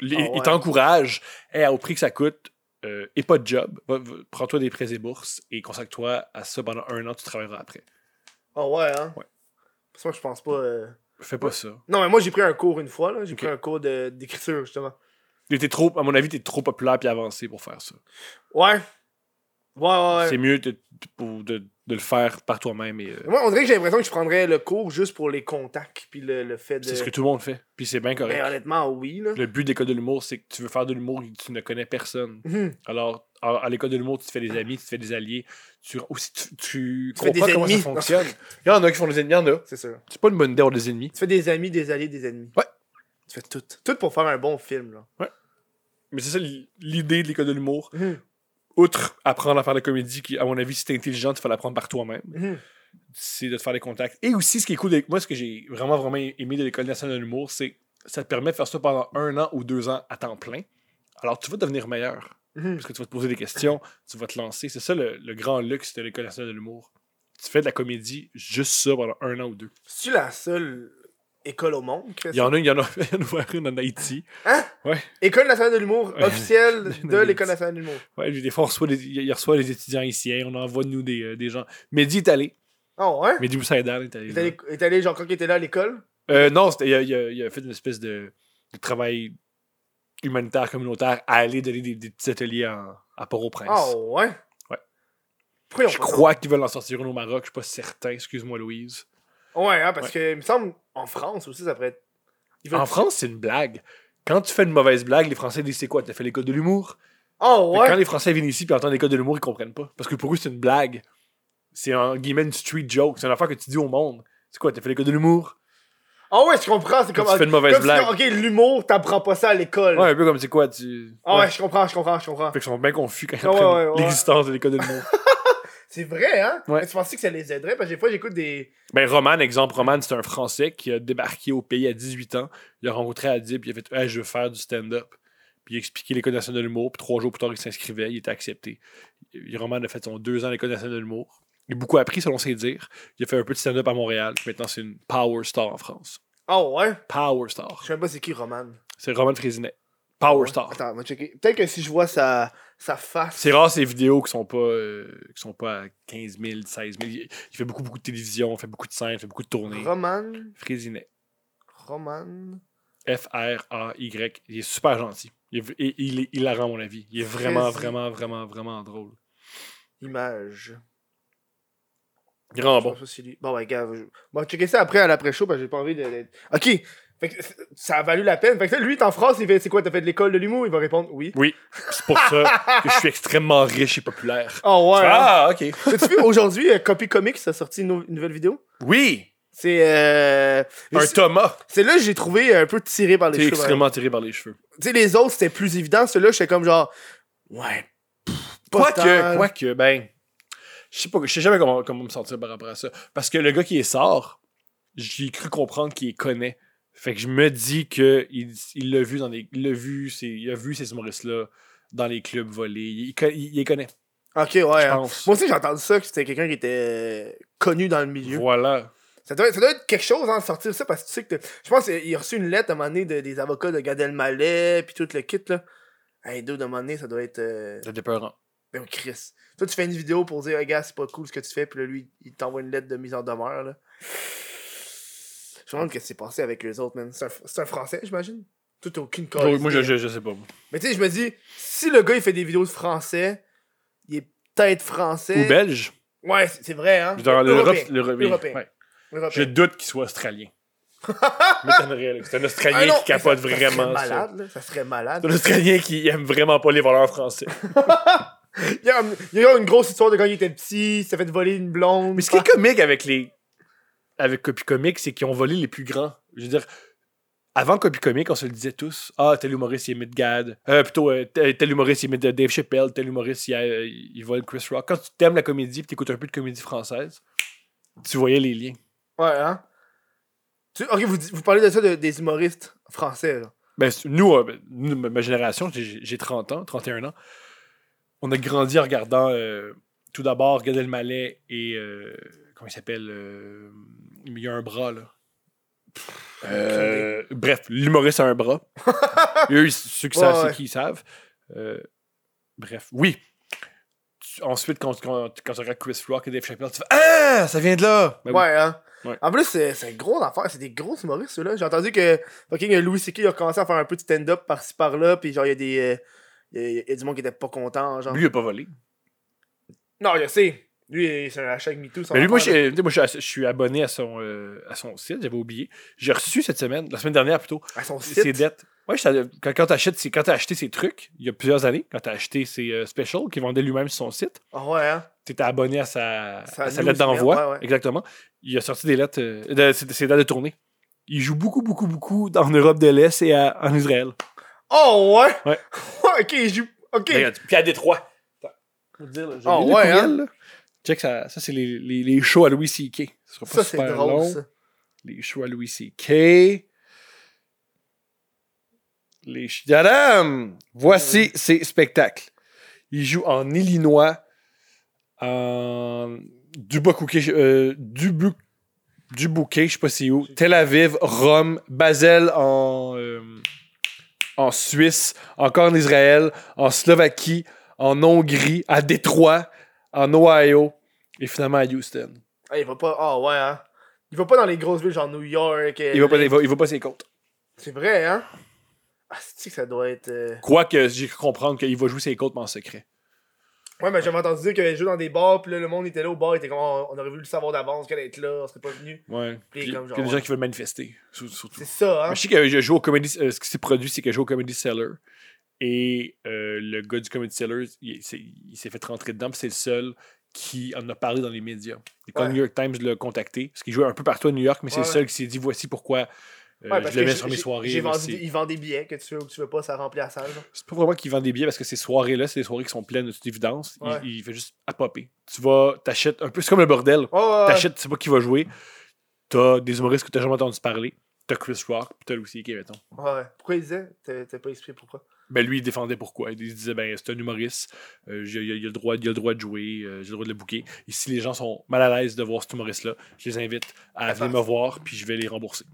[SPEAKER 2] Les-
[SPEAKER 1] Ah ouais.
[SPEAKER 2] Ils t'encouragent hey, au prix que ça coûte euh, et pas de job. va- va- Prends-toi des prêts et bourses et consacre-toi à ça pendant un an, tu travailleras après.
[SPEAKER 1] Ah ouais, hein
[SPEAKER 2] Ouais.
[SPEAKER 1] C'est pour ça que je pense pas. euh,
[SPEAKER 2] Fais pas ça.
[SPEAKER 1] Non, mais moi, j'ai pris un cours une fois, là. J'ai
[SPEAKER 2] Ok.
[SPEAKER 1] pris un cours de- d'écriture, justement.
[SPEAKER 2] Et t'es trop, à mon avis, t'es trop populaire puis avancé pour faire ça.
[SPEAKER 1] Ouais. Ouais, ouais, ouais.
[SPEAKER 2] C'est mieux de, de- pour- de- de le faire par toi-même. et euh,
[SPEAKER 1] Moi, on dirait que j'ai l'impression que je prendrais le cours juste pour les contacts, puis le, le fait de.
[SPEAKER 2] C'est ce que tout le monde fait. Puis c'est bien correct.
[SPEAKER 1] Mais euh, honnêtement, oui, là.
[SPEAKER 2] Le but de l'école de l'humour, c'est que tu veux faire de l'humour et tu ne connais personne.
[SPEAKER 1] Mhm.
[SPEAKER 2] Alors, à, à l'école de l'humour, tu te fais des amis, tu te fais des alliés. Tu, aussi, tu, tu
[SPEAKER 1] Tu fais des
[SPEAKER 2] comprends comment ça
[SPEAKER 1] ennemis.
[SPEAKER 2] fonctionne.
[SPEAKER 5] Il y en a qui font des ennemis, il y en a.
[SPEAKER 1] C'est sûr.
[SPEAKER 2] C'est pas une bonne idée d'avoir des ennemis.
[SPEAKER 1] Tu fais des amis, des alliés, des ennemis.
[SPEAKER 2] Ouais.
[SPEAKER 1] Tu fais tout. Tout pour faire un bon film, là.
[SPEAKER 2] Mais c'est ça l- l'idée de l'école de l'humour.
[SPEAKER 1] Hum,
[SPEAKER 2] Outre apprendre à faire de la comédie, qui, à mon avis, si t'es intelligent, tu vas l'apprendre par toi-même.
[SPEAKER 1] Mhm.
[SPEAKER 2] C'est de te faire des contacts. Et aussi, ce qui est cool, de- moi, ce que j'ai vraiment, vraiment aimé de l'école nationale de l'humour, c'est que ça te permet de faire ça pendant un an ou deux ans à temps plein. Alors, tu vas devenir meilleur.
[SPEAKER 1] Mhm.
[SPEAKER 2] Parce que tu vas te poser des questions, tu vas te lancer. C'est ça le, le grand luxe de l'école nationale de l'humour. Tu fais de la comédie juste ça pendant un an ou deux.
[SPEAKER 1] C'est-tu la seule école au monde, Chris?
[SPEAKER 2] Il y en a une, il y en a, il y en a ouvert une en Haïti.
[SPEAKER 1] École nationale de l'humour
[SPEAKER 2] Ouais.
[SPEAKER 1] officielle de
[SPEAKER 2] Non, mais
[SPEAKER 1] l'école
[SPEAKER 2] c'est-
[SPEAKER 1] nationale de l'humour.
[SPEAKER 2] Ouais, lui, des fois, on reçoit des, il reçoit les étudiants haïtiens, on envoie de nous des, euh, des gens. Mehdi est allé.
[SPEAKER 1] Ah ouais?
[SPEAKER 2] Mehdi Boussaïdan est allé.
[SPEAKER 1] Est
[SPEAKER 2] là.
[SPEAKER 1] allé, est allé, genre, quand il était là à l'école?
[SPEAKER 2] Euh, non, c'était- il a, il a- il a fait une espèce de, de travail humanitaire, communautaire, à aller donner des, des petits ateliers en- à Port-au-Prince.
[SPEAKER 1] Ah ouais?
[SPEAKER 2] Ouais.
[SPEAKER 1] Pourquoi ils ont
[SPEAKER 2] je
[SPEAKER 1] pas ça?
[SPEAKER 2] crois qu'ils veulent en sortir une au Maroc, je suis pas certain, excuse-moi Louise.
[SPEAKER 1] Ouais, hein, parce
[SPEAKER 2] Ouais.
[SPEAKER 1] que, il me semble, en France aussi, ça pourrait être. Ils veulent-
[SPEAKER 2] En France, c'est une blague. Quand tu fais une mauvaise blague, les Français disent c'est quoi, t'as fait l'école de l'humour?
[SPEAKER 1] Ah
[SPEAKER 2] Fait que
[SPEAKER 1] ouais?
[SPEAKER 2] Quand les Français viennent ici et entendent l'école de l'humour, ils comprennent pas. Parce que pour eux, c'est une blague. C'est en guillemets une street joke. C'est une affaire que tu dis au monde. C'est quoi, t'as fait l'école de l'humour?
[SPEAKER 1] Ah ouais, je comprends, c'est
[SPEAKER 2] Quand
[SPEAKER 1] comme.
[SPEAKER 2] tu fais une mauvaise
[SPEAKER 1] comme si-
[SPEAKER 2] blague.
[SPEAKER 1] ok, l'humour, t'apprends pas ça à l'école.
[SPEAKER 2] Ouais, un peu comme c'est quoi, tu.
[SPEAKER 1] Ah ouais, je comprends, je comprends, je comprends.
[SPEAKER 2] Fait qu'ils sont bien confus quand ils
[SPEAKER 1] Ouais, ouais,
[SPEAKER 2] apprennent
[SPEAKER 1] ouais.
[SPEAKER 2] l'existence de l'école de l'humour.
[SPEAKER 1] C'est vrai, hein?
[SPEAKER 2] Ouais.
[SPEAKER 1] Mais tu pensais que ça les aiderait? Parce que des fois, j'écoute des.
[SPEAKER 2] Ben, Roman, exemple, Roman, c'est un Français qui a débarqué au pays à 18 ans. Il a rencontré Adib, puis il a fait Hey, Je veux faire du stand-up. Puis il a expliqué l'École nationale de l'humour, puis trois jours plus tard, il s'inscrivait, il était accepté. Et Roman a fait son deux ans à l'École nationale de l'humour. Il a beaucoup appris, selon ses dires. Il a fait un peu de stand-up à Montréal, puis maintenant, c'est une power star en France.
[SPEAKER 1] Ah ouais?
[SPEAKER 2] Power
[SPEAKER 1] Je
[SPEAKER 2] star.
[SPEAKER 1] sais même pas c'est qui Roman.
[SPEAKER 2] C'est Roman Frésinet. Power star.
[SPEAKER 1] Attends, on va checker. Peut-être que si je vois sa, sa face.
[SPEAKER 2] C'est rare ces vidéos qui sont pas euh, qui sont pas à 15 000, 16 000. Il il fait beaucoup, beaucoup de télévision, il fait beaucoup de scènes, il fait beaucoup de tournées.
[SPEAKER 1] Roman.
[SPEAKER 2] Frésinet.
[SPEAKER 1] Roman.
[SPEAKER 2] F-R-A-Y. Il est super gentil. Il est, il, il est hilarant, à mon avis. Il est vraiment,
[SPEAKER 1] Très-
[SPEAKER 2] vraiment, vraiment, vraiment drôle.
[SPEAKER 1] Image.
[SPEAKER 2] Grand
[SPEAKER 1] Je
[SPEAKER 2] Ah bon.
[SPEAKER 1] pense pas si c'est lui. Bon, ouais, gars. je- Bon, checker ça après à l'après-show parce que j'ai pas envie de. de- Ok. Fait que c'est- ça a valu la peine. Fait que là, lui, il est en France, il fait C'est quoi, t'as fait de l'école de l'humour? Il va répondre Oui.
[SPEAKER 2] Oui, c'est pour ça que je suis extrêmement riche et populaire.
[SPEAKER 1] Oh ouais. hein?
[SPEAKER 5] Ah, ok.
[SPEAKER 1] T'as-tu vu aujourd'hui, euh, Copy Comics a sorti une, nou- une nouvelle vidéo?
[SPEAKER 2] Oui!
[SPEAKER 1] C'est. euh,
[SPEAKER 2] Un
[SPEAKER 1] c'est-
[SPEAKER 2] Thomas!
[SPEAKER 1] C'est là que j'ai trouvé un peu tiré par les
[SPEAKER 2] T'es
[SPEAKER 1] cheveux. hein. par exemple.
[SPEAKER 2] extrêmement tiré par les cheveux.
[SPEAKER 1] Tu sais, les autres, c'était plus évident. Ceux-là, j'étais comme genre. Ouais. pff, pas
[SPEAKER 2] Quoique,
[SPEAKER 1] tant.
[SPEAKER 2] quoique, ben. Je sais pas, je sais jamais comment, comment me sentir par rapport à ça. Parce que le gars qui est sort, j'ai cru comprendre qu'il les connaît. Fait que je me dis que il il l'a vu dans les. Il l'a vu, c'est- il a vu ces humoristes-là dans les clubs volés. Il, co- il- il les connaît,
[SPEAKER 1] Ok, ouais.
[SPEAKER 2] je
[SPEAKER 1] hein.
[SPEAKER 2] pense.
[SPEAKER 1] Moi aussi, j'ai entendu ça, que c'était quelqu'un qui était euh, connu dans le milieu.
[SPEAKER 2] Voilà.
[SPEAKER 1] Ça doit, ça doit être quelque chose, hein, de sortir ça, parce que tu sais que. t'as- Je pense qu'il a reçu une lettre à un moment donné de- des avocats de Gad Elmaleh, puis tout le kit, là. Hey, deux, d'un moment donné, ça doit être. euh,
[SPEAKER 2] C'était peurant.
[SPEAKER 1] Ben, oh, Chris. Toi, tu fais une vidéo pour dire, hey, gars, c'est pas cool ce que tu fais, puis là, lui, il t'envoie une lettre de mise en demeure, là. Je me demande ce qui s'est passé avec les autres, man. C'est un, c'est un Français, j'imagine. Toi, t'as aucune
[SPEAKER 2] Oh,
[SPEAKER 1] corde.
[SPEAKER 2] Moi, je, je, je sais pas. moi.
[SPEAKER 1] Mais tu sais, je me dis, si le gars, il fait des vidéos de français, il est peut-être français.
[SPEAKER 3] Ou
[SPEAKER 2] Ben.
[SPEAKER 3] belge.
[SPEAKER 1] Ouais, c'est c'est vrai, hein.
[SPEAKER 2] Dans l'Europe,
[SPEAKER 1] Européen.
[SPEAKER 2] l'Europe-
[SPEAKER 1] Européen.
[SPEAKER 2] ouais. Je
[SPEAKER 1] Européen.
[SPEAKER 2] doute qu'il soit australien. Je m'étonnerais, là, que C'est un Australien
[SPEAKER 1] Ah non,
[SPEAKER 2] qui capote
[SPEAKER 1] ça- ça
[SPEAKER 2] vraiment
[SPEAKER 1] serait
[SPEAKER 2] ça.
[SPEAKER 1] malade, là. Ça serait
[SPEAKER 2] C'est
[SPEAKER 1] malade.
[SPEAKER 2] un Australien qui aime vraiment pas les valeurs français.
[SPEAKER 1] Il y, a, un- il y a une grosse histoire de quand il était petit, il s'est fait voler une blonde. Ah,
[SPEAKER 2] Mais ce qui est comique avec les. Avec Copy Comic, c'est qu'ils ont volé les plus grands. Je veux dire, avant Copy Comic, on se le disait tous. Ah, tel humoriste, il imite Gad. Euh, plutôt, euh, tel tel humoriste, il imite euh, Dave Chappelle. Tel humoriste, il, euh, il vole Chris Rock. Quand tu t'aimes la comédie et t'écoutes un peu de comédie française, tu voyais les liens.
[SPEAKER 1] Ouais, hein. Tu- ok, vous, vous parlez de ça de- des humoristes français, là.
[SPEAKER 2] Ben, c'est- nous, euh, ben, nous, ma ma génération, j'ai j'ai 30 ans, 31 ans. On a grandi en regardant euh, tout d'abord Gad Elmaleh et. euh, comment il s'appelle euh, Il y a un bras, là. Euh, bref, l'humoriste a un bras. Eux, ils- ceux qui
[SPEAKER 1] Ouais,
[SPEAKER 2] savent,
[SPEAKER 1] ouais.
[SPEAKER 2] c'est qui ils savent. Euh, bref, oui. Tu- Ensuite, quand, quand, quand tu regardes Chris Rock et Dave Chappelle, tu fais Ah, ça vient de là! Ben oui.
[SPEAKER 1] ouais, hein.
[SPEAKER 2] Ouais.
[SPEAKER 1] En plus, c'est c'est une grosse affaire. C'est des gros humoristes, ceux-là. J'ai entendu que fucking euh, Louis C.K. il a commencé à faire un peu de stand-up par-ci par-là, puis genre, il y a des. euh, Il y, a- il y a du monde qui était pas content, genre.
[SPEAKER 2] Lui, il a pas volé.
[SPEAKER 1] Non, je sais. Lui, c'est un achat avec MeToo. son
[SPEAKER 2] Mais Ben lui, moi,
[SPEAKER 1] affaire,
[SPEAKER 2] j'ai- tu sais, moi, je suis- je suis abonné à son, euh, à son site, j'avais oublié. J'ai reçu cette semaine, la semaine dernière plutôt,
[SPEAKER 1] là, À son
[SPEAKER 2] ses
[SPEAKER 1] site.
[SPEAKER 2] dettes. Ouais, je- quand, quand t'achètes ses- quand t'as acheté ses trucs, il y a plusieurs années, quand t'as acheté ses euh, specials qu'il vendait lui-même sur son site,
[SPEAKER 1] Ah ouais, hein.
[SPEAKER 2] t'étais abonné à sa,
[SPEAKER 1] Sa
[SPEAKER 2] à sa
[SPEAKER 1] news,
[SPEAKER 2] lettre d'envoi.
[SPEAKER 1] ouais, ouais.
[SPEAKER 2] Exactement. Il a sorti des lettres, euh, de- ses, ses dates de tournée. Il joue beaucoup, beaucoup, beaucoup en Europe de l'Est et à- en Israël.
[SPEAKER 1] Oh ouais?
[SPEAKER 2] Ouais.
[SPEAKER 1] ok, il joue. Ok.
[SPEAKER 2] Regarde, Puis à Détroit. Attends, faut te dire, là, j'ai
[SPEAKER 1] Ah
[SPEAKER 2] oublié le
[SPEAKER 1] ouais,
[SPEAKER 2] courriel,
[SPEAKER 1] hein?
[SPEAKER 2] là. Check, ça, ça c'est les, les- les shows à Louis C.K. Ce sera pas
[SPEAKER 1] Ça, c'est
[SPEAKER 2] super
[SPEAKER 1] drôle,
[SPEAKER 2] long.
[SPEAKER 1] ça.
[SPEAKER 2] Les choix Louis C.K. Les Chiadam! Voici ses spectacles. Il joue en Illinois, en Dubuque, euh, Dubu- Dubuque, je sais pas c'est où, Tel Aviv, Rome, Basel en, euh, en Suisse, encore en Israël, en Slovaquie, en Hongrie, à Détroit, en Ohio et finalement à Houston.
[SPEAKER 1] Ah, il va pas. Ah ouais, hein. Il va pas dans les grosses villes genre New York. euh,
[SPEAKER 2] Il va pas, il va- il va pas ses comptes.
[SPEAKER 1] C'est vrai, hein. Ah, c'est que ça doit être. euh,
[SPEAKER 2] Quoique j'ai cru comprendre qu'il va jouer ses côtes mais en secret.
[SPEAKER 1] Ouais, mais j'avais entendu dire qu'il avait joué dans des bars, puis là, le monde était là au bar, il était comme on on aurait voulu le savoir d'avance qu'elle allait être là, on serait pas venu.
[SPEAKER 2] Ouais.
[SPEAKER 1] Puis
[SPEAKER 2] Puis,
[SPEAKER 1] comme genre,
[SPEAKER 2] puis il y a des
[SPEAKER 1] ouais.
[SPEAKER 2] gens qui veulent manifester. sur- Surtout.
[SPEAKER 1] C'est ça, hein.
[SPEAKER 2] Mais Je sais qu'il joue au Comedy. euh, ce qui s'est produit, c'est qu'il joue au Comedy Seller. Et euh, le gars du Comedy Seller, il s'est il s'est fait rentrer dedans, puis c'est le seul qui en a parlé dans les médias. Et quand
[SPEAKER 1] Ouais.
[SPEAKER 2] le New York Times l'a contacté, parce qu'il jouait un peu partout à New York, mais c'est
[SPEAKER 1] Ouais.
[SPEAKER 2] le seul qui s'est dit voici pourquoi euh,
[SPEAKER 1] Ouais, parce
[SPEAKER 2] je le
[SPEAKER 1] que
[SPEAKER 2] mets
[SPEAKER 1] j'ai-
[SPEAKER 2] sur mes
[SPEAKER 1] j'ai-
[SPEAKER 2] soirées.
[SPEAKER 1] j'ai vendu-
[SPEAKER 2] voici.
[SPEAKER 1] Il vend des billets que tu veux ou que tu veux pas, ça remplit la salle. genre.
[SPEAKER 2] C'est pas vraiment qu'il vend des billets parce que ces soirées-là, c'est des soirées qui sont pleines de toute évidence. Il-
[SPEAKER 1] Ouais.
[SPEAKER 2] Il, fait juste à popper. Tu vas, t'achètes un peu. C'est comme le bordel.
[SPEAKER 1] Oh, ouais, ouais.
[SPEAKER 2] T'achètes, tu sais pas qui va jouer. T'as des humoristes que t'as jamais entendu parler. T'as Chris Rock, puis t'as Lucy qui mettons.
[SPEAKER 1] ouais. Pourquoi il disait T'as t'as pas expliqué pourquoi
[SPEAKER 2] Ben lui, il défendait pourquoi. Il disait, ben c'est un humoriste, euh, j'ai- il, a, il a le droit, il a le droit de jouer, euh, j'ai le droit de le bouquer. Et si les gens sont mal à l'aise de voir cet humoriste-là, je les invite à
[SPEAKER 1] Attends.
[SPEAKER 2] venir me voir, puis je vais les rembourser.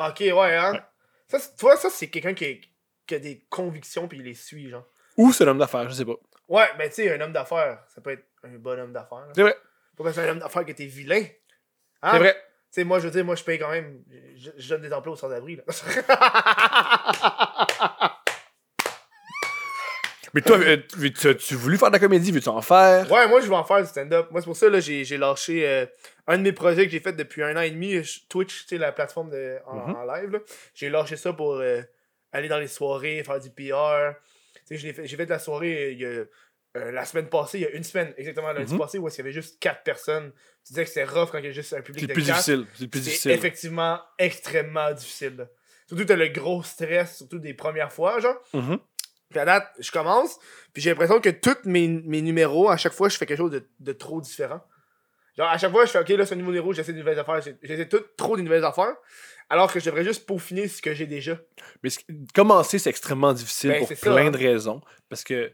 [SPEAKER 1] Ah, Ok, ouais, hein.
[SPEAKER 2] Ouais.
[SPEAKER 1] Ça, c'est- tu vois, ça, c'est quelqu'un qui, est- qui a des convictions, puis il les suit, genre.
[SPEAKER 2] Ou c'est un homme d'affaires, je sais pas.
[SPEAKER 1] Ouais, mais tu sais, un homme d'affaires, ça peut être un bon homme d'affaires. là.
[SPEAKER 2] C'est vrai.
[SPEAKER 1] Pas parce que c'est un homme d'affaires que t'es vilain. Hein?
[SPEAKER 2] C'est vrai.
[SPEAKER 1] Tu sais, moi, je veux dire, moi, je paye quand même. Je, je donne des emplois aux sans-abri, là.
[SPEAKER 2] Mais toi, euh, tu- tu as-tu voulu faire de la comédie? Veux-tu en faire?
[SPEAKER 1] ouais, moi, je vais en faire du stand-up. Moi, c'est pour ça, là, j'ai, j'ai lâché euh, un de mes projets que j'ai fait depuis un an et demi, euh, je- Twitch, tu sais, la plateforme de, en,
[SPEAKER 2] Mhm.
[SPEAKER 1] en live, là. J'ai lâché ça pour euh, aller dans les soirées, faire du PR. Tu sais, je l'ai fait- j'ai fait de la soirée euh, il y a- euh, la semaine passée, il y a une semaine, exactement, lundi
[SPEAKER 2] Mhm.
[SPEAKER 1] passé, où est-ce qu'il y avait juste quatre personnes. Tu disais que c'était rough quand il y a juste un public
[SPEAKER 2] C'est le
[SPEAKER 1] de
[SPEAKER 2] plus
[SPEAKER 1] quatre.
[SPEAKER 2] difficile. C'est le plus
[SPEAKER 1] C'est
[SPEAKER 2] difficile.
[SPEAKER 1] effectivement extrêmement difficile. là. Surtout t'as le gros stress, surtout des premières fois, genre.
[SPEAKER 2] Mhm.
[SPEAKER 1] Puis à date, je commence, puis j'ai l'impression que tous mes, mes numéros, à chaque fois, je fais quelque chose de, de trop différent. Genre, à chaque fois, je fais, OK, là, ce nouveau numéro, j'essaie de nouvelles affaires. j'ai- J'essaie toutes trop de nouvelles affaires, alors que je devrais juste peaufiner ce que j'ai déjà.
[SPEAKER 2] Mais ce- commencer, c'est extrêmement difficile
[SPEAKER 1] Ben,
[SPEAKER 2] pour
[SPEAKER 1] c'est ça,
[SPEAKER 2] plein
[SPEAKER 1] hein.
[SPEAKER 2] de raisons. Parce que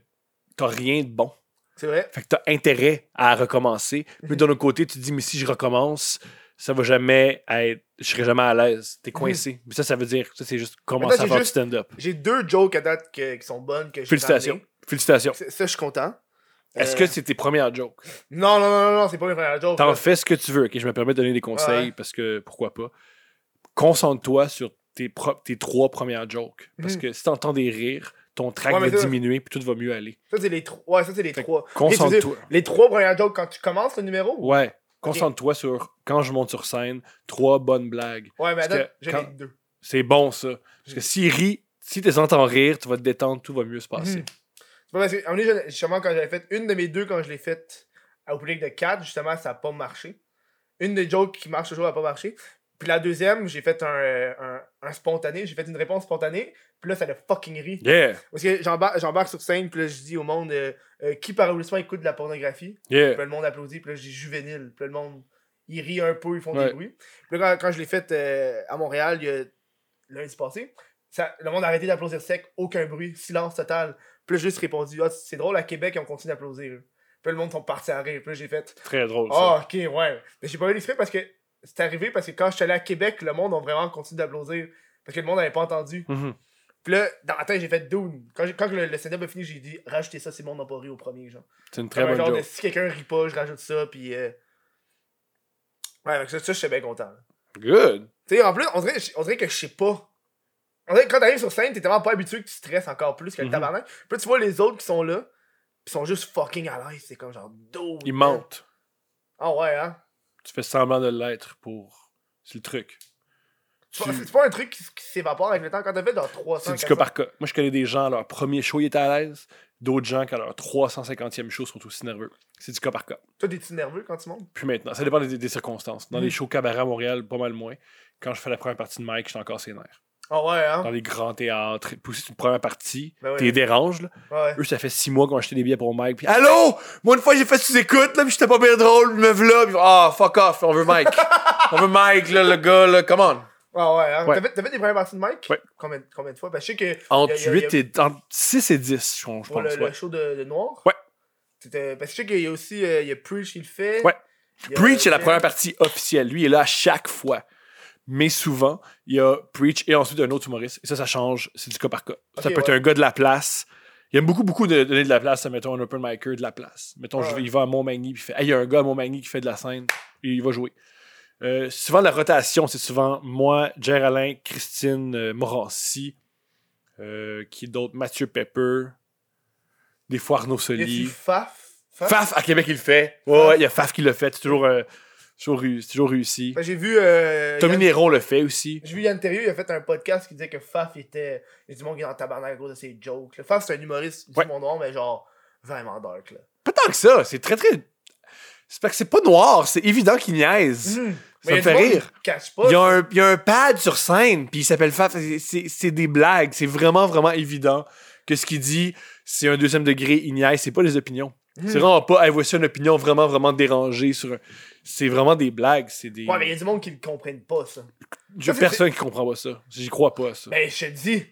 [SPEAKER 2] t'as rien de bon.
[SPEAKER 1] C'est vrai?
[SPEAKER 2] Fait que t'as intérêt à recommencer. Puis
[SPEAKER 1] Mhm.
[SPEAKER 2] d'un autre côté, tu te dis, mais si je recommence, ça va jamais être. Je serai jamais à l'aise. T'es coincé. Mais ça, ça veut dire, ça, c'est juste commencer
[SPEAKER 1] Attends,
[SPEAKER 2] à
[SPEAKER 1] Mhm. j'ai
[SPEAKER 2] faire
[SPEAKER 1] juste-
[SPEAKER 2] du stand-up.
[SPEAKER 1] J'ai deux jokes à date que- qui sont bonnes, que j'ai
[SPEAKER 2] Félicitations.
[SPEAKER 1] ramenées.
[SPEAKER 2] Félicitations.
[SPEAKER 1] C'est- Ça, je suis content.
[SPEAKER 2] Est-ce
[SPEAKER 1] Euh,
[SPEAKER 2] que c'est tes premières jokes?
[SPEAKER 1] Non, non, non, non, non, c'est pas mes premières jokes.
[SPEAKER 2] T'en
[SPEAKER 1] là.
[SPEAKER 2] fais ce que tu veux. ok? Je me permets de donner des conseils
[SPEAKER 1] Ouais.
[SPEAKER 2] parce que pourquoi pas. Concentre-toi sur tes, pro- tes trois premières jokes. Parce
[SPEAKER 1] Mhm.
[SPEAKER 2] que si t'entends des rires, ton track
[SPEAKER 1] Ouais, mais
[SPEAKER 2] va
[SPEAKER 1] ça-
[SPEAKER 2] diminuer puis tout va mieux aller.
[SPEAKER 1] Ça, c'est les trois. Ouais, ça, c'est les
[SPEAKER 2] Fait que
[SPEAKER 1] trois. Et tu
[SPEAKER 2] Concentre-toi.
[SPEAKER 1] dis, Les trois premières jokes quand tu commences le numéro? Ouais,
[SPEAKER 2] Ouais. Concentre-toi sur quand je monte sur scène, trois bonnes blagues.
[SPEAKER 1] mais
[SPEAKER 2] Parce
[SPEAKER 1] attends,
[SPEAKER 2] que
[SPEAKER 1] j'ai
[SPEAKER 2] quand-
[SPEAKER 1] les deux.
[SPEAKER 2] C'est bon ça. Parce que s'il rit, si t'es entends rire, tu vas te détendre, tout va mieux se passer.
[SPEAKER 1] Mhm. C'est pas parce que, à un moment donné, j'en- justement, quand j'avais fait une de mes deux, quand je l'ai faite au public de 4, justement, ça n'a pas marché. Une des jokes qui marche toujours n'a pas marché. Puis la deuxième, j'ai fait un, euh, un, un spontané, j'ai fait une réponse spontanée, puis là, ça a fucking ri.
[SPEAKER 2] Yeah,
[SPEAKER 1] Parce que j'embar- j'embarque sur scène, puis là, je dis au monde euh, euh, qui par applaudissement écoute de la pornographie.
[SPEAKER 2] yeah.
[SPEAKER 1] Puis là, le monde applaudit, puis là, je dis juvénile. Puis là, le monde, ils rient un peu, ils font
[SPEAKER 2] Ouais.
[SPEAKER 1] des bruits. Puis là, quand, quand je l'ai faite euh, à Montréal, il y a lundi passé, ça, le monde a arrêté d'applaudir sec, aucun bruit, silence total. Puis là, j'ai juste répondu, ah, c'est drôle, à Québec, on continue d'applaudir. Puis là, le monde sont partis à rire. Puis là, j'ai fait,
[SPEAKER 2] Très drôle ça.
[SPEAKER 1] ah, ok, ouais. Mais j'ai pas eu l'exprès parce que c'est arrivé parce que quand je suis allé à Québec, le monde a vraiment continué d'applaudir. Parce que le monde n'avait pas entendu.
[SPEAKER 2] Mhm.
[SPEAKER 1] Puis là, dans la tête, j'ai fait Dune. Quand, j'ai- quand le, le stand-up a fini, j'ai dit rajoutez ça, c'est mon n'a pas ri au premier. Genre.
[SPEAKER 2] C'est une très
[SPEAKER 1] Comme un
[SPEAKER 2] bonne
[SPEAKER 1] genre de,
[SPEAKER 2] joke.
[SPEAKER 1] si quelqu'un rit pas, je rajoute ça, puis. euh, Ouais, avec ça, ça, j'étais bien content. là.
[SPEAKER 2] Good.
[SPEAKER 1] Tu sais, en plus, on dirait, on dirait que je sais pas. On dirait que quand t'arrives sur scène, t'es tellement pas habitué que tu stresses encore plus que le
[SPEAKER 2] Mhm.
[SPEAKER 1] tabarnak. Puis là, tu vois les autres qui sont là, pis sont juste fucking à l'aise. C'est comme genre d'autres.
[SPEAKER 2] Il mente.
[SPEAKER 1] Ah ouais, hein.
[SPEAKER 2] Tu fais semblant de l'être pour. C'est le truc.
[SPEAKER 1] C'est
[SPEAKER 2] Tu-
[SPEAKER 1] pas- C'est pas un truc qui, qui s'évapore avec le temps. Quand t'as fait dans 300.
[SPEAKER 2] C'est du cas
[SPEAKER 1] 400,
[SPEAKER 2] par cas. Moi, je connais des gens, à leur premier show, ils étaient à l'aise. D'autres gens, qu'à leur 350e show, sont aussi nerveux. C'est du cas par cas.
[SPEAKER 1] Toi, t'es-tu nerveux quand tu montes
[SPEAKER 2] Puis maintenant, ça dépend des, des circonstances. Dans les
[SPEAKER 1] Mhm.
[SPEAKER 2] shows cabaret à Montréal, pas mal moins. Quand je fais la première partie de Mike, j'étais encore ses nerfs.
[SPEAKER 1] Ah ouais, hein.
[SPEAKER 2] Dans les grands théâtres, puis aussi c'est une première partie,
[SPEAKER 1] Ben ouais.
[SPEAKER 2] t'es dérange, là.
[SPEAKER 1] Ouais.
[SPEAKER 2] Eux, ça fait six mois qu'on acheté des billets pour Mike. Puis, allô? Moi, une fois, j'ai fait sous écoute, là, puis j'étais pas bien drôle, me v'là. Puis, ah, fuck off, on veut Mike. on veut Mike, là, le gars, là, come on.
[SPEAKER 1] Ah ouais, hein.
[SPEAKER 2] Ouais.
[SPEAKER 1] T'as fait, t'as fait des premières parties de Mike
[SPEAKER 2] Ouais.
[SPEAKER 1] combien, combien de fois Parce que je sais que
[SPEAKER 2] Entre
[SPEAKER 1] Y a- y a-
[SPEAKER 2] 8 et. Entre 6 et 10, je pense.
[SPEAKER 1] pour Oh, le, le
[SPEAKER 2] ouais.
[SPEAKER 1] show de, de Noir.
[SPEAKER 2] Ouais.
[SPEAKER 1] c'était- Parce que je sais qu'il y a aussi euh, il y a Preach qui le fait.
[SPEAKER 2] Ouais.
[SPEAKER 1] Il y a-
[SPEAKER 2] Preach est la première partie officielle. Lui, il est là à chaque fois. Mais souvent, il y a Preach et ensuite un autre humoriste. Et ça, ça change. C'est du cas par cas. ça
[SPEAKER 1] Ok,
[SPEAKER 2] peut être
[SPEAKER 1] ouais.
[SPEAKER 2] un gars de la place. Il aime beaucoup, beaucoup de donner de la place à, mettons, un open micer de la place. Mettons, je
[SPEAKER 1] Ouais.
[SPEAKER 2] vais- il va à Montmagny, puis il fait, Hey, il y a un gars à Montmagny qui fait de la scène, et il va jouer. Euh, souvent, la rotation, c'est souvent moi, Jer Alain, Christine euh, Morancy, euh, qui d'autres, Mathieu Pepper, des fois Arnaud
[SPEAKER 1] Il y a aussi
[SPEAKER 2] Soli.
[SPEAKER 1] Faf.
[SPEAKER 2] Faf, à Québec, il le fait. Ouais, ouais, il y a Faf qui le fait. C'est toujours, euh, toujours, ré- c'est toujours réussi.
[SPEAKER 1] Ben, J'ai vu. euh,
[SPEAKER 2] Tommy
[SPEAKER 1] Yann-
[SPEAKER 2] Néron le fait aussi.
[SPEAKER 1] J'ai vu Yann Terrieux, il a fait un podcast qui disait que Faf était. Il y a du monde qui est en tabarnak à cause de ses jokes. là. Faf, c'est un humoriste du
[SPEAKER 2] Ouais.
[SPEAKER 1] monde noir, mais genre vraiment dark. Là.
[SPEAKER 2] Pas tant que ça. C'est très, très. C'est parce que c'est pas noir. C'est évident qu'il niaise. Ça
[SPEAKER 1] il y a
[SPEAKER 2] me
[SPEAKER 1] du
[SPEAKER 2] fait
[SPEAKER 1] monde
[SPEAKER 2] rire.
[SPEAKER 1] qui cache pas.
[SPEAKER 2] Il y, a un, il y a un pad sur scène, puis il s'appelle Faf. C'est- C'est c'est des blagues. C'est vraiment, vraiment évident que ce qu'il dit, c'est un deuxième degré, il niaise. C'est pas des opinions.
[SPEAKER 1] Mm.
[SPEAKER 2] C'est vraiment pas, hey, voici une opinion vraiment, vraiment dérangée sur un- C'est vraiment des blagues. C'est des.
[SPEAKER 1] Ouais, mais il y a du monde qui ne comprennent pas ça.
[SPEAKER 2] Il y a
[SPEAKER 1] Ça, c'est-
[SPEAKER 2] personne qui comprend pas ça. J'y crois pas, ça.
[SPEAKER 1] Ben, je te dis.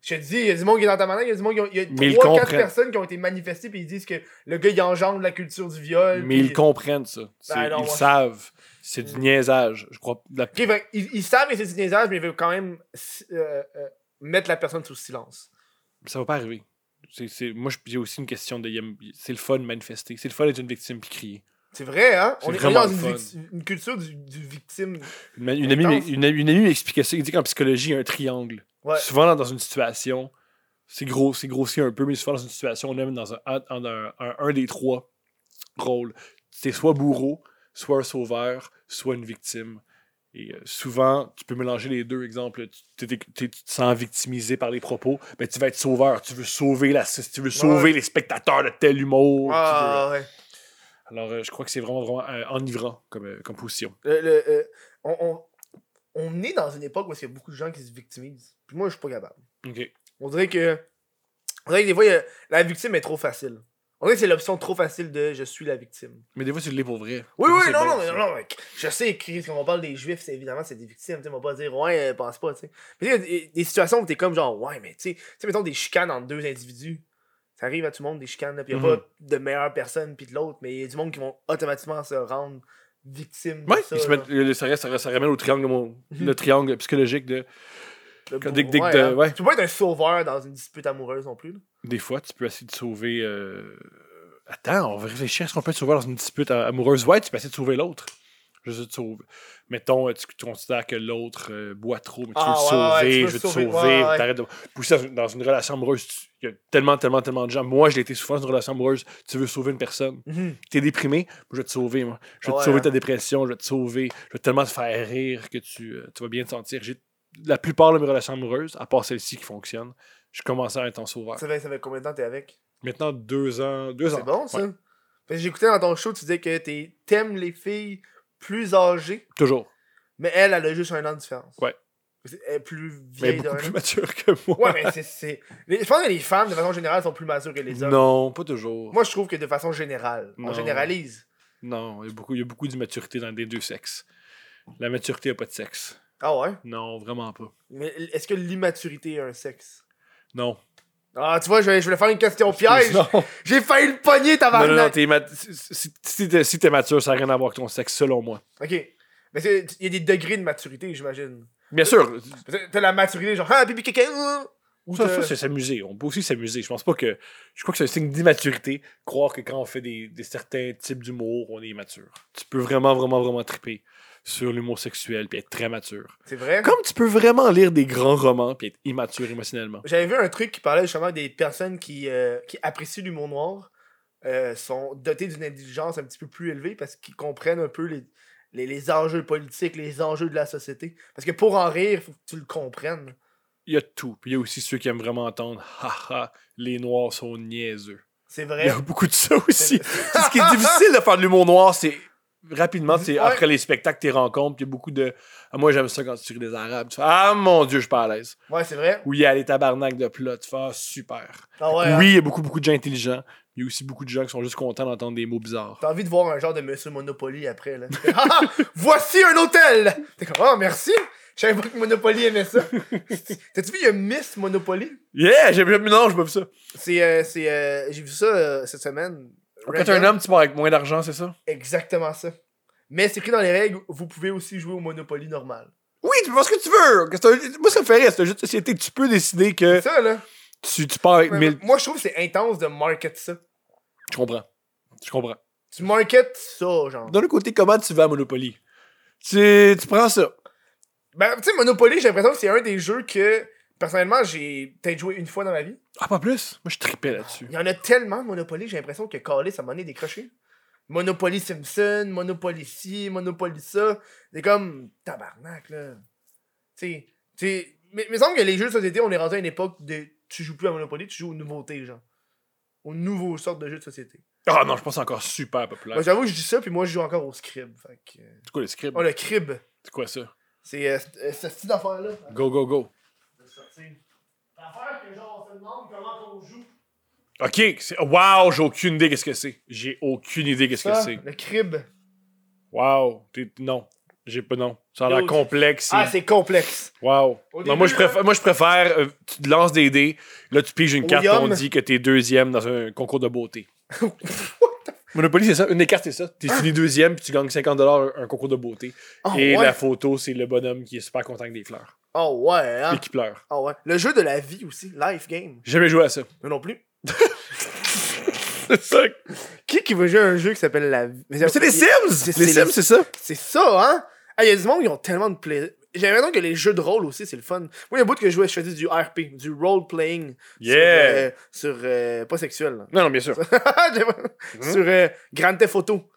[SPEAKER 1] Je te dis, il y a du monde qui est dans ta manière, il y a du monde qui ont- Il
[SPEAKER 2] Mais ils
[SPEAKER 1] y a 3-4
[SPEAKER 2] comprennent.
[SPEAKER 1] personnes qui ont été manifestées puis ils disent que le gars il engendre la culture du viol.
[SPEAKER 2] Mais
[SPEAKER 1] Euh, puis-
[SPEAKER 2] ils comprennent ça. C'est-
[SPEAKER 1] Ben non,
[SPEAKER 2] ils le
[SPEAKER 1] moi, je- Hmm.
[SPEAKER 2] savent. C'est du niaisage. Je crois. La...
[SPEAKER 1] Ok, ben, fait, ils, ils savent que c'est du niaisage, mais ils veulent quand même si- euh, euh, mettre la personne sous silence.
[SPEAKER 2] Ça va pas arriver. C'est- c'est- Moi, je- j'ai aussi une question de. C'est le fun de manifester. C'est le fun d'être une victime puis crier.
[SPEAKER 1] C'est vrai, hein?
[SPEAKER 2] C'est
[SPEAKER 1] On est on est
[SPEAKER 2] vraiment
[SPEAKER 1] dans
[SPEAKER 2] le
[SPEAKER 1] une,
[SPEAKER 2] fun.
[SPEAKER 1] vic- une culture du, du victime.
[SPEAKER 2] Une, une amie,
[SPEAKER 1] Intense.
[SPEAKER 2] m'ex- une, une amie m'expliquait ça. Il dit qu'en psychologie, il y a un triangle.
[SPEAKER 1] Ouais.
[SPEAKER 2] Souvent, dans- dans une situation, c'est gros, c'est grossier un peu, mais souvent, dans une situation, on est dans un, en un, un- un des trois rôles. C'est soit bourreau, soit un sauveur, soit une victime. Et euh, souvent, tu peux mélanger les deux. Exemple, tu, t'es- t'es- tu te sens victimisé par les propos, mais tu vas être sauveur. Tu veux sauver la, soc- tu veux sauver
[SPEAKER 1] Ouais.
[SPEAKER 2] les spectateurs de tel humour. tu
[SPEAKER 1] Ah, ouais.
[SPEAKER 2] veux- Alors, euh, je crois que c'est vraiment, vraiment euh, enivrant comme, euh, comme position.
[SPEAKER 1] Le- le, euh, on, on- on est dans une époque où il y a beaucoup de gens qui se victimisent. Puis moi, je suis pas capable.
[SPEAKER 2] OK.
[SPEAKER 1] On dirait que. On dirait que des fois, il y a- la victime est trop facile. On dirait que c'est l'option trop facile de je suis la victime.
[SPEAKER 2] Mais des fois, tu l'es pour vrai.
[SPEAKER 1] Oui,
[SPEAKER 2] Des fois,
[SPEAKER 1] oui,
[SPEAKER 2] c'est
[SPEAKER 1] non,
[SPEAKER 2] bon,
[SPEAKER 1] non,
[SPEAKER 2] ça.
[SPEAKER 1] non, non, mec. Je sais, Chris, quand on parle des juifs, c'est évidemment, c'est des victimes. Tu sais, on va pas dire, ouais, euh, pense pas, tu sais. Mais il y a des- des situations où t'es comme genre, ouais, mais tu sais, tu sais, mettons des chicanes entre deux individus. Ça arrive à tout le monde, des chicanes, là, pis y a
[SPEAKER 2] Mhm.
[SPEAKER 1] pas de meilleure personne puis de l'autre, mais il y a du monde qui vont automatiquement se rendre victime.
[SPEAKER 2] Ouais,
[SPEAKER 1] de ça,
[SPEAKER 2] ils se
[SPEAKER 1] là.
[SPEAKER 2] mettent- le- ça, ça- ça ramène au triangle, de mon-
[SPEAKER 1] Mhm.
[SPEAKER 2] le triangle psychologique de.
[SPEAKER 1] Le
[SPEAKER 2] quand
[SPEAKER 1] bourreau,
[SPEAKER 2] dès que- dès que
[SPEAKER 1] ouais,
[SPEAKER 2] t'as-
[SPEAKER 1] hein.
[SPEAKER 2] ouais.
[SPEAKER 1] Tu peux pas être un sauveur dans une dispute amoureuse non plus. là.
[SPEAKER 2] Des fois, tu peux essayer de sauver. euh, Attends, on va réfléchir. Est-ce qu'on peut être sauveur dans une dispute euh, amoureuse? Ouais, tu peux essayer de sauver l'autre. Je veux juste te sauver. Mettons, euh, tu, tu considères que l'autre euh, boit trop, mais tu
[SPEAKER 1] Ah,
[SPEAKER 2] veux le
[SPEAKER 1] ouais, ouais,
[SPEAKER 2] sauver,
[SPEAKER 1] tu veux
[SPEAKER 2] je veux
[SPEAKER 1] le
[SPEAKER 2] te
[SPEAKER 1] sauver,
[SPEAKER 2] sauver.
[SPEAKER 1] ouais, ouais.
[SPEAKER 2] T'arrêtes de. Puis ça, dans une relation amoureuse, tu- il y a tellement, tellement, tellement de gens. Moi, je l'ai été souvent dans une relation amoureuse. Tu veux sauver une personne. T'es déprimé, je vais te sauver, moi. Je vais
[SPEAKER 1] Ouais,
[SPEAKER 2] te sauver
[SPEAKER 1] hein.
[SPEAKER 2] ta dépression, je vais te sauver. Je vais tellement te faire rire que tu, euh, tu vas bien te sentir. J'ai la plupart de mes relations amoureuses, à part celle-ci qui fonctionne, je commençais à être en sauveur.
[SPEAKER 1] Ça fait, ça fait combien de temps que t'es avec
[SPEAKER 2] Maintenant, deux ans. Deux ans.
[SPEAKER 1] C'est bon, ça
[SPEAKER 2] Ouais.
[SPEAKER 1] Parce que J'écoutais dans ton show, tu disais que t'es- t'aimes les filles plus âgées,
[SPEAKER 2] Toujours.
[SPEAKER 1] mais elle, elle a juste un an de différence.
[SPEAKER 2] Ouais.
[SPEAKER 1] Elle est plus
[SPEAKER 2] Mais
[SPEAKER 1] vieille d'un
[SPEAKER 2] beaucoup
[SPEAKER 1] an.
[SPEAKER 2] plus mature que moi.
[SPEAKER 1] Ouais, mais c'est- c'est. les- Je pense que les femmes, de façon générale, sont plus matures que les hommes.
[SPEAKER 2] non, pas toujours.
[SPEAKER 1] Moi, je trouve que de façon générale, on
[SPEAKER 2] Non.
[SPEAKER 1] généralise.
[SPEAKER 2] Non, il y a beaucoup, il y a beaucoup d'immaturité dans les deux sexes. La maturité n'a pas de sexe.
[SPEAKER 1] Ah ouais?
[SPEAKER 2] Non, vraiment pas.
[SPEAKER 1] Mais est-ce que l'immaturité a un sexe?
[SPEAKER 2] Non.
[SPEAKER 1] Ah, tu vois, je, je voulais faire une question piège.
[SPEAKER 2] Non, non,
[SPEAKER 1] J'ai failli le pogner,
[SPEAKER 2] non, non,
[SPEAKER 1] tabarnak.
[SPEAKER 2] t'es ma- si- si si t'es si t'es mature, ça n'a rien à voir avec ton sexe, selon moi.
[SPEAKER 1] Ok. Mais c'est- il y a des degrés de maturité, j'imagine.
[SPEAKER 2] Bien sûr,
[SPEAKER 1] T'as t'as la maturité, genre, ah, bibi quelqu'un. hein. Ou
[SPEAKER 2] Ça,
[SPEAKER 1] t'as-
[SPEAKER 2] ça, c'est s'amuser. On peut aussi s'amuser. Je pense pas que. Je crois que c'est un signe d'immaturité, croire que quand on fait des, des certains types d'humour, on est immature. Tu peux vraiment, vraiment, vraiment triper sur l'humour sexuel puis être très mature.
[SPEAKER 1] C'est vrai?
[SPEAKER 2] Comme tu peux vraiment lire des grands romans puis être immature émotionnellement.
[SPEAKER 1] J'avais vu un truc qui parlait justement des personnes qui, euh, qui apprécient l'humour noir euh, sont dotées d'une intelligence un petit peu plus élevée parce qu'ils comprennent un peu les, les, les enjeux politiques, les enjeux de la société. Parce que pour en rire, faut que tu le comprennes.
[SPEAKER 2] Il y a tout. Puis il y a aussi ceux qui aiment vraiment entendre Haha, les noirs sont niaiseux.
[SPEAKER 1] C'est
[SPEAKER 2] Il y
[SPEAKER 1] vrai.
[SPEAKER 2] a beaucoup de ça aussi. C'est ce qui est difficile de faire de l'humour noir, c'est rapidement, c'est
[SPEAKER 1] Ouais.
[SPEAKER 2] après les spectacles, tes rencontres, puis il y a beaucoup de. Ah, moi, j'aime ça quand tu ris des Arabes. Tu fais, ah mon Dieu, je suis pas à l'aise.
[SPEAKER 1] Ouais, c'est vrai.
[SPEAKER 2] où il y a les tabarnak de plot. Tu fais, ah, super.
[SPEAKER 1] Ah ouais, hein.
[SPEAKER 2] Oui, il y a beaucoup, beaucoup de gens intelligents. Il y a aussi beaucoup de gens qui sont juste contents d'entendre des mots bizarres.
[SPEAKER 1] T'as envie de voir un genre de Monsieur Monopoly après, là. ah, ah, voici un hôtel! T'es comme, oh, merci! Je savais pas que Monopoly aimait ça. T'as-tu vu, il y a Miss Monopoly?
[SPEAKER 2] Yeah, j'ai bien non, je bois ça.
[SPEAKER 1] C'est, euh, c'est, euh, j'ai vu ça euh, cette semaine.
[SPEAKER 2] Quand t'es un
[SPEAKER 1] Reagan.
[SPEAKER 2] homme, tu pars avec moins d'argent, c'est ça?
[SPEAKER 1] Exactement ça. Mais c'est écrit dans les règles, vous pouvez aussi jouer au Monopoly normal.
[SPEAKER 2] Oui, tu peux faire ce que tu veux. Que c'est un- Moi, ça me fait rire. C'est un jeu de société. Tu peux décider que
[SPEAKER 1] C'est ça, là.
[SPEAKER 2] tu, tu pars avec
[SPEAKER 1] Mais-
[SPEAKER 2] 1000.
[SPEAKER 1] Moi, je trouve que c'est intense de market ça.
[SPEAKER 2] Je comprends. Je comprends.
[SPEAKER 1] Tu market ça, genre.
[SPEAKER 2] D'un autre côté, comment tu vas à Monopoly? Tu, tu prends ça.
[SPEAKER 1] Ben, tu sais, Monopoly, j'ai l'impression que c'est un des jeux que, personnellement, j'ai peut-être joué une fois dans ma vie.
[SPEAKER 2] Ah, pas plus. Moi, je tripais là-dessus.
[SPEAKER 1] Il y en a tellement de Monopoly, j'ai l'impression que Calais, ça m'en est décroché. Monopoly Simpson, Monopoly ci, Monopoly ça. C'est comme tabarnak, là. Tu sais, tu sais, mais il me semble que les jeux de société, on est rendu à une époque de tu joues plus à Monopoly, tu joues aux nouveautés, genre. Aux nouveaux sortes de jeux de société.
[SPEAKER 2] Ah non, je pense que c'est encore super populaire.
[SPEAKER 1] Moi, j'avoue que je dis ça, puis moi, je joue encore au scrib. fait que, euh,
[SPEAKER 2] C'est quoi le script?
[SPEAKER 1] Oh, le crib.
[SPEAKER 2] C'est quoi ça?
[SPEAKER 1] C'est euh, c'est- euh, ce style d'affaire-là.
[SPEAKER 2] Go, go, go.
[SPEAKER 1] L'affaire que, genre, on se demande comment on joue.
[SPEAKER 2] OK. c'est- Wow, j'ai aucune idée qu'est-ce que c'est. J'ai aucune idée qu'est-ce que
[SPEAKER 1] Ça,
[SPEAKER 2] c'est.
[SPEAKER 1] le crib.
[SPEAKER 2] Wow. t'es- Non. J'ai pas. Non. Ça a l'air
[SPEAKER 1] Yo,
[SPEAKER 2] complexe.
[SPEAKER 1] Ah, c'est complexe.
[SPEAKER 2] wow.
[SPEAKER 1] Au
[SPEAKER 2] non, moi, je
[SPEAKER 1] début, là-
[SPEAKER 2] préfère, moi, je préfère euh, tu te lances des dés. Là, tu piges une carte et on
[SPEAKER 1] yum.
[SPEAKER 2] dit que t'es deuxième dans un concours de beauté. Monopoly, c'est ça. Une des cartes, c'est ça. T'es
[SPEAKER 1] Ah.
[SPEAKER 2] fini deuxième puis tu gagnes 50 un, un concours de beauté.
[SPEAKER 1] Oh,
[SPEAKER 2] et
[SPEAKER 1] ouais.
[SPEAKER 2] la photo, c'est le bonhomme qui est super content avec des fleurs
[SPEAKER 1] Oh, ouais, hein.
[SPEAKER 2] et qui pleure.
[SPEAKER 1] Ah ouais. Le jeu de la vie aussi, Life Game.
[SPEAKER 2] J'ai Jamais joué à ça.
[SPEAKER 1] Moi non plus.
[SPEAKER 2] c'est ça.
[SPEAKER 1] Qui qui veut jouer à un jeu qui s'appelle la vie
[SPEAKER 2] Mais c'est les Sims.
[SPEAKER 1] C'est-
[SPEAKER 2] Les
[SPEAKER 1] c'est
[SPEAKER 2] Sims,
[SPEAKER 1] les-
[SPEAKER 2] c'est ça.
[SPEAKER 1] C'est ça, hein? Ah, il y a du monde qui ont tellement de plaisir. J'ai l'impression que les jeux de rôle aussi, c'est le fun. Moi, il y a un bout que je jouais, je faisais du RP, du role-playing.
[SPEAKER 2] Yeah.
[SPEAKER 1] Sur, euh, sur, euh, pas sexuel. là.
[SPEAKER 2] Non, non, bien sûr.
[SPEAKER 1] J'ai-
[SPEAKER 2] Mm-hmm.
[SPEAKER 1] Sur euh, Grand Theft Auto.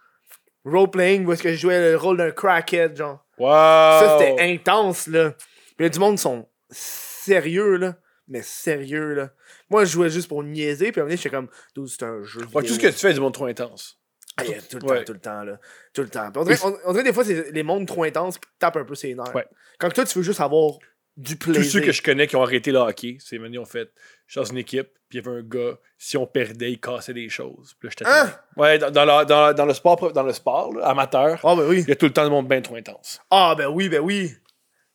[SPEAKER 1] Role-playing, où est-ce que je jouais le rôle d'un crackhead, genre.
[SPEAKER 2] Wow.
[SPEAKER 1] Ça,
[SPEAKER 2] Oh.
[SPEAKER 1] c'était intense, là. Puis il y a du monde qui sont sérieux, là. Mais sérieux, là. Moi, je jouais juste pour niaiser, puis à un moment donné, j'étais comme, Dude, c'est un jeu.
[SPEAKER 2] Ouais, tout
[SPEAKER 1] vidéo.
[SPEAKER 2] ce que tu fais est du monde trop intense.
[SPEAKER 1] Ah, yeah, tout le
[SPEAKER 2] Ouais.
[SPEAKER 1] temps, tout le temps, là. Tout le temps. Puis On dirait, on- on dirait des fois, c'est les mondes trop intenses qui tapent un peu ses nerfs.
[SPEAKER 2] Ouais.
[SPEAKER 1] Quand toi, tu veux juste avoir du plaisir.
[SPEAKER 2] tous ceux que je connais qui ont arrêté le hockey, c'est venus, ont fait, je suis dans une équipe, puis il y avait un gars, si on perdait, il cassait des choses. Puis là, j'étais
[SPEAKER 1] Hein?
[SPEAKER 2] Ouais, dans, dans la- dans la- dans le sport, pro- dans le sport là, amateur,
[SPEAKER 1] Ah, ben oui.
[SPEAKER 2] il y a tout le temps le monde bien trop intense.
[SPEAKER 1] Ah, ben oui, ben oui.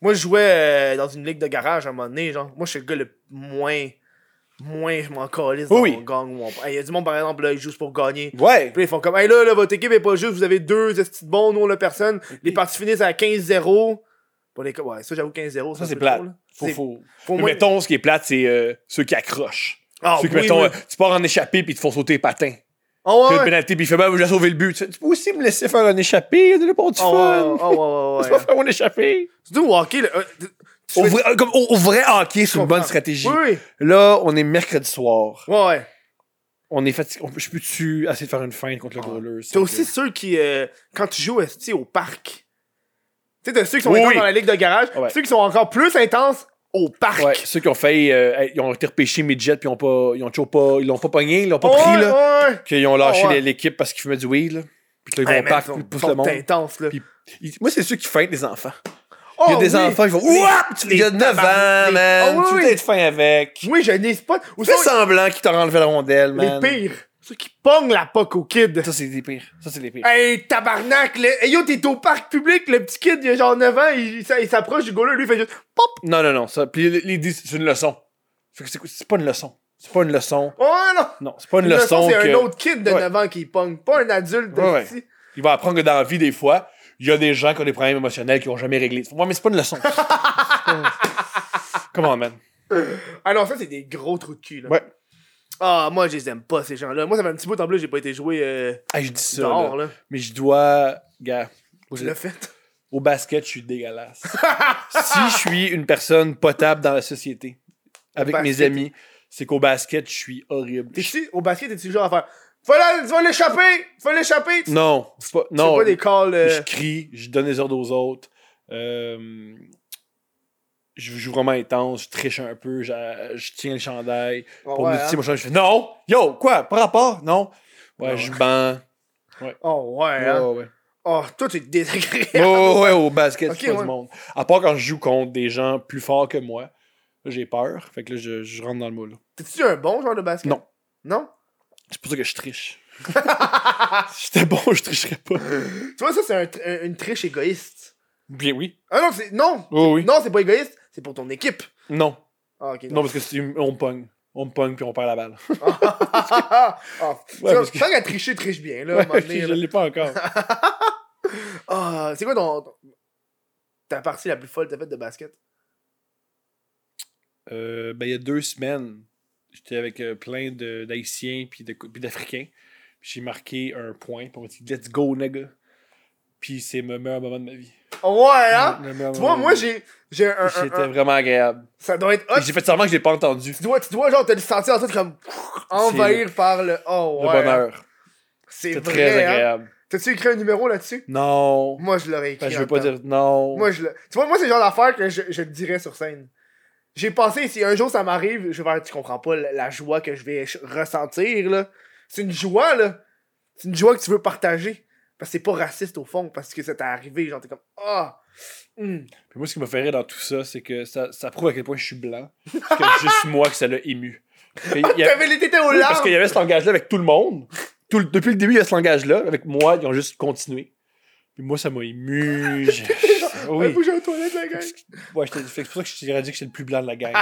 [SPEAKER 1] Moi, je jouais euh, dans une ligue de garage à un moment donné, genre. Moi, je suis le gars le moins. Moins, je m'en calisse dans
[SPEAKER 2] Oui.
[SPEAKER 1] mon gang ou mon- Ah, Il y a du monde, par exemple, là, ils jouent juste pour gagner.
[SPEAKER 2] Ouais.
[SPEAKER 1] Puis là, ils font comme, hey là, là, votre équipe est pas juste, vous avez deux petites bons, nous on l'a personne. Les parties finissent à 15-0. Pour les... Ouais, ça j'avoue 15-0.
[SPEAKER 2] Ça,
[SPEAKER 1] un
[SPEAKER 2] c'est
[SPEAKER 1] peu
[SPEAKER 2] plate.
[SPEAKER 1] trop, là.
[SPEAKER 2] Faut,
[SPEAKER 1] C'est-
[SPEAKER 2] faut...
[SPEAKER 1] faut
[SPEAKER 2] Mais
[SPEAKER 1] moins-
[SPEAKER 2] Mettons, ce qui est plate, c'est euh, ceux qui accrochent.
[SPEAKER 1] Ah,
[SPEAKER 2] ceux qui,
[SPEAKER 1] oui,
[SPEAKER 2] mettons,
[SPEAKER 1] oui.
[SPEAKER 2] euh, tu pars en échappée, puis ils te font sauter les patins.
[SPEAKER 1] Oh,
[SPEAKER 2] Puis
[SPEAKER 1] ouais,
[SPEAKER 2] le
[SPEAKER 1] ouais.
[SPEAKER 2] pénalité, puis il fait ben, j'ai sauvé le but. Tu sais, tu peux aussi me laisser faire un échappé, de pour du
[SPEAKER 1] Oh, ouais,
[SPEAKER 2] fun.
[SPEAKER 1] ouais, oh, ouais, ouais,
[SPEAKER 2] Laisse-moi
[SPEAKER 1] ouais.
[SPEAKER 2] faire un échappé.
[SPEAKER 1] C'est du hockey, là. Euh, tu- tu
[SPEAKER 2] Au
[SPEAKER 1] fais-
[SPEAKER 2] vrai, euh, comme, au, au vrai hockey, c'est une bonne stratégie.
[SPEAKER 1] Oui, oui.
[SPEAKER 2] Là, on est mercredi soir.
[SPEAKER 1] Ouais, ouais.
[SPEAKER 2] On est fatigué. on- Je peux-tu essayer de faire une feinte contre le goaler?
[SPEAKER 1] T'as
[SPEAKER 2] C'est
[SPEAKER 1] Ah. aussi ceux qui, euh, quand tu joues esti, au parc, tu sais, t'as ceux qui sont
[SPEAKER 2] Oui,
[SPEAKER 1] intenses
[SPEAKER 2] oui.
[SPEAKER 1] dans la ligue de garage,
[SPEAKER 2] Ouais.
[SPEAKER 1] ceux qui sont encore plus intenses au parc.
[SPEAKER 2] Ouais, ceux qui ont fait. euh, hey, ils ont été repêchés midget, puis ils ont pas. Ils ont toujours pas. Ils l'ont pas pogné, ils l'ont pas
[SPEAKER 1] Ouais,
[SPEAKER 2] pris, là.
[SPEAKER 1] ouais, ouais.
[SPEAKER 2] Qu'ils ont lâché
[SPEAKER 1] Oh, ouais.
[SPEAKER 2] les- l'équipe parce qu'ils fumaient du weed, là. Puis que là, ils
[SPEAKER 1] Hey,
[SPEAKER 2] vont au
[SPEAKER 1] man,
[SPEAKER 2] parc,
[SPEAKER 1] ils sont-
[SPEAKER 2] puis ils poussent
[SPEAKER 1] sont
[SPEAKER 2] le monde.
[SPEAKER 1] intenses, là.
[SPEAKER 2] Puis Ils- Moi, c'est ceux qui feintent les enfants.
[SPEAKER 1] Oh,
[SPEAKER 2] Il y a des
[SPEAKER 1] oui.
[SPEAKER 2] enfants, ils font
[SPEAKER 1] Les-
[SPEAKER 2] Ouah!
[SPEAKER 1] les
[SPEAKER 2] Il y a 9
[SPEAKER 1] tabarnak,
[SPEAKER 2] ans,
[SPEAKER 1] les-
[SPEAKER 2] man.
[SPEAKER 1] Ah oui,
[SPEAKER 2] tu
[SPEAKER 1] oui.
[SPEAKER 2] veux être fin avec.
[SPEAKER 1] Oui, je n'hésite pas. Ou
[SPEAKER 2] Fais
[SPEAKER 1] sinon,
[SPEAKER 2] semblant qu'il t'a enlevé la rondelle,
[SPEAKER 1] les
[SPEAKER 2] man.
[SPEAKER 1] pires. Ceux qui pongent la poque au kid.
[SPEAKER 2] Ça, c'est les pires. Ça, c'est les pires.
[SPEAKER 1] Hey, tabarnak, là. Hey, yo, t'es au parc public, le petit kid, il a genre 9 ans, il, il s'a- il s'approche du goaler, lui, il fait juste pop.
[SPEAKER 2] Non, non, non. Ça, puis les, les dix, c'est une leçon. Fait que c'est, c'est pas une leçon. C'est pas une leçon.
[SPEAKER 1] Oh non!
[SPEAKER 2] Non, c'est pas une,
[SPEAKER 1] Le
[SPEAKER 2] leçon.
[SPEAKER 1] son, c'est
[SPEAKER 2] que...
[SPEAKER 1] un autre kid de
[SPEAKER 2] Ouais.
[SPEAKER 1] 9 ans qui pogne, pas un adulte.
[SPEAKER 2] Ouais, ouais.
[SPEAKER 1] esti.
[SPEAKER 2] Il va apprendre que dans la vie, des fois, il y a des gens qui ont des problèmes émotionnels qui n'ont jamais réglé. Ouais, mais c'est pas une leçon. Comment, man?
[SPEAKER 1] Ah non, ça, c'est des gros trous de cul, là.
[SPEAKER 2] Ouais.
[SPEAKER 1] Ah, moi, je les aime pas, ces gens-là. Moi, ça fait un petit bout en bleu, j'ai pas été joué euh,
[SPEAKER 2] Ah, je dis ça.
[SPEAKER 1] dehors,
[SPEAKER 2] là.
[SPEAKER 1] là.
[SPEAKER 2] Mais je dois. Gars,
[SPEAKER 1] Je l'ai fait.
[SPEAKER 2] au basket, je suis dégueulasse. si je suis une personne potable dans la société, avec mes
[SPEAKER 1] basket.
[SPEAKER 2] amis, c'est qu'au basket, je suis horrible.
[SPEAKER 1] T'es-tu au basket, t'es-tu genre à faire Faut la- tu vas l'échapper! Faut l'échapper! Tu-
[SPEAKER 2] Non, c'est pas,
[SPEAKER 1] tu fais
[SPEAKER 2] non.
[SPEAKER 1] pas des calls. euh,
[SPEAKER 2] Je crie, je donne des ordres aux autres. euh, je joue vraiment intense, je triche un peu, j'a- je, tiens le chandail.
[SPEAKER 1] oh,
[SPEAKER 2] pour
[SPEAKER 1] ouais,
[SPEAKER 2] me
[SPEAKER 1] hein.
[SPEAKER 2] dire, moi, je fais non, yo, quoi, par rapport, non. Ouais,
[SPEAKER 1] Ouais,
[SPEAKER 2] je ben. bans.
[SPEAKER 1] Oh, ouais,
[SPEAKER 2] Ouais,
[SPEAKER 1] hein.
[SPEAKER 2] ouais, ouais.
[SPEAKER 1] Oh, toi, t'es désagréable.
[SPEAKER 2] Ouais, ouais, ouais, au basket,
[SPEAKER 1] Ok,
[SPEAKER 2] c'est pas
[SPEAKER 1] ouais.
[SPEAKER 2] du monde. À part quand je joue contre des gens plus forts que moi, là, j'ai peur. Fait que là, je, je rentre dans le moule.
[SPEAKER 1] T'es-tu un bon joueur de basket?
[SPEAKER 2] Non.
[SPEAKER 1] Non?
[SPEAKER 2] C'est pour ça que je triche. si j'étais bon, je tricherais pas.
[SPEAKER 1] Tu vois, ça, c'est un tr- un- une triche égoïste.
[SPEAKER 2] Bien oui.
[SPEAKER 1] Ah non, c'est. Non!
[SPEAKER 2] Oui, oui.
[SPEAKER 1] Non, c'est pas égoïste, c'est pour ton équipe.
[SPEAKER 2] Non.
[SPEAKER 1] Ah, ok.
[SPEAKER 2] Non, parce que c'est- on me pogne. On me pogne puis on perd la balle.
[SPEAKER 1] Ah, tu vois,
[SPEAKER 2] parce que-
[SPEAKER 1] Tant qu'à tricher, triche bien, là. à un moment
[SPEAKER 2] Ouais,
[SPEAKER 1] donné,
[SPEAKER 2] je
[SPEAKER 1] là.
[SPEAKER 2] l'ai pas encore.
[SPEAKER 1] Ah, c'est quoi ton. ton- Ta partie la plus folle que t'as faite de basket?
[SPEAKER 2] Euh, ben, il y a deux semaines, j'étais avec euh, plein de- d'Haïtiens puis de- puis d'Africains. Puis J'ai marqué un point. Puis on m'a dit « Let's go, nigga ». Puis c'est le meilleur moment de ma vie.
[SPEAKER 1] Ouais, hein?
[SPEAKER 2] Le meilleur
[SPEAKER 1] Tu vois,
[SPEAKER 2] moment de
[SPEAKER 1] moi,
[SPEAKER 2] ma vie.
[SPEAKER 1] j'ai. J'ai un, un-
[SPEAKER 2] C'était
[SPEAKER 1] un- Ah,
[SPEAKER 2] vraiment agréable.
[SPEAKER 1] Ça doit être
[SPEAKER 2] Puis
[SPEAKER 1] hot.
[SPEAKER 2] J'ai fait seulement que je l'ai pas entendu.
[SPEAKER 1] Tu dois, tu dois, genre, te le sentir en tête comme. Envahir par le. Oh,
[SPEAKER 2] Le
[SPEAKER 1] ouais.
[SPEAKER 2] bonheur.
[SPEAKER 1] C'est
[SPEAKER 2] C'était
[SPEAKER 1] vrai.
[SPEAKER 2] très
[SPEAKER 1] hein?
[SPEAKER 2] agréable.
[SPEAKER 1] T'as-tu écrit un numéro là-dessus?
[SPEAKER 2] Non.
[SPEAKER 1] Moi, je l'aurais écrit.
[SPEAKER 2] Ben, je
[SPEAKER 1] en
[SPEAKER 2] veux pas
[SPEAKER 1] temps.
[SPEAKER 2] dire non.
[SPEAKER 1] Moi, je le... Tu vois, moi, c'est le genre d'affaire que je, je le dirais sur scène. J'ai pensé, si un jour ça m'arrive, je vais faire, tu comprends pas la, la joie que je vais ch- ressentir, là. C'est une joie, là. C'est une joie que tu veux partager. Parce que c'est pas raciste, au fond, parce que ça t'est arrivé, genre, t'es comme, ah! hum.
[SPEAKER 2] Puis moi, ce qui me fait rire dans tout ça, c'est que ça, ça prouve à quel point je suis blanc. Parce que juste moi que ça l'a ému. Puis il y a-
[SPEAKER 1] T'avais les tétés aux
[SPEAKER 2] oui, parce
[SPEAKER 1] larmes!
[SPEAKER 2] qu'il y avait ce langage-là avec tout le monde. Tout le- depuis le début, il y a ce langage-là. Avec moi, ils ont juste continué. Puis moi, ça m'a ému. Je-
[SPEAKER 1] Ouais,
[SPEAKER 2] Ah oui.
[SPEAKER 1] bouge aux toilettes, la gueule!
[SPEAKER 2] Ouais, j'étais- fait que c'est pour ça que je t'ai dit que j'étais le plus blanc de la gang.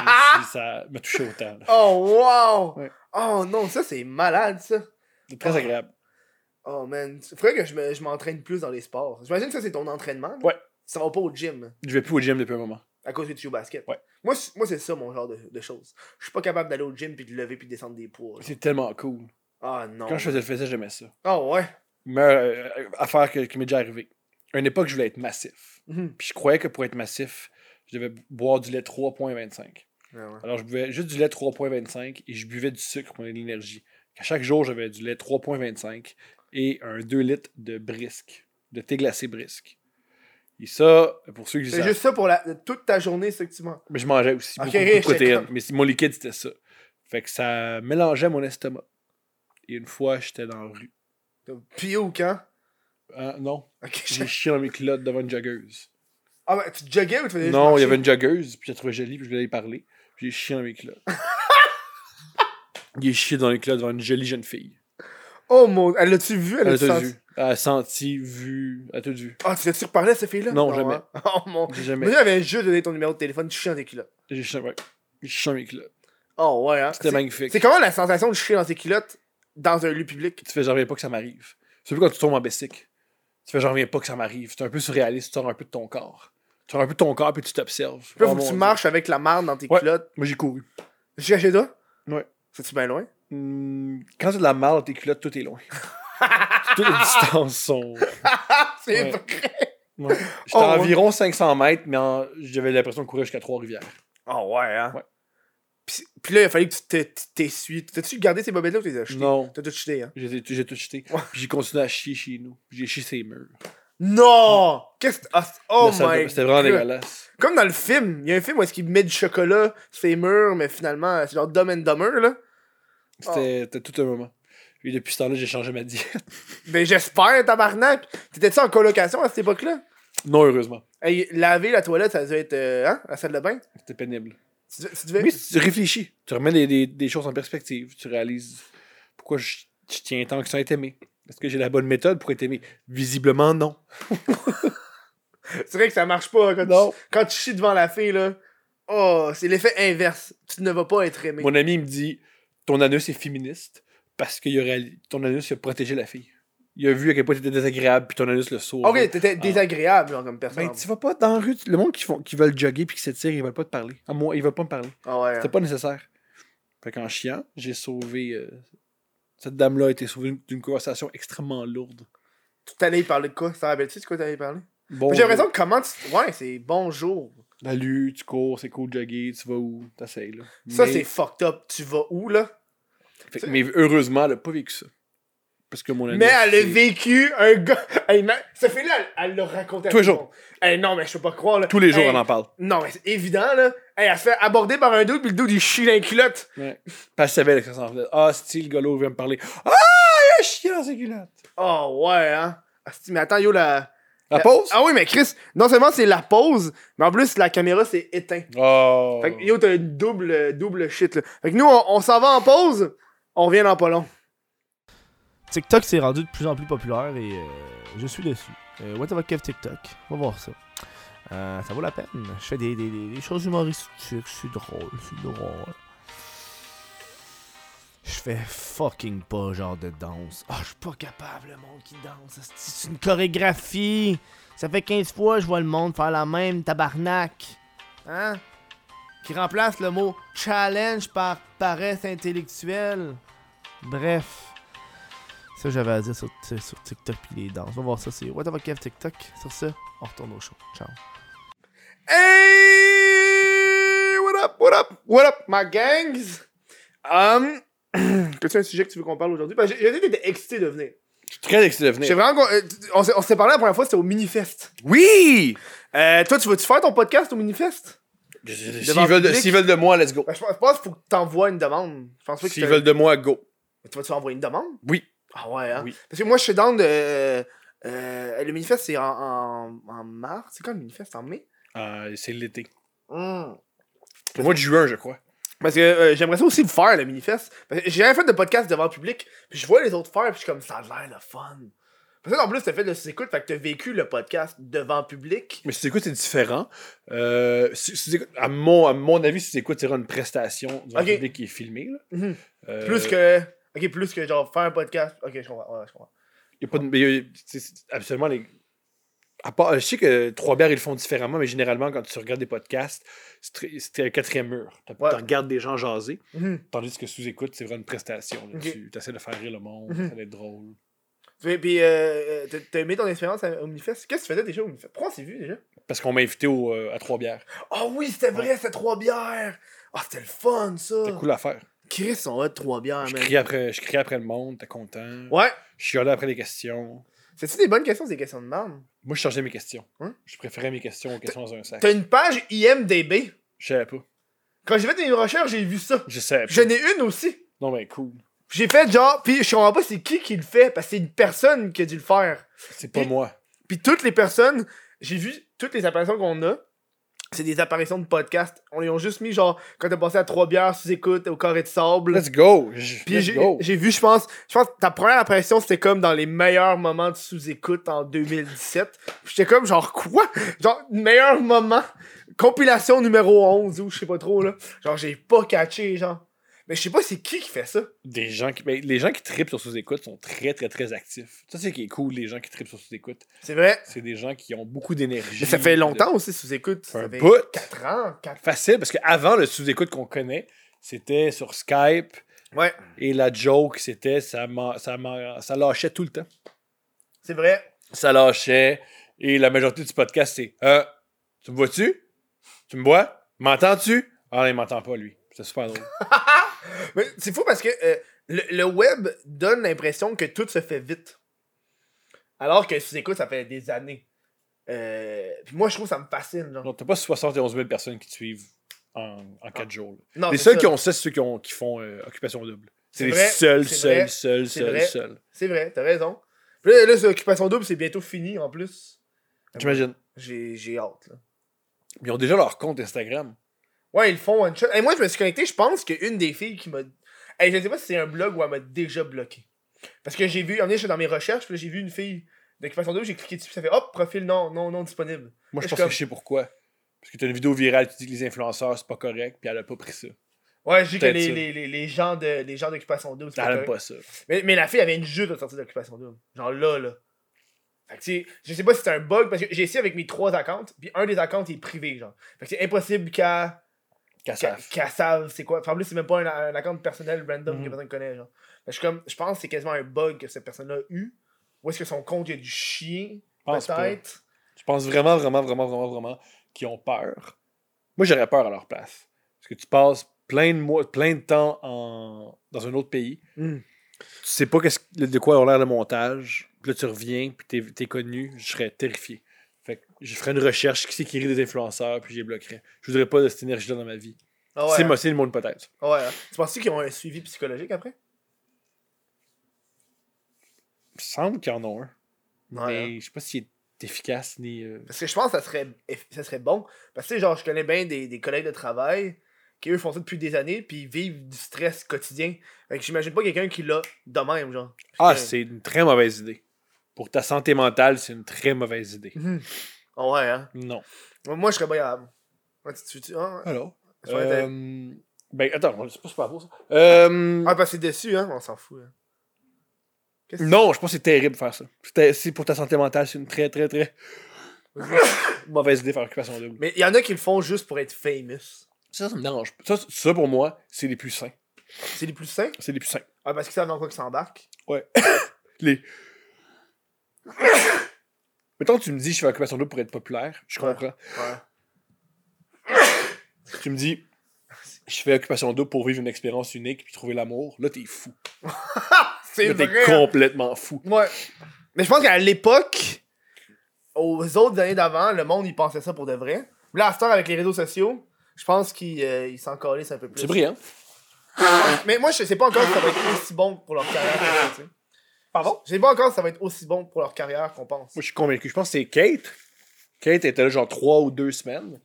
[SPEAKER 2] Si ça m'a touché autant. là.
[SPEAKER 1] Oh, wow!
[SPEAKER 2] Ouais.
[SPEAKER 1] Oh non, ça, c'est malade, ça!
[SPEAKER 2] C'est très agréable.
[SPEAKER 1] Oh man, faudrait que je me- je m'entraîne plus dans les sports. J'imagine que ça, c'est ton entraînement. là.
[SPEAKER 2] Ouais.
[SPEAKER 1] Ça va pas au gym.
[SPEAKER 2] Je vais plus au gym depuis un moment.
[SPEAKER 1] À cause que tu joues au basket.
[SPEAKER 2] Ouais.
[SPEAKER 1] Moi, c- moi c'est ça mon genre de, de choses. Je suis pas capable d'aller au gym puis de lever puis de descendre des poids. là.
[SPEAKER 2] C'est tellement cool.
[SPEAKER 1] Ah non.
[SPEAKER 2] Quand je faisais le faisais, j'aimais ça.
[SPEAKER 1] Ah ouais.
[SPEAKER 2] meilleure euh, affaire que- qui m'est déjà arrivée. À une époque, je voulais être massif.
[SPEAKER 1] Mhm.
[SPEAKER 2] Puis je croyais que pour être massif, je devais boire du lait 3.25.
[SPEAKER 1] Ah, ouais.
[SPEAKER 2] Alors, je buvais juste du lait 3.25 et je buvais du sucre pour de l'énergie. À chaque jour, j'avais du lait 3.25 et un 2 litres de brisque, de thé glacé brisque. Et ça, pour ceux qui
[SPEAKER 1] C'est
[SPEAKER 2] savent,
[SPEAKER 1] juste ça pour la, toute ta journée, c'est que tu manges.
[SPEAKER 2] mais je mangeais aussi
[SPEAKER 1] Ok,
[SPEAKER 2] beaucoup, beaucoup de
[SPEAKER 1] j'étais
[SPEAKER 2] protéines.
[SPEAKER 1] comme-
[SPEAKER 2] Mais si- mon liquide, c'était ça. Fait que ça mélangeait mon estomac. Et une fois, j'étais dans la rue.
[SPEAKER 1] Comme Piouk, hein?
[SPEAKER 2] Hein, non,
[SPEAKER 1] Ok, je-
[SPEAKER 2] j'ai chié dans mes culottes devant une joggeuse.
[SPEAKER 1] Ah ouais, tu joguais ou tu faisais juste
[SPEAKER 2] Non, il y
[SPEAKER 1] marcher?
[SPEAKER 2] avait une joggeuse, puis j'ai trouvé jolie, puis je voulais y parler. Puis j'ai chié dans mes culottes. il est chié dans les culottes devant une jolie jeune fille.
[SPEAKER 1] Oh mon... Elle l'a-tu vu? Elle
[SPEAKER 2] Elle a
[SPEAKER 1] l'a-tu
[SPEAKER 2] tout
[SPEAKER 1] senti?
[SPEAKER 2] vu. Elle a senti, vu, elle a tout vu.
[SPEAKER 1] Ah, tu l'as-tu reparlé à cette fille-là?
[SPEAKER 2] Non, jamais.
[SPEAKER 1] hein? Oh mon...
[SPEAKER 2] J'ai
[SPEAKER 1] Mais
[SPEAKER 2] jamais.
[SPEAKER 1] elle avait juste donné ton numéro de téléphone, tu chies dans tes culottes.
[SPEAKER 2] J'ai chié, ouais. J'ai chié dans mes culottes.
[SPEAKER 1] Oh ouais, hein?
[SPEAKER 2] C'était
[SPEAKER 1] C'est-
[SPEAKER 2] magnifique.
[SPEAKER 1] C'est comment la sensation de chier dans tes culottes dans un lieu public?
[SPEAKER 2] Tu fais, j'en reviens pas que ça m'arrive. Surtout quand tu tombes en bessic. Tu fais, j'en reviens pas que ça m'arrive. C'est un peu surréaliste, tu sors un peu de ton corps. Tu sors un peu de ton corps, puis tu t'observes.
[SPEAKER 1] Puis là,
[SPEAKER 2] Oh
[SPEAKER 1] faut que
[SPEAKER 2] mon
[SPEAKER 1] tu
[SPEAKER 2] Dieu.
[SPEAKER 1] marches avec la marde dans tes
[SPEAKER 2] Ouais.
[SPEAKER 1] culottes.
[SPEAKER 2] Moi, j'ai couru.
[SPEAKER 1] J'ai acheté là?
[SPEAKER 2] Ouais.
[SPEAKER 1] C'est-tu bien loin?
[SPEAKER 2] hmm, quand t'as de la malle dans tes culottes, tout est loin. Toutes les distances sont.
[SPEAKER 1] C'est
[SPEAKER 2] Ouais.
[SPEAKER 1] vrai.
[SPEAKER 2] Ouais. J'étais
[SPEAKER 1] Oh,
[SPEAKER 2] à
[SPEAKER 1] ouais.
[SPEAKER 2] environ 500 mètres, mais en- j'avais l'impression de courir jusqu'à Trois-Rivières.
[SPEAKER 1] Oh ouais, hein.
[SPEAKER 2] Ouais.
[SPEAKER 1] Puis, puis là, il a fallu que tu t'es- t'essuies. T'as-tu gardé ces bobettes-là ou t'es achetées?
[SPEAKER 2] Non.
[SPEAKER 1] T'as tout jeté, hein?
[SPEAKER 2] J'ai j'ai tout jeté. Puis j'ai continué à chier chez nous. Puis J'ai chié ses murs.
[SPEAKER 1] Non! Qu'est-ce que. ah, Oh
[SPEAKER 2] Là, ça-
[SPEAKER 1] my.
[SPEAKER 2] C'était vraiment
[SPEAKER 1] God.
[SPEAKER 2] dégueulasse.
[SPEAKER 1] Comme dans le film. Il y a un film où est-ce qu'il met du chocolat sur ses murs, mais finalement, c'est genre Dumb and Dumber, là.
[SPEAKER 2] C'était c'était tout un moment. Puis depuis ce temps-là, j'ai changé ma diète.
[SPEAKER 1] Ben j'espère, tabarnak. T'étais-tu en colocation à cette époque-là?
[SPEAKER 2] Non, heureusement.
[SPEAKER 1] Hey, laver la toilette, ça devait être. euh, hein? La salle de bain?
[SPEAKER 2] C'était pénible.
[SPEAKER 1] Tu, tu devais.
[SPEAKER 2] Mais tu réfléchis. Tu remets des, des- des choses en perspective. Tu réalises pourquoi je, je tiens tant que ça à être aimé. Est-ce que j'ai la bonne méthode pour être aimé? Visiblement, non.
[SPEAKER 1] C'est vrai que ça marche pas. hein, Quand,
[SPEAKER 2] Non.
[SPEAKER 1] Tu, quand tu chies devant la fille, là. Oh, c'est l'effet inverse. Tu ne vas pas être aimé.
[SPEAKER 2] Mon ami il me dit Ton anus est féministe parce que il a réali- ton anus il a protégé la fille. Il a vu à quel point t'étais désagréable, puis ton anus le sauve.
[SPEAKER 1] Ok, t'étais désagréable genre, comme personne.
[SPEAKER 2] Ah. Ben, tu vas pas dans la rue. tu- Le monde qui, font, qui veulent jogger puis qui s'étirent, ils veulent pas te parler. À moi, ils veulent pas me parler.
[SPEAKER 1] Ah ouais. hein.
[SPEAKER 2] C'était pas nécessaire. Fait qu'en chiant, j'ai sauvé. euh, cette dame-là a été sauvée d'une conversation extrêmement lourde.
[SPEAKER 1] Tu t'allais y parler de quoi? Ça rappelle-tu de quoi t'allais y parler?
[SPEAKER 2] Bon, euh,
[SPEAKER 1] J'ai l'impression que comment tu. Ouais, c'est bonjour.
[SPEAKER 2] La lutte, tu cours, c'est cool de jogger, tu vas où, t'essayes. Là.
[SPEAKER 1] Ça,
[SPEAKER 2] Mais-
[SPEAKER 1] c'est fucked up. Tu vas où, là?
[SPEAKER 2] fait que- mais heureusement, elle a pas vécu ça. Parce que mon anus.
[SPEAKER 1] Mais elle a
[SPEAKER 2] c'est-
[SPEAKER 1] vécu un gars. Hey, man, ça fait là, elle- elle l'a raconté. à
[SPEAKER 2] Tous les
[SPEAKER 1] tout le
[SPEAKER 2] jours.
[SPEAKER 1] monde. Hey, non, mais je peux pas croire, là.
[SPEAKER 2] Tous les jours,
[SPEAKER 1] Hey,
[SPEAKER 2] elle en parle.
[SPEAKER 1] Non, mais c'est évident, là. Hey, elle se fait aborder par un dude, puis le dude, il chie dans les culottes.
[SPEAKER 2] Parce que je savais que ça s'en venait. Ah, si, le gars là vient me parler. Ah, il a chié dans ses culottes.
[SPEAKER 1] Oh, ouais, hein. Asti, Mais attends, yo, la.
[SPEAKER 2] La pause?
[SPEAKER 1] Ah oui, mais Chris, non seulement c'est la pause, mais en plus, la caméra, c'est éteint.
[SPEAKER 2] Oh.
[SPEAKER 1] Fait que, yo, t'as une double, euh, double shit, là. Fait que nous, on, on s'en va en pause, on revient dans pas long.
[SPEAKER 4] TikTok s'est rendu de plus en plus populaire et euh, je suis dessus. Euh, What about Kev TikTok? On va voir ça. Euh, ça vaut la peine. Je fais des, des- des- des choses humoristiques, c'est drôle, c'est drôle. Je fais fucking pas genre de danse. Ah, je suis pas capable, le monde qui danse. asti, C'est une chorégraphie. Ça fait 15 fois que je vois le monde faire la même tabarnak. Hein? Qui remplace le mot challenge par paresse intellectuelle. Bref. Ça, j'avais à dire sur, sur TikTok pis les danses. On va voir ça, c'est What the fuck, Kev TikTok. Sur ça, on retourne au show. Ciao.
[SPEAKER 1] Hey! What up, what up, what up, my gangs? Um, que un sujet que tu veux qu'on parle aujourd'hui? Parce que j'ai j'ai dit que t'étais excité de venir.
[SPEAKER 2] Je suis très excité de
[SPEAKER 1] J'ai
[SPEAKER 2] venir.
[SPEAKER 1] vraiment. con- euh, On s'est on s'est parlé la première fois, c'était au Minifest.
[SPEAKER 2] Oui!
[SPEAKER 1] Euh, toi, tu veux-tu faire ton podcast au Minifest?
[SPEAKER 2] S'ils
[SPEAKER 1] Devant
[SPEAKER 2] veulent, de-
[SPEAKER 1] public.
[SPEAKER 2] s'ils veulent de moi, let's go.
[SPEAKER 1] Ben, je pense- je pense qu'il faut que t'envoies une demande. Je pense pas que
[SPEAKER 2] S'ils
[SPEAKER 1] t'as-
[SPEAKER 2] veulent de moi, go.
[SPEAKER 1] Tu vas-tu envoyer une demande?
[SPEAKER 2] Oui.
[SPEAKER 1] Ah ouais, hein?
[SPEAKER 2] Oui.
[SPEAKER 1] Parce que moi, je suis dans de. euh, euh, le Minifest, c'est en, en, en mars. C'est quand le Minifest? En mai?
[SPEAKER 2] Euh, c'est l'été.
[SPEAKER 1] Hmm.
[SPEAKER 2] Le mois de juin, je crois.
[SPEAKER 1] Parce que euh, j'aimerais ça aussi le faire, le Minifest. Parce que J'ai jamais fait de podcast devant le public. Puis je vois les autres faire, puis je suis comme, ça a l'air le fun. Parce que en plus, t'as fait de sous-écoute, fait que t'as vécu le podcast devant le public.
[SPEAKER 2] Mais si t'écoutes, c'est différent. Euh, si- si t'écoutes- à, mon, à mon avis, si t'écoutes, c'est vraiment une prestation du
[SPEAKER 1] Ok.
[SPEAKER 2] public qui est filmée. là.
[SPEAKER 1] Mhm.
[SPEAKER 2] Euh,
[SPEAKER 1] Plus que. Ok, plus que genre faire un podcast. Ok, je comprends. Ouais, je comprends.
[SPEAKER 2] Y a pas de, mais y a- c'est- c'est absolument les. À part, je sais que Trois Bières, ils le font différemment, mais généralement, quand tu regardes des podcasts, c'est très- c'est un quatrième mur. Tu
[SPEAKER 1] Ouais.
[SPEAKER 2] regardes des gens jaser,
[SPEAKER 1] Mhm.
[SPEAKER 2] tandis que sous-écoute, c'est vraiment une prestation. là.
[SPEAKER 1] Ok.
[SPEAKER 2] Tu essaies de faire rire le monde,
[SPEAKER 1] Mhm.
[SPEAKER 2] ça va être drôle.
[SPEAKER 1] Puis, puis euh, euh, t'as- t'as aimé ton expérience à- au Minifest? Qu'est-ce que tu faisais déjà au Minifest? Pourquoi on s'est vu déjà?
[SPEAKER 2] Parce qu'on m'a invité au, euh, à Trois Bières.
[SPEAKER 1] Ah oui, c'était vrai, c'était trois bières! Ah, c'était le fun, ça!
[SPEAKER 2] C'était cool à faire.
[SPEAKER 1] Chris, on va être trois bières,
[SPEAKER 2] Je
[SPEAKER 1] Ah. man.
[SPEAKER 2] criais, après, je criais après le monde, t'es content.
[SPEAKER 1] Ouais!
[SPEAKER 2] Je suis allé après les questions.
[SPEAKER 1] C'est-tu des bonnes questions, ou des questions de merde?
[SPEAKER 2] Moi, je changeais mes questions.
[SPEAKER 1] Hein?
[SPEAKER 2] Je préférais mes questions aux questions dans un sac.
[SPEAKER 1] T'as une page IMDB?
[SPEAKER 2] Je savais pas.
[SPEAKER 1] Quand j'ai fait mes recherches, j'ai vu ça.
[SPEAKER 2] Je savais pas.
[SPEAKER 1] J'en ai une aussi!
[SPEAKER 2] Non, mais cool.
[SPEAKER 1] J'ai fait genre, pis je comprends pas c'est qui qui le fait, parce que c'est une personne qui a dû le faire.
[SPEAKER 2] C'est pas
[SPEAKER 1] Et-
[SPEAKER 2] moi.
[SPEAKER 1] Puis toutes les personnes, j'ai vu toutes les apparitions qu'on a, c'est des apparitions de podcast. On les a juste mis genre, quand t'as passé à trois bières, sous-écoute, au carré de sable.
[SPEAKER 2] Let's go. Je-
[SPEAKER 1] Puis
[SPEAKER 2] let's
[SPEAKER 1] j'ai
[SPEAKER 2] go.
[SPEAKER 1] j'ai vu, je pense, je pense que ta première apparition, c'était comme dans les meilleurs moments de sous-écoute en 2017. Puis J'étais comme genre quoi? Genre meilleur moment, compilation numéro 11 ou je sais pas trop là. Genre j'ai pas catché genre. Mais je sais pas c'est qui qui fait ça.
[SPEAKER 2] des gens qui, ben, les gens qui tripent sur sous-écoute sont très, très, très actifs. Ça, c'est qui est cool, les gens qui tripent sur sous-écoute.
[SPEAKER 1] C'est vrai.
[SPEAKER 2] C'est des gens qui ont beaucoup d'énergie.
[SPEAKER 1] Mais ça fait longtemps aussi sous-écoute.
[SPEAKER 2] Un
[SPEAKER 1] Ça fait
[SPEAKER 2] bout.
[SPEAKER 1] 4 ans, 4
[SPEAKER 2] Facile, parce qu'avant, le sous-écoute qu'on connaît, c'était sur Skype,
[SPEAKER 1] Ouais,
[SPEAKER 2] Et la joke, c'était, ça, man- ça, man- ça lâchait tout le temps.
[SPEAKER 1] c'est vrai.
[SPEAKER 2] Ça lâchait. Et la majorité du podcast, c'est Euh, Tu me vois-tu Tu me vois M'entends-tu Ah, il m'entend pas, lui. C'est super drôle.
[SPEAKER 1] Mais c'est fou parce que euh, le, le web donne l'impression que tout se fait vite. Alors que si écoutes, ça fait des années. Euh, puis moi, je trouve que ça me fascine. Genre.
[SPEAKER 2] Non, t'as pas 71 000 personnes qui te suivent en, en 4 jours. là.
[SPEAKER 1] Non,
[SPEAKER 2] les
[SPEAKER 1] Ah. c'est
[SPEAKER 2] seuls
[SPEAKER 1] ça.
[SPEAKER 2] qui ont ça, c'est ceux qui, ont, qui font euh, Occupation Double.
[SPEAKER 1] C'est
[SPEAKER 2] C'est les
[SPEAKER 1] vrai,
[SPEAKER 2] seuls,
[SPEAKER 1] c'est
[SPEAKER 2] seuls,
[SPEAKER 1] vrai,
[SPEAKER 2] seuls,
[SPEAKER 1] c'est
[SPEAKER 2] seuls,
[SPEAKER 1] vrai. Ah
[SPEAKER 2] seuls.
[SPEAKER 1] C'est vrai, t'as raison. Puis là, là, cette occupation double, c'est bientôt fini en plus.
[SPEAKER 2] J'imagine.
[SPEAKER 1] J'ai j'ai hâte. Là.
[SPEAKER 2] Ils ont déjà leur compte Instagram.
[SPEAKER 1] Ouais, ils le font one shot. Et moi, je me suis connecté, je pense qu'une des filles qui m'a. Hey, je sais pas si c'est un blog ou elle m'a déjà bloqué. Parce que j'ai vu, en je suis dans mes recherches, puis là, j'ai vu une fille d'occupation double, j'ai cliqué dessus, puis ça fait hop, profil non, non, non disponible.
[SPEAKER 2] Moi, je
[SPEAKER 1] Je
[SPEAKER 2] pense
[SPEAKER 1] comme-
[SPEAKER 2] que je sais pourquoi. Parce que t'as une vidéo virale, tu dis que les influenceurs, c'est pas correct, puis elle a pas pris ça.
[SPEAKER 1] Ouais, j'ai que
[SPEAKER 2] Peut-être
[SPEAKER 1] les,
[SPEAKER 2] ça.
[SPEAKER 1] les, les, les gens de- les gens d'occupation double, c'est
[SPEAKER 2] Elle
[SPEAKER 1] pas
[SPEAKER 2] aime
[SPEAKER 1] correct.
[SPEAKER 2] pas ça.
[SPEAKER 1] mais, mais la fille avait une jute de sortie d'occupation double. Genre là, là. Fait que tu sais, je sais pas si c'est un bug, parce que j'ai essayé avec mes trois accounts, puis un des accounts est privé, genre. Fait que c'est impossible qu'à.
[SPEAKER 2] Qu'elle
[SPEAKER 1] Qu'elle
[SPEAKER 2] sache.
[SPEAKER 1] qu'elle savent c'est quoi. Enfin, en plus, c'est même pas un, un account personnel random que
[SPEAKER 2] Mhm.
[SPEAKER 1] personne connaît. Genre. Fait que je, suis comme, je pense que c'est quasiment un bug que cette personne-là a eu. Ou est-ce que son compte, il y a du chien,
[SPEAKER 2] Je pense pas.
[SPEAKER 1] peut-être
[SPEAKER 2] Je pense vraiment, vraiment, vraiment, vraiment, vraiment qu'ils ont peur. Moi, j'aurais peur à leur place. Parce que tu passes plein de mois, plein de temps en... dans un autre pays.
[SPEAKER 1] Mm.
[SPEAKER 2] Tu sais pas qu'est-ce... que- de quoi a l'air le montage. Puis là, tu reviens, puis t'es, t'es connu. Je serais terrifié. Fait que je ferais une recherche qui c'est qui rit des influenceurs, puis je les bloquerais. Je voudrais pas de cette énergie-là dans ma vie.
[SPEAKER 1] Ah ouais,
[SPEAKER 2] C'est
[SPEAKER 1] hein.
[SPEAKER 2] moi, c'est le monde peut-être.
[SPEAKER 1] Ah ouais, hein. Tu penses-tu qu'ils ont un suivi psychologique après
[SPEAKER 2] Il me semble qu'il y en a un.
[SPEAKER 1] Ouais,
[SPEAKER 2] mais je sais pas s'il est efficace ni. euh,
[SPEAKER 1] Parce que je pense que ça serait, eff- ça serait bon. Parce que, tu sais, genre, je connais bien des, des collègues de travail qui, eux, font ça depuis des années, puis ils vivent du stress quotidien. Fait que j'imagine pas quelqu'un qui l'a de même, genre.
[SPEAKER 2] Ah,
[SPEAKER 1] que-
[SPEAKER 2] c'est une très mauvaise idée. Pour ta santé mentale, c'est une très mauvaise idée.
[SPEAKER 1] Ah ouais, hein.
[SPEAKER 2] Non.
[SPEAKER 1] Moi, moi, je serais pas capable. Ouais, tu- tu- tu- ah, ouais.
[SPEAKER 2] Alors?
[SPEAKER 1] Ça va être-
[SPEAKER 2] ben, attends, c'est pas super beau, ça. Euh,
[SPEAKER 1] Ah, parce que c'est dessus, hein. On s'en fout. hein. Qu'est-ce que-
[SPEAKER 2] non, je pense que c'est terrible de faire ça. C'était- C'est pour ta santé mentale, c'est une très, très, très mauvaise idée de faire occupation double.
[SPEAKER 1] Mais il y en a qui le font juste pour être famous.
[SPEAKER 2] Ça, ça me dérange. Ça, c- ça, pour moi, c'est les plus sains.
[SPEAKER 1] C'est les plus sains.
[SPEAKER 2] C'est les plus sains.
[SPEAKER 1] Ah, parce qu'ils savent dans quoi qu'ils s'embarquent.
[SPEAKER 2] Les... Mettons, que tu me dis, je fais occupation double pour être populaire. Je
[SPEAKER 1] Ouais.
[SPEAKER 2] comprends.
[SPEAKER 1] Ouais.
[SPEAKER 2] Tu me dis, je fais occupation double pour vivre une expérience unique puis trouver l'amour. Là, t'es fou.
[SPEAKER 1] C'est
[SPEAKER 2] Là, t'es
[SPEAKER 1] vrai. hein?
[SPEAKER 2] complètement fou.
[SPEAKER 1] Ouais. Mais je pense qu'à l'époque, aux autres années d'avant, le monde, il pensait ça pour de vrai. Mais Là, à cette heure, avec les réseaux sociaux, je pense qu'ils euh, ils s'en calissent un peu plus.
[SPEAKER 2] C'est hein? brillant.
[SPEAKER 1] Mais moi, je sais pas encore si ça va être aussi bon pour leur carrière. que ça, tu sais.
[SPEAKER 2] Pardon?
[SPEAKER 1] Je sais pas encore si ça va être aussi bon pour leur carrière qu'on pense.
[SPEAKER 2] Moi, je suis convaincu. Je pense que c'est Kate. Kate était là genre trois ou deux semaines.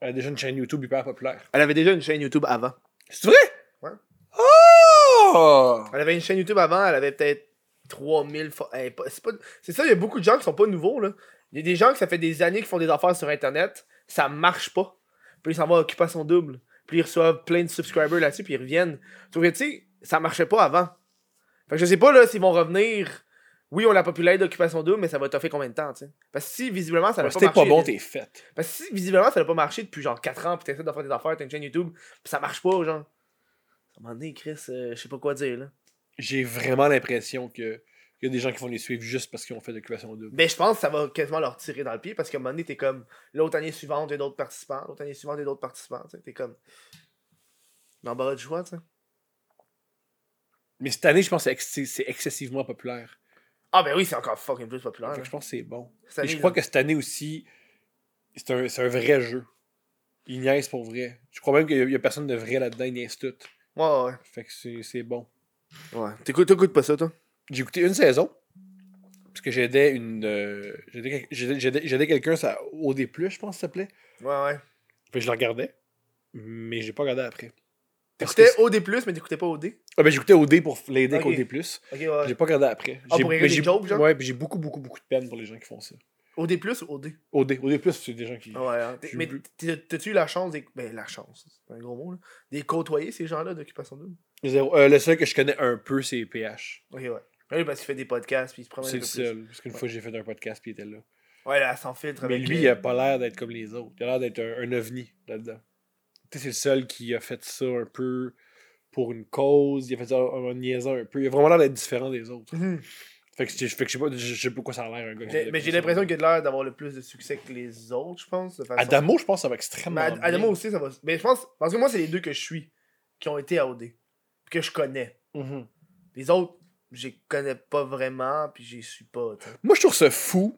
[SPEAKER 2] Elle a déjà une chaîne YouTube hyper populaire.
[SPEAKER 1] Elle avait déjà une chaîne YouTube avant.
[SPEAKER 2] C'est vrai?
[SPEAKER 1] Ouais.
[SPEAKER 2] Oh!
[SPEAKER 1] Elle avait une chaîne YouTube avant, elle avait peut-être 3000 fo- elle est pas- C'est pas... c'est ça, il y a beaucoup de gens qui sont pas nouveaux, là. Il y a des gens que ça fait des années qui font des affaires sur Internet, ça marche pas. Puis ils s'en vont à Occupation Double. Puis ils reçoivent plein de subscribers là-dessus, puis ils reviennent. Sauf que, tu sais, ça marchait pas avant. Fait que je sais pas, là, s'ils vont revenir... Oui, on la populaire d'Occupation Double, mais ça va toffer combien de temps, tu sais? Parce que si, visiblement, ça va
[SPEAKER 2] C'était pas
[SPEAKER 1] marché-
[SPEAKER 2] bon, t'es faite.
[SPEAKER 1] Parce que si, visiblement, ça n'a pas marché depuis genre 4 ans, puis t'essaies de faire des affaires, t'as une chaîne YouTube, puis ça marche pas, genre... À un moment donné, Chris, euh, je sais pas quoi dire, là.
[SPEAKER 2] J'ai vraiment l'impression que il y a des gens qui vont les suivre juste parce qu'ils ont fait d'occupation double.
[SPEAKER 1] Ben, je pense que ça va quasiment leur tirer dans le pied parce qu'à un moment donné, t'es comme l'autre année suivante, il y a d'autres participants, l'autre année suivante, il y a d'autres participants. tu sais, T'es comme l'embarras du choix, tu sais.
[SPEAKER 2] Mais cette année, je pense que c'est ex- c'est- c'est excessivement populaire.
[SPEAKER 1] Ah, ben oui, c'est encore fucking plus populaire.
[SPEAKER 2] Fait que
[SPEAKER 1] là.
[SPEAKER 2] je pense que c'est bon.
[SPEAKER 1] Cette
[SPEAKER 2] Et
[SPEAKER 1] année,
[SPEAKER 2] je crois
[SPEAKER 1] là.
[SPEAKER 2] que cette année aussi, c'est un, c'est un vrai jeu. Ils niaisent pour vrai. Je crois même qu'il n'y a, personne de vrai là-dedans, ils niaisent tout.
[SPEAKER 1] Ouais, ouais,
[SPEAKER 2] Fait que c'est, c'est bon.
[SPEAKER 1] ouais. ouais. T'écoutes, t'écoutes pas ça, toi
[SPEAKER 2] J'ai écouté une saison, parce que j'aidais une. euh, j'aidais, quel- j'aidais- j'aidais- j'aidais quelqu'un ça, au D, je pense que ça s'appelait.
[SPEAKER 1] Ouais, ouais.
[SPEAKER 2] Fait que je la regardais, mais j'ai pas regardé après. Parce que
[SPEAKER 1] T'écoutais
[SPEAKER 2] c'est-
[SPEAKER 1] OD, mais t'écoutais pas OD.
[SPEAKER 2] Ah, ben, j'écoutais au D pour l'aider
[SPEAKER 1] Ok.
[SPEAKER 2] qu'au D.
[SPEAKER 1] Ok, ouais, ouais.
[SPEAKER 2] J'ai pas regardé après.
[SPEAKER 1] Ah,
[SPEAKER 2] J'ai-
[SPEAKER 1] pour rire
[SPEAKER 2] mais
[SPEAKER 1] des
[SPEAKER 2] j'ai-
[SPEAKER 1] jokes, genre?
[SPEAKER 2] Ouais, puis j'ai beaucoup, beaucoup, beaucoup de peine pour les gens qui font ça.
[SPEAKER 1] OD, ou OD
[SPEAKER 2] Au D, au D, c'est des gens qui.
[SPEAKER 1] Ouais, ouais. T'es-
[SPEAKER 2] J'ai
[SPEAKER 1] Mais
[SPEAKER 2] vu.
[SPEAKER 1] t'es- t'as-tu eu la chance, des... ben la chance, c'est un gros mot, là, des côtoyer ces gens-là d'Occupation Double
[SPEAKER 2] Zéro. Euh, le seul que je connais un peu, c'est PH.
[SPEAKER 1] Ok, ouais. Ben Oui, parce qu'il fait des podcasts, puis il se promène Ah un peu
[SPEAKER 2] C'est le
[SPEAKER 1] plus.
[SPEAKER 2] seul. Parce qu'une fois, j'ai fait un podcast puis il était là.
[SPEAKER 1] Ouais, là, elle s'enfiltre.
[SPEAKER 2] Mais
[SPEAKER 1] avec,
[SPEAKER 2] lui, il
[SPEAKER 1] euh,
[SPEAKER 2] a pas l'air d'être comme les autres. Il a l'air d'être un, un ovni là-dedans. Tu sais, c'est le seul qui a fait ça un peu pour une cause, il a fait ça en en niaisant un peu. Il a vraiment l'air d'être différent des autres. Fait que, c'est- fait que je sais pas, je- je sais pas pourquoi ça a l'air un gars.
[SPEAKER 1] J'ai- Mais j'ai l'impression qu'il a l'air d'avoir le plus de succès que les autres, je pense. de façon-
[SPEAKER 2] Adamo, je pense, ça va extrêmement.
[SPEAKER 1] Mais Ad-
[SPEAKER 2] bien.
[SPEAKER 1] Adamo aussi, ça va. Mais je pense. Parce que moi, c'est les deux que je suis, qui ont été AOD, puis que je connais.
[SPEAKER 2] Mhm.
[SPEAKER 1] Les autres, je les connais pas vraiment, puis j'y suis pas. tu sais.
[SPEAKER 2] Moi, je trouve ça fou.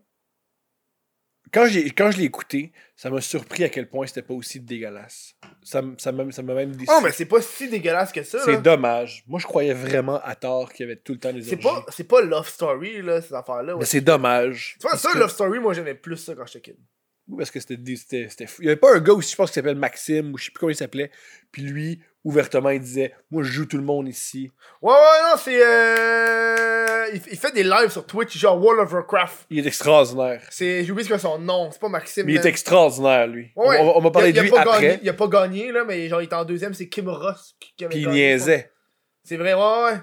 [SPEAKER 2] Quand, j'ai, quand je l'ai écouté, ça m'a surpris à quel point c'était pas aussi dégueulasse. Ça, m- ça, m'a, ça m'a même déçu.
[SPEAKER 1] Oh, mais c'est pas si dégueulasse que ça.
[SPEAKER 2] c'est
[SPEAKER 1] là.
[SPEAKER 2] dommage. Moi, je croyais vraiment à tort qu'il y avait tout le temps des
[SPEAKER 1] C'est
[SPEAKER 2] orgies.
[SPEAKER 1] pas, c'est pas Love Story, là, ces affaires-là. ouais.
[SPEAKER 2] Mais c'est dommage.
[SPEAKER 1] Tu vois,
[SPEAKER 2] Parce
[SPEAKER 1] ça,
[SPEAKER 2] que-
[SPEAKER 1] Love Story, moi, j'aimais plus ça quand j'étais kid.
[SPEAKER 2] Oui, parce que c'était, des- c'était, c'était fou. Il y avait pas un gars aussi, je pense, qui s'appelle Maxime, ou je sais plus comment il s'appelait. Puis lui, ouvertement, il disait Moi, je joue tout le monde ici.
[SPEAKER 1] Ouais, ouais, non, c'est. euh, Il, il fait des lives sur Twitch, genre World of Warcraft.
[SPEAKER 2] Il est extraordinaire.
[SPEAKER 1] C'est... J'ai oublié ce que son nom, c'est pas Maxime.
[SPEAKER 2] Mais il
[SPEAKER 1] hein.
[SPEAKER 2] est extraordinaire, lui.
[SPEAKER 1] Ouais, ouais.
[SPEAKER 2] On, on- on m'a parlé
[SPEAKER 1] Il a-
[SPEAKER 2] de
[SPEAKER 1] il a
[SPEAKER 2] lui
[SPEAKER 1] pas
[SPEAKER 2] après.
[SPEAKER 1] gagné- il a pas gagné, là, mais genre, il est en deuxième, c'est Kim Ross qui, qui avait
[SPEAKER 2] Puis il
[SPEAKER 1] gagné,
[SPEAKER 2] niaisait.
[SPEAKER 1] C'est vrai, ouais, ouais.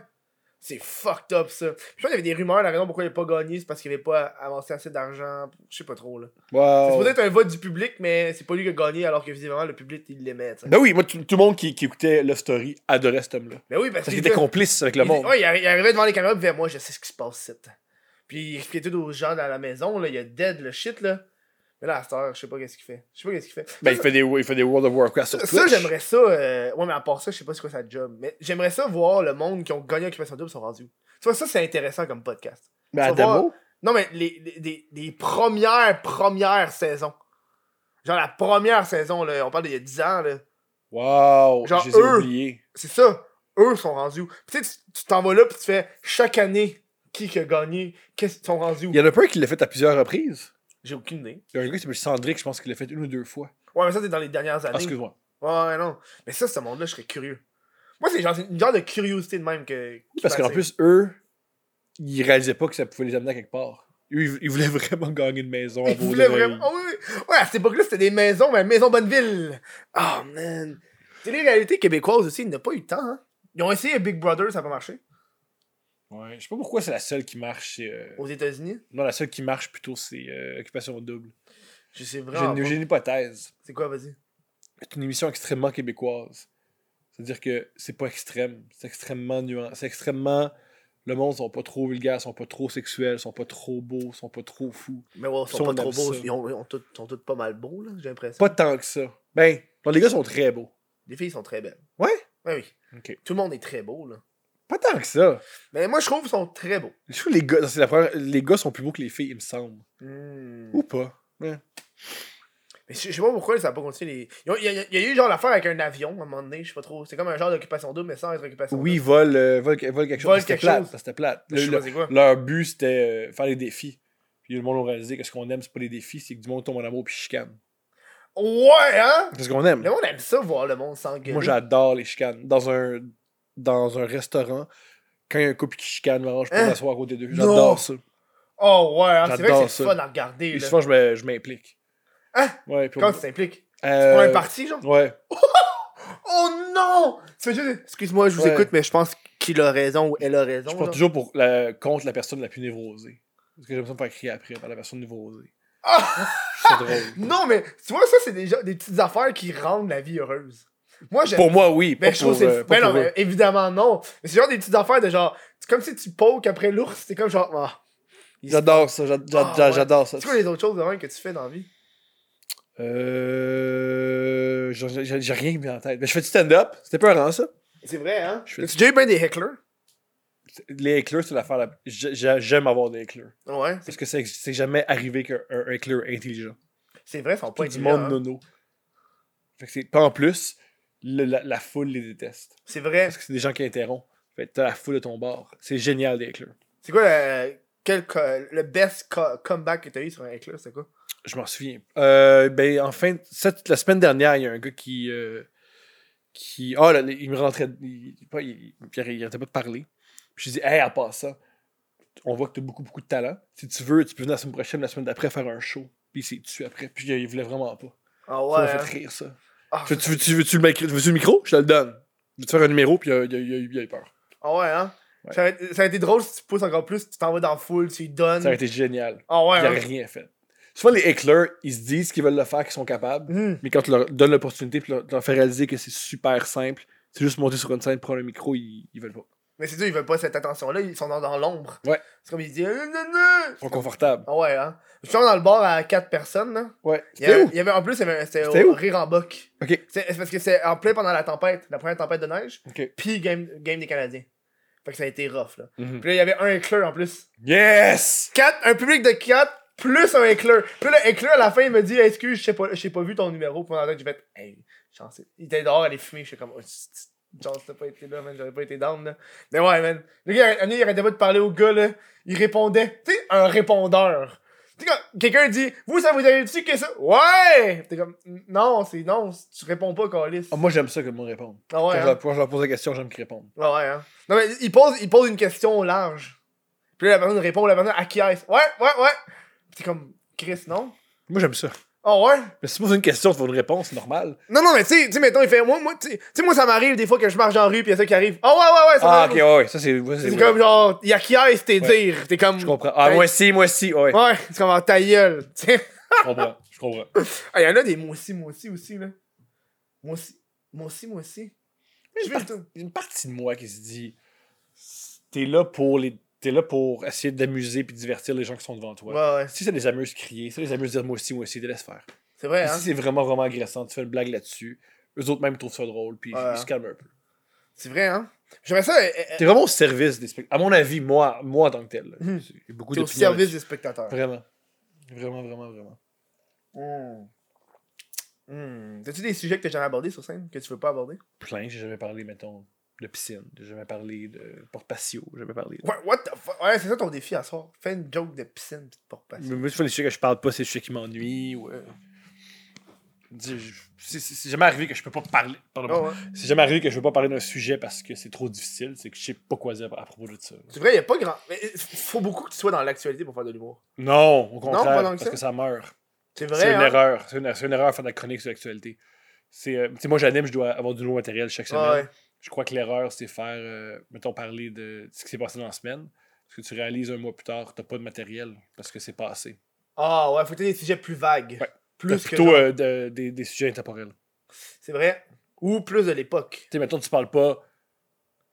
[SPEAKER 1] C'est fucked up, ça. Puis, je pense qu'il y avait des rumeurs, la raison pourquoi il a pas gagné, c'est parce qu'il avait pas avancé assez d'argent. Je sais pas trop, là. C'est
[SPEAKER 2] Wow.
[SPEAKER 1] supposé être un vote du public, mais c'est pas lui qui a gagné, alors que visiblement, le public, il l'aimait, tu sais.
[SPEAKER 2] Ben oui, moi, tout, tout le monde qui, qui écoutait Love Story adorait cet homme-là.
[SPEAKER 1] Ben oui, parce
[SPEAKER 2] Parce
[SPEAKER 1] qu'il
[SPEAKER 2] qu'il était complice avec le
[SPEAKER 1] Il-
[SPEAKER 2] monde.
[SPEAKER 1] ouais, il, arri- il arrivait devant les caméras, puis il disait, moi, je sais ce qui se passe ici. Puis il expliquait tout aux gens dans la maison, là, il a dead le shit, là. Mais là, à cette heure, je sais pas qu'est-ce qu'il fait. Je sais pas qu'est-ce qu'il fait.
[SPEAKER 2] Ben, il fait, des, il fait des World of Warcraft sur
[SPEAKER 1] Ça,
[SPEAKER 2] Twitch.
[SPEAKER 1] ça, j'aimerais ça. euh, Ouais, mais à part ça, je sais pas c'est quoi sa job. Mais j'aimerais ça voir le monde qui ont gagné Occupation Double sont rendus. où. Tu vois, ça, c'est intéressant comme podcast.
[SPEAKER 2] Mais
[SPEAKER 1] ça
[SPEAKER 2] Adamo,
[SPEAKER 1] Non, mais les, les- des- des premières, premières saisons. Genre la première saison, là, on parle d'il y a 10 ans, là.
[SPEAKER 2] wow,
[SPEAKER 1] Genre,
[SPEAKER 2] je les ai
[SPEAKER 1] eux.
[SPEAKER 2] oubliés.
[SPEAKER 1] C'est ça. Eux sont rendus où? Puis Tu sais, tu- tu t'en vas là, puis tu fais chaque année qui qui a gagné, qu'est-ce qu'ils sont rendus où?
[SPEAKER 2] Il y en a pas un qui l'a fait à plusieurs reprises.
[SPEAKER 1] J'ai aucune idée.
[SPEAKER 2] Il y a un gars qui s'appelle Sandrick, je pense qu'il l'a fait une ou deux fois.
[SPEAKER 1] Ouais, mais ça, c'est dans les dernières
[SPEAKER 2] Ah,
[SPEAKER 1] années.
[SPEAKER 2] excuse-moi.
[SPEAKER 1] ouais, ouais, non. Mais ça, ce monde-là, je serais curieux. Moi, c'est genre, c'est une genre de curiosité de même que. qui
[SPEAKER 2] Parce qu'en
[SPEAKER 1] m'attire.
[SPEAKER 2] plus, eux, ils réalisaient pas que ça pouvait les amener à quelque part. Eux, Ils, ils voulaient vraiment gagner une maison. à
[SPEAKER 1] Ils voulaient
[SPEAKER 2] Beaudereil.
[SPEAKER 1] vraiment. Oh, oui, oui. Ouais, à cette époque-là, c'était des maisons, mais Maison Bonneville. Oh, man. Télé-réalité québécoise aussi, il n'a pas eu tant, hein. Ils ont essayé Big Brother, ça n'a pas marché. Oh!
[SPEAKER 2] Ouais, je sais pas pourquoi c'est la seule qui marche. c'est, euh,
[SPEAKER 1] Aux États-Unis.
[SPEAKER 2] Non, la seule qui marche plutôt, c'est euh, Occupation Double.
[SPEAKER 1] Je sais
[SPEAKER 2] J'ai
[SPEAKER 1] vraiment.
[SPEAKER 2] une,
[SPEAKER 1] pas.
[SPEAKER 2] j'ai une hypothèse.
[SPEAKER 1] C'est quoi, vas-y?
[SPEAKER 2] c'est une émission extrêmement québécoise. C'est-à-dire que c'est pas extrême, c'est extrêmement nuancé, c'est extrêmement... Le monde sont pas trop vulgaires, sont pas trop sexuels, sont pas trop beaux, sont pas trop fous.
[SPEAKER 1] Mais ouais, ils sont
[SPEAKER 2] Ça,
[SPEAKER 1] pas
[SPEAKER 2] on
[SPEAKER 1] trop
[SPEAKER 2] aime ça.
[SPEAKER 1] beaux. Ils ont- ils ont tous- sont tous pas mal beaux, là, j'ai l'impression.
[SPEAKER 2] Pas tant que ça. Ben, non, les gars sont très beaux.
[SPEAKER 1] Les filles sont très belles.
[SPEAKER 2] Ouais?
[SPEAKER 1] Ouais, oui.
[SPEAKER 2] Ok.
[SPEAKER 1] Tout le monde est très beau, là.
[SPEAKER 2] Pas tant que ça.
[SPEAKER 1] Mais moi, je trouve qu'ils sont très beaux.
[SPEAKER 2] Je trouve que les gars, ça, c'est la première- les gars sont plus beaux que les filles, il me semble.
[SPEAKER 1] Hmm.
[SPEAKER 2] Ou pas. Ouais.
[SPEAKER 1] Mais je je sais pas pourquoi ça a pas continué. les- Ils ont- Il y, a- il y a eu genre l'affaire avec un avion à un moment donné, je sais pas trop. C'est comme un genre d'occupation double, mais sans être occupation
[SPEAKER 2] Oui, ils
[SPEAKER 1] double.
[SPEAKER 2] volent, euh, volent que- volent quelque chose.
[SPEAKER 1] Volent
[SPEAKER 2] C'était
[SPEAKER 1] quelque
[SPEAKER 2] plate,
[SPEAKER 1] chose.
[SPEAKER 2] ça, c'était plate.
[SPEAKER 1] Je sais
[SPEAKER 2] Le-
[SPEAKER 1] pas
[SPEAKER 2] le-
[SPEAKER 1] c'est quoi.
[SPEAKER 2] leur but, c'était euh, faire les défis. Puis le monde a réalisé que ce qu'on aime, c'est pas les défis, c'est que du monde tombe en amour puis chicane.
[SPEAKER 1] Ouais, hein?
[SPEAKER 2] C'est ce qu'on aime.
[SPEAKER 1] Le monde aime ça, voir le monde s'engueuler.
[SPEAKER 2] Moi, j'adore les chicanes. Dans un, dans un restaurant, quand il y a un couple qui chicane, vraiment, je peux
[SPEAKER 1] Hein?
[SPEAKER 2] m'asseoir à côté d'eux.
[SPEAKER 1] Non.
[SPEAKER 2] J'adore ça.
[SPEAKER 1] Oh, ouais, hein? c'est vrai que
[SPEAKER 2] J'adore
[SPEAKER 1] c'est
[SPEAKER 2] ça.
[SPEAKER 1] fun à regarder.
[SPEAKER 2] Puis
[SPEAKER 1] Là.
[SPEAKER 2] souvent, je me- je m'implique.
[SPEAKER 1] Hein?
[SPEAKER 2] Ouais, puis on-
[SPEAKER 1] Quand tu t'impliques.
[SPEAKER 2] Euh,
[SPEAKER 1] Pour un parti, genre?
[SPEAKER 2] Ouais.
[SPEAKER 1] Oh non! Tu fais juste- Excuse-moi, je vous
[SPEAKER 2] Ouais.
[SPEAKER 1] écoute, mais je pense qu'il a raison ou elle a raison.
[SPEAKER 2] Je porte
[SPEAKER 1] là.
[SPEAKER 2] toujours pour la, contre la personne la plus névrosée. Parce que j'aime ça me faire crier après par la personne névrosée. C'est drôle.
[SPEAKER 1] Ah! Non, mais tu vois, ça, c'est des, gens- des petites affaires qui rendent la vie heureuse. Moi, j'aime
[SPEAKER 2] Pour moi, oui. Pas
[SPEAKER 1] Ben, je trouve
[SPEAKER 2] pour,
[SPEAKER 1] que c'est.
[SPEAKER 2] euh,
[SPEAKER 1] ben
[SPEAKER 2] pas
[SPEAKER 1] non,
[SPEAKER 2] pour eux.
[SPEAKER 1] mais évidemment non. Mais c'est genre des petites affaires de genre. C'est comme si tu pokes après l'ours, c'est comme genre. Ah.
[SPEAKER 2] J'adore ça. j'a- j'a-
[SPEAKER 1] Ah,
[SPEAKER 2] j'a-
[SPEAKER 1] ouais.
[SPEAKER 2] J'adore ça.
[SPEAKER 1] C'est quoi les autres choses de même que tu fais dans la vie
[SPEAKER 2] Euh. J'ai j'ai- j'ai rien mis en tête. Mais je fais du stand-up. C'était peurant, ça.
[SPEAKER 1] C'est vrai, hein
[SPEAKER 2] Je fais-
[SPEAKER 1] Tu déjà eu ben des hecklers
[SPEAKER 2] Les éclairs, c'est l'affaire. la- j'ai- j'ai- J'aime avoir des éclairs.
[SPEAKER 1] Ouais. c'est-
[SPEAKER 2] Parce que c'est c'est jamais arrivé qu'un un éclair intelligent.
[SPEAKER 1] C'est vrai, ils sont pas
[SPEAKER 2] Pas du
[SPEAKER 1] intelligents.
[SPEAKER 2] monde
[SPEAKER 1] hein.
[SPEAKER 2] nono. Fait que c'est. Pas en plus, le- la, la foule les déteste.
[SPEAKER 1] C'est vrai.
[SPEAKER 2] Parce que c'est des gens qui interrompent. Fait que t'as la foule de ton bord. C'est génial des éclairs.
[SPEAKER 1] C'est quoi le, quel co- le best co- comeback que t'as eu sur un heckler C'est quoi
[SPEAKER 2] Je m'en souviens. Euh, ben, enfin, cette, la semaine dernière, il y a un gars qui. euh, qui ah, là, il me rentrait. Il, pas- il, il, il arrêtait pas de parler. Puis je dis, hey, à part ça, on voit que t'as beaucoup, beaucoup de talent. Si tu veux, tu peux venir la semaine prochaine, la semaine d'après, faire un show. Puis il s'est tué après. Puis euh, il voulait vraiment pas.
[SPEAKER 1] Ah
[SPEAKER 2] Ça
[SPEAKER 1] ouais.
[SPEAKER 2] m'a
[SPEAKER 1] hein.
[SPEAKER 2] fait rire, ça.
[SPEAKER 1] Ah,
[SPEAKER 2] Veux- tu veux- tu veux-tu le, micro- veux-tu le micro? Je te le donne. Veux-tu faire un numéro? Puis il a, il a- il a eu- il a eu peur.
[SPEAKER 1] ah ouais, hein
[SPEAKER 2] Ouais.
[SPEAKER 1] Ça aurait été- ça a été drôle si tu pousses encore plus, tu t'en vas dans la foule, tu lui
[SPEAKER 2] Ça aurait
[SPEAKER 1] donnes.
[SPEAKER 2] été génial.
[SPEAKER 1] Ah ouais,
[SPEAKER 2] Il
[SPEAKER 1] hein?
[SPEAKER 2] n'aurait rien fait. Souvent, les éclairs, ils se disent qu'ils veulent le faire, qu'ils sont capables.
[SPEAKER 1] Hmm.
[SPEAKER 2] Mais quand tu leur donnes l'opportunité, puis leur, leur fais réaliser que c'est super simple,
[SPEAKER 3] C'est juste monter sur une scène, prendre un micro, ils, ils veulent pas.
[SPEAKER 1] Mais c'est dur, ils veulent pas cette attention-là, ils sont dans, dans l'ombre.
[SPEAKER 3] Ouais.
[SPEAKER 1] C'est comme ils disent. euh, non, non.
[SPEAKER 3] Ils sont confortables.
[SPEAKER 1] Ah ouais, hein. Je suis dans le bar à quatre personnes, là.
[SPEAKER 3] Ouais.
[SPEAKER 1] Il y, avait,
[SPEAKER 3] C'était où?
[SPEAKER 1] il y avait- en plus, il y avait- c'était
[SPEAKER 3] C'était
[SPEAKER 1] au
[SPEAKER 3] où?
[SPEAKER 1] Rire en Boc.
[SPEAKER 3] Ok.
[SPEAKER 1] C'est c'est parce que c'est en plein pendant la tempête, la première tempête de neige,
[SPEAKER 3] Ok.
[SPEAKER 1] puis game, game des Canadiens. Fait que ça a été rough, là. Puis là, il y avait un éclair en plus.
[SPEAKER 3] Yes!
[SPEAKER 1] Quatre, un public de 4 plus un éclair. Puis là, l'éclair, à la fin, il me dit Excuse, je sais pas, je sais pas vu ton numéro. Puis pendant j'ai fait Hey, chance. Il était dehors, aller fumer. Je suis comme Oh, t's- t's- Chance, t'as pas été là, man. J'aurais pas été down, là. Mais ouais, man. Le gars, un, gars, il arrêtait pas de parler au gars, là. Il répondait. Tu sais, un répondeur. Tu sais, quand quelqu'un dit Vous, ça vous arrive dessus, qu'est-ce que ça Ouais T'es comme Non, c'est non, c'est- tu réponds pas, Calis.
[SPEAKER 2] Ah, moi, j'aime ça que le monde réponde.
[SPEAKER 1] Ah ouais,
[SPEAKER 2] quand, je
[SPEAKER 1] hein?
[SPEAKER 2] leur, quand je leur pose la question, j'aime qu'ils répondent.
[SPEAKER 1] Ah ouais, hein. Non, mais il pose, il pose une question au large. Puis là, la personne répond, la personne acquiesce. Ouais, ouais, ouais. Puis t'es comme Chris, non
[SPEAKER 2] Moi, j'aime ça.
[SPEAKER 1] Oh ouais?
[SPEAKER 2] Mais si tu poses une question, tu veux une réponse, c'est normal.
[SPEAKER 1] Non, non, mais tu sais, tu sais, mettons, il fait. Moi, moi, tu sais- tu sais, moi, ça m'arrive des fois que je marche dans la rue, pis y a ça qui arrive. Ah ouais, ouais, ouais, ça
[SPEAKER 2] Ah, ok,
[SPEAKER 1] m'arrive.
[SPEAKER 2] ouais, ouais, ça c'est. ouais,
[SPEAKER 1] C'est
[SPEAKER 2] ouais.
[SPEAKER 1] comme genre, y'a qui aise tes
[SPEAKER 2] Ouais.
[SPEAKER 1] dire. T'es comme.
[SPEAKER 2] Je comprends. Ah, moi aussi, moi aussi, ouais.
[SPEAKER 1] Ouais, c'est comme en ta gueule. tu sais.
[SPEAKER 2] Je comprends, je comprends.
[SPEAKER 1] Ah, y'en a des moi aussi, moi aussi aussi, là. Moi aussi, moi aussi, moi aussi. Je vais le tout.
[SPEAKER 2] Il y a une partie de moi qui se dit t'es là pour les t'es là pour essayer d'amuser puis divertir les gens qui sont devant toi.
[SPEAKER 1] Ouais, ouais.
[SPEAKER 2] Si ça les amuse crier, si ça les amuse dire moi aussi, moi aussi, te laisse faire.
[SPEAKER 1] C'est vrai,
[SPEAKER 2] Mais
[SPEAKER 1] hein.
[SPEAKER 2] Si c'est vraiment vraiment agressant, tu fais une blague là-dessus, eux autres même trouvent ça drôle puis
[SPEAKER 1] Ouais.
[SPEAKER 2] ils se calment un peu.
[SPEAKER 1] C'est vrai, hein. J'aimerais ça. euh, euh,
[SPEAKER 2] T'es vraiment au service des spectateurs. À mon avis, moi, moi en tant que tel. là.
[SPEAKER 1] Mhm.
[SPEAKER 2] Il y a beaucoup
[SPEAKER 1] T'es au
[SPEAKER 2] d'opinions
[SPEAKER 1] service des spectateurs.
[SPEAKER 2] là-dessus. Vraiment. Vraiment, vraiment, vraiment.
[SPEAKER 1] Hmm. Hmm. T'as-tu des sujets que t'as jamais abordés sur scène, que tu veux pas aborder?
[SPEAKER 2] Plein, j'ai jamais parlé, mettons, de piscine, j'ai jamais parlé de porte patio, j'ai jamais parlé de-
[SPEAKER 1] Ouais, what the fuck? Ouais, c'est ça ton défi à soir. Fais une joke de piscine pis de porte-passion.
[SPEAKER 2] Mais moi, souvent, les sujets que je parle pas, c'est les sujets qui m'ennuient. ou, euh, dis- je- C'est c'est jamais arrivé que je peux pas parler. pardon.
[SPEAKER 1] Ah ouais.
[SPEAKER 2] C'est jamais arrivé que je peux pas parler d'un sujet parce que c'est trop difficile. C'est que je sais pas quoi dire à propos de ça.
[SPEAKER 1] C'est vrai, il a pas grand. Mais il faut beaucoup que tu sois dans l'actualité pour faire de l'humour.
[SPEAKER 2] Non, au
[SPEAKER 1] pas
[SPEAKER 2] contraire,
[SPEAKER 1] tant que
[SPEAKER 2] parce
[SPEAKER 1] ça.
[SPEAKER 2] que ça meurt.
[SPEAKER 1] C'est
[SPEAKER 2] C'est
[SPEAKER 1] vrai.
[SPEAKER 2] une
[SPEAKER 1] hein?
[SPEAKER 2] erreur. C'est une, c'est une erreur faire de la chronique sur l'actualité. C'est, euh, tu sais, moi, j'anime, je dois avoir du nouveau matériel chaque semaine.
[SPEAKER 1] Ouais, ouais.
[SPEAKER 2] Je crois que l'erreur, c'est faire, euh, mettons, parler de ce qui s'est passé dans la semaine. Parce que tu réalises un mois plus tard, t'as pas de matériel parce que c'est passé.
[SPEAKER 1] Ah ouais, faut que t'aies des sujets plus vagues.
[SPEAKER 2] Ouais. T'as
[SPEAKER 1] Plus que.
[SPEAKER 2] plutôt
[SPEAKER 1] genre-
[SPEAKER 2] euh, de- des, des sujets intemporels.
[SPEAKER 1] C'est vrai. Ou plus de l'époque.
[SPEAKER 2] Tu sais, mettons, tu parles pas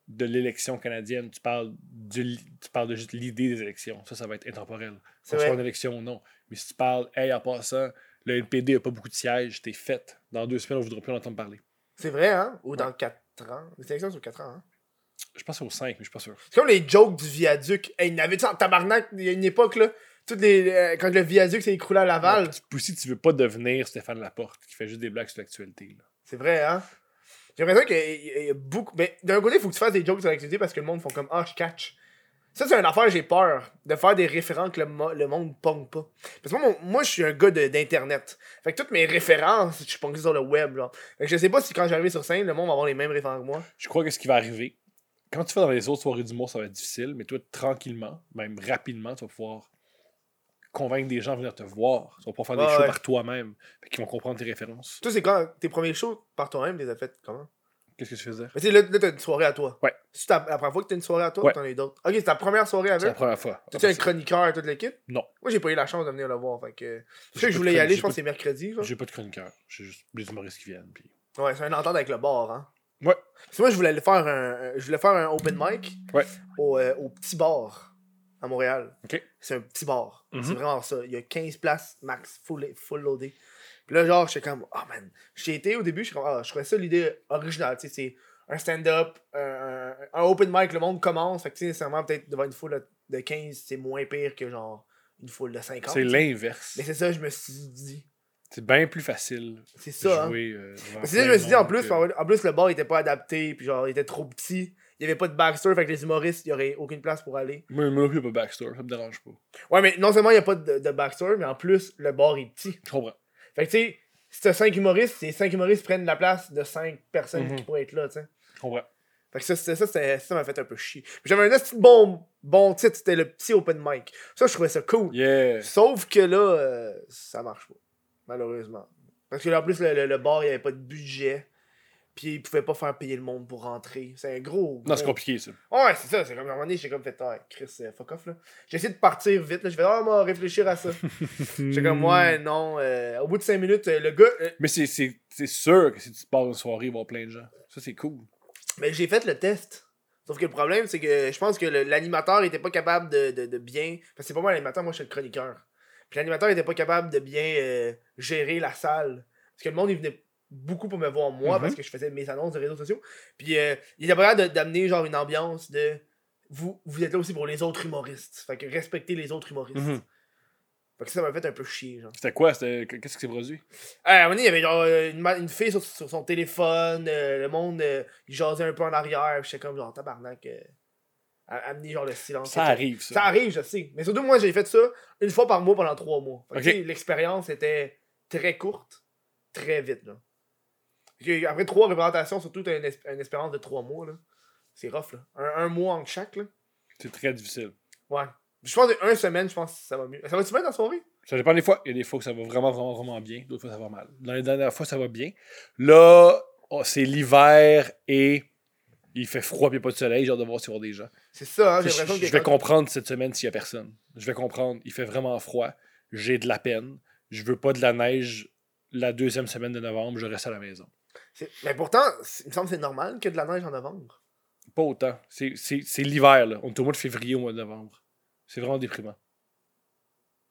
[SPEAKER 2] de l'élection canadienne, tu parles, du, li- tu parles de juste l'idée des élections. Ça, ça va être intemporel.
[SPEAKER 1] C'est
[SPEAKER 2] Qu'on soit
[SPEAKER 1] vrai.
[SPEAKER 2] une élection ou non. Mais si tu parles, hey, en passant, le NPD a pas beaucoup de sièges, t'es faite. Dans deux semaines, on voudra plus en entendre parler.
[SPEAKER 1] C'est vrai, hein? Ou dans 4 ans. Les élections sont 4 ans, hein?
[SPEAKER 2] Je pense aux cinq, mais je suis pas sûr.
[SPEAKER 1] C'est comme les jokes du viaduc. Hey, il y en avait ça en tabarnak, il y a une époque, là. Toutes les, euh, quand le viaduc s'est écroulé à Laval.
[SPEAKER 2] Ouais, puis si tu veux pas devenir Stéphane Laporte, qui fait juste des blagues sur l'actualité. là.
[SPEAKER 1] C'est vrai, hein? J'ai l'impression qu'il y a- il y a beaucoup. Mais d'un côté, il faut que tu fasses des jokes sur l'actualité parce que le monde font comme Ah, je catch. Ça, c'est une affaire, j'ai peur de faire des référents que le, mo- le monde pong pas. Parce que moi, mon- moi je suis un gars de- d'Internet. Fait que toutes mes références, je suis pongué sur le web. Là. Fait que je sais pas si quand j'arrive sur scène, le monde va avoir les mêmes références que moi.
[SPEAKER 2] Je crois que ce qui va arriver, quand tu vas dans les autres soirées d'humour, ça va être difficile, mais toi, tranquillement, même rapidement, tu vas pouvoir convaincre des gens à venir te voir. Tu vas pouvoir faire
[SPEAKER 1] Ouais,
[SPEAKER 2] des shows
[SPEAKER 1] ouais.
[SPEAKER 2] par toi-même, qui vont comprendre tes références.
[SPEAKER 1] Toi, c'est quand tes premiers shows par toi-même, les as faites comment
[SPEAKER 2] Qu'est-ce que tu faisais?
[SPEAKER 1] Mais tu sais, là, là, t'as une soirée à toi.
[SPEAKER 2] Ouais.
[SPEAKER 1] C'est ta- la première fois que t'as une soirée à toi
[SPEAKER 2] Ouais.
[SPEAKER 1] ou t'en as eu d'autres Ok, c'est ta première soirée
[SPEAKER 2] C'est la
[SPEAKER 1] avec
[SPEAKER 2] première fois. Ah,
[SPEAKER 1] T'es-tu un chroniqueur à toute l'équipe
[SPEAKER 2] Non.
[SPEAKER 1] Moi, j'ai pas eu la chance de venir le voir. Fait que. Je
[SPEAKER 2] J'ai
[SPEAKER 1] sais que
[SPEAKER 2] pas
[SPEAKER 1] je voulais
[SPEAKER 2] de
[SPEAKER 1] y aller,
[SPEAKER 2] chronique,
[SPEAKER 1] je
[SPEAKER 2] j'ai
[SPEAKER 1] pense
[SPEAKER 2] pas
[SPEAKER 1] que c'est mercredi. genre.
[SPEAKER 2] J'ai pas de chroniqueur. J'ai juste les humoristes qui viennent. Puis...
[SPEAKER 1] Ouais, c'est une entente avec le bar, hein.
[SPEAKER 2] Ouais.
[SPEAKER 1] Parce que moi, je voulais aller faire un, je voulais faire un open mic
[SPEAKER 2] Ouais.
[SPEAKER 1] au, euh, au petit bar à Montréal.
[SPEAKER 2] Ok.
[SPEAKER 1] C'est un petit bar.
[SPEAKER 2] Mhm.
[SPEAKER 1] C'est vraiment ça. Il y a 15 places max, full, full loadé. Puis là, genre, j'étais comme, oh man. J'ai été au début, je comme, ah, je trouvais ça l'idée originale. Tu sais, c'est un stand-up, un, un open mic, le monde commence. Fait que, tu sais, nécessairement, peut-être devant une foule de 15, c'est moins pire que genre une foule de 50.
[SPEAKER 2] C'est l'inverse.
[SPEAKER 1] Mais c'est ça, je me suis dit.
[SPEAKER 2] C'est bien plus facile
[SPEAKER 1] C'est
[SPEAKER 2] de
[SPEAKER 1] ça, hein.
[SPEAKER 2] jouer. euh, devant
[SPEAKER 1] Mais c'est ça,
[SPEAKER 2] plein
[SPEAKER 1] je me
[SPEAKER 2] de
[SPEAKER 1] suis dit, en
[SPEAKER 2] monde
[SPEAKER 1] plus,
[SPEAKER 2] que-
[SPEAKER 1] en plus, le bar était pas adapté, puis genre, il était trop petit. Il y avait pas de backstore, fait que les humoristes, il y aurait aucune place pour aller.
[SPEAKER 2] Moi, moi non plus, pas backstore. Ça me dérange pas.
[SPEAKER 1] Ouais, mais non seulement il y a pas de, de backstore, mais en plus, le bar est petit.
[SPEAKER 2] Je comprends.
[SPEAKER 1] Fait que, tu sais, si t'as 5 humoristes, ces 5 humoristes prennent la place de 5 personnes
[SPEAKER 2] Mhm.
[SPEAKER 1] qui pourraient être là, tu sais.
[SPEAKER 2] Je comprends.
[SPEAKER 1] Fait que ça, c'était- ça, c'était- ça m'a fait un peu chier. Puis J'avais un esti de bon, bon titre, c'était le petit open mic. Ça, je trouvais ça cool.
[SPEAKER 2] Yeah.
[SPEAKER 1] Sauf que là, euh, ça marche pas. Malheureusement. Parce que là, en plus, le, le- le bar, il n'y avait pas de budget. Puis ils pouvaient pas faire payer le monde pour rentrer. C'est un gros.
[SPEAKER 2] Non, c'est
[SPEAKER 1] gros-
[SPEAKER 2] compliqué, ça.
[SPEAKER 1] Ouais, c'est ça. C'est comme à un moment donné, j'ai comme fait, ah, Chris, euh, fuck off, là. J'ai essayé de partir vite, là. Je vais, ah, moi, réfléchir à ça. J'étais comme,
[SPEAKER 2] Hmm.
[SPEAKER 1] ouais, non. euh, au bout de 5 minutes, euh, le gars. euh,
[SPEAKER 2] Mais c'est- c'est c'est sûr que si tu pars une soirée, il va y avoir plein de gens. Ça, c'est cool.
[SPEAKER 1] Mais j'ai fait le test. Sauf que le problème, c'est que je pense que le- l'animateur était pas capable de, de- de bien. Parce que c'est pas moi l'animateur, moi je suis le chroniqueur. Puis l'animateur était pas capable de bien euh, gérer la salle. Parce que le monde, il venait beaucoup pour me voir moi
[SPEAKER 2] Mhm.
[SPEAKER 1] parce que je faisais mes annonces de réseaux sociaux. Puis euh, il était pas capable de- d'amener genre une ambiance de. Vous, vous êtes là aussi pour les autres humoristes. Fait que respectez les autres humoristes.
[SPEAKER 2] Mhm.
[SPEAKER 1] Fait que ça m'a fait un peu chier, genre.
[SPEAKER 2] C'était quoi? C'était- Qu'est-ce qui s'est produit?
[SPEAKER 1] Ah, à un moment donné, il y avait genre euh, une, ma- une fille sur, sur son téléphone, euh, le monde, euh, il jasait un peu en arrière, puis j'étais comme genre tabarnak, euh, a- amener genre le silence.
[SPEAKER 2] Ça arrive, ça.
[SPEAKER 1] Ça arrive, je sais. Mais surtout, moi, j'ai fait ça une fois par mois pendant trois mois. Fait que,
[SPEAKER 2] Ok.
[SPEAKER 1] tu sais, L'expérience était très courte, très vite. Là. Parce que Après trois représentations, surtout, t'as une, es- une espérance de trois mois. là. C'est rough. Là. Un, un mois entre chaque. Là.
[SPEAKER 2] C'est très difficile.
[SPEAKER 1] Ouais. Je pense qu'une semaine, je pense que ça va mieux. Ça va-tu bien dans la soirée?
[SPEAKER 2] Ça dépend des fois. Il y a des fois que ça va vraiment, vraiment, vraiment bien. D'autres fois, ça va mal. Dans les dernières fois, ça va bien. Là, oh, c'est l'hiver et il fait froid puis il n'y a pas de soleil. J'ai hâte de voir s'il y aura des gens.
[SPEAKER 1] C'est ça, hein,
[SPEAKER 2] Je,
[SPEAKER 1] j'ai l'impression
[SPEAKER 2] je
[SPEAKER 1] que.
[SPEAKER 2] vais
[SPEAKER 1] quand-
[SPEAKER 2] comprendre cette semaine s'il n'y a personne. Je vais comprendre. Il fait vraiment froid. J'ai de la peine. Je veux pas de la neige. La deuxième semaine de novembre, je reste à la maison.
[SPEAKER 1] c'est- Mais pourtant, c'est- il me semble que c'est normal que de la neige en novembre.
[SPEAKER 2] Pas autant. C'est c'est- c'est l'hiver, là. On est au mois de février, au mois de novembre. C'est vraiment déprimant.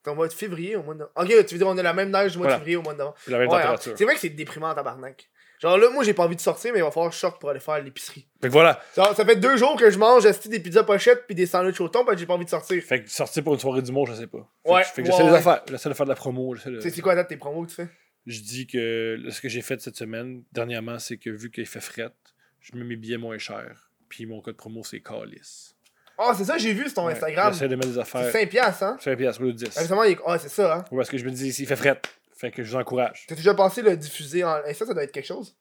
[SPEAKER 1] T'es au mois de février, au mois de novembre. Ok, tu veux dire, on a la même neige du mois
[SPEAKER 2] Voilà.
[SPEAKER 1] de février au mois de novembre.
[SPEAKER 2] C'est la même
[SPEAKER 1] Ouais, hein.
[SPEAKER 2] température.
[SPEAKER 1] C'est vrai que c'est déprimant, tabarnak. Genre là, moi, j'ai pas envie de sortir, mais il va falloir que je sorte pour aller faire l'épicerie.
[SPEAKER 2] Fait que voilà.
[SPEAKER 1] Ça, ça fait deux jours que je mange esti, des pizzas pochettes puis des sandwichs au thon parce que j'ai pas envie de sortir.
[SPEAKER 2] Fait que sortir pour une soirée d'humour, je sais pas. Fait
[SPEAKER 1] Ouais,
[SPEAKER 2] que, fait que
[SPEAKER 1] ouais,
[SPEAKER 2] j'essaie
[SPEAKER 1] ouais.
[SPEAKER 2] des affaires. J'essaie de faire de la promo. j'essaie de-
[SPEAKER 1] C'est c'est quoi la date tes promos que tu fais
[SPEAKER 2] Je dis que là, ce que j'ai fait cette semaine, dernièrement, c'est que vu qu'il fait fret, je mets mes billets moins chers. Puis mon code promo, c'est CALIS.
[SPEAKER 1] Oh, c'est ça, j'ai vu sur ton
[SPEAKER 2] Ouais,
[SPEAKER 1] Instagram.
[SPEAKER 2] J'essaie de mettre des
[SPEAKER 1] C'est
[SPEAKER 2] affaires.
[SPEAKER 1] 5 piastres, hein
[SPEAKER 2] 5 piastres au lieu de 10.
[SPEAKER 1] Justement, il... oh, c'est ça, hein
[SPEAKER 2] Ou est-ce que je me dis, s'il fait fret, fait que je vous encourage.
[SPEAKER 1] T'as déjà pensé le diffuser en. Et ça, ça doit être quelque chose.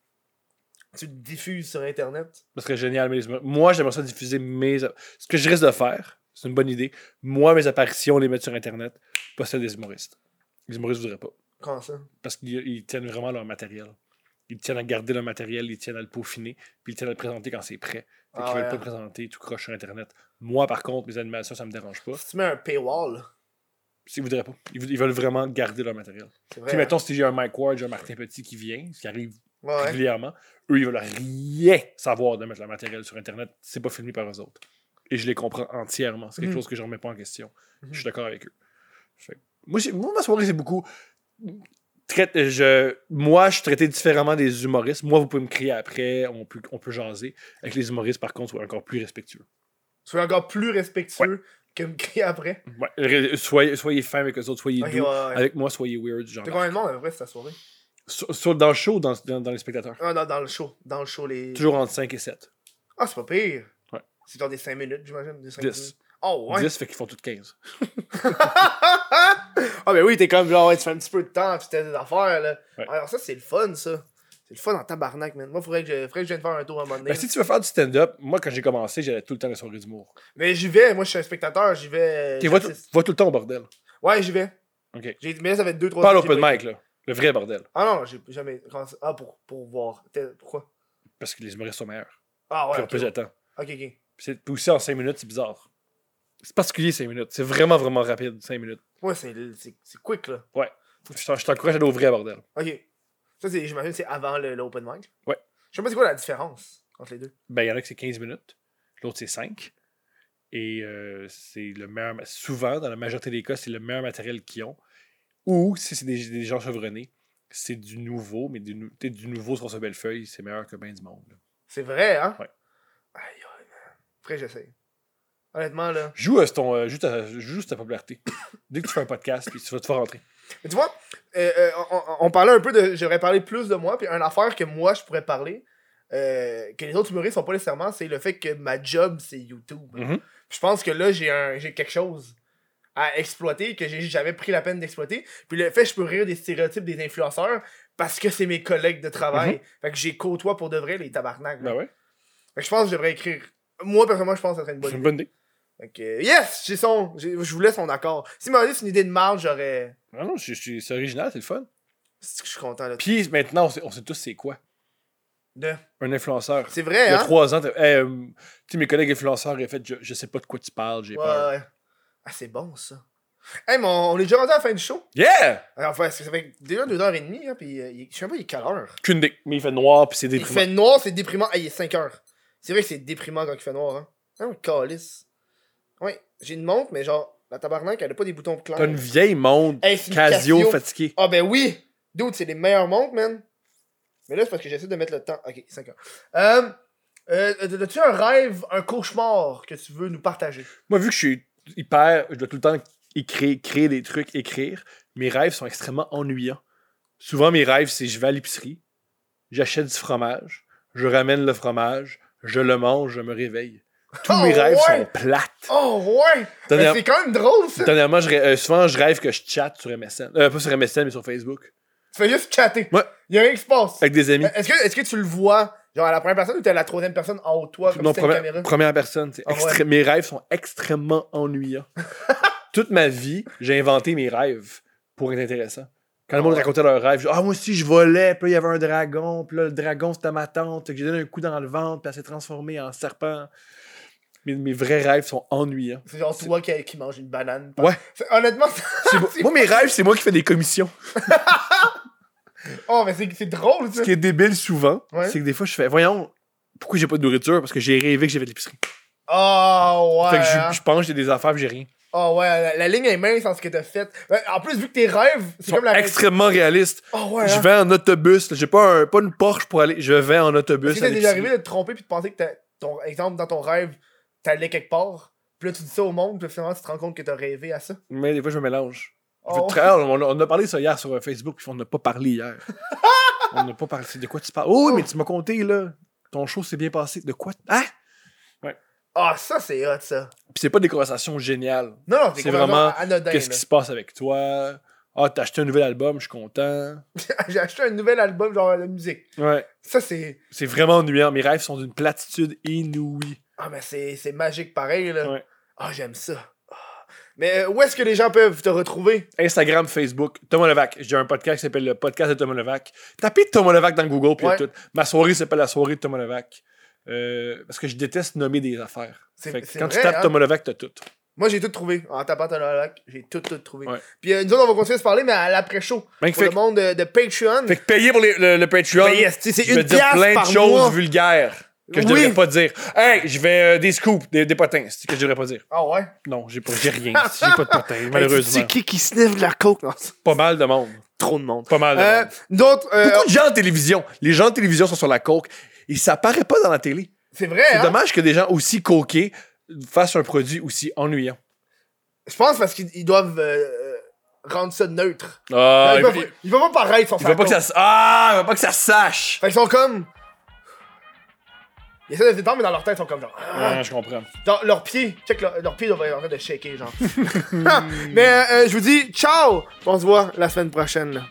[SPEAKER 1] Tu le diffuses sur Internet.
[SPEAKER 2] Ce serait génial. Mais moi, j'aimerais ça diffuser mes. Ce que je risque de faire, c'est une bonne idée. Moi, mes apparitions, les mettre sur Internet, pas celles des humoristes. Les humoristes voudraient pas.
[SPEAKER 1] Comment ça
[SPEAKER 2] Parce qu'ils ils tiennent vraiment leur matériel. Ils tiennent à garder leur matériel, ils tiennent à le peaufiner, puis ils tiennent à le présenter quand c'est prêt. Fait
[SPEAKER 1] Ah
[SPEAKER 2] qu'ils veulent
[SPEAKER 1] ouais.
[SPEAKER 2] pas le présenter tout croche sur Internet. Moi, par contre, mes animations, ça me dérange pas.
[SPEAKER 1] Si hein. tu mets un paywall,
[SPEAKER 2] Ils voudraient pas. Ils, vou- ils veulent vraiment garder leur matériel.
[SPEAKER 1] c'est
[SPEAKER 2] Puis
[SPEAKER 1] vrai. hein.
[SPEAKER 2] mettons, si j'ai un Mike Ward, j'ai un Martin Petit qui vient, ce qui arrive
[SPEAKER 1] Ouais, ouais.
[SPEAKER 2] régulièrement, eux, ils veulent rien savoir de mettre le matériel sur Internet. C'est pas filmé par eux autres. Et je les comprends entièrement. C'est quelque
[SPEAKER 1] Mhm.
[SPEAKER 2] chose que je remets pas en question.
[SPEAKER 1] Mhm.
[SPEAKER 2] Je suis d'accord avec eux. Fait que- moi, j'ai- moi, ma soirée, c'est beaucoup. traite- euh, je, moi, je suis traité différemment des humoristes. Moi, vous pouvez me crier après, on peut, on peut jaser. Avec les humoristes, par contre, soyez encore plus respectueux.
[SPEAKER 1] Sois encore plus respectueux que me crier après.
[SPEAKER 2] Ouais, re- soyez, soyez fin avec eux autres, soyez
[SPEAKER 1] Mhm. Ok,
[SPEAKER 2] doux.
[SPEAKER 1] ouais, ouais.
[SPEAKER 2] Avec moi, soyez weird. Genre,
[SPEAKER 1] T'as combien de monde après cette soirée
[SPEAKER 2] Sur- sur- dans le show ou dans, dans- dans les spectateurs
[SPEAKER 1] Ah non, dans le show. Dans le show, les.
[SPEAKER 2] Toujours entre 5 et 7.
[SPEAKER 1] Ah, c'est pas pire.
[SPEAKER 2] Ouais.
[SPEAKER 1] C'est genre des 5 minutes, j'imagine. Des 5
[SPEAKER 2] 10.
[SPEAKER 1] minutes. Oh, ouais.
[SPEAKER 2] 10 fait qu'ils font toutes 15.
[SPEAKER 1] ah, ben oui, t'es comme genre, ouais, tu fais un petit peu de temps, tu testes des affaires, là.
[SPEAKER 2] Ouais.
[SPEAKER 1] Alors, ça, c'est le fun, ça. C'est le fun en tabarnak, man. Moi, faudrait que je, faudrait que je vienne faire un tour à un moment donné.
[SPEAKER 2] Ben, si tu veux faire du stand-up, moi, quand j'ai commencé, j'allais tout le temps à la soirée d'humour.
[SPEAKER 1] Mais j'y vais, moi, je suis un spectateur, j'y vais. euh,
[SPEAKER 2] Tu vas, tout-
[SPEAKER 1] j'assiste.
[SPEAKER 2] va tout le temps au bordel.
[SPEAKER 1] Ouais, j'y vais.
[SPEAKER 2] Ok.
[SPEAKER 1] J'ai- Mais là, ça fait 2-3
[SPEAKER 2] Pas à l'open mic, là. Le vrai bordel.
[SPEAKER 1] Ah non, j'ai jamais. commencé- Ah, pour, pour voir. T'es- Pourquoi
[SPEAKER 2] Parce que les humoristes sont meilleurs.
[SPEAKER 1] Ah, ouais.
[SPEAKER 2] Puis
[SPEAKER 1] Ok,
[SPEAKER 2] on plus de temps.
[SPEAKER 1] ok. ok.
[SPEAKER 2] Puis c'est- puis aussi, en 5 minutes, c'est bizarre. C'est particulier, 5 minutes. C'est vraiment, vraiment rapide, 5 minutes.
[SPEAKER 1] Ouais, c'est c'est- c'est quick, là.
[SPEAKER 2] Je t'en- je t'encourage à aller au vrai bordel.
[SPEAKER 1] Ok. Ça, c'est- j'imagine que c'est avant le- l'open mic.
[SPEAKER 2] Ouais.
[SPEAKER 1] Je sais pas c'est quoi la différence entre les deux.
[SPEAKER 2] Ben, il y en a que c'est 15 minutes. L'autre, c'est 5. Et euh, c'est le meilleur. ma- Souvent, dans la majorité des cas, c'est le meilleur matériel qu'ils ont. Ou, si c'est des, des gens chevronnés, c'est du nouveau, mais du, nou- t'sais, du nouveau François Bellefeuille, c'est meilleur que ben du monde. là.
[SPEAKER 1] C'est vrai, hein?
[SPEAKER 2] Ouais.
[SPEAKER 1] Aïe, aïe, man. Après, j'essaie. Honnêtement, là.
[SPEAKER 2] Joue, à ton, euh, joue, ta, joue sur ta popularité. Dès que tu fais un podcast, puis tu vas te faire rentrer.
[SPEAKER 1] Mais tu vois, euh, euh, on, on- on parlait un peu de. J'aurais parlé plus de moi, puis une affaire que moi, je pourrais parler, euh, que les autres humoristes sont pas nécessairement, c'est le fait que ma job, c'est YouTube.
[SPEAKER 2] Mhm.
[SPEAKER 1] Puis Je pense que là, j'ai un- j'ai quelque chose à exploiter que j'ai jamais pris la peine d'exploiter. Puis le fait que je peux rire des stéréotypes des influenceurs parce que c'est mes collègues de travail. Fait que j'ai côtoie pour de vrai les tabarnaks. là.
[SPEAKER 2] Mhm. Ben ouais,
[SPEAKER 1] Fait que je pense que je devrais écrire. Moi, personnellement, je pense que ça serait une bonne
[SPEAKER 2] c'est
[SPEAKER 1] idée.
[SPEAKER 2] une bonne idée.
[SPEAKER 1] Fait que, euh, yes, j'ai son, j'ai- je vous laisse mon accord. Si m'avait dit une idée de marge, j'aurais.
[SPEAKER 2] Ah Non, non, je- je- c'est original, c'est le fun.
[SPEAKER 1] C'est que Je suis content là.
[SPEAKER 2] Puis maintenant, on sait, on sait tous c'est quoi.
[SPEAKER 1] De-
[SPEAKER 2] Un influenceur.
[SPEAKER 1] C'est vrai,
[SPEAKER 2] Il y a
[SPEAKER 1] hein?
[SPEAKER 2] trois ans, t'as- Hey, euh, tu sais, mes collègues influenceurs, ils ont fait, je, je sais pas de quoi tu parles, j'ai
[SPEAKER 1] Ouais,
[SPEAKER 2] peur.
[SPEAKER 1] ouais. Ah, c'est bon ça. Hey, mais on, on est déjà rendu à la fin du show.
[SPEAKER 2] Yeah!
[SPEAKER 1] Alors, enfin, ça fait déjà deux heures et demie, hein, puis euh, il- je sais même pas, il est quelle heure.
[SPEAKER 2] Qu'une idée. Mais il fait noir, puis c'est
[SPEAKER 1] Il
[SPEAKER 2] déprimant.
[SPEAKER 1] fait noir, c'est déprimant. Hey, Ah, il est 5 heures. C'est vrai que c'est déprimant quand il fait noir, hein. Non, calice. Ouais, j'ai une montre, mais genre, la tabarnak, elle a pas des boutons clairs.
[SPEAKER 2] T'as une vieille montre
[SPEAKER 1] Hey, c'est une
[SPEAKER 2] Casio
[SPEAKER 1] Casio.
[SPEAKER 2] fatiguée.
[SPEAKER 1] Ah ben oui! Dude, c'est les meilleures montres, man. Mais là, c'est parce que j'essaie de mettre le temps. Ok, 5 heures. Euh, euh, As-tu un rêve, un cauchemar que tu veux nous partager?
[SPEAKER 2] Moi, vu que je suis hyper. Je dois tout le temps écrire, créer des trucs, écrire. Mes rêves sont extrêmement ennuyants. Souvent, mes rêves, c'est je vais à l'épicerie, j'achète du fromage, je ramène le fromage, je le mange, je me réveille. Tous
[SPEAKER 1] Oh,
[SPEAKER 2] mes rêves
[SPEAKER 1] ouais!
[SPEAKER 2] sont plates.
[SPEAKER 1] Oh ouais! Mais
[SPEAKER 2] Dernière-
[SPEAKER 1] c'est quand même drôle ça!
[SPEAKER 2] Dernièrement, je rê- euh, souvent, je rêve que je chatte sur MSN. Euh, pas sur MSN, mais sur Facebook.
[SPEAKER 1] Tu fais juste chatter.
[SPEAKER 2] Ouais.
[SPEAKER 1] Il y a rien qui se passe.
[SPEAKER 2] Avec des amis.
[SPEAKER 1] Est-ce que, est-ce que tu le vois, genre à la première personne ou t'es à la troisième personne en haut de toi, comme
[SPEAKER 2] non,
[SPEAKER 1] si c'était une
[SPEAKER 2] première,
[SPEAKER 1] caméra?
[SPEAKER 2] première personne. c'est
[SPEAKER 1] Ah ouais.
[SPEAKER 2] extré- Mes rêves sont extrêmement ennuyants. Toute ma vie, j'ai inventé mes rêves pour être intéressant. Quand le monde
[SPEAKER 1] ouais.
[SPEAKER 2] racontait leurs rêves, je- ah, moi aussi, je volais, puis là, il y avait un dragon, puis là, le dragon, c'était ma tante, que j'ai donné un coup dans le ventre, puis elle s'est transformée en serpent. Mais mes vrais rêves sont ennuyants.
[SPEAKER 1] C'est genre toi qui, qui mange une banane.
[SPEAKER 2] Ouais.
[SPEAKER 1] C'est- Honnêtement, c'est-
[SPEAKER 2] C'est moi- moi, mes rêves, c'est moi qui fais des commissions.
[SPEAKER 1] oh, mais c'est, c'est drôle ça.
[SPEAKER 2] Ce qui est débile souvent,
[SPEAKER 1] Ouais.
[SPEAKER 2] c'est que des fois, je fais, voyons, pourquoi j'ai pas de nourriture? Parce que j'ai rêvé que j'avais de l'épicerie.
[SPEAKER 1] Oh ouais.
[SPEAKER 2] fait que
[SPEAKER 1] hein.
[SPEAKER 2] je, je pense que j'ai des affaires, puis j'ai rien.
[SPEAKER 1] Oh ouais, la, la ligne est mince en ce que t'as fait. Ben, En plus, vu que tes rêves, c'est
[SPEAKER 2] Ils sont
[SPEAKER 1] comme la.
[SPEAKER 2] extrêmement réalistes.
[SPEAKER 1] Oh ouais.
[SPEAKER 2] Je
[SPEAKER 1] hein.
[SPEAKER 2] vais en autobus. là. J'ai pas, un- pas une Porsche pour aller. Je vais en
[SPEAKER 1] Est-ce
[SPEAKER 2] autobus.
[SPEAKER 1] que
[SPEAKER 2] à
[SPEAKER 1] t'es déjà
[SPEAKER 2] l'épicerie.
[SPEAKER 1] arrivé de te tromper puis de penser que t'as- ton exemple dans ton rêve, t'allais quelque part, puis là tu dis ça au monde, puis finalement tu te rends compte que t'as rêvé à ça.
[SPEAKER 2] Mais des fois, je mélange. Je
[SPEAKER 1] Oh.
[SPEAKER 2] fais très- on, a- on a parlé ça hier sur euh, Facebook, puis on n'a pas parlé hier. on n'a pas parlé. c'est De quoi tu parles? Oh, oui, mais tu m'as compté, là. Ton show s'est bien passé. De quoi? Hein?
[SPEAKER 1] Ah, ça c'est hot ça.
[SPEAKER 2] Puis c'est pas des conversations géniales.
[SPEAKER 1] Non, non, c'est
[SPEAKER 2] C'est
[SPEAKER 1] complètement
[SPEAKER 2] vraiment,
[SPEAKER 1] anodin.
[SPEAKER 2] Qu'est-ce
[SPEAKER 1] là.
[SPEAKER 2] qui se passe avec toi? Ah, t'as acheté un nouvel album, je suis content.
[SPEAKER 1] J'ai acheté un nouvel album, genre de musique.
[SPEAKER 2] Ouais.
[SPEAKER 1] Ça c'est.
[SPEAKER 2] C'est vraiment ennuyant. Mes rêves sont d'une platitude inouïe.
[SPEAKER 1] Ah, mais c'est c'est magique pareil là.
[SPEAKER 2] Ouais.
[SPEAKER 1] Ah, j'aime ça. Ah. Mais euh, où est-ce que les gens peuvent te retrouver?
[SPEAKER 2] Instagram, Facebook, Thomas Levac. J'ai un podcast qui s'appelle le podcast de Thomas Levac. Tapez Thomas Levac dans Google, puis il y a
[SPEAKER 1] Ouais.
[SPEAKER 2] tout. Ma soirée s'appelle la soirée de Thomas Levac. Euh, parce que je déteste nommer des affaires.
[SPEAKER 1] C'est-
[SPEAKER 2] Fait que
[SPEAKER 1] c'est
[SPEAKER 2] quand
[SPEAKER 1] vrai,
[SPEAKER 2] tu tapes
[SPEAKER 1] hein?
[SPEAKER 2] Thomas Levac, t'as tout.
[SPEAKER 1] Moi j'ai tout trouvé. En tapant ton lac, j'ai tout, tout trouvé.
[SPEAKER 2] Ouais.
[SPEAKER 1] Puis euh, nous autres on va continuer à se parler, mais à l'après-show.
[SPEAKER 2] Ben,
[SPEAKER 1] Pour
[SPEAKER 2] fait,
[SPEAKER 1] le monde euh, de, de Patreon.
[SPEAKER 2] fait que payer pour les- le, le Patreon,
[SPEAKER 1] Ben, yes, tu sais, c'est
[SPEAKER 2] je vais
[SPEAKER 1] une
[SPEAKER 2] dire
[SPEAKER 1] pièce
[SPEAKER 2] plein de
[SPEAKER 1] par
[SPEAKER 2] choses
[SPEAKER 1] mois.
[SPEAKER 2] vulgaires que je
[SPEAKER 1] Oui.
[SPEAKER 2] devrais pas dire. Hey, je vais euh, des scoops, des, des potins, c'est que je devrais pas dire.
[SPEAKER 1] Ah ouais.
[SPEAKER 2] Non, j'ai pas- j'ai rien. j'ai pas de potins, malheureusement.
[SPEAKER 1] C'est qui qui sniff de la coke? Non, c'est
[SPEAKER 2] Pas mal de monde.
[SPEAKER 1] trop de monde.
[SPEAKER 2] Pas mal de
[SPEAKER 1] Euh,
[SPEAKER 2] monde.
[SPEAKER 1] D'autres. euh,
[SPEAKER 2] Beaucoup de gens en télévision. Les gens en télévision sont sur la coke. Et ça apparaît pas dans la télé.
[SPEAKER 1] c'est vrai,
[SPEAKER 2] C'est
[SPEAKER 1] hein?
[SPEAKER 2] dommage que des gens aussi coqués fassent un produit aussi ennuyant.
[SPEAKER 1] Je pense parce qu'ils ils doivent euh, euh, rendre ça neutre.
[SPEAKER 2] Ah,
[SPEAKER 1] ils,
[SPEAKER 2] il,
[SPEAKER 1] veulent, Ben, pas- ils veulent pas paraître sans
[SPEAKER 2] il veut pas que ça se- ah, il veut pas que ça se sache.
[SPEAKER 1] Fait qu'ils sont comme. Ils essaient de se détendre, mais dans leur tête, ils sont comme genre. ah.
[SPEAKER 2] je comprends.
[SPEAKER 1] Genre, leurs pieds. Check, leur- leurs pieds doivent être en train de shaker, genre. mais euh, euh, je vous dis, ciao! On se voit la semaine prochaine, là.